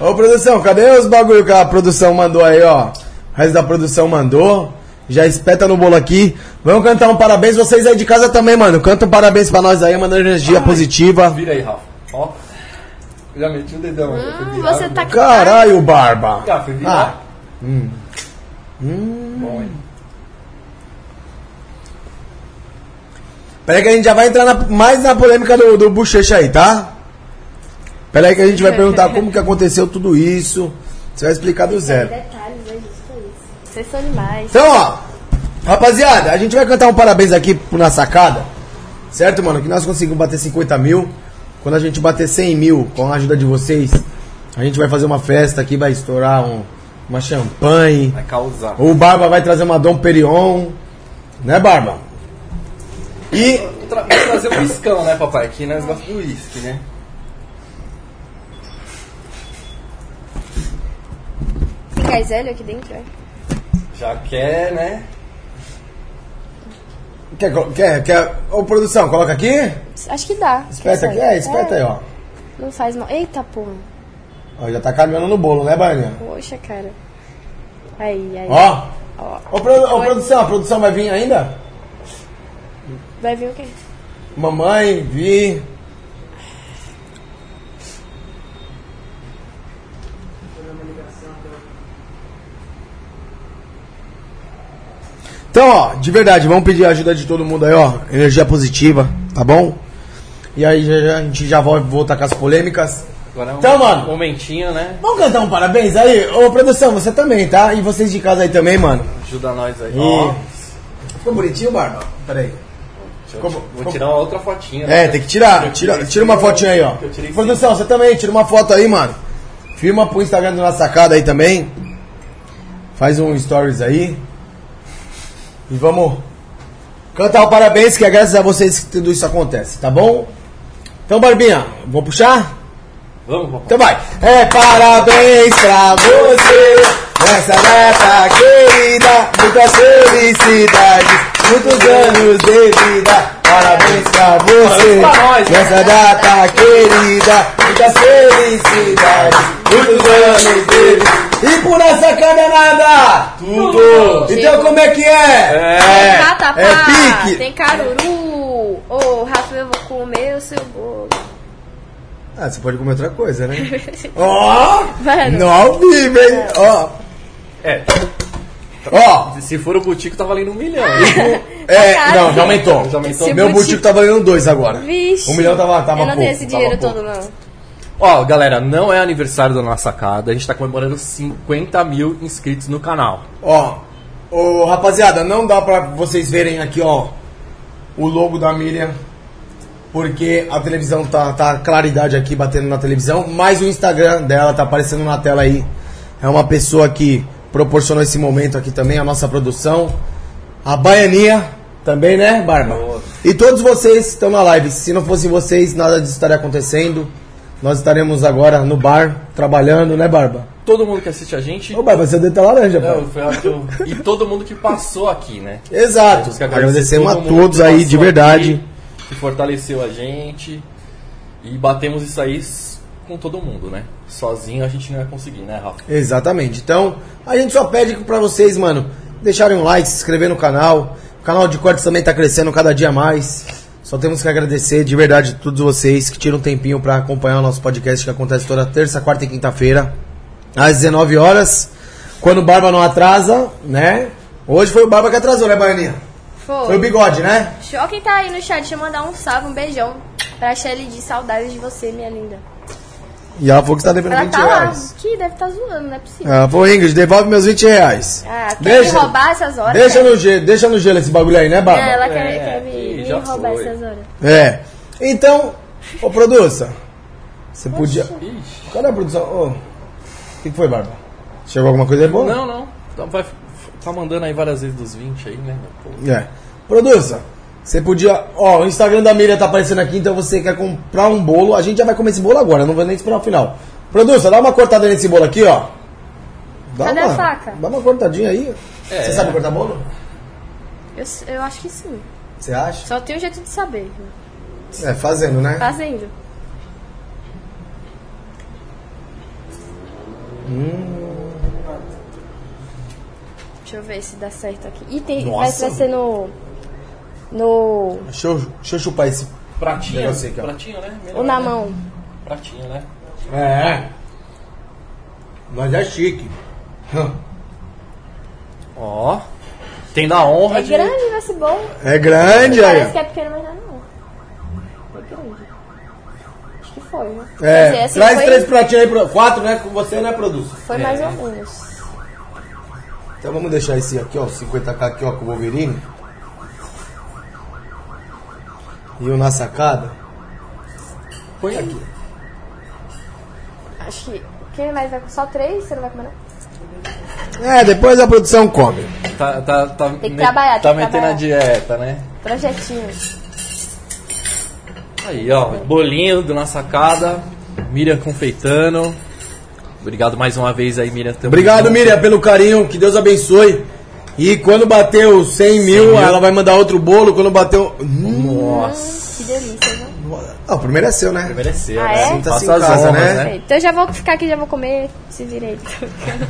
[SPEAKER 1] Ô, produção, cadê os bagulho que a produção mandou aí, ó? O resto da produção mandou. Já espeta no bolo aqui. Vamos cantar um parabéns. Vocês aí de casa também, mano. Canta um parabéns pra nós aí, mandando energia positiva.
[SPEAKER 2] Vira aí, Rafa. Ó. Já meti o dedão aí. eu fui
[SPEAKER 3] Hum,
[SPEAKER 2] virar, né?
[SPEAKER 3] você tá
[SPEAKER 1] Caralho, barba.
[SPEAKER 2] Ah, Hum. fui virar. Hum.
[SPEAKER 1] Ah,
[SPEAKER 2] Bom, hein?
[SPEAKER 1] peraí que a gente já vai entrar na- mais na polêmica do, do bochecha aí, tá? Peraí que a gente vai perguntar como que aconteceu tudo isso. Você vai explicar do zero.
[SPEAKER 3] Detalhes, é justo isso. Vocês são demais.
[SPEAKER 1] Então, ó, rapaziada, a gente vai cantar um parabéns aqui pro Na Sacada, certo, mano? Que nós conseguimos bater 50 mil. Quando a gente bater 100 mil, com a ajuda de vocês, a gente vai fazer uma festa aqui, vai estourar um- uma champanhe.
[SPEAKER 2] Vai causar.
[SPEAKER 1] O Barba vai trazer uma Dom Perion, né, Barba? E
[SPEAKER 2] Vou, tra- vou trazer um uiscão, né, papai? Que nós gostamos do uísque, né?
[SPEAKER 3] Tem gás hélio aqui dentro, é?
[SPEAKER 2] Já quer, né?
[SPEAKER 1] quer, colo- quer, quer, ô produção, coloca aqui,
[SPEAKER 3] Acho que dá. É,
[SPEAKER 1] espeta aqui, é, espeta aí, ó.
[SPEAKER 3] Não faz mal. Eita, porra.
[SPEAKER 1] Ó, já tá caminhando no bolo, né, Bainha?
[SPEAKER 3] Poxa, cara. Aí, aí.
[SPEAKER 1] Ó,
[SPEAKER 3] Ó.
[SPEAKER 1] ô, produ- ô
[SPEAKER 3] Oi.
[SPEAKER 1] produção, a produção vai vir ainda?
[SPEAKER 3] Vai vir o quê?
[SPEAKER 1] Mamãe, vi. Então, ó, de verdade, vamos pedir a ajuda de todo mundo aí, ó. Energia positiva, tá bom? E aí já, já- a gente já vai voltar com as polêmicas.
[SPEAKER 2] Agora é um
[SPEAKER 1] Então, mano.
[SPEAKER 2] momentinho, né?
[SPEAKER 1] Vamos cantar um parabéns aí? Ô, produção, você também, tá? E vocês de casa aí também, mano.
[SPEAKER 2] Ajuda nós aí.
[SPEAKER 1] E-
[SPEAKER 2] Ó,
[SPEAKER 1] Ficou bonitinho, Barba? Pera aí.
[SPEAKER 2] deixa eu-
[SPEAKER 1] como-
[SPEAKER 2] vou
[SPEAKER 1] como-
[SPEAKER 2] tirar uma outra fotinha. né?
[SPEAKER 1] É, tem que tirar. Tira, tira uma fotinha aí, ó.
[SPEAKER 2] Eu tirei sim.
[SPEAKER 1] Produção, você também, tira uma foto aí, mano. Filma pro Instagram do Na Sacada aí também. Faz um stories aí. E vamos cantar o parabéns, que é graças a vocês que tudo isso acontece, tá bom? Então, Barbinha, vou puxar?
[SPEAKER 2] Vamos, papai.
[SPEAKER 1] Então vai. É parabéns pra você nessa data querida. Muitas felicidades, muitos anos de vida. Parabéns pra você
[SPEAKER 2] Parabéns pra nós, né?
[SPEAKER 1] nessa data querida. Muitas felicidades, muitos anos de vida. E por essa canelada,
[SPEAKER 2] Tudo!
[SPEAKER 1] Então como é que é?
[SPEAKER 2] É.
[SPEAKER 3] Batapá,
[SPEAKER 1] é pique.
[SPEAKER 3] Tá, Tem caruru. Ô, Rafa, eu vou comer o seu bolo.
[SPEAKER 1] Ah, você pode comer outra coisa, né?
[SPEAKER 3] [LAUGHS]
[SPEAKER 1] Ó!
[SPEAKER 3] Mano.
[SPEAKER 1] não ao vivo, hein? Ó!
[SPEAKER 2] É,
[SPEAKER 1] Ó!
[SPEAKER 2] se for o butico, tá valendo um milhão.
[SPEAKER 1] [LAUGHS] É, não, já aumentou.
[SPEAKER 2] Já aumentou.
[SPEAKER 1] Meu butico tá valendo dois agora.
[SPEAKER 3] Vixe.
[SPEAKER 1] Um milhão tava, tava
[SPEAKER 3] Eu não tenho
[SPEAKER 1] pouco,
[SPEAKER 3] esse
[SPEAKER 1] tava
[SPEAKER 3] dinheiro
[SPEAKER 1] pouco.
[SPEAKER 3] todo, não.
[SPEAKER 2] Ó, galera, não é aniversário da nossa sacada, a gente tá comemorando 50 mil inscritos no canal.
[SPEAKER 1] Ó, ô, rapaziada, não dá pra vocês verem aqui, ó, o logo da Miriam. Porque a televisão tá, tá a claridade aqui batendo na televisão, mas o Instagram dela tá aparecendo na tela aí. É uma pessoa que proporcionou esse momento aqui também, a nossa produção. A Baianinha também, né, Barba?
[SPEAKER 2] Boa.
[SPEAKER 1] E todos vocês que estão na live. Se não fossem vocês, nada disso estaria acontecendo. Nós estaremos agora no bar, trabalhando, né, Barba?
[SPEAKER 2] Todo mundo que assiste a gente.
[SPEAKER 1] Ô, Barba, você deita laranja, pai.
[SPEAKER 2] Não, foi a que eu- E todo mundo que passou aqui, né?
[SPEAKER 1] Exato.
[SPEAKER 2] Temos que agradecer
[SPEAKER 1] Agradecemos a
[SPEAKER 2] todo mundo
[SPEAKER 1] todos
[SPEAKER 2] que
[SPEAKER 1] aí,
[SPEAKER 2] passou
[SPEAKER 1] de verdade.
[SPEAKER 2] aqui, que fortaleceu a gente. E batemos isso aí s- com todo mundo, né? Sozinho a gente não ia conseguir, né, Rafa?
[SPEAKER 1] Exatamente. Então, a gente só pede pra vocês, mano, deixarem um like, se inscrever no canal. O canal de cortes também tá crescendo cada dia mais. Só temos que agradecer de verdade a todos vocês que tiram um tempinho para acompanhar o nosso podcast que acontece toda terça, quarta e quinta-feira, às 19 horas. Quando o Barba não atrasa, né? Hoje foi o Barba que atrasou, né, Baianinha?
[SPEAKER 3] Foi.
[SPEAKER 1] Foi o bigode, né?
[SPEAKER 3] Show quem tá aí no chat. Deixa eu mandar um salve, um beijão pra Shelly de saudades de você, minha linda.
[SPEAKER 1] E ela falou que tá devendo
[SPEAKER 3] Ela
[SPEAKER 1] 20
[SPEAKER 3] tá lá,
[SPEAKER 1] reais.
[SPEAKER 3] que deve tá zoando, não é possível.
[SPEAKER 1] Ela falou, Ah, Ingrid, devolve meus 20 reais.
[SPEAKER 3] Ah, quer me roubar essas horas?
[SPEAKER 1] Deixa
[SPEAKER 3] cara?
[SPEAKER 1] no, gelo, deixa no gelo esse bagulho aí, né, Barba?
[SPEAKER 3] É, ela quer,
[SPEAKER 2] É,
[SPEAKER 3] quer
[SPEAKER 2] aqui,
[SPEAKER 3] me, me
[SPEAKER 2] já
[SPEAKER 3] roubar
[SPEAKER 2] foi.
[SPEAKER 3] essas horas.
[SPEAKER 1] É. Então, ô produça, você podia.
[SPEAKER 2] Ixi.
[SPEAKER 1] Cadê a produção? Ô, O que que foi, Barba? Chegou alguma coisa aí boa?
[SPEAKER 2] Não, não. Então vai, tá mandando aí várias vezes dos 20 aí, né? meu? Pô.
[SPEAKER 1] É. Produça, você podia. Ó, o Instagram da Miriam tá aparecendo aqui, então você quer comprar um bolo. A gente já vai comer esse bolo agora, não vou nem esperar o final. Produça, dá uma cortada nesse bolo aqui, ó. Dá
[SPEAKER 3] Cadê a
[SPEAKER 1] uma,
[SPEAKER 3] faca?
[SPEAKER 1] Dá uma cortadinha aí.
[SPEAKER 2] É.
[SPEAKER 1] Você sabe cortar bolo?
[SPEAKER 3] Eu, s- eu acho que sim.
[SPEAKER 1] Você acha?
[SPEAKER 3] Só tem um jeito de saber.
[SPEAKER 1] É, fazendo, né?
[SPEAKER 3] Fazendo.
[SPEAKER 2] Hum.
[SPEAKER 3] Deixa eu ver se dá certo aqui. E tem, vai,
[SPEAKER 1] Nossa.
[SPEAKER 3] vai ser no. No.
[SPEAKER 1] Deixa eu, deixa eu chupar esse.
[SPEAKER 2] Pratinho,
[SPEAKER 1] Negócio aqui, ó.
[SPEAKER 2] pratinho, né?
[SPEAKER 3] Ou
[SPEAKER 2] Melhor,
[SPEAKER 3] na
[SPEAKER 2] né?
[SPEAKER 3] mão.
[SPEAKER 2] Pratinho, né?
[SPEAKER 1] É. Mas é chique.
[SPEAKER 2] [LAUGHS] Ó. Tem da honra
[SPEAKER 3] É
[SPEAKER 2] de.
[SPEAKER 3] grande, vai ser bom.
[SPEAKER 1] É grande aí.
[SPEAKER 3] Parece que é pequeno, mas não é não. É grande. Acho que foi, né? Quer dizer,
[SPEAKER 1] É,
[SPEAKER 3] assim,
[SPEAKER 1] traz
[SPEAKER 3] foi,
[SPEAKER 1] três pratinhos aí, pro- quatro, né? Com você, né, produção?
[SPEAKER 3] foi mais ou menos.
[SPEAKER 1] Então vamos deixar esse aqui, ó, 50k aqui, ó, com o Wolverine. E o na sacada.
[SPEAKER 2] Põe aqui.
[SPEAKER 3] Acho que. Quem mais vai com só três? Você não vai comer, não?
[SPEAKER 1] É, depois a produção come.
[SPEAKER 2] Tá, tá, tá, tem
[SPEAKER 3] que
[SPEAKER 2] Tá
[SPEAKER 3] trabalhar, tem que
[SPEAKER 2] metendo
[SPEAKER 3] trabalhar.
[SPEAKER 2] a dieta, né?
[SPEAKER 3] Projetinho.
[SPEAKER 2] Aí, ó, bolinho do na sacada, Miriam confeitando. Obrigado mais uma vez aí, Miriam. Tamo
[SPEAKER 1] Obrigado,
[SPEAKER 2] junto.
[SPEAKER 1] Miriam, pelo carinho. Que Deus abençoe. E quando bater os 100 mil,
[SPEAKER 2] mil.
[SPEAKER 1] ela vai mandar outro bolo. Quando bater o. Hum,
[SPEAKER 2] Nossa,
[SPEAKER 3] Que delícia, né?
[SPEAKER 1] ah, o primeiro é seu,
[SPEAKER 2] [LAUGHS]
[SPEAKER 1] né?
[SPEAKER 2] mereceu,
[SPEAKER 3] Ah,
[SPEAKER 2] né?
[SPEAKER 3] é?
[SPEAKER 2] Faça
[SPEAKER 1] Sinta-se em
[SPEAKER 2] as
[SPEAKER 1] casa,
[SPEAKER 2] honras,
[SPEAKER 1] né?
[SPEAKER 2] né?
[SPEAKER 3] Então eu já vou ficar aqui, já vou comer. Se virei.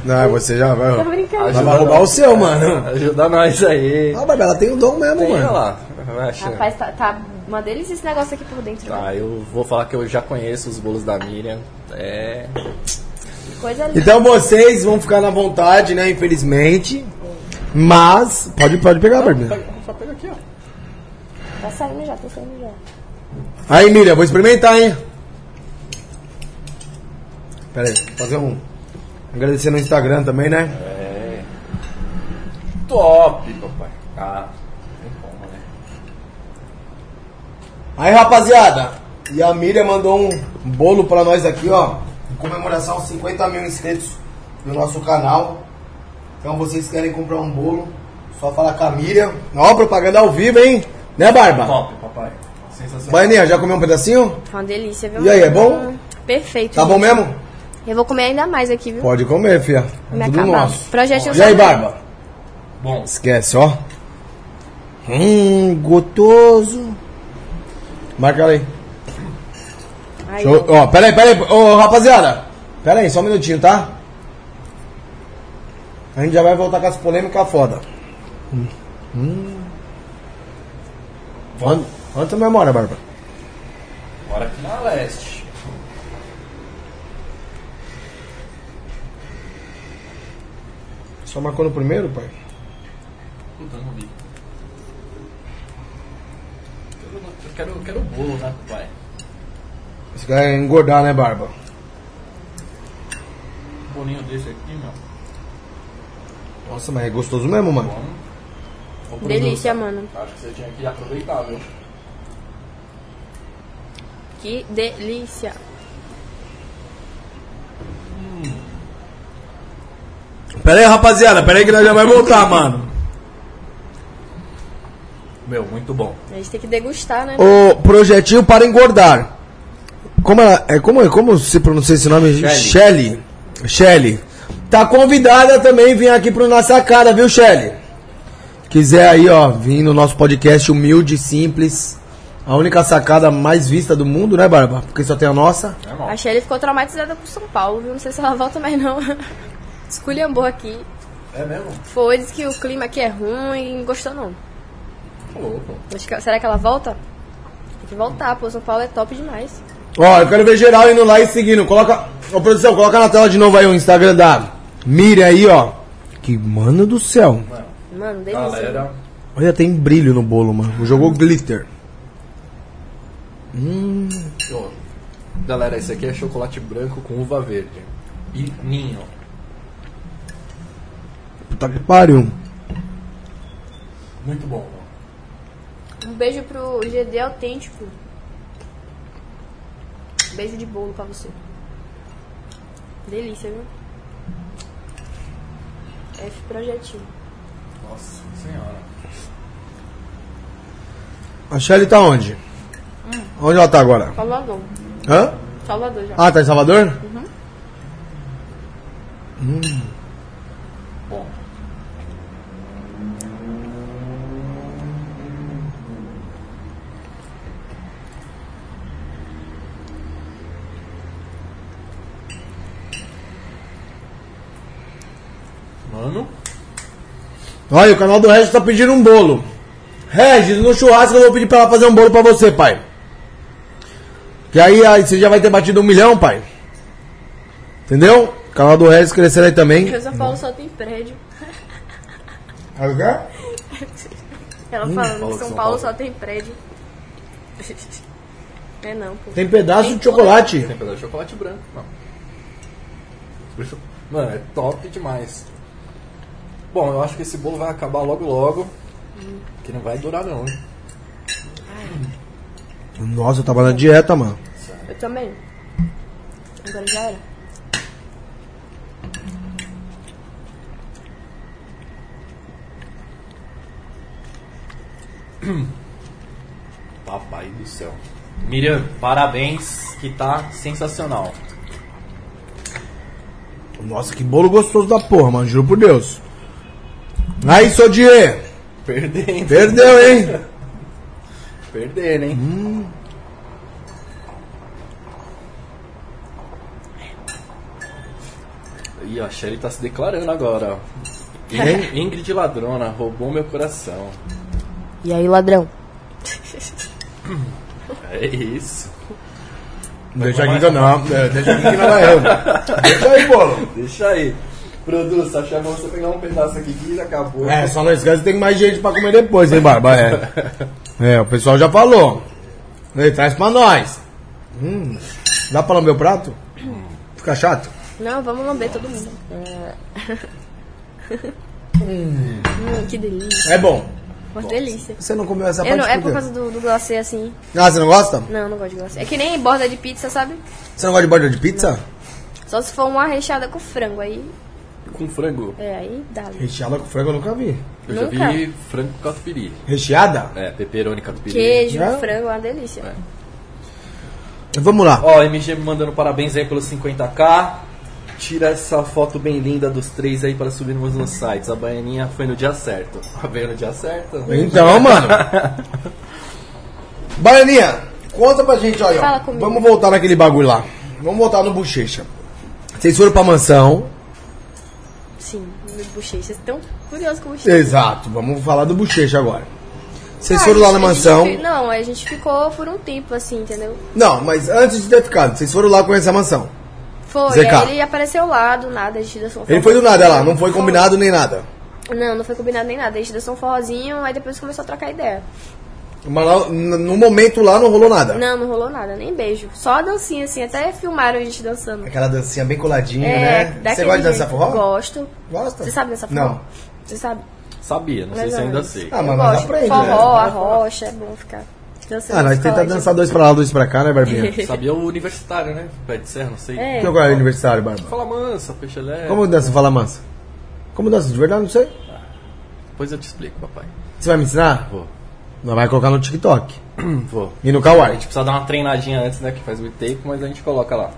[SPEAKER 1] Não, você já vai.
[SPEAKER 3] Tô brincando.
[SPEAKER 1] Ela vai roubar o seu, mano.
[SPEAKER 2] Ajuda nós aí.
[SPEAKER 1] Ah, Barbie, ela tem o dom mesmo,
[SPEAKER 2] Tem, olha
[SPEAKER 1] mano.
[SPEAKER 2] lá. Vai
[SPEAKER 1] É.
[SPEAKER 2] achar.
[SPEAKER 3] Rapaz, tá, tá uma delícia esse negócio aqui por dentro. né?
[SPEAKER 2] Tá, eu vou falar que eu já conheço os bolos da Miriam. É.
[SPEAKER 3] Que coisa linda.
[SPEAKER 1] Então vocês vão ficar na vontade, né? Infelizmente. Mas. Pode, pode pegar, Barbie.
[SPEAKER 2] Só pega aqui, ó.
[SPEAKER 3] Tá saindo já, tá saindo já.
[SPEAKER 1] Aí, Miriam, vou experimentar, hein? Pera aí, fazer um. Agradecer no Instagram também, né?
[SPEAKER 2] É. Top, papai. Ah, tem como, né?
[SPEAKER 1] Aí, rapaziada, e a Miriam mandou um bolo pra nós aqui, ó. Em comemoração aos 50 mil inscritos do nosso canal. Então, vocês querem comprar um bolo, só falar com a Miriam. Ó, propaganda ao vivo, hein? Né, Barba?
[SPEAKER 2] Top, papai. Sensacional.
[SPEAKER 1] Baianinha, já comeu um pedacinho?
[SPEAKER 3] Tá uma delícia, viu?
[SPEAKER 1] E aí, é bom?
[SPEAKER 3] Perfeito.
[SPEAKER 1] Tá bom mesmo?
[SPEAKER 3] Eu vou comer ainda mais aqui, viu?
[SPEAKER 1] Pode comer, fia.
[SPEAKER 3] Me
[SPEAKER 1] É tudo
[SPEAKER 3] acabar.
[SPEAKER 1] nosso.
[SPEAKER 3] Projetinho
[SPEAKER 1] E aí,
[SPEAKER 3] saudável.
[SPEAKER 1] Barba?
[SPEAKER 2] Bom,
[SPEAKER 1] Esquece, ó. Hum, gotoso. Marca ela aí.
[SPEAKER 3] Aí,
[SPEAKER 1] Deixa eu- ó, pera aí, pera aí. Ô, rapaziada. Pera aí, só um minutinho, tá? A gente já vai voltar com as polêmicas foda. Hum. Hum. Onde tu memória, Barba?
[SPEAKER 2] bora aqui na leste.
[SPEAKER 1] Só marcou no primeiro, pai?
[SPEAKER 2] Puta, não vi. Eu quero, eu quero bolo, né, pai?
[SPEAKER 1] Você quer engordar, né, Barba?
[SPEAKER 2] Um bolinho desse aqui, meu.
[SPEAKER 1] Nossa, mas é gostoso mesmo, mano.
[SPEAKER 2] Ô, produção,
[SPEAKER 3] delícia, mano.
[SPEAKER 2] Acho que você tinha que aproveitar, viu?
[SPEAKER 3] Que delícia.
[SPEAKER 1] Pera aí, rapaziada. Pera aí que nós já vai voltar, mano.
[SPEAKER 2] Meu, muito bom.
[SPEAKER 3] A gente tem que degustar, né?
[SPEAKER 1] O projetinho para engordar. Como ela, é como é como se pronuncia esse nome?
[SPEAKER 2] Shelly.
[SPEAKER 1] Shelly. Shelly. Tá convidada também vir aqui pro nossa cara, viu, Shelly? Quiser aí, ó, vir no nosso podcast humilde, simples. A única sacada mais vista do mundo, né, Barba? Porque só tem a nossa.
[SPEAKER 2] É
[SPEAKER 3] A
[SPEAKER 2] mal.
[SPEAKER 3] Shelly ficou traumatizada com São Paulo, viu? Não sei se ela volta mais, não. [LAUGHS] Esculhambou aqui.
[SPEAKER 1] É mesmo?
[SPEAKER 3] Foi, disse que o clima aqui é ruim, não gostou não.
[SPEAKER 2] Tá louco.
[SPEAKER 3] Acho que- será que ela volta? Tem que voltar, pô, São Paulo é top demais.
[SPEAKER 1] Ó, eu quero ver geral indo lá e seguindo. Coloca. Ô, produção, coloca na tela de novo aí o Instagram da Miriam aí, ó. Que mano do céu.
[SPEAKER 3] Mano, delícia.
[SPEAKER 2] Galera.
[SPEAKER 1] Olha, tem brilho no bolo, mano. Jogou glitter.
[SPEAKER 4] Ó, Galera, esse aqui é chocolate branco com uva verde.
[SPEAKER 2] E ninho.
[SPEAKER 1] Puta que pariu.
[SPEAKER 2] Muito bom, mano.
[SPEAKER 3] Um beijo pro GD autêntico. Beijo de bolo pra você. Delícia, viu? F projetinho.
[SPEAKER 2] Nossa senhora.
[SPEAKER 1] A Shelly tá onde? Onde ela tá agora?
[SPEAKER 3] Salvador.
[SPEAKER 1] Hã?
[SPEAKER 3] Salvador já.
[SPEAKER 1] Ah, tá em Salvador?
[SPEAKER 2] Bom. Mano,
[SPEAKER 1] Olha, o canal do Regis tá pedindo um bolo. Regis, no churrasco eu vou pedir pra ela fazer um bolo pra você, pai. Que aí, aí você já vai ter batido um milhão, pai. Entendeu? O canal do Regis crescer aí também.
[SPEAKER 3] Porque São Paulo só tem prédio. Ela falando
[SPEAKER 4] falou
[SPEAKER 3] que São,
[SPEAKER 4] São Paulo.
[SPEAKER 3] Paulo, só tem prédio. [LAUGHS] É não, pô.
[SPEAKER 1] Tem pedaço de chocolate.
[SPEAKER 4] Tem pedaço de é chocolate branco, não. Bruxo- Mano, é top demais. Bom, eu acho que esse bolo vai acabar logo logo. Que não vai durar não, hein?
[SPEAKER 1] Nossa, eu tava na dieta, mano.
[SPEAKER 3] Eu também. Agora já era.
[SPEAKER 2] papai do céu. Miriam, parabéns, que tá sensacional.
[SPEAKER 1] Nossa, que bolo gostoso da porra, mano. Juro por Deus. Aí, Sodier.
[SPEAKER 4] Perdendo.
[SPEAKER 1] Perdeu, hein?
[SPEAKER 4] Perdendo, hein?
[SPEAKER 2] Ih, ó, a Shelly tá se declarando agora, ó.
[SPEAKER 1] Hein?
[SPEAKER 2] Ingrid Ladrona, roubou meu coração.
[SPEAKER 3] E aí, ladrão?
[SPEAKER 2] É isso.
[SPEAKER 1] Deixa aqui que eu não. É, Deixa aqui que não vai eu. Deixa aí, bolo.
[SPEAKER 4] Deixa aí. Produção, acho que é bom você pegar um pedaço aqui que acabou.
[SPEAKER 1] É, só não esquece que tem mais gente pra comer depois, hein, Barba? É, é o pessoal já falou. Ei, traz pra nós. Hum, dá pra lamber o prato? Fica chato?
[SPEAKER 3] Não, vamos lamber todo mundo. É. [LAUGHS] Hum, que delícia.
[SPEAKER 1] É bom.
[SPEAKER 3] Uma delícia.
[SPEAKER 1] Você não comeu essa
[SPEAKER 3] Eu
[SPEAKER 1] parte
[SPEAKER 3] não, é
[SPEAKER 1] por quê?
[SPEAKER 3] por causa do, do glacê assim.
[SPEAKER 1] Ah, você não gosta?
[SPEAKER 3] Não, não gosto de glacê. É que nem borda de pizza, sabe?
[SPEAKER 1] Você não gosta de borda de pizza?
[SPEAKER 3] Só se for uma recheada com frango. Aí,
[SPEAKER 2] Com frango.
[SPEAKER 3] é, aí dá.
[SPEAKER 1] Recheada com frango eu nunca vi.
[SPEAKER 2] Eu já
[SPEAKER 3] Nunca.
[SPEAKER 2] vi frango com catupiry.
[SPEAKER 1] Recheada?
[SPEAKER 2] É, peperoni catupiry.
[SPEAKER 3] Queijo,
[SPEAKER 1] Já?
[SPEAKER 3] frango, é uma delícia.
[SPEAKER 1] Vamos lá.
[SPEAKER 2] Ó, MG me mandando parabéns aí pelos 50k. Tira essa foto bem linda dos três aí para subirmos nos sites. A baianinha foi no dia certo. [LAUGHS]
[SPEAKER 4] Tá vendo no dia certo?
[SPEAKER 1] Então, mano. [LAUGHS] Baianinha, conta pra gente, olha. ó.
[SPEAKER 3] Fala comigo.
[SPEAKER 1] Vamos voltar naquele bagulho lá. Vamos voltar no bochecha. Vocês foram pra mansão.
[SPEAKER 3] Sim, meu bochecha. Vocês estão curiosos com o bochecha.
[SPEAKER 1] Exato, vamos falar do bochecha agora. Vocês
[SPEAKER 3] Ah,
[SPEAKER 1] foram lá
[SPEAKER 3] a
[SPEAKER 1] na
[SPEAKER 3] gente- a gente
[SPEAKER 1] mansão.
[SPEAKER 3] fi- Não, a gente ficou por um tempo assim, entendeu?
[SPEAKER 1] Não, mas antes de ter ficado, vocês foram lá conhecer a mansão.
[SPEAKER 3] Foi,
[SPEAKER 1] Zeca.
[SPEAKER 3] aí ele apareceu lá do nada, a gente dançou um
[SPEAKER 1] Ele
[SPEAKER 3] forró.
[SPEAKER 1] foi do nada lá, não foi combinado nem nada.
[SPEAKER 3] Não, não foi combinado nem nada. A gente dançou um forrozinho, aí depois começou a trocar ideia.
[SPEAKER 1] Mas lá, n- no momento lá não rolou nada.
[SPEAKER 3] Não, não rolou nada, nem beijo. Só a dancinha, assim, até filmaram a gente dançando.
[SPEAKER 1] Aquela dancinha bem coladinha, né? Você
[SPEAKER 3] É, daquele
[SPEAKER 1] gosta de dançar
[SPEAKER 3] jeito.
[SPEAKER 1] forró?
[SPEAKER 3] Gosto.
[SPEAKER 1] Gosta?
[SPEAKER 3] Você sabe dançar forró?
[SPEAKER 1] Não.
[SPEAKER 3] Você sabe?
[SPEAKER 2] Sabia, não sei
[SPEAKER 3] Mais
[SPEAKER 2] se
[SPEAKER 3] ou
[SPEAKER 2] ainda
[SPEAKER 3] menos.
[SPEAKER 2] sei.
[SPEAKER 1] Ah,
[SPEAKER 3] Eu
[SPEAKER 1] mas nós
[SPEAKER 3] gosto.
[SPEAKER 1] aprende.
[SPEAKER 3] forró,
[SPEAKER 1] né?
[SPEAKER 3] a rocha, é bom ficar dançando.
[SPEAKER 1] Ah, nós
[SPEAKER 3] com
[SPEAKER 1] tentamos
[SPEAKER 3] rocha.
[SPEAKER 1] dançar dois pra lá, dois pra cá, né,
[SPEAKER 3] [LAUGHS]
[SPEAKER 1] Barbinha?
[SPEAKER 2] Sabia o universitário, né? Pé de serra, não sei.
[SPEAKER 3] É.
[SPEAKER 1] Que qual é o aniversário, Barba?
[SPEAKER 2] Fala mansa, peixelé.
[SPEAKER 1] Como dança Fala Mansa? Como dança? De verdade, não sei.
[SPEAKER 2] Depois eu te explico, papai.
[SPEAKER 1] Você vai me ensinar?
[SPEAKER 2] Vou.
[SPEAKER 1] Não vai colocar no TikTok
[SPEAKER 2] Vou.
[SPEAKER 1] e no
[SPEAKER 2] A
[SPEAKER 1] Kawaii.
[SPEAKER 2] gente precisa dar uma treinadinha antes, né? Que faz muito tempo, mas a gente coloca lá.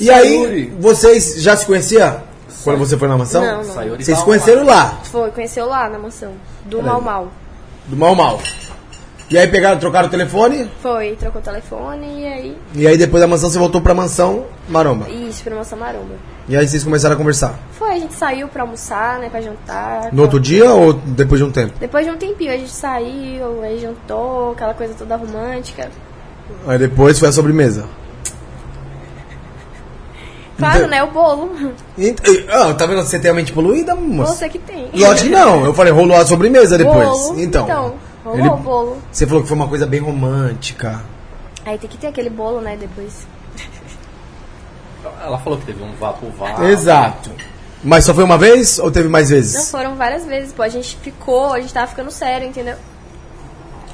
[SPEAKER 1] E aí,
[SPEAKER 2] Sayuri.
[SPEAKER 1] vocês já se conheciam? Quando você foi na mansão?
[SPEAKER 3] Não, não.
[SPEAKER 2] Sayuri
[SPEAKER 1] Vocês
[SPEAKER 2] tá
[SPEAKER 1] se conheciam lá,
[SPEAKER 3] Foi, conheceu lá na mansão, do Mal Mal.
[SPEAKER 1] do Mal Mal. E aí pegaram, trocaram o telefone.
[SPEAKER 3] Foi, trocou o telefone e aí.
[SPEAKER 1] E aí depois da mansão você voltou pra mansão Maromba.
[SPEAKER 3] Isso, pra Mansão Maromba.
[SPEAKER 1] E aí vocês começaram a conversar.
[SPEAKER 3] Foi, a gente saiu pra almoçar, né, pra jantar.
[SPEAKER 1] No outro dia ou depois de um tempo?
[SPEAKER 3] Depois de um tempinho a gente saiu, aí jantou, aquela coisa toda romântica.
[SPEAKER 1] Aí depois foi a sobremesa.
[SPEAKER 3] Claro,
[SPEAKER 1] Então-
[SPEAKER 3] né, o bolo.
[SPEAKER 1] Ent- e- Ah, tá vendo? Você tem a mente poluída, moça?
[SPEAKER 3] Você que tem.
[SPEAKER 1] Lógico que não. Eu falei, rolou a sobremesa depois.
[SPEAKER 3] Bolo.
[SPEAKER 1] Então.
[SPEAKER 3] Então, rolou
[SPEAKER 1] ele-
[SPEAKER 3] o bolo.
[SPEAKER 1] Você falou que foi uma coisa bem romântica.
[SPEAKER 3] Aí tem que ter aquele bolo, né, depois.
[SPEAKER 2] Ela falou que teve um vapo vapo.
[SPEAKER 1] Ah, Exato. Mas só foi uma vez ou teve mais
[SPEAKER 3] Não,
[SPEAKER 1] vezes?
[SPEAKER 3] foram várias vezes, pô. A gente ficou, a gente tava ficando sério, entendeu?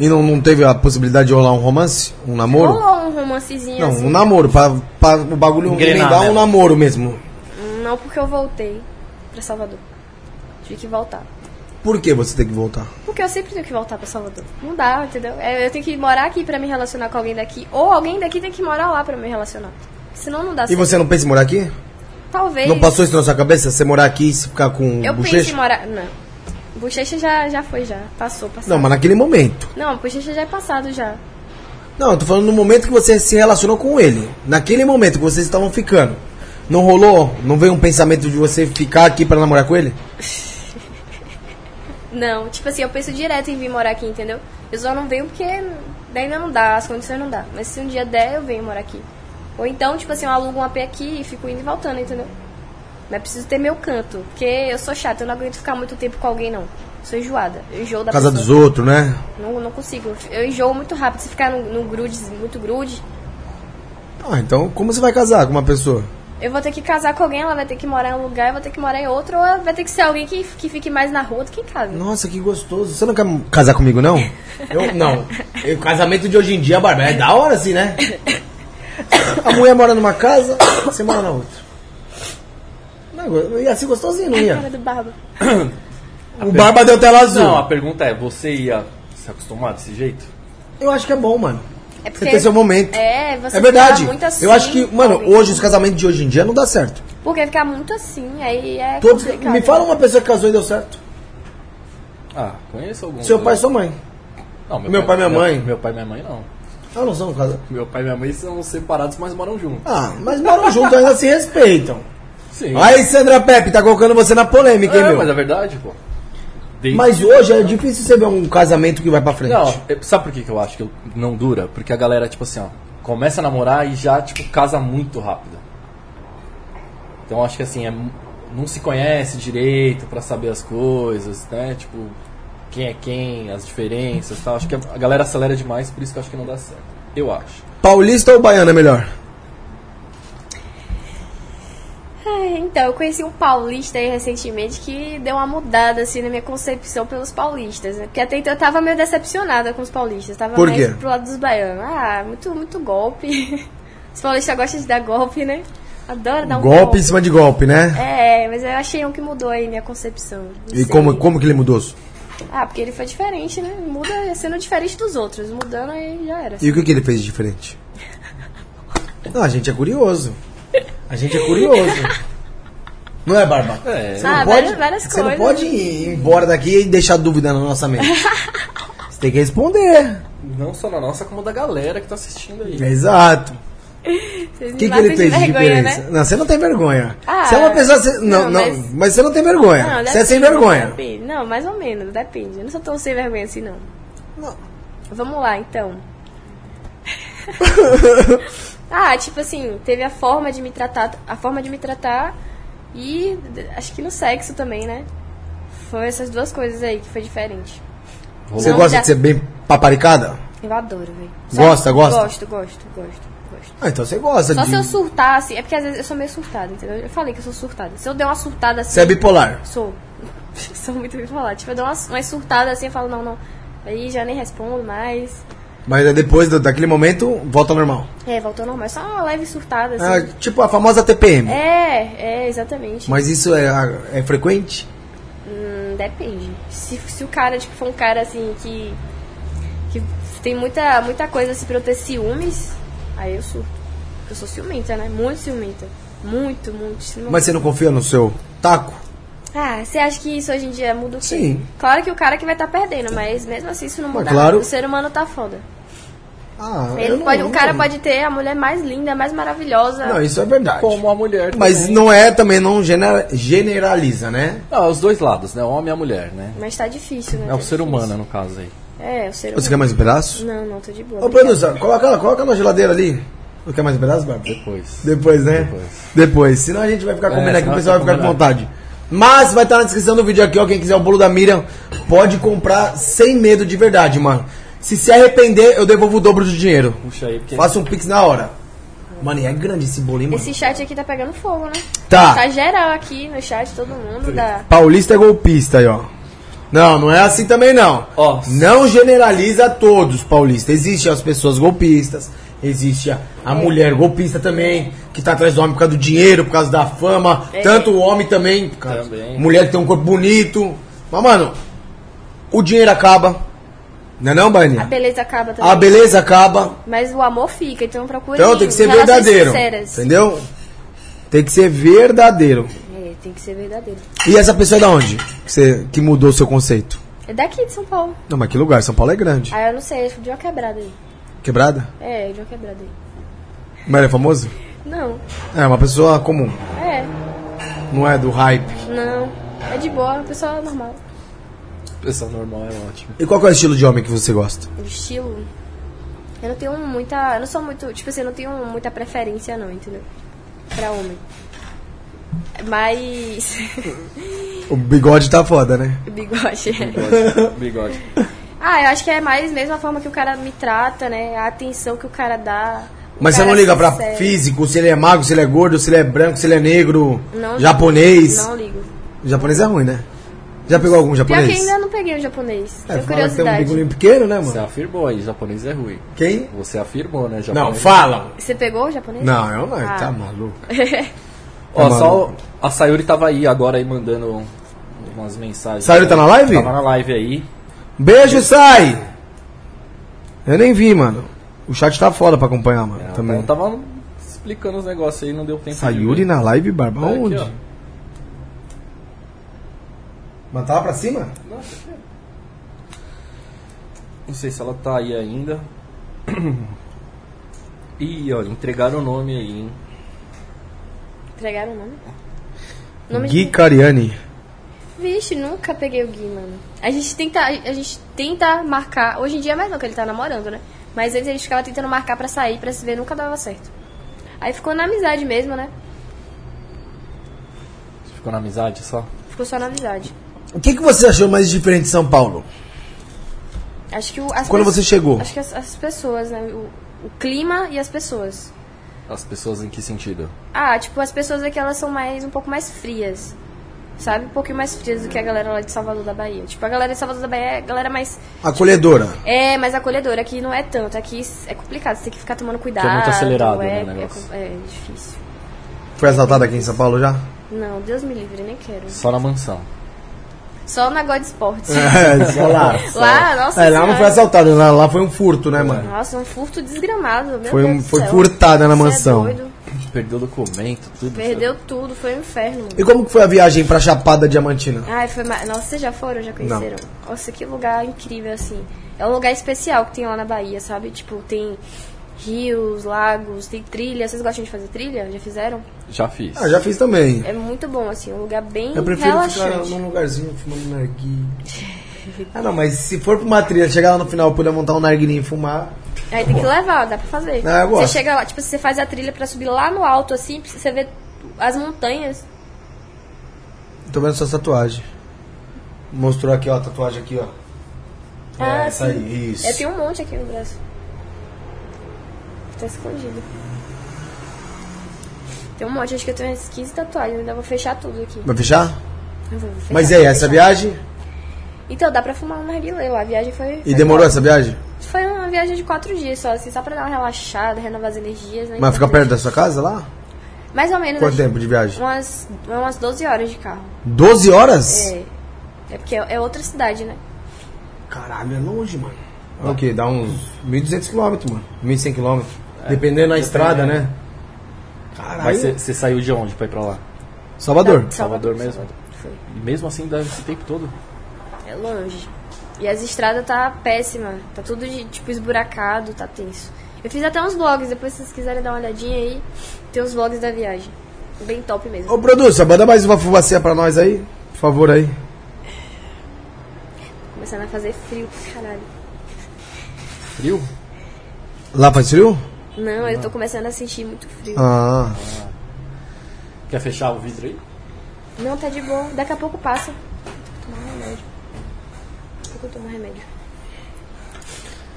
[SPEAKER 1] E não, não teve a possibilidade de rolar um romance? Um namoro?
[SPEAKER 3] Rolou um romancezinho
[SPEAKER 1] Não,
[SPEAKER 3] assim.
[SPEAKER 1] um namoro. Pra, pra o bagulho
[SPEAKER 2] Engrenar
[SPEAKER 1] emendar um
[SPEAKER 2] mesmo.
[SPEAKER 1] namoro mesmo.
[SPEAKER 3] Não porque eu voltei pra Salvador. Tive que voltar.
[SPEAKER 1] Por que você tem que voltar?
[SPEAKER 3] Porque eu sempre tenho que voltar pra Salvador. Não dá, entendeu? É, Eu tenho que morar aqui pra me relacionar com alguém daqui. Ou alguém daqui tem que morar lá pra me relacionar. Senão não dá
[SPEAKER 1] E
[SPEAKER 3] certo.
[SPEAKER 1] você não pensa em morar aqui?
[SPEAKER 3] Talvez.
[SPEAKER 1] Não passou isso na sua cabeça? Você morar aqui e se ficar com um
[SPEAKER 3] Eu penso em
[SPEAKER 1] bochecha?
[SPEAKER 3] morar. Não. Bochecha já, já foi, já. Passou, passou.
[SPEAKER 1] Não, mas naquele momento.
[SPEAKER 3] Não, bochecha já é passado já.
[SPEAKER 1] Não, eu tô falando no momento que você se relacionou com ele. Naquele momento que vocês estavam ficando. Não rolou? Não veio um pensamento de você ficar aqui pra namorar com ele?
[SPEAKER 3] Não, tipo assim, eu penso direto em vir morar aqui, entendeu? Eu só não venho porque daí ainda não dá, as condições não dá. Mas se um dia der, eu venho morar aqui. Ou então, tipo assim, eu alugo um AP aqui e fico indo e voltando, entendeu? Mas preciso ter meu canto, porque eu sou chata, eu não aguento ficar muito tempo com alguém, não. Sou enjoada, eu enjoo da
[SPEAKER 1] Casa
[SPEAKER 3] pessoa.
[SPEAKER 1] dos outros, né?
[SPEAKER 3] Não, não consigo, eu enjoo muito rápido. Se ficar no, no grude, muito grude,
[SPEAKER 1] Ah, então como você vai casar com uma pessoa?
[SPEAKER 3] eu vou ter que casar com alguém, ela vai ter que morar em um lugar, eu vou ter que morar em outro, ou vai ter que ser alguém que, que fique mais na rua do que em casa.
[SPEAKER 1] Nossa, que gostoso. Você não quer casar comigo, não? Eu não. E O casamento de hoje em dia, Bárbara, é da hora assim, né? A mulher mora numa casa, você mora na outra. Não, ia ser gostosinho, não
[SPEAKER 3] Cara
[SPEAKER 1] ia?
[SPEAKER 3] do barba.
[SPEAKER 1] O Barba deu tela azul.
[SPEAKER 2] Não, a pergunta é, você ia se acostumar desse jeito?
[SPEAKER 1] Eu acho que é bom, mano.
[SPEAKER 3] É
[SPEAKER 1] Você tem seu momento.
[SPEAKER 3] É, você
[SPEAKER 1] é verdade.
[SPEAKER 3] ficar muito assim,
[SPEAKER 1] eu acho que, mano,
[SPEAKER 3] talvez.
[SPEAKER 1] hoje os casamentos de hoje em dia não dá certo.
[SPEAKER 3] Porque ficar muito assim, aí é
[SPEAKER 1] Todos,
[SPEAKER 3] complicado.
[SPEAKER 1] me fala uma pessoa que casou e deu certo.
[SPEAKER 2] Ah, conheço alguns.
[SPEAKER 1] Seu pai e sua mãe.
[SPEAKER 2] Não,
[SPEAKER 1] meu pai e minha mãe.
[SPEAKER 2] Meu, pai e minha mãe não.
[SPEAKER 1] Ah, não são casados.
[SPEAKER 2] Meu pai e minha mãe são separados, mas moram juntos.
[SPEAKER 1] Ah, mas moram juntos, ainda se respeitam.
[SPEAKER 2] Sim.
[SPEAKER 1] Aí, Sandra Pepe, tá colocando você na polêmica, hein,
[SPEAKER 2] é,
[SPEAKER 1] meu?
[SPEAKER 2] mas é verdade, pô. Desde-
[SPEAKER 1] Mas hoje é difícil você ver um casamento que vai pra frente.
[SPEAKER 2] Não, eu- sabe por que, que eu acho que eu- não dura? Porque a galera, tipo assim, ó, começa a namorar e já, tipo, casa muito rápido. Então eu acho que assim, é mu- não se conhece direito pra saber as coisas, né? Tipo, quem é quem, as diferenças e tal. Acho que a galera acelera demais, por isso que eu acho que não dá certo. Eu acho.
[SPEAKER 1] Paulista ou baiana é melhor?
[SPEAKER 3] Ai, então, eu conheci um paulista aí recentemente que deu uma mudada, assim, na minha concepção pelos paulistas, né? Porque até então eu tava meio decepcionada com os paulistas. Tava
[SPEAKER 1] Por
[SPEAKER 3] mais
[SPEAKER 1] quê?
[SPEAKER 3] pro lado dos baianos. Ah, muito, muito golpe. [LAUGHS] Os paulistas gostam de dar golpe, né? Adoro dar um golpe.
[SPEAKER 1] golpe, em cima de golpe, né?
[SPEAKER 3] É, mas eu achei um que mudou aí minha concepção. Não
[SPEAKER 1] e
[SPEAKER 3] sei.
[SPEAKER 1] como, como que ele mudou?
[SPEAKER 3] Ah, porque ele foi diferente, né? Muda sendo diferente dos outros. Mudando aí já era.
[SPEAKER 1] E o que, que ele fez de
[SPEAKER 3] [LAUGHS]
[SPEAKER 1] diferente? Não, a gente é curioso. A gente é curioso. Não é, Barba?
[SPEAKER 2] É.
[SPEAKER 1] Você não
[SPEAKER 3] Ah,
[SPEAKER 1] pode-
[SPEAKER 3] várias- várias
[SPEAKER 1] Você não
[SPEAKER 3] coisas.
[SPEAKER 1] pode ir embora daqui e deixar dúvida na nossa
[SPEAKER 3] [LAUGHS]
[SPEAKER 1] mente. Você tem que responder.
[SPEAKER 2] Não só na nossa, como da galera que tá assistindo aí.
[SPEAKER 1] Exato.
[SPEAKER 3] Vocês me
[SPEAKER 1] O que, que
[SPEAKER 3] matam
[SPEAKER 1] ele fez de
[SPEAKER 3] vergonha, né?
[SPEAKER 1] diferença? Não, você não tem vergonha.
[SPEAKER 3] Ah,
[SPEAKER 1] você é uma pessoa. você- Não,
[SPEAKER 3] não,
[SPEAKER 1] não, mas...
[SPEAKER 3] mas-
[SPEAKER 1] você não tem vergonha.
[SPEAKER 3] Não, assim.
[SPEAKER 1] você é sem
[SPEAKER 3] depende,
[SPEAKER 1] vergonha.
[SPEAKER 3] depende. Não, mais ou menos, depende. Eu não sou tão sem vergonha assim, não.
[SPEAKER 1] Não.
[SPEAKER 3] Vamos
[SPEAKER 1] [LAUGHS]
[SPEAKER 3] lá, então. ah, tipo assim, teve a forma de me tratar, a forma de me tratar e d- acho que no sexo também, né? Foi essas duas coisas aí que foi diferente.
[SPEAKER 1] Você
[SPEAKER 3] Não,
[SPEAKER 1] gosta
[SPEAKER 3] já-
[SPEAKER 1] de ser bem paparicada?
[SPEAKER 3] Eu adoro, velho.
[SPEAKER 1] Gosta, gosta?
[SPEAKER 3] Gosto, gosto, gosto, gosto.
[SPEAKER 1] Ah, então você gosta
[SPEAKER 3] Só
[SPEAKER 1] de.
[SPEAKER 3] se eu surtar, assim, é porque às vezes eu sou meio surtada, entendeu? Eu falei que eu sou surtada. Se eu der uma surtada assim.
[SPEAKER 1] Você é bipolar.
[SPEAKER 3] Sou. [LAUGHS] Sou muito bem falar. Tipo, eu dou umas, umas surtadas assim, eu falo, não, não. Aí já nem respondo mais.
[SPEAKER 1] Mas aí depois do- daquele momento, volta ao normal.
[SPEAKER 3] É, voltou ao normal. Só uma leve surtada,
[SPEAKER 1] Ah,
[SPEAKER 3] assim.
[SPEAKER 1] tipo a famosa TPM.
[SPEAKER 3] É, é, exatamente.
[SPEAKER 1] Mas isso é, é frequente?
[SPEAKER 3] Hum, depende. Se, se o cara, tipo, for um cara assim que. que tem muita, muita coisa assim pra eu ter ciúmes, aí eu surto. Porque eu sou ciumenta, né? Muito ciumenta. Muito, muito ciumenta.
[SPEAKER 1] Mas você não confia no seu taco?
[SPEAKER 3] Ah, você acha que isso hoje em dia muda o quê?
[SPEAKER 1] Sim.
[SPEAKER 3] Claro que o cara que vai estar perdendo, mas mesmo assim isso não
[SPEAKER 1] Mas
[SPEAKER 3] muda.
[SPEAKER 1] claro.
[SPEAKER 3] O ser humano tá foda.
[SPEAKER 1] Ah,
[SPEAKER 3] Ele
[SPEAKER 1] eu não-
[SPEAKER 3] pode,
[SPEAKER 1] não-
[SPEAKER 3] o cara pode ter a mulher mais linda, mais maravilhosa.
[SPEAKER 1] Não, isso é verdade.
[SPEAKER 4] Como a mulher
[SPEAKER 1] Mas
[SPEAKER 3] Né?
[SPEAKER 4] também.
[SPEAKER 1] não é também, não genera- generaliza, né?
[SPEAKER 2] Ah, os dois lados, né? O homem e a mulher, né?
[SPEAKER 3] Mas tá difícil, né?
[SPEAKER 2] É o ser humano, no caso aí.
[SPEAKER 3] É, o ser humano.
[SPEAKER 1] Você quer mais um pedaço?
[SPEAKER 3] Não, não, tô de boa.
[SPEAKER 1] Ô, Bruno, coloca ela, coloca na geladeira ali. Você quer mais um pedaço, Bárbara?
[SPEAKER 2] Depois.
[SPEAKER 1] Depois, né? Depois.
[SPEAKER 2] Depois. É,
[SPEAKER 1] Senão a gente vai ficar comendo aqui, o
[SPEAKER 2] senão tá
[SPEAKER 1] pessoal vai
[SPEAKER 2] fica
[SPEAKER 1] ficar com vontade. Mas vai estar na descrição do vídeo aqui, ó. Quem quiser o bolo da Miriam, pode comprar sem medo de verdade, mano. Se se arrepender, eu devolvo o dobro do dinheiro.
[SPEAKER 2] Puxa aí, porque.
[SPEAKER 1] Faça um pix na hora. Mano, e é grande esse bolo, hein, mano?
[SPEAKER 3] Esse chat aqui tá pegando fogo, né?
[SPEAKER 1] Tá.
[SPEAKER 3] Tá geral aqui no chat, todo mundo da.
[SPEAKER 1] Paulista é golpista aí, ó. Não, não é assim também não.
[SPEAKER 2] Ó.
[SPEAKER 1] Não generaliza todos, Paulista. Existem as pessoas golpistas, existe a, a
[SPEAKER 2] É.
[SPEAKER 1] mulher golpista também, que tá atrás do homem por causa do dinheiro, por causa da fama.
[SPEAKER 3] É.
[SPEAKER 1] Tanto o homem também, por causa-
[SPEAKER 2] Também.
[SPEAKER 1] mulher que tem um corpo bonito. Mas, mano, o dinheiro acaba. Não é não, Bani?
[SPEAKER 3] A beleza acaba também.
[SPEAKER 1] A beleza acaba.
[SPEAKER 3] Mas o amor fica, então procura.
[SPEAKER 1] Então tem que ser
[SPEAKER 3] relações
[SPEAKER 1] verdadeiro.
[SPEAKER 3] Sinceras.
[SPEAKER 1] Entendeu? Tem que ser verdadeiro.
[SPEAKER 3] É, tem que ser verdadeiro.
[SPEAKER 1] E essa pessoa é da onde? Que, você, que mudou o seu conceito?
[SPEAKER 3] É daqui de São Paulo.
[SPEAKER 1] Não, mas que lugar? São Paulo é grande.
[SPEAKER 3] Ah, eu não sei, acho que de uma quebrada aí.
[SPEAKER 1] Quebrada?
[SPEAKER 3] É, de uma quebrada aí.
[SPEAKER 1] Mas ele é famoso?
[SPEAKER 3] Não,
[SPEAKER 1] É, uma pessoa comum.
[SPEAKER 3] é,
[SPEAKER 1] Não é do hype.
[SPEAKER 3] não. É de boa, uma pessoa normal.
[SPEAKER 2] Pessoa normal é [LAUGHS] ótimo.
[SPEAKER 1] E qual que é o estilo de homem que você gosta?
[SPEAKER 3] O estilo. Eu não tenho muita. Eu não sou muito. Tipo assim, eu não tenho muita preferência, não, entendeu? Pra homem. Mas. [LAUGHS]
[SPEAKER 1] O bigode tá foda, né?
[SPEAKER 3] bigode. é.
[SPEAKER 2] Bigode. Bigode.
[SPEAKER 3] ah, eu acho que é mais mesmo a forma que o cara me trata, né? A atenção que o cara dá. O
[SPEAKER 1] Mas você
[SPEAKER 3] cara
[SPEAKER 1] não liga pra
[SPEAKER 3] sincero.
[SPEAKER 1] físico, se ele é magro, se ele é gordo, se ele é branco, se ele é negro,
[SPEAKER 3] Não.
[SPEAKER 1] japonês.
[SPEAKER 3] Não ligo.
[SPEAKER 1] Japonês é ruim, né? Já pegou algum
[SPEAKER 3] Pior
[SPEAKER 1] japonês?
[SPEAKER 3] que ainda não peguei o japonês.
[SPEAKER 1] É, fala
[SPEAKER 3] tenho
[SPEAKER 1] que tem um
[SPEAKER 3] curiosidade.
[SPEAKER 1] bigolinho pequeno, né,
[SPEAKER 2] Você
[SPEAKER 1] mano?
[SPEAKER 2] afirmou aí, japonês é ruim.
[SPEAKER 1] Quem?
[SPEAKER 2] Você afirmou, né? Japonês.
[SPEAKER 1] Não, falam.
[SPEAKER 3] Você pegou o japonês?
[SPEAKER 1] Não, eu não.
[SPEAKER 3] Ah.
[SPEAKER 1] Tá maluco.
[SPEAKER 2] Ó,
[SPEAKER 1] Tá
[SPEAKER 2] só o- a Sayuri tava aí agora aí mandando umas mensagens.
[SPEAKER 1] Sayuri tá na live?
[SPEAKER 2] Tava na live aí.
[SPEAKER 1] Beijo, sai! Eu nem vi, mano. O chat tá foda pra acompanhar, mano.
[SPEAKER 2] Ela
[SPEAKER 1] também.
[SPEAKER 2] Tava tava explicando os negócios aí, não deu tempo. de
[SPEAKER 1] Sayuri
[SPEAKER 2] ver.
[SPEAKER 1] na live, barba?
[SPEAKER 2] Tá aqui,
[SPEAKER 1] Onde?
[SPEAKER 2] ó.
[SPEAKER 1] Mas tava pra cima?
[SPEAKER 2] Não sei se ela tá aí ainda. [CLEARS THROAT] Ih, ó, entregaram o nome aí, hein?
[SPEAKER 3] [LAUGHS] Entregaram o nome? Nome
[SPEAKER 1] Gui
[SPEAKER 3] de.
[SPEAKER 1] Cariani.
[SPEAKER 3] Vixe, nunca peguei o Gui, mano. A gente tenta, a gente tenta marcar. Hoje em dia é mais não, que ele tá namorando, né? Mas antes a gente ficava tentando marcar pra sair, pra se ver, nunca dava certo. Aí ficou na amizade mesmo, né?
[SPEAKER 2] Ficou na amizade só?
[SPEAKER 3] Ficou só na amizade.
[SPEAKER 1] O que, que você achou mais diferente de São Paulo?
[SPEAKER 3] Acho que o, as
[SPEAKER 1] Quando
[SPEAKER 3] pessoas-
[SPEAKER 1] você chegou?
[SPEAKER 3] Acho que as, as pessoas, né? O, o clima e as pessoas.
[SPEAKER 2] As pessoas em que sentido?
[SPEAKER 3] Ah, tipo, as pessoas aqui elas são mais um pouco mais frias. Sabe? Um pouquinho mais frias do que a galera lá de Salvador da Bahia. Tipo, a galera de Salvador da Bahia é a galera mais.
[SPEAKER 1] Acolhedora.
[SPEAKER 3] É, mas acolhedora aqui não é tanto. Aqui é complicado, você tem que ficar tomando cuidado.
[SPEAKER 2] Porque é muito acelerado,
[SPEAKER 3] é,
[SPEAKER 2] né, o
[SPEAKER 3] é
[SPEAKER 2] negócio.
[SPEAKER 3] com- é difícil.
[SPEAKER 1] Foi assaltada aqui em São Paulo já?
[SPEAKER 3] Não, Deus me livre, nem quero.
[SPEAKER 2] Só na mansão.
[SPEAKER 3] Só na God Sports.
[SPEAKER 1] [LAUGHS] É, só lá.
[SPEAKER 3] lá, nossa
[SPEAKER 1] É, lá não
[SPEAKER 3] Senhora.
[SPEAKER 1] foi assaltada, lá, lá foi um furto, né, mano?
[SPEAKER 3] Nossa, um furto desgramado, meu
[SPEAKER 1] Foi,
[SPEAKER 3] Deus
[SPEAKER 1] um,
[SPEAKER 3] do
[SPEAKER 1] foi
[SPEAKER 3] céu.
[SPEAKER 1] furtada na
[SPEAKER 3] Você é
[SPEAKER 1] mansão.
[SPEAKER 3] doido.
[SPEAKER 2] Perdeu documento, tudo.
[SPEAKER 3] Perdeu tudo, foi um inferno. mano.
[SPEAKER 1] E como que foi a viagem pra Chapada Diamantina?
[SPEAKER 3] Ai, foi ma... Nossa, vocês já foram, já conheceram? Nossa, que lugar incrível, assim. É um lugar especial que tem lá na Bahia, sabe? Tipo, tem rios, lagos, tem trilha. Vocês gostam de fazer trilha? Já fizeram?
[SPEAKER 2] Já fiz.
[SPEAKER 1] Ah, já fiz também.
[SPEAKER 3] É muito bom, assim, um lugar bem
[SPEAKER 1] Eu prefiro
[SPEAKER 3] relaxante.
[SPEAKER 1] ficar num lugarzinho fumando um narguilho. Ah, não, mas se for pra uma trilha, chegar lá no final e puder montar um narguilhinho e fumar.
[SPEAKER 3] Aí tem que levar, dá pra fazer.
[SPEAKER 1] Ah, eu
[SPEAKER 3] você
[SPEAKER 1] gosto.
[SPEAKER 3] chega lá, tipo, você faz a trilha pra subir lá no alto, assim, pra você ver as montanhas.
[SPEAKER 1] Tô vendo suas tatuagens. Mostrou aqui, ó, a tatuagem aqui, ó.
[SPEAKER 3] Ah,
[SPEAKER 1] essa aí, É, isso.
[SPEAKER 3] Eu tenho um monte aqui no braço. Tá escondido. Tem um monte, acho que eu tenho umas 15 tatuagens, ainda vou fechar tudo aqui.
[SPEAKER 1] Vai fechar?
[SPEAKER 3] Eu vou fechar,
[SPEAKER 1] Mas e aí,
[SPEAKER 3] vou
[SPEAKER 1] essa
[SPEAKER 3] fechar.
[SPEAKER 1] viagem?
[SPEAKER 3] Então, dá pra fumar um narguilé lá. A viagem foi...
[SPEAKER 1] E demorou essa viagem?
[SPEAKER 3] Foi uma viagem de quatro dias só, assim, só pra dar uma relaxada, renovar as energias, né? Então,
[SPEAKER 1] Mas fica perto da sua casa lá?
[SPEAKER 3] Mais ou menos.
[SPEAKER 1] Quanto
[SPEAKER 3] acho-
[SPEAKER 1] tempo de viagem?
[SPEAKER 3] Umas, umas 12 horas de carro.
[SPEAKER 1] 12 horas?
[SPEAKER 3] É. É porque é é outra cidade, né?
[SPEAKER 1] Caralho, é longe, mano. É o quê? Dá uns 1.200 quilômetros, mano. 1.100 quilômetros. É. Dependendo da estrada, né?
[SPEAKER 2] Mas
[SPEAKER 1] Caralho.
[SPEAKER 2] você saiu de onde pra ir pra lá?
[SPEAKER 1] Salvador.
[SPEAKER 3] Da-
[SPEAKER 2] Salvador mesmo?
[SPEAKER 3] Foi.
[SPEAKER 2] E mesmo assim dá esse tempo todo.
[SPEAKER 3] É longe. E as estradas tá péssima. Tá tudo de, tipo esburacado, tá tenso. Eu fiz até uns vlogs, depois se vocês quiserem dar uma olhadinha aí, tem uns vlogs da viagem. Bem top mesmo.
[SPEAKER 1] Ô, produção, manda mais uma fumacinha pra nós aí. Por favor, aí.
[SPEAKER 3] Começando a fazer frio pra caralho.
[SPEAKER 2] Frio?
[SPEAKER 1] Lá faz frio?
[SPEAKER 3] Não, eu tô começando a sentir muito frio.
[SPEAKER 1] Ah.
[SPEAKER 2] Quer fechar o vidro aí?
[SPEAKER 3] Não, tá de boa. Daqui a pouco passa. Vou tomar um remédio. Daqui a pouco eu tomo um remédio.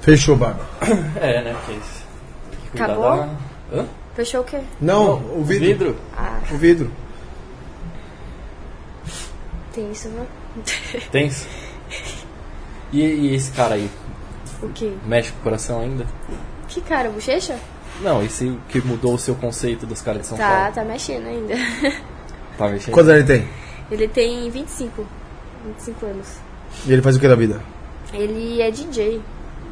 [SPEAKER 1] Fechou, Barba.
[SPEAKER 2] É, né? Porque isso. tem que cuidar
[SPEAKER 3] Acabou?
[SPEAKER 2] da- Hã?
[SPEAKER 3] Fechou o quê?
[SPEAKER 1] Não, o vidro.
[SPEAKER 2] Vidro?
[SPEAKER 3] Ah,
[SPEAKER 1] O vidro.
[SPEAKER 3] tem isso, né?
[SPEAKER 2] Tenso. E, e esse cara aí,
[SPEAKER 3] o quê?
[SPEAKER 2] mexe com o coração ainda?
[SPEAKER 3] Que cara, bochecha?
[SPEAKER 2] Não, esse que mudou o seu conceito dos caras de São
[SPEAKER 3] Tá,
[SPEAKER 2] Paulo.
[SPEAKER 3] tá mexendo ainda. [LAUGHS]
[SPEAKER 2] Tá mexendo?
[SPEAKER 1] Quantos anos ele tem?
[SPEAKER 3] Ele tem 25. 25 anos.
[SPEAKER 1] E ele faz o que da vida?
[SPEAKER 3] Ele é DJ.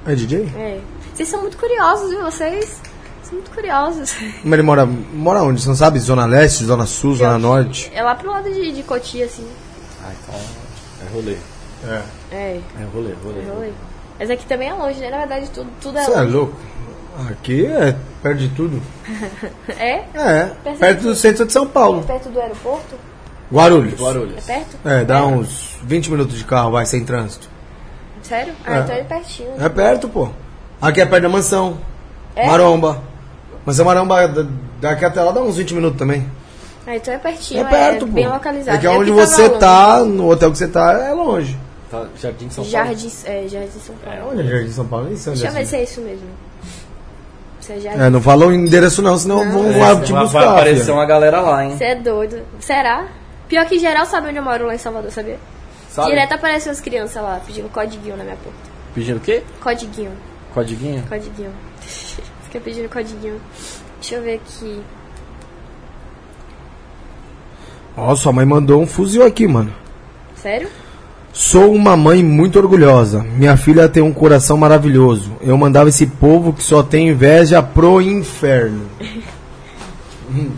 [SPEAKER 1] É DJ?
[SPEAKER 3] É. Vocês são muito curiosos, viu? Vocês são muito curiosos. [LAUGHS]
[SPEAKER 1] Mas ele mora, mora onde? Você não sabe? Zona Leste, Zona Sul, Zona Norte?
[SPEAKER 3] É lá pro lado de, de Cotia, assim.
[SPEAKER 2] Ah, então é rolê.
[SPEAKER 1] É.
[SPEAKER 3] É,
[SPEAKER 2] É rolê, rolê.
[SPEAKER 3] rolê. Mas aqui também é longe, né? Na verdade, tudo, tudo é
[SPEAKER 1] Você é
[SPEAKER 3] longe.
[SPEAKER 1] louco? Aqui é perto de tudo.
[SPEAKER 3] É?
[SPEAKER 1] É, perto do centro de São Paulo.
[SPEAKER 3] Perto do aeroporto?
[SPEAKER 1] Guarulhos.
[SPEAKER 3] É
[SPEAKER 2] Guarulhos.
[SPEAKER 3] perto?
[SPEAKER 1] É, dá uns 20 minutos de carro, vai, sem trânsito.
[SPEAKER 3] Sério? Ah,
[SPEAKER 1] É.
[SPEAKER 3] então é pertinho.
[SPEAKER 1] É perto, pô. Aqui é perto da mansão.
[SPEAKER 3] É?
[SPEAKER 1] Maromba. Mas a maromba da- daqui até lá dá uns 20 minutos também.
[SPEAKER 3] Ah, então é pertinho.
[SPEAKER 1] é perto, pô.
[SPEAKER 3] bem localizado.
[SPEAKER 1] É que
[SPEAKER 3] Eu
[SPEAKER 1] onde
[SPEAKER 3] tava
[SPEAKER 1] você
[SPEAKER 3] longe.
[SPEAKER 1] tá, no hotel que você tá, é longe.
[SPEAKER 2] Tá, Jardim de São Paulo.
[SPEAKER 3] Jardim, é, Jardim São Paulo.
[SPEAKER 1] Olha, Jardim São Paulo, nem sei onde
[SPEAKER 3] Deixa eu
[SPEAKER 1] é
[SPEAKER 3] ver
[SPEAKER 1] isso.
[SPEAKER 3] se é isso mesmo. Se é Jardim.
[SPEAKER 1] É, não fala o endereço não, senão vão
[SPEAKER 2] É,
[SPEAKER 1] lá
[SPEAKER 2] vai-
[SPEAKER 1] te
[SPEAKER 2] vai
[SPEAKER 1] buscar.
[SPEAKER 2] aparecer
[SPEAKER 1] filha.
[SPEAKER 2] uma galera lá, hein?
[SPEAKER 3] Você é doido. Será? Pior que geral sabe onde eu moro lá em Salvador, sabia?
[SPEAKER 2] Sabe?
[SPEAKER 3] Direto aparecem as crianças lá pedindo codiguinho na minha porta.
[SPEAKER 2] Pedindo o quê?
[SPEAKER 3] Codiguinho,
[SPEAKER 2] Codiguinho?
[SPEAKER 3] codiguinho. [LAUGHS] Fica pedindo codiguinho. Deixa eu ver aqui.
[SPEAKER 1] Ó, sua mãe mandou um fuzil aqui, mano.
[SPEAKER 3] Sério?
[SPEAKER 1] Sou uma mãe muito orgulhosa. Minha filha tem um coração maravilhoso. Eu mandava esse povo que só tem inveja pro inferno.
[SPEAKER 3] Minha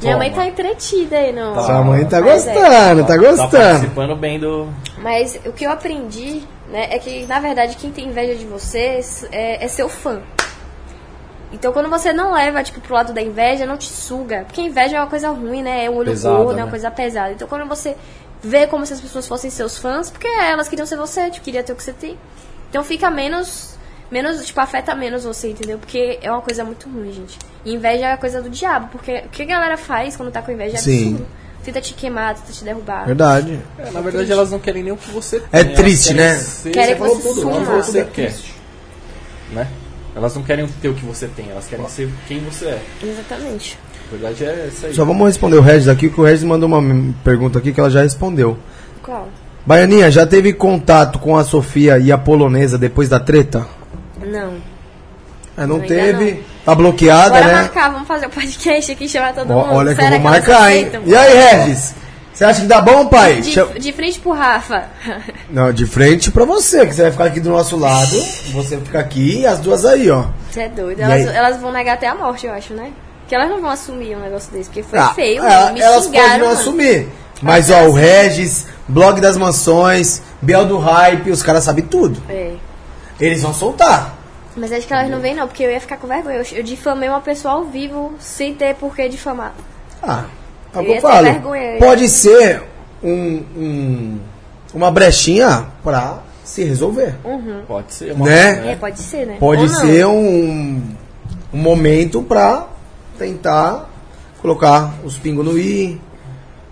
[SPEAKER 2] Toma.
[SPEAKER 3] mãe tá entretida aí, não.
[SPEAKER 1] Sua mãe tá
[SPEAKER 3] Mas é.
[SPEAKER 1] gostando, tá
[SPEAKER 2] Tá
[SPEAKER 1] gostando.
[SPEAKER 2] participando bem do.
[SPEAKER 3] Mas o que eu aprendi, né, é que na verdade quem tem inveja de você é, é seu fã. Então quando você não leva, tipo, pro lado da inveja, não te suga. Porque inveja é uma coisa ruim, né? É um olho
[SPEAKER 2] Pesada,
[SPEAKER 3] gordo, é uma
[SPEAKER 2] né?
[SPEAKER 3] coisa pesada. Então quando você vê como se as pessoas fossem seus fãs, porque é elas queriam ser você, tipo, queria ter o que você tem. Então fica menos. Menos, tipo, afeta menos você, entendeu? Porque é uma coisa muito ruim, gente. E inveja é a coisa do diabo, porque o que a galera faz quando tá com inveja é
[SPEAKER 1] Sim.
[SPEAKER 3] absurdo. Tenta te queimar, tenta te derrubar.
[SPEAKER 1] Verdade.
[SPEAKER 2] É, na verdade, elas não querem nem o que você tem.
[SPEAKER 1] É
[SPEAKER 2] elas
[SPEAKER 1] triste,
[SPEAKER 2] querem
[SPEAKER 1] né?
[SPEAKER 2] ser-
[SPEAKER 3] Querem
[SPEAKER 2] você
[SPEAKER 3] que você
[SPEAKER 2] falou tudo,
[SPEAKER 3] suma.
[SPEAKER 2] o que você
[SPEAKER 4] É
[SPEAKER 2] quer. Né? Elas não querem ter o que você tem, elas querem ser quem você é.
[SPEAKER 3] Exatamente.
[SPEAKER 2] Na verdade, é isso aí.
[SPEAKER 1] Só vamos responder o Regis aqui, que o Regis mandou uma m- pergunta aqui que ela já respondeu.
[SPEAKER 3] Qual?
[SPEAKER 1] Baianinha, já teve contato com a Sofia e a polonesa depois da treta?
[SPEAKER 3] Não.
[SPEAKER 1] É, não
[SPEAKER 3] Ainda
[SPEAKER 1] teve.
[SPEAKER 3] não.
[SPEAKER 1] Tá bloqueada,
[SPEAKER 3] Bora
[SPEAKER 1] né?
[SPEAKER 3] marcar, vamos fazer o podcast aqui, chamar todo
[SPEAKER 1] Ó,
[SPEAKER 3] mundo.
[SPEAKER 1] olha que eu vou
[SPEAKER 3] elas
[SPEAKER 1] marcar, hein?
[SPEAKER 3] aceitam?
[SPEAKER 1] E aí, Regis? Você acha que dá bom, pai? Chama-
[SPEAKER 3] De, de frente pro Rafa. [LAUGHS]
[SPEAKER 1] Não, de frente pra você, que você vai ficar aqui do nosso lado. Você fica aqui e as duas aí, ó.
[SPEAKER 3] Você é doido.
[SPEAKER 1] E
[SPEAKER 3] Elas,
[SPEAKER 1] aí?
[SPEAKER 3] elas vão negar até a morte, eu acho, né? Porque elas não vão assumir um negócio desse, porque foi
[SPEAKER 1] Ah,
[SPEAKER 3] feio,
[SPEAKER 1] ela-
[SPEAKER 3] me
[SPEAKER 1] elas
[SPEAKER 3] xingaram.
[SPEAKER 1] podem não
[SPEAKER 3] mano. assim.
[SPEAKER 1] assumir. Mas, ó, o Regis, Blog das Mansões, Biel do Hype, os caras sabem tudo.
[SPEAKER 3] É.
[SPEAKER 1] Eles vão soltar.
[SPEAKER 3] Mas acho que elas não vêm não, porque eu ia ficar com vergonha. Eu, eu difamei uma pessoa ao vivo sem ter por que difamar.
[SPEAKER 1] Ah, é o
[SPEAKER 3] Eu
[SPEAKER 1] que eu
[SPEAKER 3] ia ter
[SPEAKER 1] falo.
[SPEAKER 3] vergonha.
[SPEAKER 1] Pode ser um, um- uma brechinha pra se resolver.
[SPEAKER 2] Pode ser,
[SPEAKER 1] Né?
[SPEAKER 3] É, pode ser, né? Ou
[SPEAKER 1] Pode
[SPEAKER 3] não.
[SPEAKER 1] ser um, um momento pra tentar colocar os pingos no i,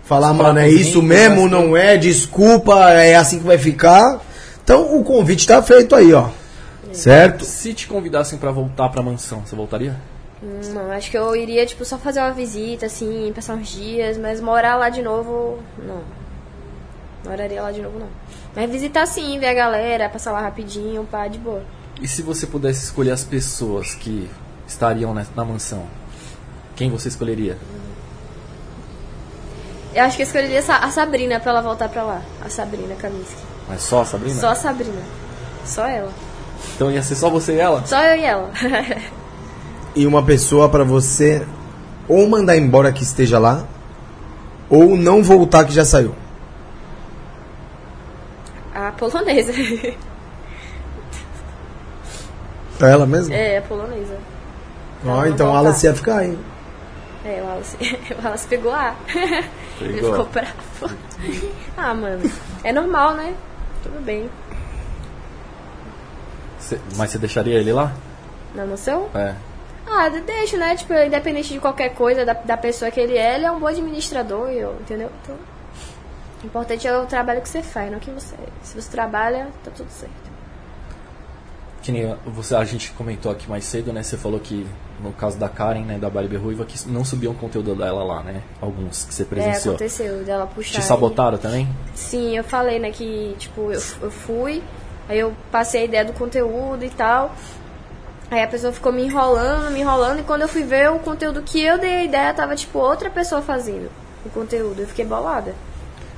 [SPEAKER 1] falar, mano, é isso
[SPEAKER 3] né?
[SPEAKER 1] mesmo, não é, desculpa, é assim que vai ficar. Então o convite tá feito aí, ó. Certo?
[SPEAKER 2] Se te convidassem pra voltar pra mansão, você voltaria?
[SPEAKER 3] Não, acho que eu iria, tipo, só fazer uma visita, assim, passar uns dias, mas morar lá de novo, não. Moraria lá de novo, não. Mas visitar sim, ver a galera, passar lá rapidinho, pá, de boa.
[SPEAKER 2] E se você pudesse escolher as pessoas que estariam na, na mansão, quem você escolheria?
[SPEAKER 3] Eu acho que eu escolheria essa- a Sabrina pra ela voltar pra lá. A Sabrina Kaminsky.
[SPEAKER 2] Mas só a Sabrina?
[SPEAKER 3] Só a Sabrina. Só ela.
[SPEAKER 2] Então ia ser só você e ela?
[SPEAKER 3] Só eu e ela. [LAUGHS]
[SPEAKER 1] E uma pessoa pra você ou mandar embora que esteja lá, ou não voltar que já saiu.
[SPEAKER 3] A polonesa. [LAUGHS]
[SPEAKER 1] É ela mesmo?
[SPEAKER 3] é, a polonesa.
[SPEAKER 1] Ó,
[SPEAKER 3] Ela não
[SPEAKER 1] então a
[SPEAKER 3] voltar.
[SPEAKER 1] Alice ia ficar, hein?
[SPEAKER 3] É, o Wallace, [LAUGHS] o Wallace pegou A. [LAUGHS] Ele
[SPEAKER 2] Pegou.
[SPEAKER 3] ficou bravo. [LAUGHS] ah, mano. É normal, né? Tudo bem.
[SPEAKER 2] Cê- mas você deixaria ele lá?
[SPEAKER 3] Não, não sou?
[SPEAKER 2] É.
[SPEAKER 3] Ah, de- deixa, né? Tipo, independente de qualquer coisa, da, da pessoa que ele é, ele é um bom administrador, eu, entendeu? Então, o importante é o trabalho que você faz, não que você. é. Se você trabalha, tá tudo certo.
[SPEAKER 2] Que nem você, a gente comentou aqui mais cedo, né? Você falou que no caso da Karen, né, da Barbie Ruiva, que não subiam conteúdo dela lá, né? Alguns que você
[SPEAKER 3] É,
[SPEAKER 2] presenciou.
[SPEAKER 3] aconteceu dela puxar.
[SPEAKER 2] assim, Te sabotaram também?
[SPEAKER 3] Sim, eu falei, né, que, tipo, eu, eu fui, aí eu passei a ideia do conteúdo e tal. Aí a pessoa ficou me enrolando, me enrolando, e quando eu fui ver o conteúdo que eu dei a ideia, tava, tipo, outra pessoa fazendo o conteúdo. Eu fiquei bolada.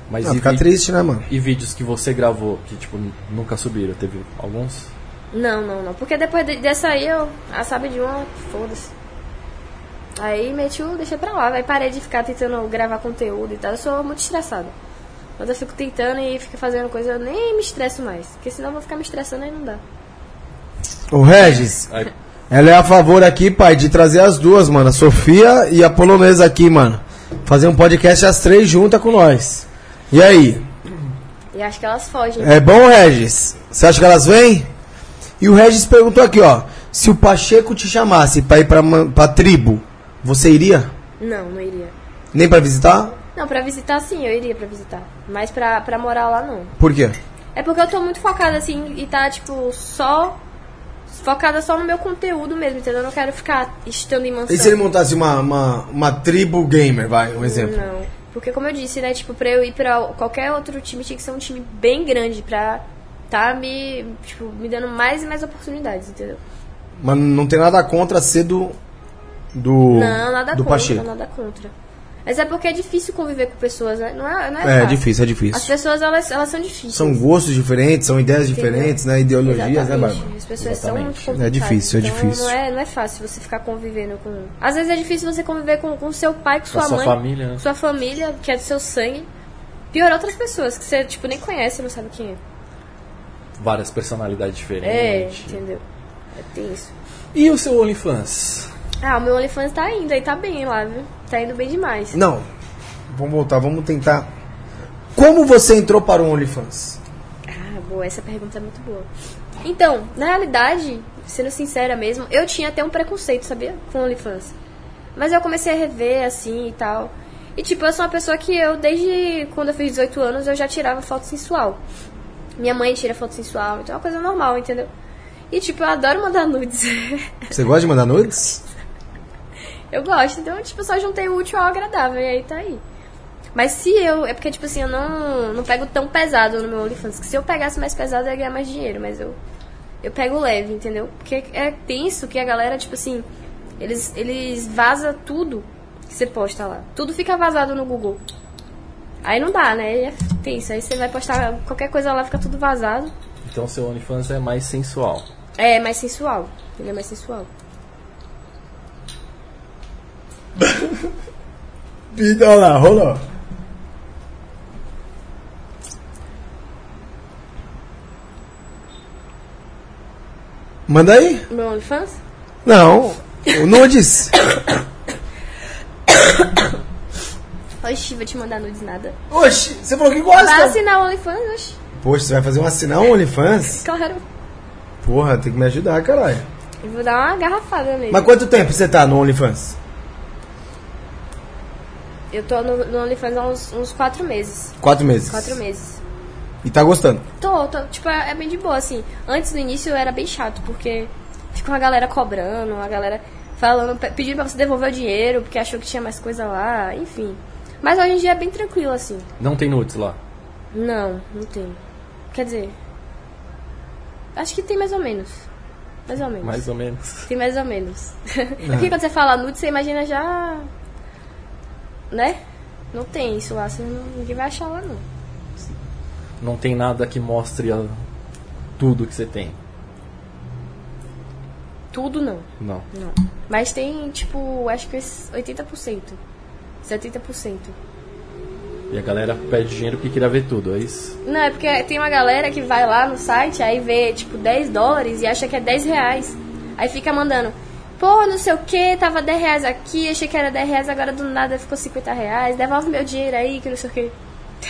[SPEAKER 2] Mas
[SPEAKER 1] Não,
[SPEAKER 2] e,
[SPEAKER 1] ficar
[SPEAKER 2] vi-
[SPEAKER 1] triste, né, mano?
[SPEAKER 2] e vídeos que você gravou que, tipo, n- nunca subiram? Teve alguns?
[SPEAKER 3] Não, não, não. Porque depois de- dessa aí eu, ah, sabe de uma, foda-se. Aí meti o, deixei pra lá, aí parei de ficar tentando gravar conteúdo e tal. Eu sou muito estressada. Mas eu fico tentando e fico fazendo coisa, eu nem me estresso mais. Porque senão eu vou ficar me estressando e não dá.
[SPEAKER 1] Ô, Regis,
[SPEAKER 3] [LAUGHS]
[SPEAKER 2] Aí,
[SPEAKER 1] ela é a favor aqui, pai, de trazer as duas, mano. A Sofia e a polonesa aqui, mano. Fazer um podcast as três juntas com nós. E aí?
[SPEAKER 3] E acho que elas fogem.
[SPEAKER 1] É bom, Regis? Você acha que elas vêm? E o Regis perguntou aqui, ó. Se o Pacheco te chamasse pra ir pra, man- pra tribo, você iria?
[SPEAKER 3] Não, não iria.
[SPEAKER 1] Nem pra visitar?
[SPEAKER 3] Não, pra visitar sim, eu iria pra visitar. Mas pra, pra morar lá não.
[SPEAKER 1] Por quê?
[SPEAKER 3] É porque eu tô muito focada assim e tá, tipo, só. Focada só no meu conteúdo mesmo, entendeu? Eu não quero ficar estando em mansão.
[SPEAKER 1] E se ele montasse uma, uma, uma tribo gamer, vai, um exemplo?
[SPEAKER 3] Não. Porque como eu disse, né, tipo, pra eu ir pra qualquer outro time tinha que ser um time bem grande pra tá me, tipo, me dando mais e mais oportunidades, entendeu?
[SPEAKER 1] Mas não tem nada contra ser do. Do,
[SPEAKER 3] Não, nada
[SPEAKER 1] do
[SPEAKER 3] contra,
[SPEAKER 1] Pacheco.
[SPEAKER 3] nada contra. Mas é porque é difícil conviver com pessoas, né? Não é, não é,
[SPEAKER 1] É, é
[SPEAKER 3] fácil.
[SPEAKER 1] difícil, é
[SPEAKER 3] As
[SPEAKER 1] difícil.
[SPEAKER 3] pessoas, elas, elas são difíceis.
[SPEAKER 1] São gostos diferentes, são ideias
[SPEAKER 3] Entendeu?
[SPEAKER 1] diferentes, né? Ideologias, né,
[SPEAKER 3] Exatamente.
[SPEAKER 1] Bárbara?
[SPEAKER 3] As pessoas são muito
[SPEAKER 2] Exatamente.
[SPEAKER 3] complicadas.
[SPEAKER 1] É difícil, é
[SPEAKER 3] então
[SPEAKER 1] difícil.
[SPEAKER 3] Não é, não é fácil você ficar convivendo com. Às vezes é difícil você conviver com, com seu pai, com
[SPEAKER 2] Com
[SPEAKER 3] sua
[SPEAKER 2] a sua
[SPEAKER 3] mãe,
[SPEAKER 2] família, né?
[SPEAKER 3] sua família, que é do seu sangue. Pior outras pessoas que você tipo nem conhece, não sabe quem
[SPEAKER 2] Várias personalidades
[SPEAKER 3] é. É,
[SPEAKER 2] diferentes.
[SPEAKER 3] entendeu? É, tem isso.
[SPEAKER 2] E o seu OnlyFans?
[SPEAKER 3] Ah, o meu OnlyFans tá indo aí, tá bem lá, viu? Tá indo bem demais.
[SPEAKER 1] Não. Vamos voltar, vamos tentar. Como você entrou para o OnlyFans?
[SPEAKER 3] Ah, boa, essa pergunta é muito boa. Então, na realidade, sendo sincera mesmo, eu tinha até um preconceito, sabia? Com OnlyFans. Mas eu comecei a rever, assim, e tal. E, tipo, eu sou uma pessoa que eu, desde quando eu fiz 18 anos, eu já tirava foto sensual. Minha mãe tira foto sensual, então é uma coisa normal, entendeu? E, tipo, eu adoro mandar [LAUGHS] nudes.
[SPEAKER 1] Você gosta de mandar nudes?
[SPEAKER 3] eu gosto, então, tipo, eu só juntei o útil ao agradável, e aí tá aí. Mas se eu. É porque, tipo assim, eu não, não pego tão pesado no meu OnlyFans. Que se eu pegasse mais pesado, eu ia ganhar mais dinheiro. Mas eu. Eu pego leve, entendeu? Porque é tenso que a galera, tipo assim. Eles, eles vazam tudo que você posta lá. Tudo fica vazado no Google. Aí não dá, né? Aí É tenso. Aí você vai postar qualquer coisa lá, fica tudo vazado.
[SPEAKER 2] Então o seu OnlyFans é mais sensual.
[SPEAKER 3] É mais sensual. Ele é mais sensual.
[SPEAKER 1] Olha Então, lá, rolou. Manda aí?
[SPEAKER 3] O Meu OnlyFans?
[SPEAKER 1] Não. O nudes.
[SPEAKER 3] Oxi, vou te mandar nudes nada.
[SPEAKER 1] Oxi, você falou que
[SPEAKER 3] Vai
[SPEAKER 1] gosta.
[SPEAKER 3] assinar o OnlyFans, oxi.
[SPEAKER 1] Poxa, você vai fazer um assinar um OnlyFans?
[SPEAKER 3] Claro.
[SPEAKER 1] Porra, tem que me ajudar, caralho.
[SPEAKER 3] Eu vou dar uma garrafada nele.
[SPEAKER 1] Mas quanto tempo você tá no OnlyFans?
[SPEAKER 3] Eu tô no, no OnlyFans há uns, uns quatro meses.
[SPEAKER 1] Quatro meses.
[SPEAKER 3] Quatro meses.
[SPEAKER 1] E tá gostando?
[SPEAKER 3] Tô, tô, tipo, é é bem de boa, assim. Antes, no início, era bem chato, porque fica uma galera cobrando, uma galera falando, pe- pedindo pra você devolver o dinheiro, porque achou que tinha mais coisa lá, enfim. Mas hoje em dia é bem tranquilo, assim.
[SPEAKER 2] Não tem nudes lá.
[SPEAKER 3] Não, não tem. Quer dizer, acho que tem mais ou menos. Mais ou menos.
[SPEAKER 2] Mais ou menos.
[SPEAKER 3] Tem mais ou menos. Porque quando você fala nude, você imagina já. Né? Não tem isso lá, você não, ninguém vai achar lá não.
[SPEAKER 2] Não tem nada que mostre a- tudo que você tem.
[SPEAKER 3] Tudo não,
[SPEAKER 2] Não.
[SPEAKER 3] não. Mas tem, tipo, acho que esses 80%. 70%.
[SPEAKER 2] E a galera pede dinheiro porque queria ver tudo, é isso?
[SPEAKER 3] Não, é porque tem uma galera que vai lá no site, aí vê, tipo, 10 dólares e acha que é 10 reais. Aí fica mandando, pô, não sei o que, tava 10 reais aqui, achei que era 10 reais, agora do nada ficou 50 reais, devolve meu dinheiro aí, que não sei o que.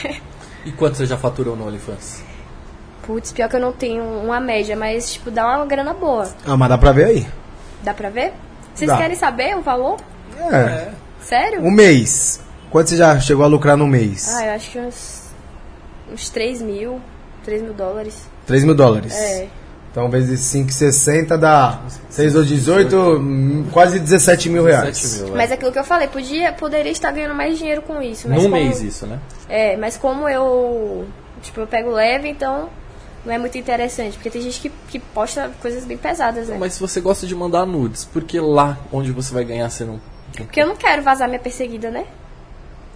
[SPEAKER 3] [LAUGHS]
[SPEAKER 2] E quanto você já faturou no OnlyFans?
[SPEAKER 3] Putz, pior que eu não tenho uma média, mas, tipo, dá uma grana boa.
[SPEAKER 1] Ah, mas dá pra ver aí.
[SPEAKER 3] Dá pra ver? Vocês
[SPEAKER 1] Dá.
[SPEAKER 3] querem saber o valor?
[SPEAKER 1] É.
[SPEAKER 3] Sério?
[SPEAKER 1] Um mês. Quanto você já chegou a lucrar no mês?
[SPEAKER 3] Ah, eu acho que uns, uns 3 mil, 3 mil dólares.
[SPEAKER 1] 3 mil dólares.
[SPEAKER 3] É.
[SPEAKER 1] Então, vezes 5,60 dá 6 ou 18, hum, quase 17 mil reais.
[SPEAKER 2] 7 mil, é.
[SPEAKER 3] Mas aquilo que eu falei, podia, poderia estar ganhando mais dinheiro com isso. Mas
[SPEAKER 2] Num
[SPEAKER 3] como-
[SPEAKER 2] mês isso, né?
[SPEAKER 3] É, mas como eu, tipo, eu pego leve, então não é muito interessante. Porque tem gente que, que posta coisas bem pesadas, né?
[SPEAKER 2] Mas se você gosta de mandar nudes, porque lá onde você vai ganhar você não.
[SPEAKER 3] Porque eu não quero vazar minha perseguida, né?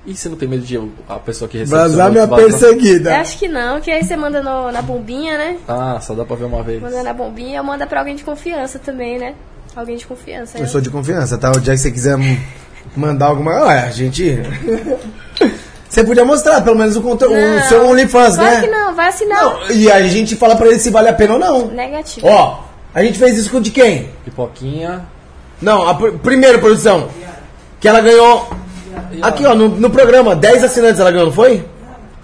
[SPEAKER 2] E você não tem medo de a pessoa que recebe. seu
[SPEAKER 1] Vazar minha
[SPEAKER 2] nudes vazar?
[SPEAKER 1] perseguida.
[SPEAKER 3] Eu acho que não, que aí você manda no- na bombinha, né?
[SPEAKER 2] Ah, só dá pra ver uma vez.
[SPEAKER 3] Manda na bombinha, eu manda pra alguém de confiança também, né? Alguém de confiança.
[SPEAKER 1] Eu sou de confiança, tá? O dia que você quiser m- mandar alguma. Ué, a gente. [LAUGHS] Você podia mostrar pelo menos o, conteúdo, o
[SPEAKER 3] Não.
[SPEAKER 1] um, seu OnlyFans,
[SPEAKER 3] Claro
[SPEAKER 1] né?
[SPEAKER 3] que não, vai assinar.
[SPEAKER 1] Não, e a gente fala pra ele se vale a pena ou não.
[SPEAKER 3] Negativo.
[SPEAKER 1] Ó, a gente fez isso com de quem?
[SPEAKER 2] Pipoquinha.
[SPEAKER 1] Não, a pr- primeira produção. Que ela ganhou. Aqui, ó, no, no programa, 10 assinantes ela ganhou, não foi?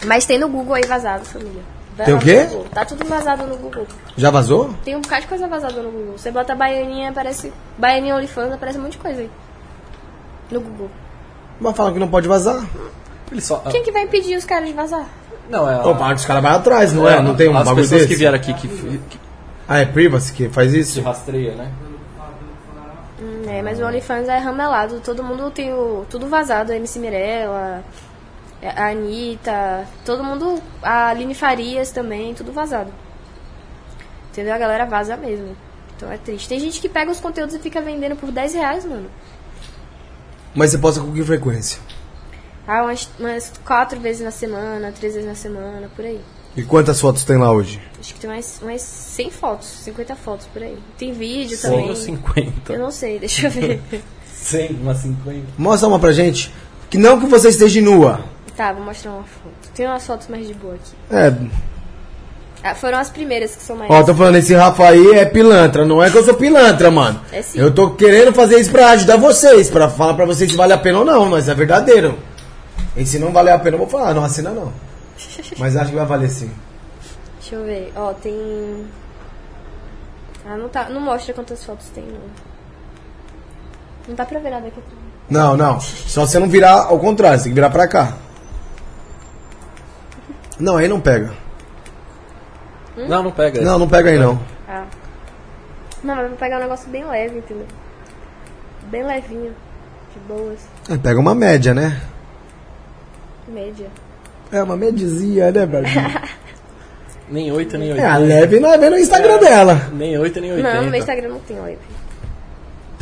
[SPEAKER 3] Mas tem no Google aí vazado, família. Vai
[SPEAKER 1] Tem
[SPEAKER 3] lá
[SPEAKER 1] o quê?
[SPEAKER 3] no Google. Tá tudo vazado no Google.
[SPEAKER 1] Já vazou?
[SPEAKER 3] Tem um bocado de coisa vazada no Google. Você bota baianinha, aparece. Baianinha OnlyFans, aparece um monte de coisa aí. No Google.
[SPEAKER 1] Mas falam que não pode vazar.
[SPEAKER 2] Ele só.
[SPEAKER 3] Quem que vai impedir os caras de vazar?
[SPEAKER 2] Não, é.
[SPEAKER 1] Opa, os caras vão atrás, não Ah. é? Não tem um
[SPEAKER 2] As
[SPEAKER 1] bagulho
[SPEAKER 2] pessoas
[SPEAKER 1] desse?
[SPEAKER 2] que vieram aqui que, que,
[SPEAKER 1] Ah, é Privacy que faz
[SPEAKER 2] que
[SPEAKER 1] isso?
[SPEAKER 2] rastreia, né?
[SPEAKER 3] Hum, é, mas o OnlyFans é ramelado. Todo mundo tem o. Tudo vazado. A MC Mirella, a Anitta, todo mundo. A Aline Farias também, tudo vazado. Entendeu? A galera vaza mesmo. Então é triste. Tem gente que pega os conteúdos e fica vendendo por 10 reais, mano.
[SPEAKER 1] Mas você posta com que frequência?
[SPEAKER 3] Ah, umas, umas quatro vezes na semana, três vezes na semana, por aí.
[SPEAKER 1] E quantas fotos tem lá hoje?
[SPEAKER 3] Acho que tem mais, mais 100 fotos, 50 fotos por aí. Tem vídeo
[SPEAKER 2] 100
[SPEAKER 3] também.
[SPEAKER 2] ou 50?
[SPEAKER 3] Eu não sei, [LAUGHS] deixa eu ver.
[SPEAKER 2] 100, uma 50.
[SPEAKER 1] Mostra uma pra gente. Que não que você esteja nua.
[SPEAKER 3] tá, vou mostrar uma foto. Tem umas fotos mais de boa aqui.
[SPEAKER 1] É.
[SPEAKER 3] Ah, foram as primeiras que são mais.
[SPEAKER 1] Ó, tô falando, esse Rafa aí é pilantra. Não é que eu sou pilantra, mano.
[SPEAKER 3] É sim.
[SPEAKER 1] Eu tô querendo fazer isso pra ajudar vocês, pra falar pra vocês se vale a pena ou não, mas é verdadeiro. E se não valer a pena, eu vou falar, não assina
[SPEAKER 3] [LAUGHS]
[SPEAKER 1] não. Mas acho que vai valer sim.
[SPEAKER 3] Deixa eu ver. Ó, tem. Ah, não, tá, não mostra quantas fotos tem, não. Não dá pra ver nada aqui.
[SPEAKER 1] Não, não. Só você não virar ao contrário, você tem que virar pra cá. Não, aí não pega.
[SPEAKER 3] Hum?
[SPEAKER 2] Não, não pega.
[SPEAKER 1] Não, não pega aí não.
[SPEAKER 3] Ah. Não, mas eu vou pegar um negócio bem leve, entendeu? Bem levinho. De boas.
[SPEAKER 1] É, pega uma média, né?
[SPEAKER 3] Média.
[SPEAKER 1] É uma medizinha, né,
[SPEAKER 3] [LAUGHS]
[SPEAKER 1] Brasil?
[SPEAKER 2] Nem 8, nem
[SPEAKER 1] É, a
[SPEAKER 2] 80.
[SPEAKER 1] leve não é vendo o Instagram dela.
[SPEAKER 2] Nem 8, nem 80.
[SPEAKER 3] Não, no meu Instagram não tem live.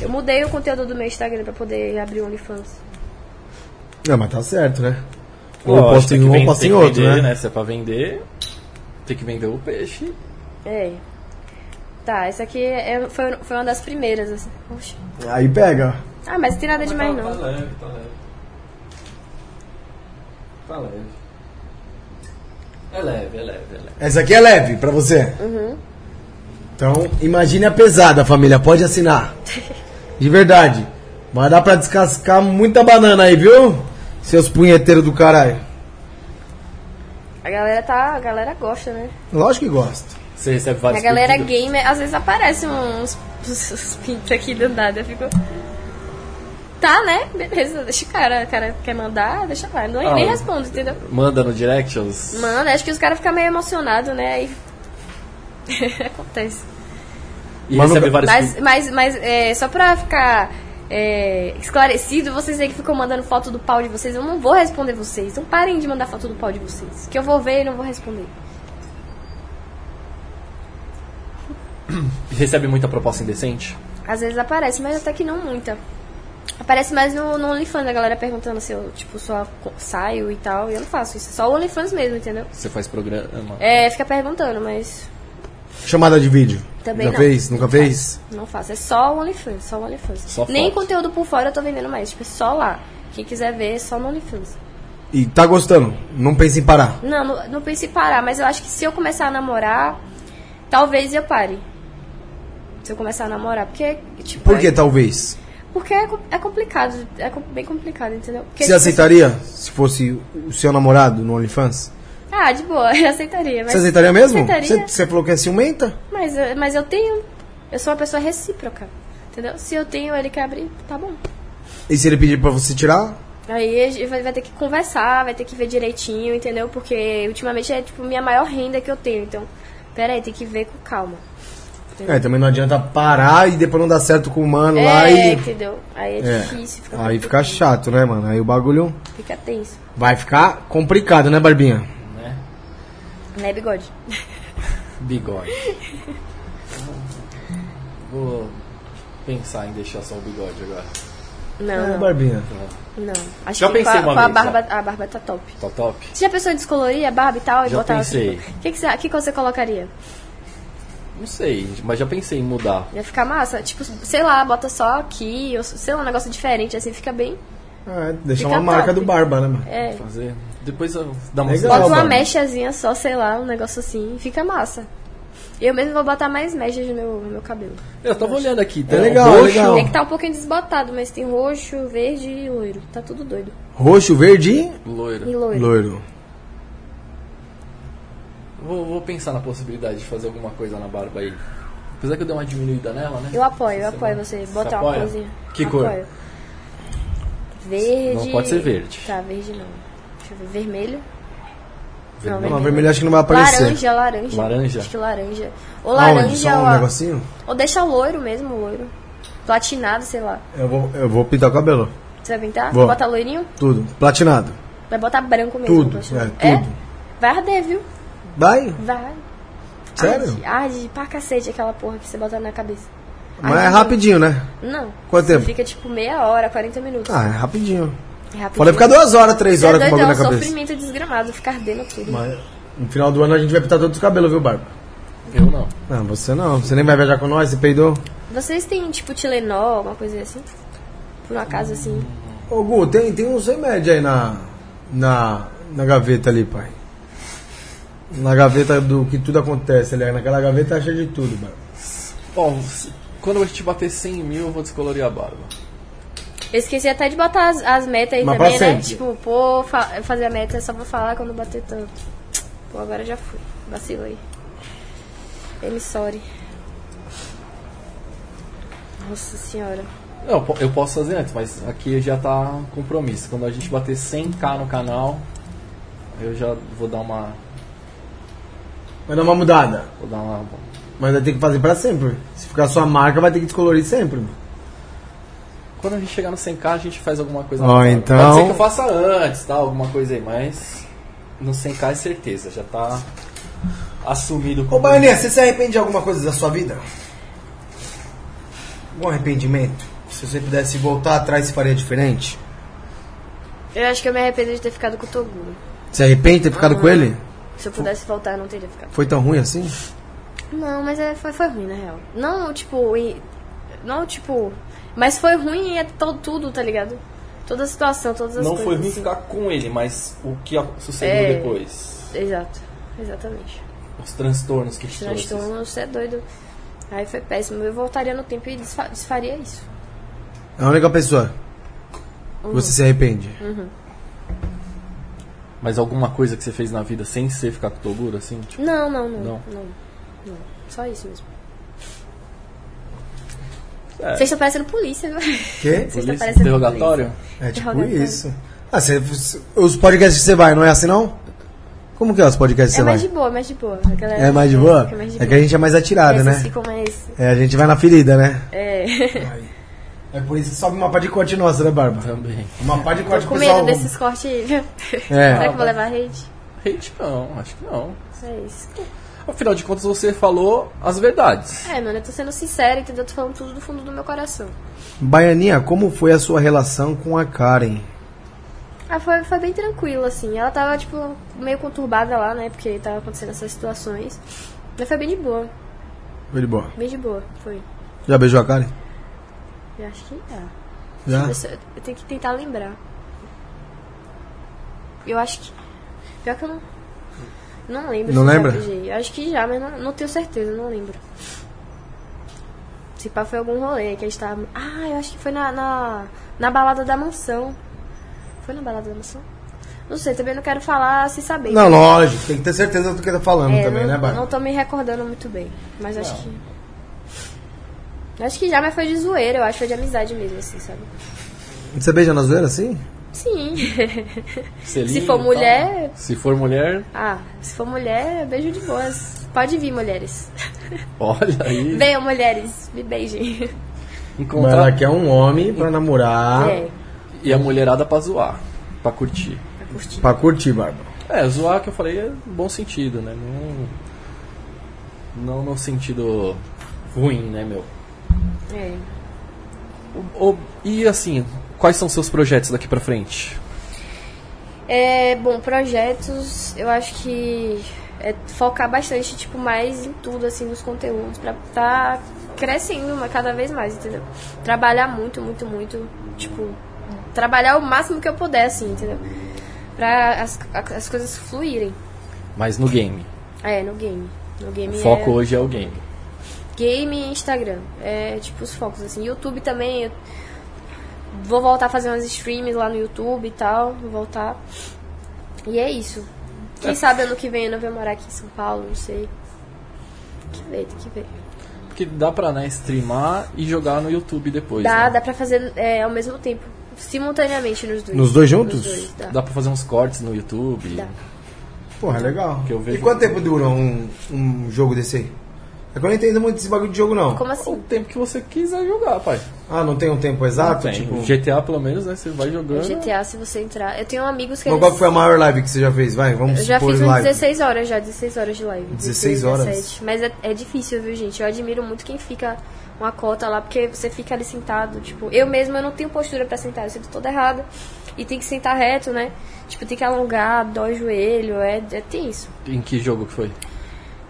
[SPEAKER 3] Eu mudei o conteúdo do meu Instagram pra poder abrir o OnlyFans.
[SPEAKER 1] Não, mas tá certo, né? Ou
[SPEAKER 2] Lógico,
[SPEAKER 1] posto
[SPEAKER 2] tem
[SPEAKER 1] em
[SPEAKER 2] que
[SPEAKER 1] um, ou
[SPEAKER 2] vender-
[SPEAKER 1] posto
[SPEAKER 2] tem
[SPEAKER 1] em
[SPEAKER 2] que
[SPEAKER 1] outro,
[SPEAKER 2] vender,
[SPEAKER 1] né?
[SPEAKER 2] Se é pra vender, tem que vender o peixe.
[SPEAKER 3] É. Tá, essa aqui é- foi, foi uma das primeiras. Assim. Oxe.
[SPEAKER 1] Aí pega.
[SPEAKER 3] Ah, mas não tem nada demais não.
[SPEAKER 2] leve, tá leve. Tá leve. É leve, é leve, é leve.
[SPEAKER 1] Essa aqui é leve pra você.
[SPEAKER 3] Uhum.
[SPEAKER 1] Então, imagine a pesada, família. Pode assinar. De verdade. Vai dar pra descascar muita banana aí, viu? Seus punheteiros do caralho.
[SPEAKER 3] A galera tá. A galera gosta, né?
[SPEAKER 1] Lógico que gosto.
[SPEAKER 2] Você recebe
[SPEAKER 3] a
[SPEAKER 2] vários
[SPEAKER 3] galera
[SPEAKER 2] pedidos.
[SPEAKER 3] gamer, às vezes aparece uns, uns, uns pintos aqui do nada. Eu fico. Tá, né? Beleza, deixa o cara. O cara quer mandar, deixa lá. Não,
[SPEAKER 2] Ah,
[SPEAKER 3] nem
[SPEAKER 2] o-
[SPEAKER 3] respondo, entendeu?
[SPEAKER 2] Manda no direct os...
[SPEAKER 3] Mano, acho que os caras ficam meio emocionados, né? Aí. [LAUGHS] Acontece.
[SPEAKER 2] E
[SPEAKER 1] Manda
[SPEAKER 2] recebe
[SPEAKER 1] no-
[SPEAKER 2] vários
[SPEAKER 3] Mas, mas, mas é, só pra ficar é, esclarecido, vocês aí que ficam mandando foto do pau de vocês, eu não vou responder vocês. Então parem de mandar foto do pau de vocês. Que eu vou ver e não vou responder.
[SPEAKER 2] pedidos. E recebe muita proposta indecente.
[SPEAKER 3] Às vezes aparece, mas até que não muita. Aparece mais no, no OnlyFans, a galera perguntando se eu, tipo, só co- saio e tal. E eu não faço isso. é Só o OnlyFans mesmo, entendeu?
[SPEAKER 2] Você faz programa.
[SPEAKER 3] É, fica perguntando, mas
[SPEAKER 1] Chamada de vídeo.
[SPEAKER 3] Também
[SPEAKER 1] Já
[SPEAKER 3] não.
[SPEAKER 1] fez? Nunca fez?
[SPEAKER 3] não faço. É só o OnlyFans, só o OnlyFans.
[SPEAKER 2] Só
[SPEAKER 3] Nem
[SPEAKER 2] foto.
[SPEAKER 3] conteúdo por fora eu tô vendendo mais. Tipo, é só lá. Quem quiser ver, é só no OnlyFans.
[SPEAKER 1] E tá gostando? Não pensa em parar.
[SPEAKER 3] Não, não, não pensei em parar, mas eu acho que se eu começar a namorar, talvez eu pare. Se eu começar a namorar, porque. Tipo,
[SPEAKER 1] Por que
[SPEAKER 3] é-
[SPEAKER 1] talvez?
[SPEAKER 3] Porque é, com- é complicado, é com- bem complicado, entendeu? Porque,
[SPEAKER 1] Você
[SPEAKER 3] tipo,
[SPEAKER 1] aceitaria se fosse o seu namorado no OnlyFans?
[SPEAKER 3] Ah, de boa, [LAUGHS] eu aceitaria. Mas,
[SPEAKER 1] Você aceitaria mesmo?
[SPEAKER 3] Aceitaria.
[SPEAKER 1] Você, você falou que é ciumenta?
[SPEAKER 3] Mas, eu- mas eu tenho. Eu sou uma pessoa recíproca, entendeu? Se eu tenho, ele quer abrir, tá bom.
[SPEAKER 1] E se ele pedir pra você tirar?
[SPEAKER 3] Aí a gente vai vai ter que conversar, vai ter que ver direitinho, entendeu? Porque ultimamente é tipo minha maior renda que eu tenho, então. Pera aí, tem que ver com calma.
[SPEAKER 1] É, também não adianta parar e depois não dar certo com o mano lá
[SPEAKER 3] é,
[SPEAKER 1] e.
[SPEAKER 3] entendeu? Aí é,
[SPEAKER 1] É.
[SPEAKER 3] difícil.
[SPEAKER 1] Aí fica chato, né, mano? Aí o bagulho
[SPEAKER 3] Fica tenso,
[SPEAKER 1] vai ficar complicado, né, Barbinha?
[SPEAKER 2] né?
[SPEAKER 3] né, bigode? [LAUGHS]
[SPEAKER 2] Bigode. Vou pensar em deixar só o bigode agora.
[SPEAKER 3] Não,
[SPEAKER 1] É,
[SPEAKER 3] não,
[SPEAKER 1] Barbinha.
[SPEAKER 3] não. Acho
[SPEAKER 2] Já
[SPEAKER 3] que com
[SPEAKER 2] pensei
[SPEAKER 3] a,
[SPEAKER 2] uma
[SPEAKER 3] com a
[SPEAKER 2] vez,
[SPEAKER 3] barba, a barba tá top.
[SPEAKER 2] Tá top?
[SPEAKER 3] Você já pensou em descolorir a barba e tal? E
[SPEAKER 2] Já
[SPEAKER 3] botar assim?
[SPEAKER 2] pensei.
[SPEAKER 3] O que, que, você, que que você colocaria?
[SPEAKER 2] Não sei, mas já pensei em mudar.
[SPEAKER 3] Ia ficar massa? Tipo, sei lá, bota só aqui, ou sei lá, um negócio diferente, assim fica bem.
[SPEAKER 1] Ah, deixar
[SPEAKER 3] Fica
[SPEAKER 1] uma marca
[SPEAKER 3] top.
[SPEAKER 1] do Barba, né, mano?
[SPEAKER 3] É.
[SPEAKER 2] Fazer. Depois eu dar uma
[SPEAKER 1] Legal,
[SPEAKER 3] Bota
[SPEAKER 1] mano.
[SPEAKER 3] uma mechazinha só, sei lá, um negócio assim, fica massa. Eu mesmo vou botar mais mechas no meu, no meu cabelo.
[SPEAKER 2] Eu tava olhando aqui, tá?
[SPEAKER 1] É legal, é
[SPEAKER 2] roxo,
[SPEAKER 1] legal.
[SPEAKER 3] Tem que tá um pouquinho desbotado, mas tem roxo, verde e loiro. Tá tudo doido.
[SPEAKER 1] Roxo, verde
[SPEAKER 2] Loiro.
[SPEAKER 3] E
[SPEAKER 1] e
[SPEAKER 3] loiro.
[SPEAKER 1] loiro.
[SPEAKER 2] Vou, vou pensar na possibilidade de fazer alguma coisa na barba aí. Apesar que eu dei uma diminuída nela, né?
[SPEAKER 3] Eu apoio, eu
[SPEAKER 2] Você
[SPEAKER 3] apoio
[SPEAKER 2] não-
[SPEAKER 3] você.
[SPEAKER 2] você
[SPEAKER 3] Botar
[SPEAKER 2] apoia?
[SPEAKER 3] uma coisinha.
[SPEAKER 2] Que cor?
[SPEAKER 3] Apoio. Verde.
[SPEAKER 2] Não pode ser verde.
[SPEAKER 3] Tá, verde não. Deixa eu ver. Vermelho. Não,
[SPEAKER 1] Não, vermelho acho que não vai aparecer.
[SPEAKER 3] Laranja, laranja.
[SPEAKER 2] Laranja?
[SPEAKER 3] Acho que laranja. Ou
[SPEAKER 1] Aonde?
[SPEAKER 3] laranja
[SPEAKER 1] Só
[SPEAKER 3] ou,
[SPEAKER 1] um
[SPEAKER 3] a-
[SPEAKER 1] negocinho?
[SPEAKER 3] ou deixa loiro mesmo, loiro. Platinado, sei lá.
[SPEAKER 1] Eu vou, eu vou pintar o cabelo.
[SPEAKER 3] Você vai pintar?
[SPEAKER 1] Vou.
[SPEAKER 3] Bota loirinho?
[SPEAKER 1] Tudo. Platinado.
[SPEAKER 3] Vai botar branco mesmo.
[SPEAKER 1] Tudo,
[SPEAKER 3] platinado.
[SPEAKER 1] é, tudo.
[SPEAKER 3] Vai arder, viu?
[SPEAKER 1] Vai?
[SPEAKER 3] Vai.
[SPEAKER 1] Sério?
[SPEAKER 3] Arde, arde pra cacete aquela porra que você bota na cabeça.
[SPEAKER 1] Mas
[SPEAKER 3] Arde.
[SPEAKER 1] é rapidinho, né?
[SPEAKER 3] Não.
[SPEAKER 1] Quanto
[SPEAKER 3] Você
[SPEAKER 1] tempo?
[SPEAKER 3] Fica tipo meia hora, 40 minutos.
[SPEAKER 1] Ah, é rapidinho.
[SPEAKER 3] É rapidinho.
[SPEAKER 1] Falei ficar duas horas, três
[SPEAKER 3] Você é
[SPEAKER 1] horas com o
[SPEAKER 3] doidão,
[SPEAKER 1] bagulho na cabeça.
[SPEAKER 3] sofrimento desgramado, ficar ardendo tudo.
[SPEAKER 1] Mas no final do ano a gente vai pintar todos os cabelos, viu, Barba?
[SPEAKER 2] Eu não.
[SPEAKER 1] Não, Ah, você não. Você nem vai viajar com nós, você peidou.
[SPEAKER 3] Vocês têm, tipo, Tilenol, alguma coisa assim? Por um acaso, assim.
[SPEAKER 1] Ô, Gu, tem, tem uns remédios aí na, na, na gaveta ali, pai. Na gaveta do que tudo acontece ali. Naquela gaveta acha de tudo, Barba.
[SPEAKER 2] Bom, se- quando eu te bater 100 mil, eu vou descolorir a barba.
[SPEAKER 3] Eu esqueci até de botar as, as metas aí
[SPEAKER 1] Mas
[SPEAKER 3] também,
[SPEAKER 1] pra
[SPEAKER 3] né?
[SPEAKER 1] sempre.
[SPEAKER 3] Tipo, pô, fa- fazer a meta, é só vou falar quando bater tanto. Pô, agora já fui. Vacilei. I'm sorry. Nossa senhora.
[SPEAKER 2] Não, eu po- eu posso fazer antes, mas aqui já tá compromisso. Quando a gente bater 100k no canal, eu já vou dar uma.
[SPEAKER 1] Vai dar uma mudada.
[SPEAKER 2] Vou dar uma.
[SPEAKER 1] Mas vai ter que fazer pra sempre. Se ficar sua marca, vai ter que descolorir sempre.
[SPEAKER 2] Quando a gente chegar no 100k, a gente faz alguma coisa.
[SPEAKER 1] Ó,
[SPEAKER 2] na barba.
[SPEAKER 1] então-
[SPEAKER 2] Pode ser que eu faça antes, tá? Alguma coisa aí, mas. No 100k é certeza, já tá assumido
[SPEAKER 1] Ô,
[SPEAKER 2] como.
[SPEAKER 1] Baianinha, você se arrepende de alguma coisa da sua vida? Algum arrependimento? Se você pudesse voltar atrás, você faria diferente?
[SPEAKER 3] Eu acho que eu me arrependo de ter ficado com o Toguro.
[SPEAKER 1] Se arrepende de ter ficado com ele?
[SPEAKER 3] Se eu pudesse voltar, eu não teria ficado.
[SPEAKER 1] Foi tão ruim assim?
[SPEAKER 3] Não, mas é, foi, foi ruim, na real. Não, tipo, e- não, tipo. Mas foi ruim e é to- tudo, tá ligado? Toda a situação, todas as
[SPEAKER 2] Não
[SPEAKER 3] coisas.
[SPEAKER 2] foi ruim
[SPEAKER 3] assim.
[SPEAKER 2] ficar com ele, mas o que a- sucedeu
[SPEAKER 3] É.
[SPEAKER 2] depois.
[SPEAKER 3] Exato, exatamente.
[SPEAKER 2] Os transtornos que te trouxe.
[SPEAKER 3] Transtorno, você é doido. Aí foi péssimo. Eu voltaria no tempo e desfa- desfaria isso.
[SPEAKER 1] É a única pessoa. que Você se arrepende?
[SPEAKER 3] Hum.
[SPEAKER 2] Mas alguma coisa que você fez na vida sem ser ficar com o Toguro, assim? Tipo,
[SPEAKER 3] Não, não, não.
[SPEAKER 2] Não.
[SPEAKER 3] Não. não, Só isso mesmo.
[SPEAKER 2] É.
[SPEAKER 3] Vocês estão parecendo polícia, viu? Vocês
[SPEAKER 1] Quê?
[SPEAKER 3] estão
[SPEAKER 2] polícia,
[SPEAKER 3] parecendo
[SPEAKER 2] interrogatório?
[SPEAKER 1] É tipo
[SPEAKER 3] Interrogatório.
[SPEAKER 1] isso. Ah, você, os podcasts que você vai, não é assim não? Como que é os podcasts que
[SPEAKER 3] polícia. É
[SPEAKER 1] você vai?
[SPEAKER 3] mais de boa, mais de boa. A galera-
[SPEAKER 1] É mais de boa?
[SPEAKER 3] Fica mais de
[SPEAKER 1] É
[SPEAKER 3] boa.
[SPEAKER 1] que a gente é mais atirada,
[SPEAKER 3] Vocês
[SPEAKER 1] né?
[SPEAKER 3] ficam mais.
[SPEAKER 1] É, a gente vai na ferida, né?
[SPEAKER 3] É.
[SPEAKER 1] É por isso que sobe uma pá de corte nossa, né, Barba?
[SPEAKER 2] Também.
[SPEAKER 1] Uma pá de corte
[SPEAKER 3] Tô com medo desses cortes aí, viu?
[SPEAKER 1] É.
[SPEAKER 3] Será que eu vou levar rede?
[SPEAKER 2] Hate não, acho que não.
[SPEAKER 3] É isso.
[SPEAKER 2] Afinal de contas, você falou as verdades.
[SPEAKER 3] É, mano, eu tô sendo sincera, entendeu? Eu tô falando tudo do fundo do meu coração.
[SPEAKER 1] Baianinha, como foi a sua relação com a Karen?
[SPEAKER 3] Ah, foi, foi bem tranquilo, assim. Ela tava, tipo, meio conturbada lá, né? Porque tava acontecendo essas situações. Mas foi bem de boa,
[SPEAKER 1] Foi de boa.
[SPEAKER 3] bem de boa, foi.
[SPEAKER 1] Já beijou a Karen?
[SPEAKER 3] Eu acho que tá.
[SPEAKER 1] Já?
[SPEAKER 3] Deixa Eu, eu tenho que tentar lembrar. Eu acho que. Pior que eu não. Não lembro.
[SPEAKER 1] Não
[SPEAKER 3] se
[SPEAKER 1] lembra?
[SPEAKER 3] já beijei. Eu acho que já, mas não, não tenho certeza, não lembro. Se pá, foi algum rolê que a gente tava. Ah, eu acho que foi na, na, na balada da mansão. Foi na balada da mansão? Não sei, também não quero falar sem saber.
[SPEAKER 1] Não, lógico, tem que ter certeza do que tá falando
[SPEAKER 3] É,
[SPEAKER 1] também,
[SPEAKER 3] não,
[SPEAKER 1] né, Bárbara?
[SPEAKER 3] Não tô me recordando muito bem, mas acho que. Acho que já, mas foi de zoeira, eu acho, foi de amizade mesmo, assim, sabe?
[SPEAKER 1] Você beija na zoeira assim?
[SPEAKER 3] Sim. [LAUGHS]
[SPEAKER 2] Selinho
[SPEAKER 3] Se
[SPEAKER 2] é e
[SPEAKER 3] for
[SPEAKER 2] tal.
[SPEAKER 3] mulher-
[SPEAKER 2] Se for mulher, [LAUGHS]
[SPEAKER 3] ah, se for mulher, beijo de boas. Pode vir, mulheres.
[SPEAKER 2] olha aí.
[SPEAKER 3] Venham, mulheres, me beijem.
[SPEAKER 1] Mas
[SPEAKER 2] Encontrar
[SPEAKER 1] ela quer um homem pra namorar,
[SPEAKER 3] É,
[SPEAKER 2] e a mulherada pra zoar, pra curtir.
[SPEAKER 3] pra curtir.
[SPEAKER 1] pra curtir, Bárbara.
[SPEAKER 2] É, zoar que eu falei é bom sentido, né? Não, não no sentido ruim, né, meu?
[SPEAKER 3] É.
[SPEAKER 2] O- o- e assim, quais são seus projetos daqui pra frente?
[SPEAKER 3] É, bom, projetos, eu acho que é focar bastante, tipo, mais em tudo, assim, nos conteúdos, pra tá crescendo mas cada vez mais, entendeu? Trabalhar muito, muito, muito, tipo, trabalhar o máximo que eu puder, assim, entendeu? Pra as, a- as coisas fluírem.
[SPEAKER 2] Mas no game.
[SPEAKER 3] É, no game. No
[SPEAKER 2] O
[SPEAKER 3] game
[SPEAKER 2] foco
[SPEAKER 3] é...
[SPEAKER 2] hoje é o game.
[SPEAKER 3] Game e Instagram. É tipo os focos, assim. YouTube também. eu vou voltar a fazer umas streams lá no YouTube e tal. Vou voltar. E é isso. Quem sabe ano que vem eu não vou morar aqui em São Paulo, não sei. Tem que ver, tem que ver.
[SPEAKER 2] Porque dá pra né, streamar e jogar no YouTube depois.
[SPEAKER 3] Dá,
[SPEAKER 2] né?
[SPEAKER 3] dá pra fazer é, ao mesmo tempo. Simultaneamente nos dois.
[SPEAKER 1] Nos dois juntos?
[SPEAKER 3] dois, dá.
[SPEAKER 2] Dá pra fazer uns cortes no YouTube.
[SPEAKER 3] Dá.
[SPEAKER 1] Porra, legal.
[SPEAKER 2] Que eu vejo-
[SPEAKER 1] E quanto tempo dura um, um jogo desse aí? É que eu não entendo muito desse bagulho de jogo, não.
[SPEAKER 3] Como
[SPEAKER 2] O
[SPEAKER 3] assim?
[SPEAKER 2] tempo que você quiser jogar, pai.
[SPEAKER 1] Ah, não tem um tempo exato?
[SPEAKER 2] Tem.
[SPEAKER 1] Tipo,
[SPEAKER 2] GTA, pelo menos, né? Você vai
[SPEAKER 3] No
[SPEAKER 2] jogando.
[SPEAKER 3] GTA, se você entrar. Eu tenho amigos que
[SPEAKER 1] Mas
[SPEAKER 3] eles...
[SPEAKER 1] qual que foi a maior live que você já fez? Vai, vamos
[SPEAKER 3] Eu já
[SPEAKER 1] supor
[SPEAKER 3] fiz uns
[SPEAKER 1] live.
[SPEAKER 3] 16 horas já, 16 horas de live.
[SPEAKER 1] 16 horas?
[SPEAKER 3] Mas é, é difícil, viu, gente? Eu admiro muito quem fica uma cota lá, porque você fica ali sentado, tipo, eu mesma eu não tenho postura pra sentar, eu sinto toda errada. E tem que sentar reto, né? Tipo, tem que alongar, dói o joelho, é, é tem isso.
[SPEAKER 2] Em que jogo que foi?
[SPEAKER 3] É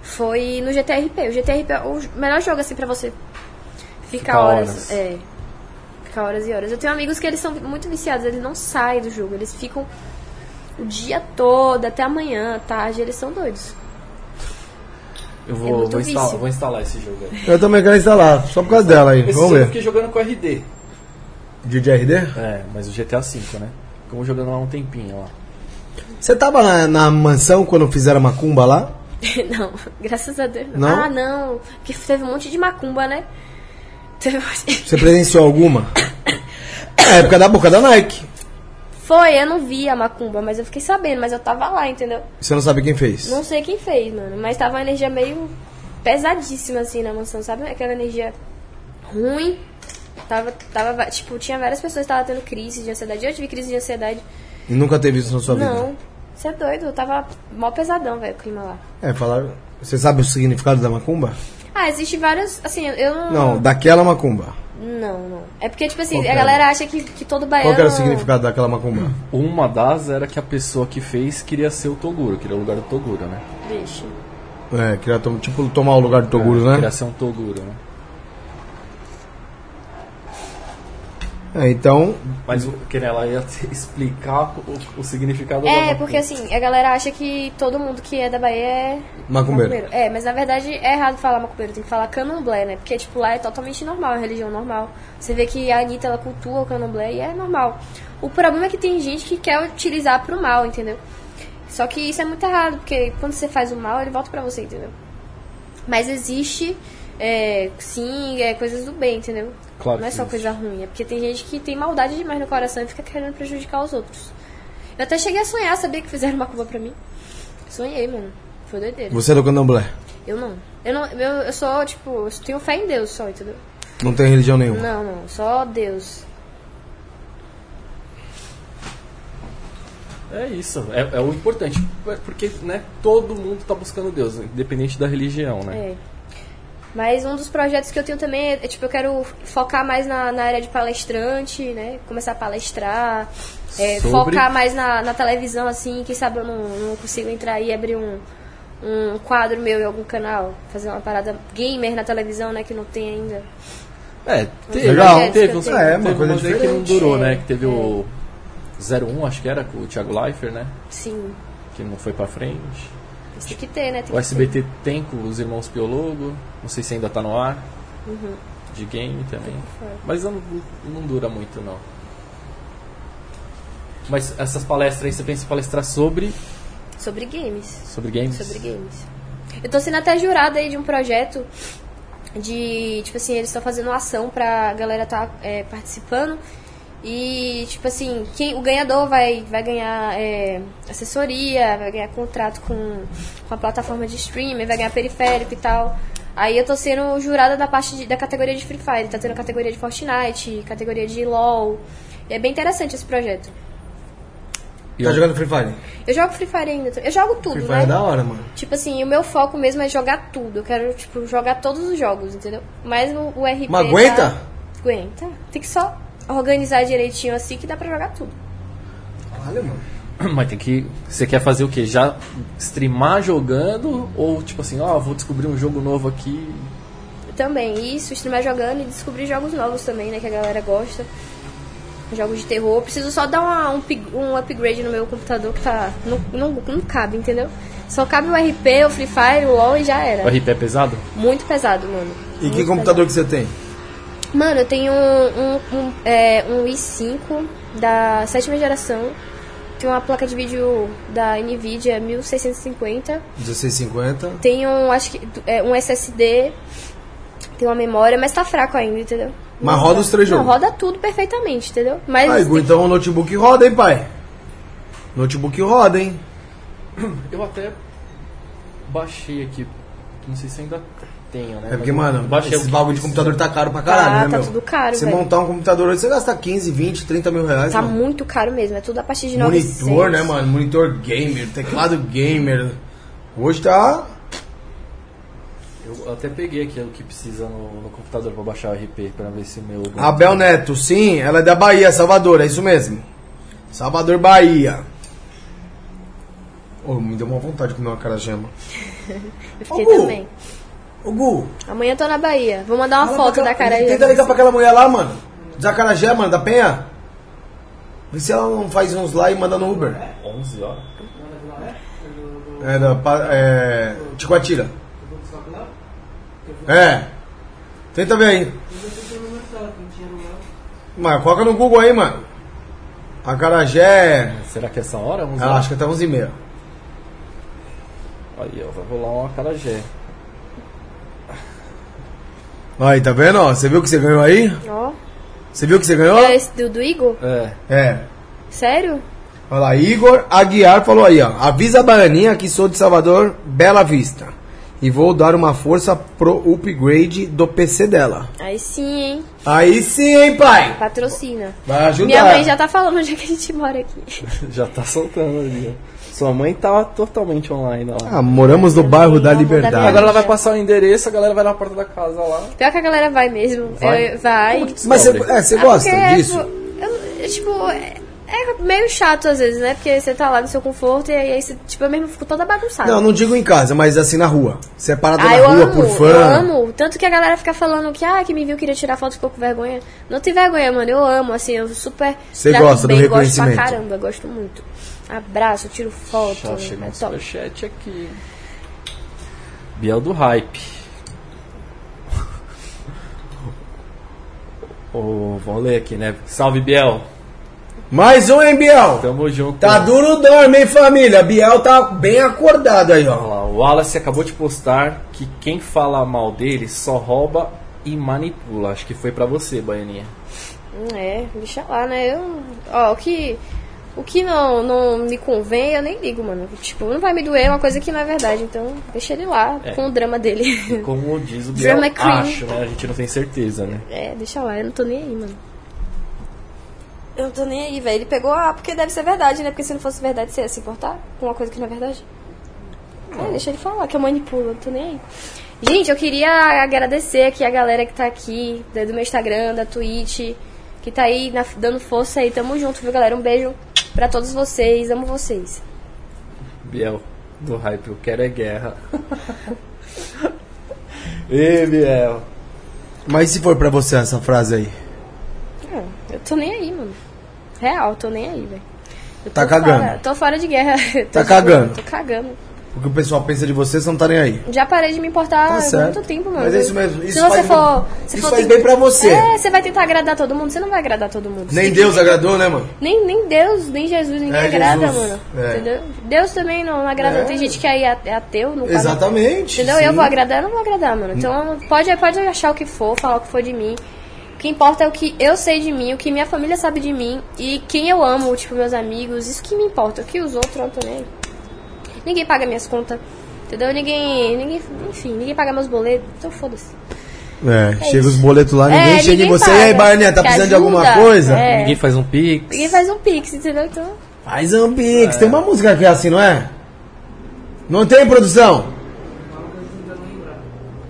[SPEAKER 3] Foi no GTRP. O GTRP é o j- melhor jogo assim pra você ficar
[SPEAKER 2] Ficar
[SPEAKER 3] horas.
[SPEAKER 2] horas.
[SPEAKER 3] É. Ficar horas e horas. Eu tenho amigos que eles são muito viciados, eles não saem do jogo, eles ficam o dia todo, até amanhã, tarde, eles são doidos.
[SPEAKER 2] Eu
[SPEAKER 3] É
[SPEAKER 2] vou,
[SPEAKER 3] muito
[SPEAKER 2] vou, instalar,
[SPEAKER 3] vício.
[SPEAKER 2] vou instalar esse jogo aí.
[SPEAKER 1] Eu também quero instalar, só por causa dela aí.
[SPEAKER 2] Esse
[SPEAKER 1] Vamos
[SPEAKER 2] jogo eu
[SPEAKER 1] ver.
[SPEAKER 2] fiquei jogando com o RD.
[SPEAKER 1] DJ RD?
[SPEAKER 2] É, mas o GTA V, né? Ficamos jogando lá um tempinho lá.
[SPEAKER 1] Você tava na, na mansão quando fizeram a macumba lá?
[SPEAKER 3] [LAUGHS] Não, graças a Deus.
[SPEAKER 1] Não?
[SPEAKER 3] Ah, não. Porque teve um monte de macumba, né? [LAUGHS] Teve um monte-
[SPEAKER 1] Você presenciou
[SPEAKER 3] [COUGHS]
[SPEAKER 1] alguma? Na época da boca da Nike.
[SPEAKER 3] [LAUGHS] Foi, eu não vi a macumba, mas eu fiquei sabendo, mas eu tava lá, entendeu?
[SPEAKER 1] Você não sabe quem fez.
[SPEAKER 3] Não sei quem fez, mano, mas tava uma energia meio pesadíssima, assim, na mansão, sabe? Aquela energia ruim. Tava, tava, va- tipo, tinha várias pessoas que estavam tendo crise de ansiedade. Eu tive crise de ansiedade.
[SPEAKER 1] E nunca teve isso na sua vida?
[SPEAKER 3] Não, você é doido. Eu tava mó pesadão, velho, o clima lá.
[SPEAKER 1] É, falaram. Você sabe o significado da macumba?
[SPEAKER 3] Ah, existe vários, assim, eu não...
[SPEAKER 1] Não, daquela macumba.
[SPEAKER 3] Não, não. É porque, tipo assim,
[SPEAKER 1] Qual que
[SPEAKER 3] a
[SPEAKER 1] era?
[SPEAKER 3] galera acha que, que todo baiano...
[SPEAKER 1] Qual que era o significado daquela macumba?
[SPEAKER 2] Uma das era que a pessoa que fez queria ser o Toguro, queria o lugar do Toguro, né?
[SPEAKER 3] Vixe.
[SPEAKER 1] É, queria tom- tipo tomar o lugar do Toguro, né?
[SPEAKER 2] Queria ser um Toguro, né?
[SPEAKER 1] É, então,
[SPEAKER 2] Mas o, que nem ela ia [LAUGHS] te explicar o, o significado da
[SPEAKER 3] É,
[SPEAKER 2] macumba.
[SPEAKER 3] porque assim, a galera acha que todo mundo que é da Bahia é
[SPEAKER 1] Macumbeiro.
[SPEAKER 3] É, mas na verdade é errado falar macumbeiro, tem que falar candomblé, né? Porque, tipo, lá é totalmente normal, é uma religião normal. Você vê que a Anitta, ela cultua o candomblé e é normal. O problema é que tem gente que quer utilizar pro mal, entendeu? Só que isso é muito errado, porque quando você faz o mal, ele volta pra você, entendeu? Mas existe, é, sim, é, coisas do bem, entendeu?
[SPEAKER 2] Claro
[SPEAKER 3] Não é
[SPEAKER 2] que
[SPEAKER 3] só
[SPEAKER 2] existe.
[SPEAKER 3] coisa ruim, é porque tem gente que tem maldade demais no coração e fica querendo prejudicar os outros. Eu até cheguei a sonhar, sabia que fizeram uma curva pra mim? Sonhei, mano. Foi doideira.
[SPEAKER 1] você é do candomblé.
[SPEAKER 3] Eu não. Eu não. Eu, eu sou, tipo, eu tenho fé em Deus só, entendeu?
[SPEAKER 1] Não tem religião nenhuma.
[SPEAKER 3] Não, não. Só Deus.
[SPEAKER 2] É isso, é, é o importante. É Porque, né, todo mundo tá buscando Deus, independente da religião, né?
[SPEAKER 3] É. Mas um dos projetos que eu tenho também é, tipo, eu quero focar mais na, na área de palestrante, né? Começar a palestrar, é,
[SPEAKER 2] Sobre?
[SPEAKER 3] focar mais na, na televisão, assim, quem sabe eu não, não consigo entrar aí e abrir um, um quadro meu em algum canal, fazer uma parada gamer na televisão, né, que não tem ainda.
[SPEAKER 2] É, teve,
[SPEAKER 1] Legal.
[SPEAKER 2] teve uns
[SPEAKER 3] É,
[SPEAKER 1] uma coisa
[SPEAKER 2] umas aí que não
[SPEAKER 1] diferente.
[SPEAKER 2] durou, né?
[SPEAKER 3] É.
[SPEAKER 2] Que teve o 01, acho que era, com o Thiago Leifert, né?
[SPEAKER 3] Sim.
[SPEAKER 2] Que não foi pra frente.
[SPEAKER 3] Isso tem que ter, né? Tem
[SPEAKER 2] O
[SPEAKER 3] que
[SPEAKER 2] SBT tem com os irmãos Piologo, não sei se ainda tá no ar. Uhum. De game também. Mas não, não dura muito, não. Mas essas palestras aí, você pensa em palestrar sobre,
[SPEAKER 3] ter. Sobre games.
[SPEAKER 2] sobre games?
[SPEAKER 3] Sobre games. Eu tô sendo até jurada aí de um projeto de, tipo assim, eles estão fazendo uma ação pra galera tá é, participando. E, tipo assim, quem, o ganhador vai, vai ganhar é, assessoria, vai ganhar contrato com, com a plataforma de streaming, vai ganhar periférico e tal. Aí eu tô sendo jurada da parte de- da categoria de Free Fire. Tá tendo categoria de Fortnite, categoria de LoL. E é bem interessante esse projeto.
[SPEAKER 2] E
[SPEAKER 1] Tá
[SPEAKER 2] eu-
[SPEAKER 1] jogando Free Fire?
[SPEAKER 3] Eu jogo Free Fire ainda. Eu jogo tudo,
[SPEAKER 1] Free Fire
[SPEAKER 3] né?
[SPEAKER 1] é da hora, mano.
[SPEAKER 3] Tipo assim, o meu foco mesmo é jogar tudo. Eu quero, tipo, jogar todos os jogos, entendeu? Mas o, o RP.
[SPEAKER 1] Mas aguenta?
[SPEAKER 3] tá- Aguenta. Tem que só organizar direitinho assim que dá pra jogar tudo.
[SPEAKER 1] Caralho, mano.
[SPEAKER 2] Mas tem que. Você quer fazer o quê? Já streamar jogando? Ou tipo assim, ó, vou descobrir um jogo novo aqui.
[SPEAKER 3] Também isso, streamar jogando e descobrir jogos novos também, né? Que a galera gosta. Jogos de terror. Eu preciso só dar uma- um, pig- um upgrade no meu computador que tá. Não, não, não cabe, entendeu? Só cabe o RP, o Free Fire, o LOL e já
[SPEAKER 2] O
[SPEAKER 3] era.
[SPEAKER 2] RP é pesado?
[SPEAKER 3] Muito pesado, mano.
[SPEAKER 1] E que
[SPEAKER 3] Muito
[SPEAKER 1] computador que você tem?
[SPEAKER 3] Mano, eu tenho um, um, um, é, um i5 da sétima geração. Tenho uma placa de vídeo da NVIDIA 1650.
[SPEAKER 1] 1650.
[SPEAKER 3] Tenho, acho que, du- é, um SSD. Tenho uma memória, mas tá fraco ainda, entendeu?
[SPEAKER 1] Mas roda os três
[SPEAKER 3] Não,
[SPEAKER 1] jogos.
[SPEAKER 3] roda tudo perfeitamente, entendeu? Mas
[SPEAKER 1] Ah, Igor, então o notebook roda, hein, pai? Notebook roda, hein?
[SPEAKER 2] Eu até baixei aqui. Não sei se ainda tenho, né?
[SPEAKER 1] É porque, mano, esse bagulho de computador tá caro pra caralho,
[SPEAKER 3] Ah,
[SPEAKER 1] né,
[SPEAKER 3] tá
[SPEAKER 1] meu?
[SPEAKER 3] tudo caro,
[SPEAKER 1] Você
[SPEAKER 3] velho.
[SPEAKER 1] montar um computador hoje, você gasta 15, 20, 30 mil reais,
[SPEAKER 3] tá
[SPEAKER 1] mano.
[SPEAKER 3] muito caro mesmo, é tudo a partir de
[SPEAKER 1] Monitor,
[SPEAKER 3] 900.
[SPEAKER 1] né, mano? Monitor gamer, teclado gamer. Hoje tá...
[SPEAKER 2] Eu até peguei aqui o que precisa no, no computador pra baixar o RP, pra ver se o meu.
[SPEAKER 1] Abel Neto, sim, ela é da Bahia, Salvador, é isso mesmo. Salvador, Bahia. Ô, me deu uma vontade de comer uma cara gema.
[SPEAKER 3] Eu fiquei
[SPEAKER 1] Ô, Gu.
[SPEAKER 3] também.
[SPEAKER 1] Ô, Gu.
[SPEAKER 3] Amanhã eu tô na Bahia. Vou mandar uma
[SPEAKER 1] fala
[SPEAKER 3] foto
[SPEAKER 1] pra
[SPEAKER 3] da
[SPEAKER 1] aquela-
[SPEAKER 3] cara aí.
[SPEAKER 1] Tenta ligar pra aquela mulher lá, mano. Da Carajé, mano, da Penha. Vê se ela não faz uns lá e manda no Uber.
[SPEAKER 2] 11 horas?
[SPEAKER 1] É, da, pa- é, Ticoatira. É. Tenta ver aí. Mas coloca no Google aí, mano. Acarajé.
[SPEAKER 2] Será que é essa hora? 11
[SPEAKER 1] Ela
[SPEAKER 2] horas?
[SPEAKER 1] acho que tá até 11h30.
[SPEAKER 2] Aí, ó, vai rolar um acarajé.
[SPEAKER 1] Aí, tá vendo? ó? Você viu o que você ganhou aí?
[SPEAKER 3] Ó.
[SPEAKER 1] Você viu o que você ganhou?
[SPEAKER 3] É esse do, do Igor?
[SPEAKER 2] É. [LAUGHS]
[SPEAKER 1] É.
[SPEAKER 3] Sério?
[SPEAKER 1] Olha lá, Igor Aguiar falou aí, ó. Avisa a Baianinha que sou de Salvador, Bela Vista. E vou dar uma força pro upgrade do PC dela.
[SPEAKER 3] Aí sim, hein?
[SPEAKER 1] Aí sim, hein, pai?
[SPEAKER 3] Patrocina.
[SPEAKER 1] Vai ajudar.
[SPEAKER 3] Minha mãe já tá falando onde é que a gente mora aqui.
[SPEAKER 2] Já tá soltando ali, ó. Sua mãe tá totalmente online ó.
[SPEAKER 1] Ah, moramos no bairro da
[SPEAKER 3] Vamos
[SPEAKER 1] Liberdade.
[SPEAKER 3] dar
[SPEAKER 2] Agora ela vai passar o endereço, a galera vai na porta da casa lá.
[SPEAKER 3] Pior que a galera vai mesmo.
[SPEAKER 2] Vai?
[SPEAKER 3] Eu- vai.
[SPEAKER 1] Mas você
[SPEAKER 2] Descobre.
[SPEAKER 1] é, você
[SPEAKER 3] Ah,
[SPEAKER 1] gosta
[SPEAKER 3] porque é,
[SPEAKER 1] disso?
[SPEAKER 3] tipo, eu- é, tipo, é, é meio chato às vezes, né? Porque você tá lá no seu conforto e aí você, tipo, eu mesmo fico toda bagunçada.
[SPEAKER 1] Não, não digo em casa, mas assim na rua. Você é parada
[SPEAKER 3] Ah,
[SPEAKER 1] na
[SPEAKER 3] eu
[SPEAKER 1] rua
[SPEAKER 3] amo,
[SPEAKER 1] por fã.
[SPEAKER 3] eu amo. Tanto que a galera fica falando que, ah, que me viu, queria tirar foto, ficou com vergonha. Não tem vergonha, mano. Eu amo, assim, eu super.
[SPEAKER 1] Você
[SPEAKER 3] trato
[SPEAKER 1] gosta do
[SPEAKER 3] bem, gosto pra
[SPEAKER 1] reconhecimento.
[SPEAKER 3] caramba, gosto muito. Abraço, tiro foto.
[SPEAKER 1] Tá.
[SPEAKER 2] Já chegou
[SPEAKER 3] é
[SPEAKER 2] um
[SPEAKER 3] top.
[SPEAKER 2] superchat aqui. Biel do Hype. [LAUGHS] Ô, vamos ler aqui, né? Salve, Biel.
[SPEAKER 1] Mais um, hein, Biel?
[SPEAKER 2] Tamo junto.
[SPEAKER 1] Tá duro dorme, hein, família? Biel tá bem acordado aí, ó.
[SPEAKER 2] Olha lá, o Wallace acabou de postar que quem fala mal dele só rouba e manipula. Acho que foi pra você, Baianinha.
[SPEAKER 3] Hum, É, deixa lá, né? Eu, ó, o que, o que não, não me convém, eu nem ligo, mano. Tipo, não vai me doer, é uma coisa que não é verdade. Então, deixa ele lá,
[SPEAKER 2] É.
[SPEAKER 3] com o
[SPEAKER 2] [LAUGHS]
[SPEAKER 3] drama dele.
[SPEAKER 2] Como diz o Biel,
[SPEAKER 3] Drama queen.
[SPEAKER 2] acho, né? A gente não tem certeza, né?
[SPEAKER 3] é, deixa lá, eu não tô nem aí, mano. Eu não tô nem aí, velho. Ele pegou a... Porque deve ser verdade, né? Porque se não fosse verdade, você ia se importar com uma coisa que não é verdade? É, deixa ele falar, que eu manipulo, eu não tô nem aí. Gente, eu queria agradecer aqui a galera que tá aqui, da- do meu Instagram, da Twitch, que tá aí na- dando força aí. Tamo junto, viu, galera? Um beijo pra todos vocês. Amo vocês.
[SPEAKER 2] Biel, do hype, eu quero é guerra. [LAUGHS] Ê, Biel.
[SPEAKER 1] Mas e se for pra você essa frase aí?
[SPEAKER 3] É, Ah, eu tô nem aí, mano. Real, tô nem aí, velho. Eu
[SPEAKER 1] Tá
[SPEAKER 3] tô
[SPEAKER 1] cagando.
[SPEAKER 3] Fora, tô fora de guerra. Tô,
[SPEAKER 1] Tá
[SPEAKER 3] tipo,
[SPEAKER 1] cagando.
[SPEAKER 3] Tô cagando.
[SPEAKER 1] O que o pessoal pensa de você, você não tá nem aí.
[SPEAKER 3] Já parei de me importar
[SPEAKER 1] Tá
[SPEAKER 3] há
[SPEAKER 1] certo.
[SPEAKER 3] muito tempo, mano.
[SPEAKER 1] Mas é isso mesmo. Isso
[SPEAKER 3] se você
[SPEAKER 1] faz
[SPEAKER 3] for.
[SPEAKER 1] bem-
[SPEAKER 3] se
[SPEAKER 1] isso
[SPEAKER 3] for
[SPEAKER 1] faz
[SPEAKER 3] ten-
[SPEAKER 1] bem pra você.
[SPEAKER 3] É, você vai tentar agradar todo mundo. Você não vai agradar todo mundo.
[SPEAKER 1] Nem Deus agradou, né, mano?
[SPEAKER 3] Nem, nem Deus, nem Jesus, ninguém
[SPEAKER 1] É,
[SPEAKER 3] agrada,
[SPEAKER 1] Jesus.
[SPEAKER 3] mano.
[SPEAKER 1] É.
[SPEAKER 3] Entendeu? Deus também não agrada.
[SPEAKER 1] É.
[SPEAKER 3] Tem gente que aí é ateu, não fala.
[SPEAKER 1] Exatamente.
[SPEAKER 3] Entendeu?
[SPEAKER 1] sim.
[SPEAKER 3] Eu vou agradar, eu não vou agradar, mano. Então pode, pode achar o que for, falar o que for de mim. O que importa é o que eu sei de mim, o que minha família sabe de mim e quem eu amo, tipo, meus amigos. Isso que me importa. O que os outros, eu não tô nem. aí. Ninguém paga minhas contas. Entendeu? Ninguém. ninguém enfim, ninguém paga meus boletos. Então foda-se.
[SPEAKER 1] É, chega
[SPEAKER 3] isso.
[SPEAKER 1] os boletos lá, ninguém
[SPEAKER 3] É,
[SPEAKER 1] chega em
[SPEAKER 3] ninguém
[SPEAKER 1] você. E aí,
[SPEAKER 3] paga.
[SPEAKER 1] Barney, tá
[SPEAKER 3] Que
[SPEAKER 1] precisando de alguma
[SPEAKER 3] ajuda.
[SPEAKER 1] coisa?
[SPEAKER 3] É.
[SPEAKER 2] Ninguém faz um pix.
[SPEAKER 3] Ninguém faz um pix, entendeu? Então.
[SPEAKER 1] Faz um pix. Tem uma música que é assim, não é? Não tem produção?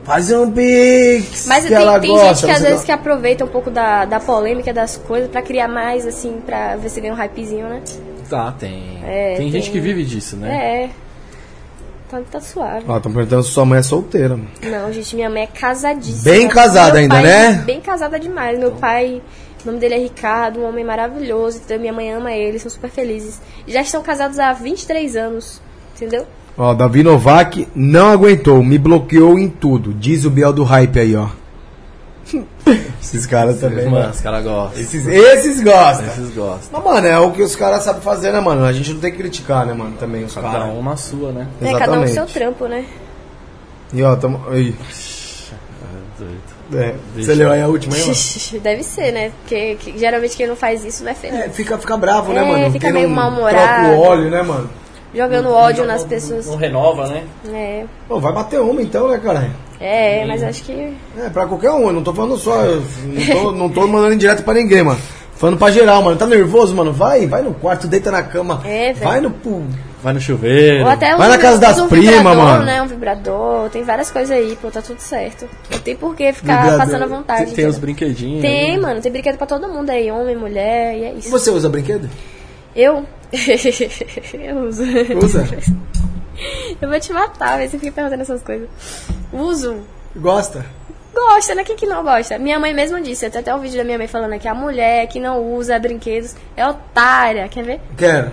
[SPEAKER 1] Faz um pix.
[SPEAKER 3] Mas
[SPEAKER 1] que
[SPEAKER 3] tem,
[SPEAKER 1] ela
[SPEAKER 3] tem
[SPEAKER 1] gosta,
[SPEAKER 3] gente que às
[SPEAKER 1] você
[SPEAKER 3] vezes
[SPEAKER 1] gosta.
[SPEAKER 3] que aproveita um pouco da, da polêmica das coisas pra criar mais, assim, pra ver se ganha um hypezinho, né?
[SPEAKER 2] Tá, tem.
[SPEAKER 3] É,
[SPEAKER 2] tem, gente
[SPEAKER 3] tem.
[SPEAKER 2] que vive disso, né?
[SPEAKER 3] É. Então tá suave.
[SPEAKER 1] Ó, estão perguntando se sua mãe é solteira, mano.
[SPEAKER 3] Não, gente, minha mãe é casadíssima.
[SPEAKER 1] Bem casada
[SPEAKER 3] Meu
[SPEAKER 1] ainda,
[SPEAKER 3] pai, é
[SPEAKER 1] né?
[SPEAKER 3] Bem casada demais. Meu pai, o nome dele é Ricardo, um homem maravilhoso. Então minha mãe ama ele, são super felizes. E Já estão casados há 23 anos, entendeu?
[SPEAKER 1] Ó, Davi Novak não aguentou, me bloqueou em tudo. Diz o Biel do Hype aí, ó. [LAUGHS] Esses caras também,
[SPEAKER 2] Mano,
[SPEAKER 1] mano.
[SPEAKER 2] os caras gostam.
[SPEAKER 1] Esses, esses gostam.
[SPEAKER 2] Esses gostam.
[SPEAKER 1] Mas, mano, é o que os caras sabem fazer, né, mano? A gente não tem que criticar, né, mano, também os
[SPEAKER 2] Cada
[SPEAKER 1] caras.
[SPEAKER 2] um na sua, né?
[SPEAKER 3] É, cada um com seu trampo, né?
[SPEAKER 1] E ó, tamo. Aí. É, você leu aí a última aí, ó?
[SPEAKER 3] [LAUGHS] Deve ser, né? Porque que- geralmente quem não faz isso não é feliz.
[SPEAKER 1] É, fica, fica bravo, né,
[SPEAKER 3] É,
[SPEAKER 1] mano?
[SPEAKER 3] fica
[SPEAKER 1] Quem
[SPEAKER 3] meio
[SPEAKER 1] não
[SPEAKER 3] mal-humorado.
[SPEAKER 1] Troca o óleo, né, mano?
[SPEAKER 3] Jogando ódio nas pessoas.
[SPEAKER 2] Não renova, né?
[SPEAKER 3] É,
[SPEAKER 1] Pô, vai bater uma então, né, cara?
[SPEAKER 3] é, mas acho que.
[SPEAKER 1] É, pra qualquer um, eu não tô falando só. eu não, tô, não tô mandando indireto pra ninguém, mano. Falando pra geral, mano. Tá nervoso, mano? Vai, vai no quarto, deita na cama.
[SPEAKER 3] É, velho.
[SPEAKER 1] Vai no. pu-
[SPEAKER 2] Vai no chuveiro.
[SPEAKER 3] Ou até
[SPEAKER 1] Vai na casa das
[SPEAKER 3] um
[SPEAKER 1] primas,
[SPEAKER 3] vibrador,
[SPEAKER 1] mano.
[SPEAKER 3] né? Um vibrador, tem várias coisas aí, pô, tá tudo certo. Não tem por que ficar
[SPEAKER 1] Vibrador.
[SPEAKER 3] passando à vontade.
[SPEAKER 2] tem, tem os
[SPEAKER 3] entendeu?
[SPEAKER 2] brinquedinhos.
[SPEAKER 3] Tem,
[SPEAKER 2] né?
[SPEAKER 3] mano, tem brinquedo pra todo mundo aí, homem, mulher, e é isso.
[SPEAKER 1] Você usa brinquedo?
[SPEAKER 3] Eu? [LAUGHS] eu uso. [LAUGHS]
[SPEAKER 1] Usa?
[SPEAKER 3] Eu vou te matar, velho, você fica perguntando essas coisas. Uso.
[SPEAKER 1] Gosta?
[SPEAKER 3] Gosta, né? Quem que não gosta? Minha mãe mesmo disse, até até o vídeo da minha mãe falando que a mulher que não usa brinquedos é otária, quer ver?
[SPEAKER 1] Quero.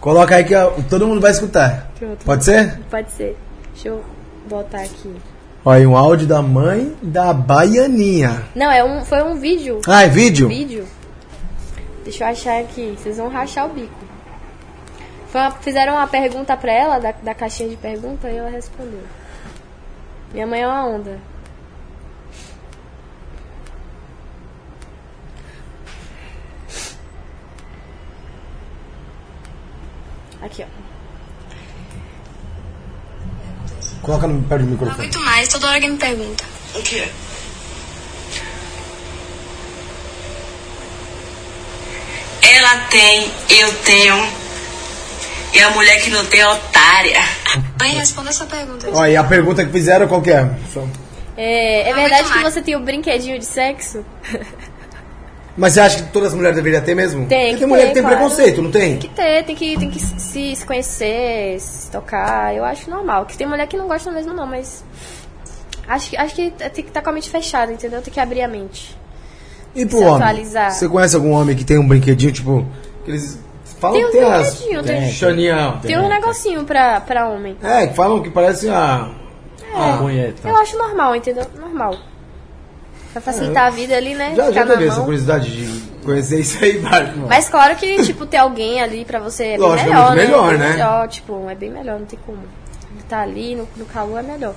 [SPEAKER 1] Coloca aí que ó, todo mundo vai escutar.
[SPEAKER 3] Pronto.
[SPEAKER 1] Pode ser?
[SPEAKER 3] Pode ser. Deixa eu botar aqui.
[SPEAKER 1] Ó, aí um áudio da mãe da Baianinha.
[SPEAKER 3] Não, é um, foi um vídeo.
[SPEAKER 1] Ah, é vídeo?
[SPEAKER 3] vídeo. Deixa eu achar aqui, vocês vão rachar o bico. Foi uma- fizeram uma pergunta pra ela, da, da caixinha de pergunta, e ela respondeu. Minha mãe é uma onda. Aqui, ó.
[SPEAKER 1] Coloca no perto do
[SPEAKER 3] Não
[SPEAKER 1] microfone.
[SPEAKER 3] aguento mais, toda hora alguém me pergunta.
[SPEAKER 5] O que é? Ela tem, eu tenho. E a mulher que não tem é otária.
[SPEAKER 6] Mãe, responda essa pergunta.
[SPEAKER 1] Ó, e a pergunta que fizeram qual que é?
[SPEAKER 3] É, é
[SPEAKER 6] Não aguento
[SPEAKER 3] verdade que
[SPEAKER 6] mais.
[SPEAKER 3] você tem o brinquedinho de sexo?
[SPEAKER 1] Mas você acha que todas as mulheres deveriam ter mesmo?
[SPEAKER 3] Tem
[SPEAKER 1] Porque
[SPEAKER 3] que
[SPEAKER 1] tem mulher
[SPEAKER 3] ter,
[SPEAKER 1] que tem
[SPEAKER 3] claro.
[SPEAKER 1] preconceito, não tem?
[SPEAKER 3] Tem que ter, tem que, tem que se, se conhecer, se tocar. Eu acho normal. Que tem mulher que não gosta mesmo, não, mas. Acho que, acho que tá, tem que estar com a mente fechada, entendeu? Tem que abrir a mente.
[SPEAKER 1] E pro
[SPEAKER 3] Se
[SPEAKER 1] homem?
[SPEAKER 3] atualizar.
[SPEAKER 1] Você conhece algum homem que tem um brinquedinho, tipo, que eles falam
[SPEAKER 3] Tem
[SPEAKER 1] que
[SPEAKER 3] um
[SPEAKER 1] tem as
[SPEAKER 3] brinquedinho, tem.
[SPEAKER 1] tem é. chaninha.
[SPEAKER 3] Tem um negocinho pra, pra homem.
[SPEAKER 1] É, que falam que parece a
[SPEAKER 2] Ah, punheta.
[SPEAKER 3] É.
[SPEAKER 1] tá.
[SPEAKER 3] Eu acho normal, entendeu? Normal. Pra facilitar a vida ali, né?
[SPEAKER 1] Ah, Já, já
[SPEAKER 3] Ficar na
[SPEAKER 1] teve essa
[SPEAKER 3] mão.
[SPEAKER 1] curiosidade de conhecer isso aí, [LAUGHS] Barco.
[SPEAKER 3] Mas claro
[SPEAKER 1] [COUGHS]
[SPEAKER 3] que, tipo, ter alguém ali pra você é bem
[SPEAKER 1] Lógico, é
[SPEAKER 3] melhor,
[SPEAKER 1] muito
[SPEAKER 3] né?
[SPEAKER 1] melhor,
[SPEAKER 3] É
[SPEAKER 1] né?
[SPEAKER 3] melhor, tipo, é bem melhor, não tem como. Tá ali no, no calor é melhor.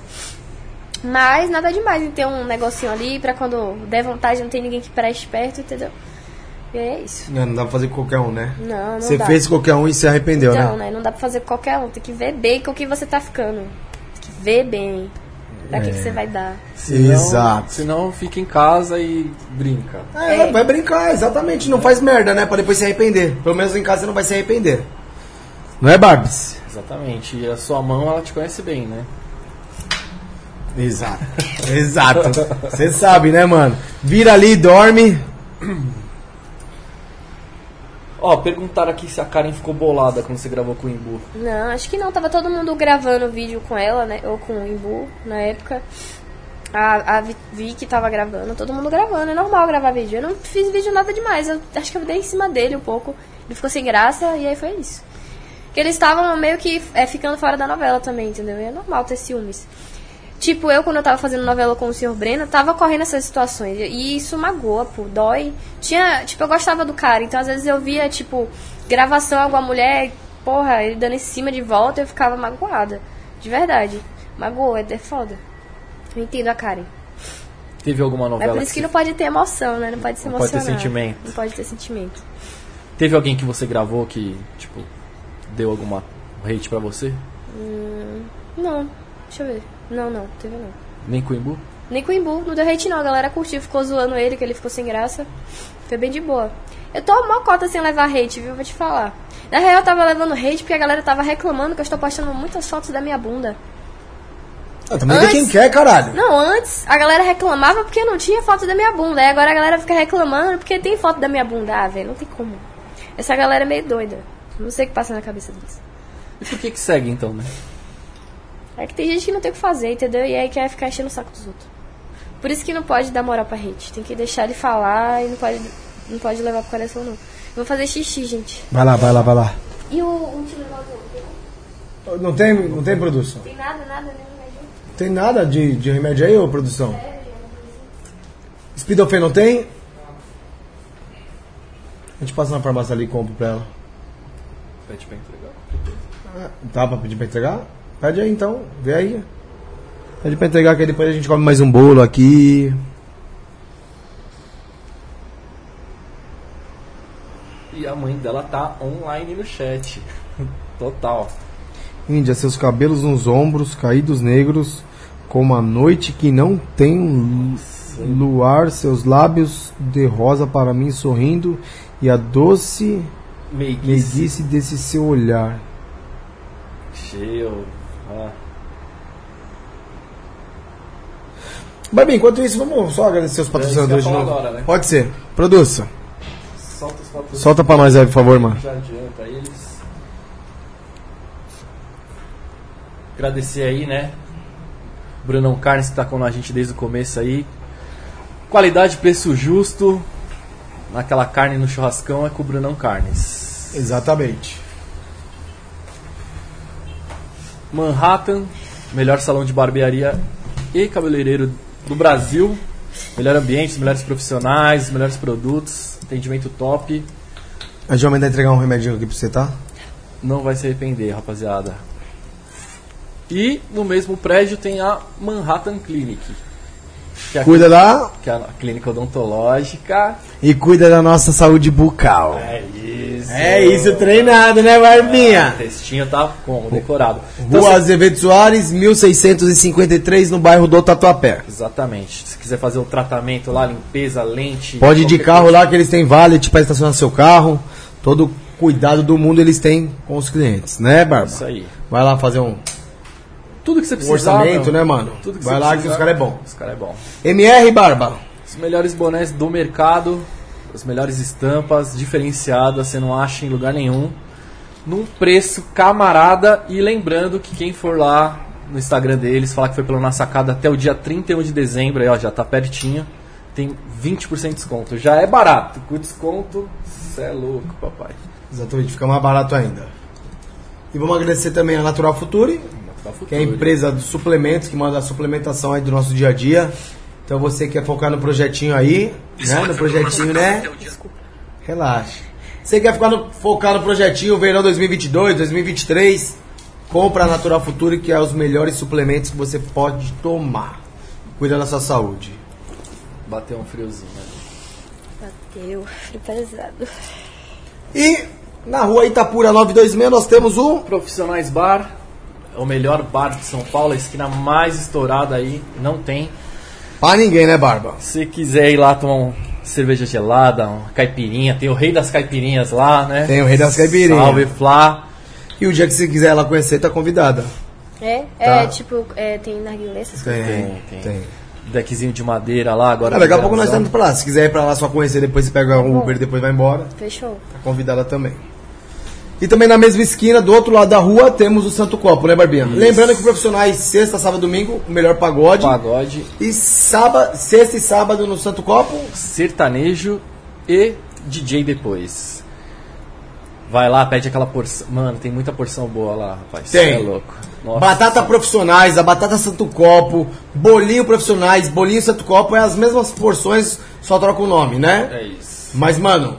[SPEAKER 3] Mas nada demais em ter um negocinho ali pra quando der vontade não tem ninguém que preste perto, entendeu? E aí é isso.
[SPEAKER 1] Não, não dá pra fazer com qualquer um, né?
[SPEAKER 3] Não, não
[SPEAKER 1] Você
[SPEAKER 3] dá.
[SPEAKER 1] fez qualquer um e se arrependeu,
[SPEAKER 3] Então,
[SPEAKER 1] né?
[SPEAKER 3] né? Não dá pra fazer com qualquer um. Tem que ver bem com o que você tá ficando. Tem que ver bem. Pra que, que
[SPEAKER 1] É.
[SPEAKER 3] você vai dar.
[SPEAKER 2] Senão-
[SPEAKER 1] Exato.
[SPEAKER 2] Senão fica em casa e brinca.
[SPEAKER 1] É, vai brincar, exatamente. Não faz merda, né? Pra depois se arrepender. Pelo menos em casa você não vai se arrepender. Não é, Barbs?
[SPEAKER 2] Exatamente. E a sua mão, ela te conhece bem, né?
[SPEAKER 1] Exato. [LAUGHS] Exato. Você sabe, né, mano? Vira ali, dorme.
[SPEAKER 2] Ó, perguntaram aqui se a Karen ficou bolada quando você gravou com o Imbu.
[SPEAKER 3] Não, acho que não. Tava todo mundo gravando vídeo com ela, né? Ou com o Imbu na época. A, a Vi- Vicky tava gravando, todo mundo gravando. É normal gravar vídeo. Eu não fiz vídeo nada demais. Eu acho que eu dei em cima dele um pouco. Ele ficou sem graça e aí foi isso. Que eles estavam meio que é, ficando fora da novela também, entendeu? E é normal ter ciúmes. Tipo, eu, quando eu tava fazendo novela com o senhor Breno, tava correndo essas situações. E isso magoa, pô, dói. Tinha, tipo, eu gostava do cara, então às vezes eu via, tipo, gravação, alguma mulher, porra, ele dando em cima de volta, eu ficava magoada. De verdade. Magoa, é, é foda. Eu entendo a Karen.
[SPEAKER 2] Teve alguma
[SPEAKER 3] É
[SPEAKER 2] novela?
[SPEAKER 3] por isso que
[SPEAKER 2] você-
[SPEAKER 3] não pode ter emoção, né? Não pode se
[SPEAKER 2] Não pode ter
[SPEAKER 3] emocionar.
[SPEAKER 2] sentimento.
[SPEAKER 3] Não pode ter sentimento.
[SPEAKER 2] Teve alguém que você gravou que, tipo, deu alguma hate pra você?
[SPEAKER 3] Não, deixa eu ver. Não, não, teve não.
[SPEAKER 2] Nem Coimbu?
[SPEAKER 3] Nem com o Imbu, não deu hate não, a galera curtiu, ficou zoando ele, que ele ficou sem graça. Foi bem de boa. Eu tô mó cota sem levar hate, viu? Vou te falar. Na real, eu tava levando hate porque a galera tava reclamando que eu estou postando muitas fotos da minha bunda.
[SPEAKER 1] Ah, também de quem
[SPEAKER 3] Antes-
[SPEAKER 1] quer, caralho.
[SPEAKER 3] Não, antes a galera reclamava porque não tinha foto da minha bunda. Aí agora a galera fica reclamando porque tem foto da minha bunda. Ah, velho, não tem como. Essa galera é meio doida. Não sei o que passa na cabeça deles.
[SPEAKER 2] E por que que segue então, né?
[SPEAKER 3] É que tem gente que não tem o que fazer, entendeu? E aí quer ficar enchendo o saco dos outros. Por isso que não pode dar moral pra hate. Tem que deixar ele falar e não pode, não pode levar pro coração, não. Eu vou fazer xixi, gente.
[SPEAKER 1] Vai lá, vai lá, vai lá.
[SPEAKER 3] E o último negócio?
[SPEAKER 1] Não tem, não tem produção.
[SPEAKER 3] Tem nada, nada, né? nenhum
[SPEAKER 1] Tem nada de, de remédio aí, ô produção? Speedofen não tem? A gente passa na farmácia ali e compra pra ela.
[SPEAKER 4] Pede pra entregar.
[SPEAKER 1] Tá pra pedir pra entregar? Pede aí então, vê aí. Pede pra entregar que aí depois a gente come mais um bolo aqui.
[SPEAKER 4] E a mãe dela tá online no chat. [LAUGHS] Total.
[SPEAKER 1] Índia, seus cabelos nos ombros, caídos negros, como a noite que não tem um luar, seus lábios de rosa para mim sorrindo e a doce
[SPEAKER 4] Meiguice.
[SPEAKER 1] meiguice desse seu olhar.
[SPEAKER 4] Cheio. Ah,
[SPEAKER 1] Bem, enquanto isso, vamos só agradecer os patrocinadores
[SPEAKER 4] É isso
[SPEAKER 1] de
[SPEAKER 4] que eu ia
[SPEAKER 1] novo.
[SPEAKER 4] falar agora, né?
[SPEAKER 1] Pode ser. Produça.
[SPEAKER 4] solta os fotos.
[SPEAKER 1] Solta pra nós aí, por favor, mano.
[SPEAKER 4] Já adianta eles.
[SPEAKER 2] Agradecer aí, né? Brunão Carnes que tá com a gente desde o começo aí. Qualidade, preço justo. Naquela carne no churrascão é com o Brunão Carnes.
[SPEAKER 1] Exatamente.
[SPEAKER 2] Manhattan, melhor salão de barbearia e cabeleireiro do Brasil. Melhor ambiente, os melhores profissionais, os melhores produtos, atendimento top.
[SPEAKER 1] A gente vai mandar entregar um remedinho aqui pra você, tá?
[SPEAKER 2] Não vai se arrepender, rapaziada. E no mesmo prédio tem a Manhattan Clinic, que é a,
[SPEAKER 1] Cuida da.
[SPEAKER 2] que é a clínica odontológica.
[SPEAKER 1] E cuida da nossa saúde bucal.
[SPEAKER 2] É isso.
[SPEAKER 1] É isso, treinado, né, Barbinha?
[SPEAKER 2] O textinho tá como? Decorado. Então,
[SPEAKER 1] Rua
[SPEAKER 2] se-
[SPEAKER 1] Azevedo Soares, 1653, no bairro do Tatuapé.
[SPEAKER 2] Exatamente. Se quiser fazer o tratamento lá, limpeza, lente.
[SPEAKER 1] Pode ir de
[SPEAKER 2] qualquer
[SPEAKER 1] carro lá que eles têm valet pra estacionar seu carro. Todo cuidado do mundo eles têm com os clientes, né, Barba?
[SPEAKER 2] coisa, Isso aí.
[SPEAKER 1] Vai lá fazer um,
[SPEAKER 2] Tudo que você
[SPEAKER 1] um
[SPEAKER 2] precisar.
[SPEAKER 1] orçamento,
[SPEAKER 2] meu,
[SPEAKER 1] né, mano?
[SPEAKER 2] Tudo que
[SPEAKER 1] Vai
[SPEAKER 2] você
[SPEAKER 1] lá que
[SPEAKER 2] precisar.
[SPEAKER 1] os caras é bom.
[SPEAKER 2] Os caras é bom.
[SPEAKER 1] MR Barba.
[SPEAKER 2] Os melhores bonés do mercado, as melhores estampas, diferenciadas, você não acha em lugar nenhum. Num preço camarada e lembrando que quem for lá no Instagram deles, falar que foi pelo Na Sacada até o dia 31 de dezembro, aí ó, já tá pertinho, tem 20% de desconto. Já é barato, com desconto, cê é louco, papai.
[SPEAKER 1] Exatamente, fica mais barato ainda. E vamos agradecer também a Natural Future, que é a empresa dos suplementos, que manda a suplementação aí do nosso dia a dia. Então você quer focar no projetinho aí, né? No projetinho, né? Relaxa. Você quer ficar no- focar no projetinho verão 2022, 2023? Compra a Natural Future, que é os melhores suplementos que você pode tomar. Cuida da sua saúde.
[SPEAKER 2] Bateu um friozinho. ali.
[SPEAKER 3] Bateu, frio pesado.
[SPEAKER 1] E na rua Itapura 926 nós temos o
[SPEAKER 2] Profissionais Bar, é o melhor bar de São Paulo, a esquina mais estourada aí, não tem.
[SPEAKER 1] Pra ninguém, né, Barba?
[SPEAKER 2] Se quiser ir lá tomar uma cerveja gelada, uma caipirinha, tem o rei das caipirinhas lá, né?
[SPEAKER 1] Tem o rei das caipirinhas.
[SPEAKER 2] Salve, Flá.
[SPEAKER 1] E o dia que você quiser ela conhecer, tá convidada.
[SPEAKER 3] É?
[SPEAKER 1] Tá.
[SPEAKER 3] É, tipo, é, tem narguilé, essas coisas.
[SPEAKER 1] Tem,
[SPEAKER 2] tem.
[SPEAKER 1] tem.
[SPEAKER 2] Deckzinho de madeira lá agora.
[SPEAKER 1] Ah, daqui a
[SPEAKER 2] liberado.
[SPEAKER 1] pouco nós estamos pra lá. Se quiser ir pra lá só conhecer, depois você pega um Uber, depois vai embora.
[SPEAKER 3] Fechou.
[SPEAKER 1] Tá convidada também. E também na mesma esquina, do outro lado da rua, temos o Santo Copo, né, Barbinha? Lembrando que profissionais, sexta, sábado, domingo, o melhor pagode.
[SPEAKER 2] um Pagode,
[SPEAKER 1] E sábado, sexta e sábado no Santo Copo.
[SPEAKER 2] sertanejo e DJ depois. Vai lá, pede aquela porção. Mano, tem muita porção boa lá, rapaz. Cê
[SPEAKER 1] Tem.
[SPEAKER 2] É louco. Nossa.
[SPEAKER 1] Batata profissionais, a batata Santo Copo, bolinho profissionais, bolinho Santo Copo é as mesmas porções, só troca o nome, né?
[SPEAKER 2] É isso.
[SPEAKER 1] Mas, mano,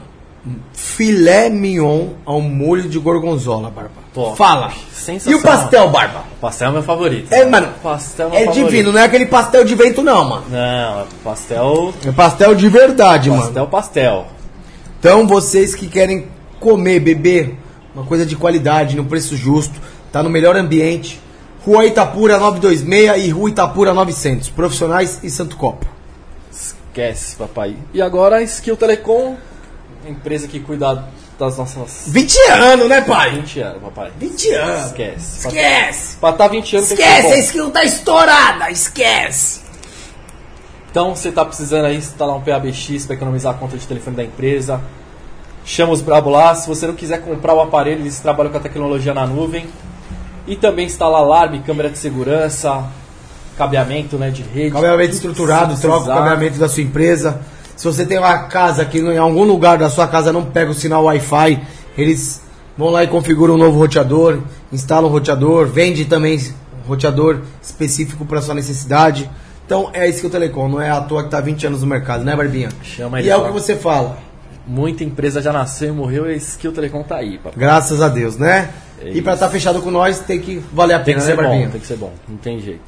[SPEAKER 1] filé mignon ao molho de gorgonzola, Barba.
[SPEAKER 2] Top.
[SPEAKER 1] Fala. E
[SPEAKER 2] Sensacional.
[SPEAKER 1] o pastel, Barba?
[SPEAKER 2] Pastel é meu favorito.
[SPEAKER 1] É, mano,
[SPEAKER 2] Pastel meu
[SPEAKER 1] é
[SPEAKER 2] favorito.
[SPEAKER 1] divino, não é aquele pastel de vento, não, mano.
[SPEAKER 2] Não, é pastel.
[SPEAKER 1] É pastel de verdade, mano.
[SPEAKER 2] Pastel, pastel.
[SPEAKER 1] Então, vocês que querem comer, beber, uma coisa de qualidade, no preço justo, tá no melhor ambiente. Rua Itapura 926 e Rua Itapura 900. Profissionais e Santo Copo.
[SPEAKER 2] Esquece, papai. E agora a Skill Telecom, empresa que cuida das nossas
[SPEAKER 1] 20 anos, né, pai?
[SPEAKER 2] 20 anos, papai.
[SPEAKER 1] 20 anos.
[SPEAKER 2] Esquece. Pra-
[SPEAKER 1] Esquece!
[SPEAKER 2] Pra tá 20 anos tem que
[SPEAKER 1] Esquece,
[SPEAKER 2] ser
[SPEAKER 1] a
[SPEAKER 2] bom.
[SPEAKER 1] skill tá estourada, esquece!
[SPEAKER 2] Então, você tá precisando aí instalar um PABX para economizar a conta de telefone da empresa. Chama os brabo lá. Se você não quiser comprar o aparelho, eles trabalham com a tecnologia na nuvem. E também instalar alarme, câmera de segurança, cabeamento né, de rede.
[SPEAKER 1] Cabeamento estruturado,
[SPEAKER 2] Se
[SPEAKER 1] troca o
[SPEAKER 2] precisar.
[SPEAKER 1] cabeamento da sua empresa. Se você tem uma casa que em algum lugar da sua casa não pega o sinal Wi-Fi, eles vão lá e configuram um novo roteador, instalam o roteador, vende também um roteador específico para sua necessidade. Então é isso que o Telecom, não é à toa que tá 20 anos no mercado, né, Barbinha?
[SPEAKER 2] Chama
[SPEAKER 1] e
[SPEAKER 2] ele
[SPEAKER 1] é o
[SPEAKER 2] lá.
[SPEAKER 1] que você fala.
[SPEAKER 2] Muita empresa já nasceu e morreu e a Skill Telecom tá aí, papai.
[SPEAKER 1] Graças a Deus, né?
[SPEAKER 2] É
[SPEAKER 1] e para estar fechado com nós tem que valer a
[SPEAKER 2] Tem
[SPEAKER 1] pena,
[SPEAKER 2] que ser
[SPEAKER 1] né,
[SPEAKER 2] bom,
[SPEAKER 1] Barbinha?
[SPEAKER 2] tem que ser bom, não tem jeito.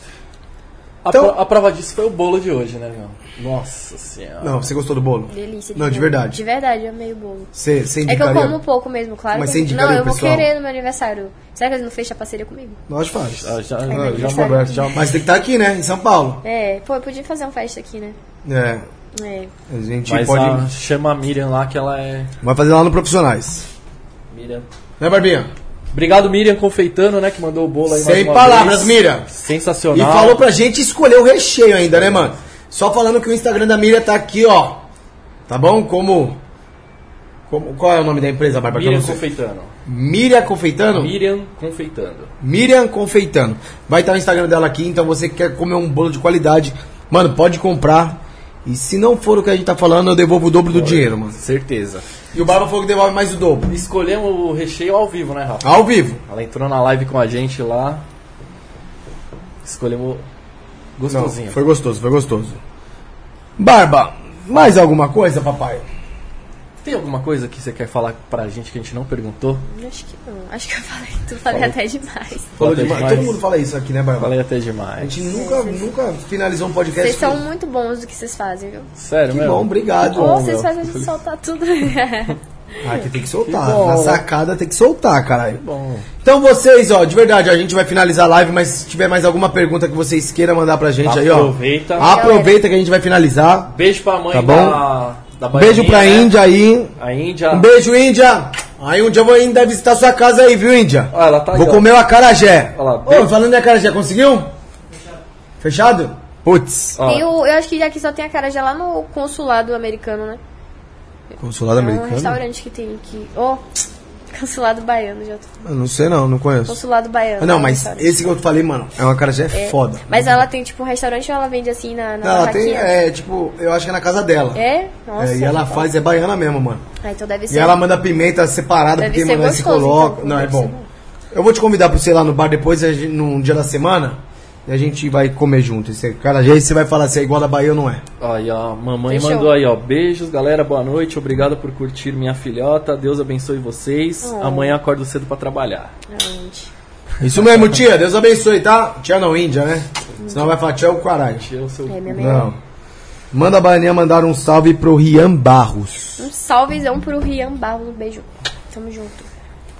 [SPEAKER 2] A,
[SPEAKER 1] Então-
[SPEAKER 2] pro- a prova disso foi o bolo de hoje, né, meu? Nossa senhora.
[SPEAKER 1] Não, você gostou do bolo?
[SPEAKER 3] Delícia.
[SPEAKER 1] Não, de
[SPEAKER 3] bolo.
[SPEAKER 1] verdade.
[SPEAKER 3] De verdade, eu amei o bolo.
[SPEAKER 1] Você, você
[SPEAKER 3] É que eu
[SPEAKER 1] indicaria?
[SPEAKER 3] como pouco mesmo, claro.
[SPEAKER 1] Mas
[SPEAKER 3] que-
[SPEAKER 1] você
[SPEAKER 3] não,
[SPEAKER 1] indicaria
[SPEAKER 3] eu
[SPEAKER 1] pro
[SPEAKER 3] vou
[SPEAKER 1] pessoal?
[SPEAKER 3] querer no meu aniversário. Será que eles não fecham a parceria comigo?
[SPEAKER 1] Nós faz.
[SPEAKER 2] Ah, já-
[SPEAKER 1] Ah,
[SPEAKER 2] já-
[SPEAKER 1] já conversa, já- Mas tem que estar aqui, né? Em São Paulo.
[SPEAKER 3] É, pô, eu podia fazer uma festa aqui, né?
[SPEAKER 1] É.
[SPEAKER 3] É.
[SPEAKER 1] A gente
[SPEAKER 2] Mas
[SPEAKER 1] pode.
[SPEAKER 2] a- chama a Miriam lá que ela é.
[SPEAKER 1] Vai fazer lá no Profissionais.
[SPEAKER 2] Miriam.
[SPEAKER 1] Né, Barbinha?
[SPEAKER 2] Obrigado, Miriam Confeitano, né? Que mandou o bolo aí mais
[SPEAKER 1] Sem
[SPEAKER 2] uma
[SPEAKER 1] palavras,
[SPEAKER 2] vez.
[SPEAKER 1] Miriam. E
[SPEAKER 2] Sensacional.
[SPEAKER 1] falou pra gente escolher o recheio ainda, né, mano? Só falando que o Instagram da Miriam tá aqui, ó. Tá bom? Como. como qual é o nome da empresa, Barbara? Que eu
[SPEAKER 2] Miriam
[SPEAKER 1] não sei.
[SPEAKER 2] Confeitano.
[SPEAKER 1] Miriam Confeitano?
[SPEAKER 2] Miriam Confeitando.
[SPEAKER 1] Miriam Confeitano. Vai estar o Instagram dela aqui, então você que quer comer um bolo de qualidade, mano, pode comprar. E se não for o que a gente tá falando, eu devolvo o dobro do dinheiro, mano.
[SPEAKER 2] Certeza.
[SPEAKER 1] E o Barba falou que devolve mais o dobro.
[SPEAKER 2] Escolhemos o recheio ao vivo, né, Rafa?
[SPEAKER 1] Ao vivo.
[SPEAKER 2] Ela entrou na live com a gente lá. Escolhemos
[SPEAKER 1] Não,
[SPEAKER 2] gostosinho.
[SPEAKER 1] foi gostoso, foi gostoso. Barba, mais alguma coisa, papai?
[SPEAKER 2] Tem alguma coisa que você quer falar pra gente que a gente não perguntou?
[SPEAKER 3] Acho que não. Acho que eu falei tudo. Falei até demais.
[SPEAKER 1] Falou
[SPEAKER 2] Falei
[SPEAKER 1] demais.
[SPEAKER 2] demais.
[SPEAKER 1] Todo mundo fala isso aqui, né, Barba?
[SPEAKER 2] Falei até
[SPEAKER 1] A
[SPEAKER 2] demais.
[SPEAKER 1] gente nunca, nunca finalizou um podcast.
[SPEAKER 3] Vocês são
[SPEAKER 1] com-
[SPEAKER 3] muito bons do que vocês fazem, viu?
[SPEAKER 2] Sério,
[SPEAKER 1] Que
[SPEAKER 2] mesmo?
[SPEAKER 1] bom, obrigado.
[SPEAKER 3] Ou
[SPEAKER 2] meu.
[SPEAKER 3] vocês fazem a gente soltar tudo. [LAUGHS]
[SPEAKER 1] Ah, que tem que soltar.
[SPEAKER 2] Que bom.
[SPEAKER 1] Na sacada tem que soltar, caralho.
[SPEAKER 2] Bom.
[SPEAKER 1] Então vocês, ó, de verdade, a gente vai finalizar a live, mas se tiver mais alguma pergunta que vocês queiram mandar pra gente aí, ó.
[SPEAKER 2] Aproveita.
[SPEAKER 1] Aproveita que a gente vai finalizar.
[SPEAKER 2] Beijo pra mãe
[SPEAKER 1] Tá
[SPEAKER 2] da, da Baianinha,
[SPEAKER 1] beijo pra
[SPEAKER 2] né?
[SPEAKER 1] Índia aí.
[SPEAKER 2] A Índia.
[SPEAKER 1] Um beijo, Índia. Aí um dia eu vou ainda visitar sua casa aí, viu, Índia?
[SPEAKER 2] Ó, ela tá aí,
[SPEAKER 1] vou
[SPEAKER 2] ó.
[SPEAKER 1] comer o acarajé.
[SPEAKER 2] Ó lá,
[SPEAKER 1] Ô,
[SPEAKER 2] beijo.
[SPEAKER 1] falando em acarajé, conseguiu? Fechado? Putz.
[SPEAKER 2] Ó,
[SPEAKER 3] E o- eu acho que aqui só tem a cara já lá no consulado americano, né?
[SPEAKER 1] Consulado
[SPEAKER 3] É um restaurante que tem aqui. Ô, consulado baiano, já tô...
[SPEAKER 1] Eu não sei não, não conheço.
[SPEAKER 3] Consulado baiano.
[SPEAKER 1] Ah, Não,
[SPEAKER 3] é um
[SPEAKER 1] mas
[SPEAKER 3] restaurante.
[SPEAKER 1] esse que eu falei, mano, é um acarajé
[SPEAKER 3] É.
[SPEAKER 1] foda.
[SPEAKER 3] Mas ela tem tipo um restaurante ou ela vende assim na, na
[SPEAKER 1] Não, ela tem,
[SPEAKER 3] barraquinha?
[SPEAKER 1] é, tipo, eu acho que é na casa dela.
[SPEAKER 3] É? Nossa.
[SPEAKER 1] É, e ela
[SPEAKER 3] que
[SPEAKER 1] faz, é baiana mesmo, mano.
[SPEAKER 3] bom. Ah, então deve ser.
[SPEAKER 1] E ela manda pimenta separada,
[SPEAKER 3] Deve
[SPEAKER 1] porque,
[SPEAKER 3] ser
[SPEAKER 1] mano, aí se
[SPEAKER 3] gostoso,
[SPEAKER 1] coloca.
[SPEAKER 3] então,
[SPEAKER 1] não, é
[SPEAKER 3] deve ser
[SPEAKER 1] bom.
[SPEAKER 3] bom.
[SPEAKER 1] Eu vou te convidar pra você ir lá no bar depois, a gente- num dia da semana, e a gente vai comer junto. Esse é, cara, aí você vai falar se é igual da Bahia ou não é.
[SPEAKER 2] ó, aí, ó, a mamãe
[SPEAKER 3] Fechou.
[SPEAKER 2] mandou aí, ó. Beijos, galera, boa noite. Obrigado por curtir minha filhota. Deus abençoe vocês.
[SPEAKER 3] Oh.
[SPEAKER 2] Amanhã eu acordo cedo pra trabalhar.
[SPEAKER 3] um, Realmente.
[SPEAKER 1] Isso
[SPEAKER 3] [LAUGHS]
[SPEAKER 1] mesmo, tia. Deus abençoe, tá? Tia não, Índia, né? Senão vai falar tia é o caralho.
[SPEAKER 2] Tira o seu.
[SPEAKER 3] É, minha mãe.
[SPEAKER 1] Não. Manda a Baianinha mandar um salve pro Rian Barros.
[SPEAKER 3] Um salvezão pro Rian Barros. Um beijo. Tamo junto.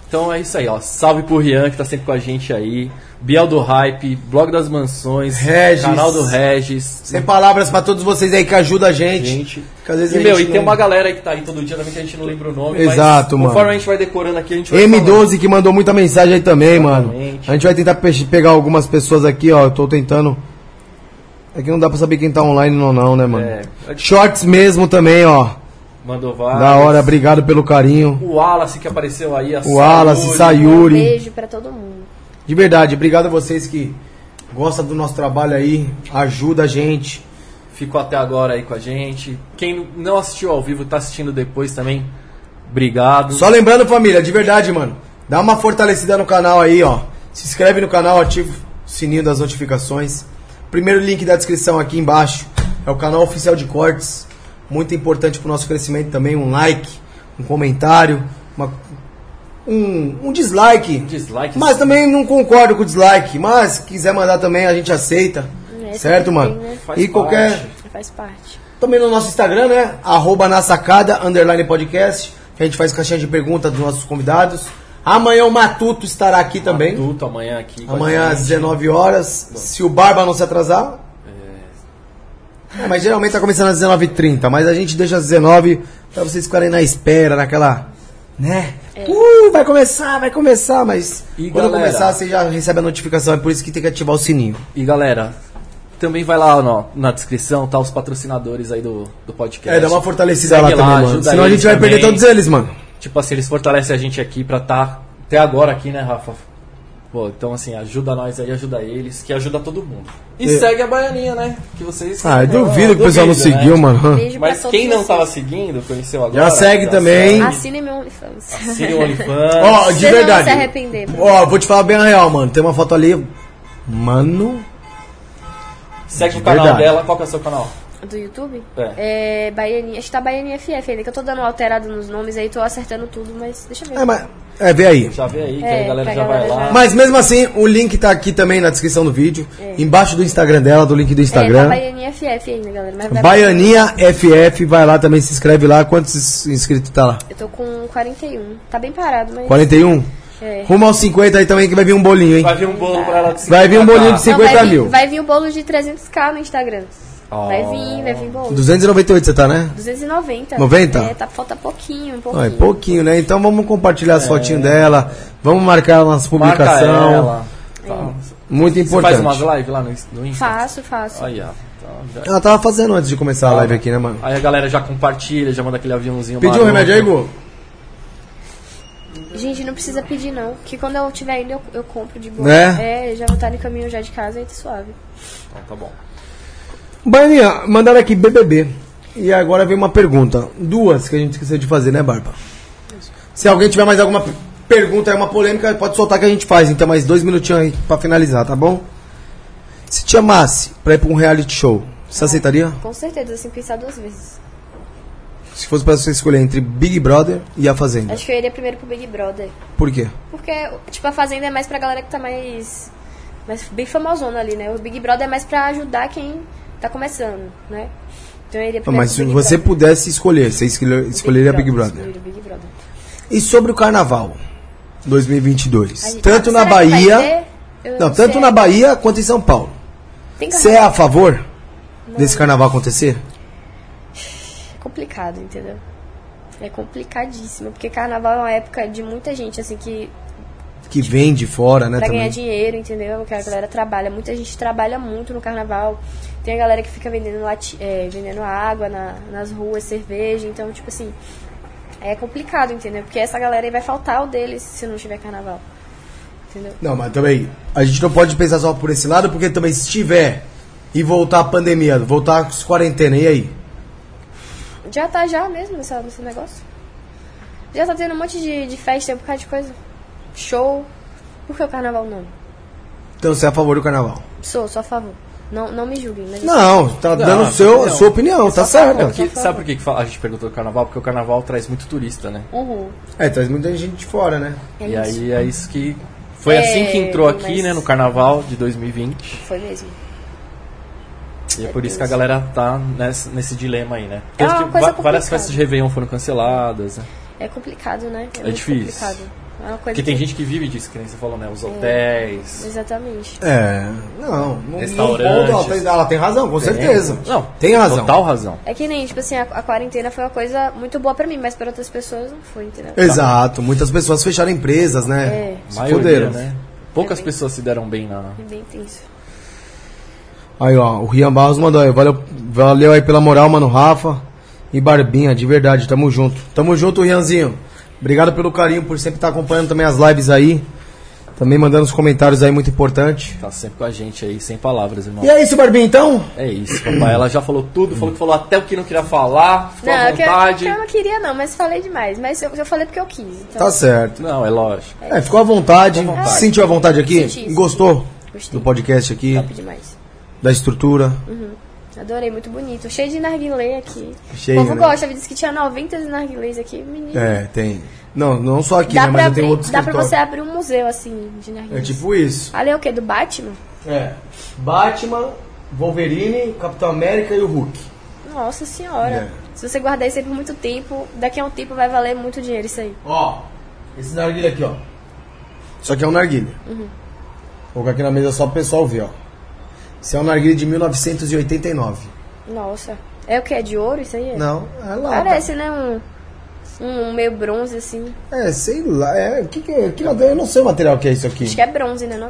[SPEAKER 2] Então é isso aí, ó. Salve pro Rian, que tá sempre com a gente aí. Biel do Hype, Blog das Mansões,
[SPEAKER 1] Regis.
[SPEAKER 2] canal do Regis.
[SPEAKER 1] Sem palavras pra todos vocês aí que ajudam a gente.
[SPEAKER 2] Gente.
[SPEAKER 1] Que às vezes
[SPEAKER 2] e,
[SPEAKER 1] a
[SPEAKER 2] meu,
[SPEAKER 1] gente
[SPEAKER 2] e tem
[SPEAKER 1] não-
[SPEAKER 2] uma galera aí que tá aí todo dia também que a gente não lembra o nome.
[SPEAKER 1] Exato,
[SPEAKER 2] mas,
[SPEAKER 1] mano.
[SPEAKER 2] Conforme a gente vai decorando aqui, a gente vai. falando.
[SPEAKER 1] M12 que mandou muita mensagem aí também, mano.
[SPEAKER 2] Exatamente.
[SPEAKER 1] A gente vai tentar pe- pegar algumas pessoas aqui, ó. Eu tô tentando. É que não dá pra saber quem tá online ou não, né, mano?
[SPEAKER 2] É.
[SPEAKER 1] Shorts mesmo também, ó.
[SPEAKER 2] Mandou vários.
[SPEAKER 1] Da hora, obrigado pelo carinho.
[SPEAKER 2] O Wallace que apareceu aí. A
[SPEAKER 1] O Wallace,
[SPEAKER 2] Sayuri.
[SPEAKER 3] Um
[SPEAKER 1] Sayuri.
[SPEAKER 3] beijo pra todo mundo.
[SPEAKER 1] De verdade, obrigado a vocês que gostam do nosso trabalho aí, ajuda a gente.
[SPEAKER 2] Ficou até agora aí com a gente. Quem não assistiu ao vivo, tá assistindo depois também. Obrigado.
[SPEAKER 1] Só lembrando, família, de verdade, mano, dá uma fortalecida no canal aí, ó. Se inscreve no canal, ativa o sininho das notificações. Primeiro link da descrição aqui embaixo é o canal oficial de cortes. Muito importante pro nosso crescimento também, um like, um comentário, uma- um, um dislike.
[SPEAKER 2] Dislike.
[SPEAKER 1] Mas também não concordo com o dislike, mas quiser mandar também, a gente aceita.
[SPEAKER 3] É,
[SPEAKER 1] certo,
[SPEAKER 3] tem,
[SPEAKER 1] mano?
[SPEAKER 3] né?
[SPEAKER 2] Faz
[SPEAKER 1] E qualquer.
[SPEAKER 2] parte.
[SPEAKER 3] Faz parte.
[SPEAKER 1] Também no nosso Instagram, né? Arroba na sacada, underline podcast. Que a gente faz caixinha de perguntas dos nossos convidados. Amanhã o Matuto estará aqui também.
[SPEAKER 2] Adulto amanhã aqui. com a
[SPEAKER 1] Amanhã às
[SPEAKER 2] gente.
[SPEAKER 1] 19 horas. Se o Barba não se atrasar. É, mas geralmente tá começando às 19h30. Mas a gente deixa às 19 pra vocês ficarem na espera, naquela. Né? Uh, vai começar, vai começar, mas
[SPEAKER 2] E
[SPEAKER 1] quando
[SPEAKER 2] galera?
[SPEAKER 1] começar você já recebe a notificação, é por isso que tem que ativar o sininho.
[SPEAKER 2] E galera, também vai lá no- na descrição, tá? Os patrocinadores aí do, do podcast.
[SPEAKER 1] É, dá uma fortalecida lá
[SPEAKER 2] Segue
[SPEAKER 1] também, mano.
[SPEAKER 2] ajuda
[SPEAKER 1] Senão a
[SPEAKER 2] eles
[SPEAKER 1] gente vai perder
[SPEAKER 2] também.
[SPEAKER 1] todos eles, mano.
[SPEAKER 2] Tipo assim, eles fortalecem a gente aqui pra tá até agora aqui, né, Rafa? Pô, então assim, ajuda nós aí, ajuda eles, que ajuda todo mundo. E segue a Baianinha, né? Que vocês.
[SPEAKER 1] É. Ah, eu duvido que o pessoal não
[SPEAKER 2] duvido,
[SPEAKER 1] seguiu,
[SPEAKER 2] né?
[SPEAKER 1] mano.
[SPEAKER 3] Beijo
[SPEAKER 2] Mas
[SPEAKER 3] pra todos
[SPEAKER 2] quem não
[SPEAKER 3] vocês.
[SPEAKER 2] tava assim? seguindo, conheceu agora.
[SPEAKER 1] Já segue também.
[SPEAKER 2] segue.
[SPEAKER 3] Assinem meu OnlyFans. [LAUGHS]
[SPEAKER 2] Siga o OnlyFans.
[SPEAKER 1] Ó, de
[SPEAKER 3] Vocês não vão
[SPEAKER 1] verdade.
[SPEAKER 3] se arrepender.
[SPEAKER 1] Ó, vou te falar bem a real, mano. Tem uma foto ali. Mano.
[SPEAKER 2] segue o canal
[SPEAKER 1] verdade.
[SPEAKER 2] dela. Qual que é o seu canal?
[SPEAKER 3] Do YouTube?
[SPEAKER 2] É.
[SPEAKER 3] É. Baianinha. Acho que tá Baianinha FF ainda, que eu tô dando uma alterada nos nomes aí, tô acertando tudo, mas deixa eu ver.
[SPEAKER 1] É, mas. É, vê aí.
[SPEAKER 2] Já vê aí, que
[SPEAKER 3] É,
[SPEAKER 2] aí a galera
[SPEAKER 3] pra
[SPEAKER 2] já
[SPEAKER 3] galera
[SPEAKER 2] vai lá.
[SPEAKER 3] já-
[SPEAKER 1] Mas mesmo assim, o link tá aqui também na descrição do vídeo. Embaixo do Instagram dela, do link do
[SPEAKER 3] É, tá
[SPEAKER 1] Instagram.
[SPEAKER 3] Baianinha FF ainda, galera. Mas vai
[SPEAKER 1] Baianinha FF, vai lá também, se inscreve lá. Quantos inscritos tá lá?
[SPEAKER 3] Eu tô com 41. Tá bem parado, mas.
[SPEAKER 1] 41?
[SPEAKER 3] É.
[SPEAKER 1] Rumo aos 50 aí também que vai vir um bolinho, hein?
[SPEAKER 2] Vai vir um bolo pra ela de
[SPEAKER 1] Vai vir um bolinho de 50
[SPEAKER 3] vai vir-
[SPEAKER 1] mil.
[SPEAKER 3] Vai vir o bolo de 300k no Instagram.
[SPEAKER 2] Ó.
[SPEAKER 3] Vai
[SPEAKER 1] Ah.
[SPEAKER 3] vir, vai vir bolo.
[SPEAKER 1] 298 você tá, né?
[SPEAKER 3] 290.
[SPEAKER 1] 90?
[SPEAKER 3] É, tá, falta pouquinho, um pouquinho.
[SPEAKER 1] Ó, é pouquinho, né? Então vamos compartilhar as fotinhas dela. Vamos marcar nas
[SPEAKER 2] É. Marca
[SPEAKER 1] publicações.
[SPEAKER 2] ela. Tá.
[SPEAKER 1] Muito
[SPEAKER 2] Você
[SPEAKER 1] importante.
[SPEAKER 2] faz umas lives lá no, Insta- no Insta?
[SPEAKER 3] Faço, faço.
[SPEAKER 2] Aí, ó. Então, já-
[SPEAKER 1] Ela tava fazendo antes de começar a live aqui, né, mano?
[SPEAKER 2] Aí a galera já compartilha, já manda aquele aviãozinho
[SPEAKER 1] Pediu um
[SPEAKER 2] maroto.
[SPEAKER 1] remédio aí, Gu?
[SPEAKER 3] Gente, não precisa pedir, não. Que quando eu tiver ainda, eu, eu compro de boa.
[SPEAKER 1] Né?
[SPEAKER 3] É, já vou estar no caminho já de casa, aí tá suave.
[SPEAKER 2] Então, tá bom.
[SPEAKER 1] Baianinha, mandaram aqui BBB. E agora vem uma pergunta. Duas que a gente esqueceu de fazer, né, Barba? Se alguém tiver mais alguma p- pergunta, alguma polêmica, pode soltar que a gente faz. Então, mais dois minutinhos aí pra finalizar, tá bom? Se te amasse pra ir pra um reality show, você aceitaria?
[SPEAKER 3] Com certeza, assim, pensar duas vezes.
[SPEAKER 1] Se fosse pra você escolher entre Big Brother e A Fazenda.
[SPEAKER 3] Acho que eu iria primeiro pro Big Brother.
[SPEAKER 1] Por quê?
[SPEAKER 3] Porque, tipo, a Fazenda é mais pra galera que tá mais. mais bem famosona ali, né? O Big Brother é mais pra ajudar quem tá começando, né? Então eu iria
[SPEAKER 1] Não,
[SPEAKER 3] primeiro
[SPEAKER 1] mas
[SPEAKER 3] pro
[SPEAKER 1] se
[SPEAKER 3] Big
[SPEAKER 1] você
[SPEAKER 3] Brother.
[SPEAKER 1] pudesse escolher, você escolhe- escolheria Big Brother.
[SPEAKER 3] escolheria Big Brother.
[SPEAKER 1] E sobre o carnaval 2022?
[SPEAKER 3] A gente-
[SPEAKER 1] tanto na
[SPEAKER 3] Será que vai
[SPEAKER 1] Bahia.
[SPEAKER 3] ter? Eu
[SPEAKER 1] Não, tanto
[SPEAKER 3] sei.
[SPEAKER 1] na Bahia quanto em São Paulo.
[SPEAKER 3] Tem
[SPEAKER 1] Você é a favor desse carnaval acontecer?
[SPEAKER 3] É complicado, entendeu? É complicadíssimo, porque carnaval é uma época de muita gente, assim, que
[SPEAKER 1] Que vem de fora, né?
[SPEAKER 3] pra ganhar
[SPEAKER 1] Também.
[SPEAKER 3] dinheiro, entendeu? Que a galera trabalha. Muita gente trabalha muito no carnaval. Tem a galera que fica vendendo, lati é, vendendo água na- nas ruas, cerveja. Então, tipo assim, é complicado, entendeu? Porque essa galera aí vai faltar o deles se não tiver carnaval. Entendeu?
[SPEAKER 1] Não, mas também. A gente não pode pensar só por esse lado, porque também se tiver e voltar a pandemia, voltar com as quarentena, e aí?
[SPEAKER 3] Já tá já mesmo essa- esse negócio? Já tá tendo um monte de, de festa, um bocado de coisa. Show. Por que o carnaval não?
[SPEAKER 1] Então você é a favor do carnaval?
[SPEAKER 3] Sou, sou a favor. Não, não me julguem, né?
[SPEAKER 1] Não, tá dando
[SPEAKER 2] não,
[SPEAKER 1] seu,
[SPEAKER 2] não.
[SPEAKER 1] sua opinião, tá
[SPEAKER 2] É
[SPEAKER 1] certo.
[SPEAKER 2] que- sabe por que que fala- a gente perguntou do carnaval? Porque o carnaval traz muito turista, né?
[SPEAKER 3] Uhum.
[SPEAKER 1] É, traz muita gente de fora, né?
[SPEAKER 3] É
[SPEAKER 2] e
[SPEAKER 3] isso.
[SPEAKER 2] aí é isso que. Foi
[SPEAKER 3] É,
[SPEAKER 2] assim que entrou aqui,
[SPEAKER 3] mas-
[SPEAKER 2] né, no carnaval de 2020.
[SPEAKER 3] Foi mesmo.
[SPEAKER 2] E é por isso que a galera tá nesse, nesse dilema aí, né?
[SPEAKER 3] É uma
[SPEAKER 2] Tanto que
[SPEAKER 3] coisa
[SPEAKER 2] va- várias
[SPEAKER 3] complicada.
[SPEAKER 2] festas de Réveillon foram canceladas, né?
[SPEAKER 3] É complicado, né?
[SPEAKER 2] É
[SPEAKER 3] muito
[SPEAKER 2] difícil.
[SPEAKER 3] Complicado. É uma coisa
[SPEAKER 2] Porque tem
[SPEAKER 3] que-
[SPEAKER 2] gente que vive disso, que nem você falou, né?
[SPEAKER 3] É.
[SPEAKER 2] Os hotéis.
[SPEAKER 3] Exatamente.
[SPEAKER 1] É, não. num- num
[SPEAKER 2] Restaurantes.
[SPEAKER 1] ponto ela tem, ela tem razão, com certeza.
[SPEAKER 2] Não,
[SPEAKER 1] tem razão.
[SPEAKER 2] Total razão.
[SPEAKER 3] É que nem, tipo assim, a, a quarentena foi uma coisa muito boa pra mim, mas pra outras pessoas não foi, entendeu?
[SPEAKER 1] Exato, muitas pessoas fecharam empresas, né?
[SPEAKER 3] Tá. É.
[SPEAKER 1] Se
[SPEAKER 2] Maioria,
[SPEAKER 1] fuderam.
[SPEAKER 2] né? Poucas pessoas se deram bem na.
[SPEAKER 3] É bem tenso.
[SPEAKER 1] Aí, ó, o Rian Barros mandou aí, valeu, valeu aí pela moral, mano, Rafa. e Barbinha, de verdade, tamo junto. Tamo junto, Rianzinho. Obrigado pelo carinho, por sempre estar acompanhando também as lives aí. Também mandando os comentários aí, muito importante.
[SPEAKER 2] Tá sempre com a gente aí, sem palavras, irmão.
[SPEAKER 1] E é isso, Barbinha, então?
[SPEAKER 2] É isso, papai. Ela já falou tudo, falou que falou até o que não queria falar, ficou à
[SPEAKER 3] eu, é que eu,
[SPEAKER 2] vontade.
[SPEAKER 3] que eu não queria não, mas falei demais. Mas eu, eu falei porque eu quis. Então,
[SPEAKER 1] Tá certo.
[SPEAKER 2] Não, é lógico.
[SPEAKER 1] É, ficou à vontade.
[SPEAKER 2] vontade.
[SPEAKER 1] Sentiu à vontade aqui?
[SPEAKER 3] Senti, senti.
[SPEAKER 1] Gostou
[SPEAKER 3] Gostei.
[SPEAKER 1] do podcast aqui?
[SPEAKER 3] top Uhum. demais.
[SPEAKER 1] Da estrutura?
[SPEAKER 3] Adorei, muito bonito. Cheio de narguilé aqui.
[SPEAKER 1] Cheio,
[SPEAKER 3] o povo
[SPEAKER 1] né?
[SPEAKER 3] gosta, disse que tinha 90 narguilés aqui. Menino,
[SPEAKER 1] É, tem. Não, não só aqui,
[SPEAKER 3] dá,
[SPEAKER 1] né?
[SPEAKER 3] pra
[SPEAKER 1] Mas eu tenho
[SPEAKER 3] abrir,
[SPEAKER 1] outros
[SPEAKER 3] dá pra você abrir um museu, assim, de narguilés.
[SPEAKER 1] É tipo isso.
[SPEAKER 3] Ali é o quê? Do Batman?
[SPEAKER 1] É. Batman, Wolverine, Capitão América e o Hulk.
[SPEAKER 3] Nossa senhora.
[SPEAKER 1] É.
[SPEAKER 3] Se você guardar isso aí por muito tempo, daqui a um tempo vai valer muito dinheiro isso aí.
[SPEAKER 1] Ó, esse narguilha aqui, ó. Isso aqui é um narguilha. Vou colocar aqui na mesa só pro pessoal ver, ó. Isso é um narguilha de 1989.
[SPEAKER 3] Nossa. É o que? É de ouro isso aí?
[SPEAKER 1] Não, é lá.
[SPEAKER 3] Parece, né? Um, um meio bronze, assim.
[SPEAKER 1] É, sei lá. É, o que que, é- que madeira? Eu não sei o material que é isso aqui.
[SPEAKER 3] Acho que é bronze, né? Não?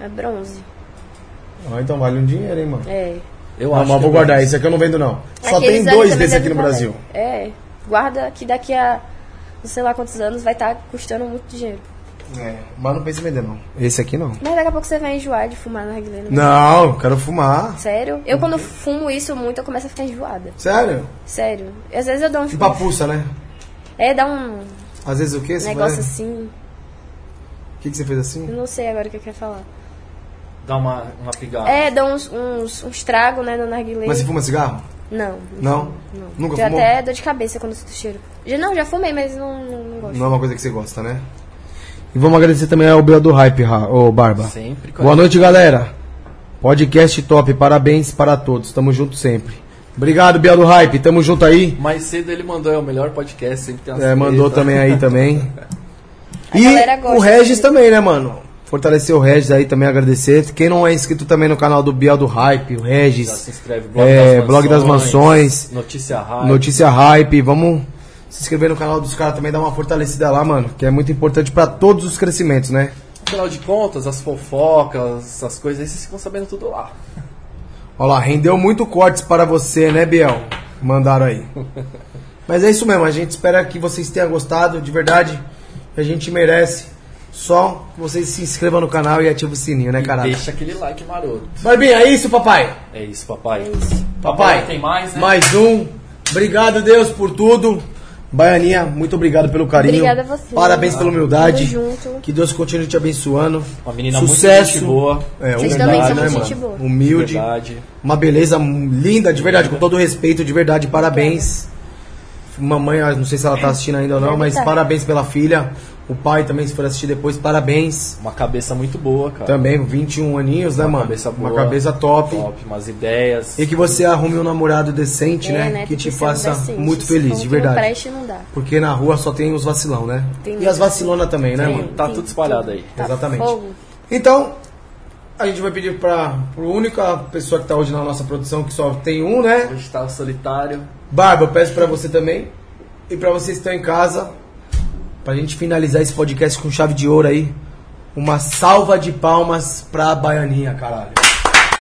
[SPEAKER 3] É bronze.
[SPEAKER 1] Ó, então vale um dinheiro, hein, mano.
[SPEAKER 3] É.
[SPEAKER 2] Eu
[SPEAKER 1] Não,
[SPEAKER 2] acho
[SPEAKER 1] mas
[SPEAKER 2] que
[SPEAKER 1] vou
[SPEAKER 2] é
[SPEAKER 1] guardar. Esse aqui eu não vendo, não. Só
[SPEAKER 3] Aqueles
[SPEAKER 1] tem
[SPEAKER 3] ali
[SPEAKER 1] dois
[SPEAKER 3] também
[SPEAKER 1] desse aqui no
[SPEAKER 3] devem valer.
[SPEAKER 1] Brasil.
[SPEAKER 3] É. Guarda que daqui a não sei lá quantos anos vai estar custando muito dinheiro.
[SPEAKER 1] É, mas não pensa em vender, não. Esse aqui não.
[SPEAKER 3] Mas daqui a pouco você vai enjoar de fumar na né?
[SPEAKER 1] Não, quero fumar.
[SPEAKER 3] Sério? Eu quando fumo isso muito, eu começo a ficar enjoada.
[SPEAKER 1] Sério?
[SPEAKER 3] Sério. Às vezes eu dou um...
[SPEAKER 1] E papuça, né?
[SPEAKER 3] É, dá um
[SPEAKER 1] Às vezes o quê? Você
[SPEAKER 3] negócio
[SPEAKER 1] faz-
[SPEAKER 3] assim...
[SPEAKER 1] O que, que você fez assim?
[SPEAKER 3] Eu não sei agora o que eu quero falar.
[SPEAKER 2] Dá uma, uma pigada.
[SPEAKER 3] É, dá uns, uns, uns tragos, né, no narguilé.
[SPEAKER 1] Mas você fuma cigarro?
[SPEAKER 3] Não.
[SPEAKER 1] Não?
[SPEAKER 3] não.
[SPEAKER 1] Nunca
[SPEAKER 3] Deu
[SPEAKER 1] fumou?
[SPEAKER 3] até dor de cabeça quando eu sinto o cheiro. Já, não, já fumei, mas não, não, não gosto.
[SPEAKER 1] Não é uma coisa que você gosta, né? E vamos agradecer também ao Bel do Hype, Ra- ô Barba.
[SPEAKER 2] Sempre com a
[SPEAKER 1] Boa noite, galera. Podcast top, parabéns para todos. Tamo junto sempre. Obrigado, Bel do Hype. Tamo junto aí.
[SPEAKER 2] Mais cedo ele mandou, é o melhor podcast, sempre tem uma
[SPEAKER 1] É, mandou também aí também. E
[SPEAKER 3] galera gosta
[SPEAKER 1] o Regis
[SPEAKER 3] de-
[SPEAKER 1] também, né, mano? Fortalecer o Regis aí também, agradecer. Quem não é inscrito também no canal do Biel do Hype, o Regis.
[SPEAKER 2] Já se inscreve,
[SPEAKER 1] É, Blog das Mansões.
[SPEAKER 2] Notícia Rádio.
[SPEAKER 1] Notícia Hype, vamos se inscrever no canal dos caras também, dar uma fortalecida lá, mano, que é muito importante pra todos os crescimentos, né?
[SPEAKER 2] Afinal de contas, as fofocas, as coisas, aí vocês ficam sabendo tudo lá.
[SPEAKER 1] Ó lá, rendeu muito cortes para você, né, Biel? Mandaram aí. Mas é isso mesmo, a gente espera que vocês tenham gostado, de verdade, a gente merece. Só que vocês se inscrevam no canal e ativem o sininho, né, caralho?
[SPEAKER 2] Deixa aquele like maroto.
[SPEAKER 1] Barbinha, é isso, papai?
[SPEAKER 2] É isso, papai.
[SPEAKER 1] Papai,
[SPEAKER 2] tem mais, né?
[SPEAKER 1] Mais um. Obrigado, Deus, por tudo. Baianinha, muito obrigado pelo carinho.
[SPEAKER 3] Obrigada a você.
[SPEAKER 1] Parabéns pela humildade.
[SPEAKER 3] Tamo junto.
[SPEAKER 1] Que Deus continue te abençoando.
[SPEAKER 2] Uma menina
[SPEAKER 1] Sucesso.
[SPEAKER 2] muito gente boa.
[SPEAKER 1] É,
[SPEAKER 3] Vocês
[SPEAKER 1] humildade,
[SPEAKER 3] também são
[SPEAKER 1] né,
[SPEAKER 3] muito
[SPEAKER 1] mano?
[SPEAKER 3] gente boa.
[SPEAKER 1] Humilde.
[SPEAKER 2] Verdade.
[SPEAKER 1] Uma beleza linda, de verdade, com todo respeito, de verdade, parabéns. Mamãe, eu não sei se ela tá assistindo ainda ou não, mas
[SPEAKER 3] tá.
[SPEAKER 1] parabéns pela filha. O pai também, se for assistir depois, parabéns.
[SPEAKER 2] Uma cabeça muito boa, cara.
[SPEAKER 1] Também, 21 aninhos, né,
[SPEAKER 2] Uma
[SPEAKER 1] mano?
[SPEAKER 2] cabeça boa.
[SPEAKER 1] Uma cabeça top.
[SPEAKER 2] Top, umas ideias.
[SPEAKER 1] E que você arrume um namorado decente,
[SPEAKER 3] É,
[SPEAKER 1] né?
[SPEAKER 3] né,
[SPEAKER 1] Que
[SPEAKER 3] tem
[SPEAKER 1] te
[SPEAKER 3] ser
[SPEAKER 1] faça
[SPEAKER 3] decente.
[SPEAKER 1] muito
[SPEAKER 3] Se for
[SPEAKER 1] feliz,
[SPEAKER 3] que
[SPEAKER 1] de
[SPEAKER 3] Não
[SPEAKER 1] verdade.
[SPEAKER 3] preste, não dá.
[SPEAKER 1] Porque na rua só tem os vacilão, né?
[SPEAKER 3] Tem
[SPEAKER 1] e as
[SPEAKER 3] muito.
[SPEAKER 1] vacilona também, né, mano?
[SPEAKER 2] Tá tudo espalhado aí.
[SPEAKER 3] Tá
[SPEAKER 1] Exatamente.
[SPEAKER 3] fogo.
[SPEAKER 1] Então, a gente vai pedir pra, pra única pessoa que tá hoje na nossa produção, que só tem um, né?
[SPEAKER 2] Hoje tá o solitário.
[SPEAKER 1] Barba, eu peço pra você também. E pra vocês que estão em casa, pra gente finalizar esse podcast com chave de ouro aí, uma salva de palmas pra Baianinha, caralho.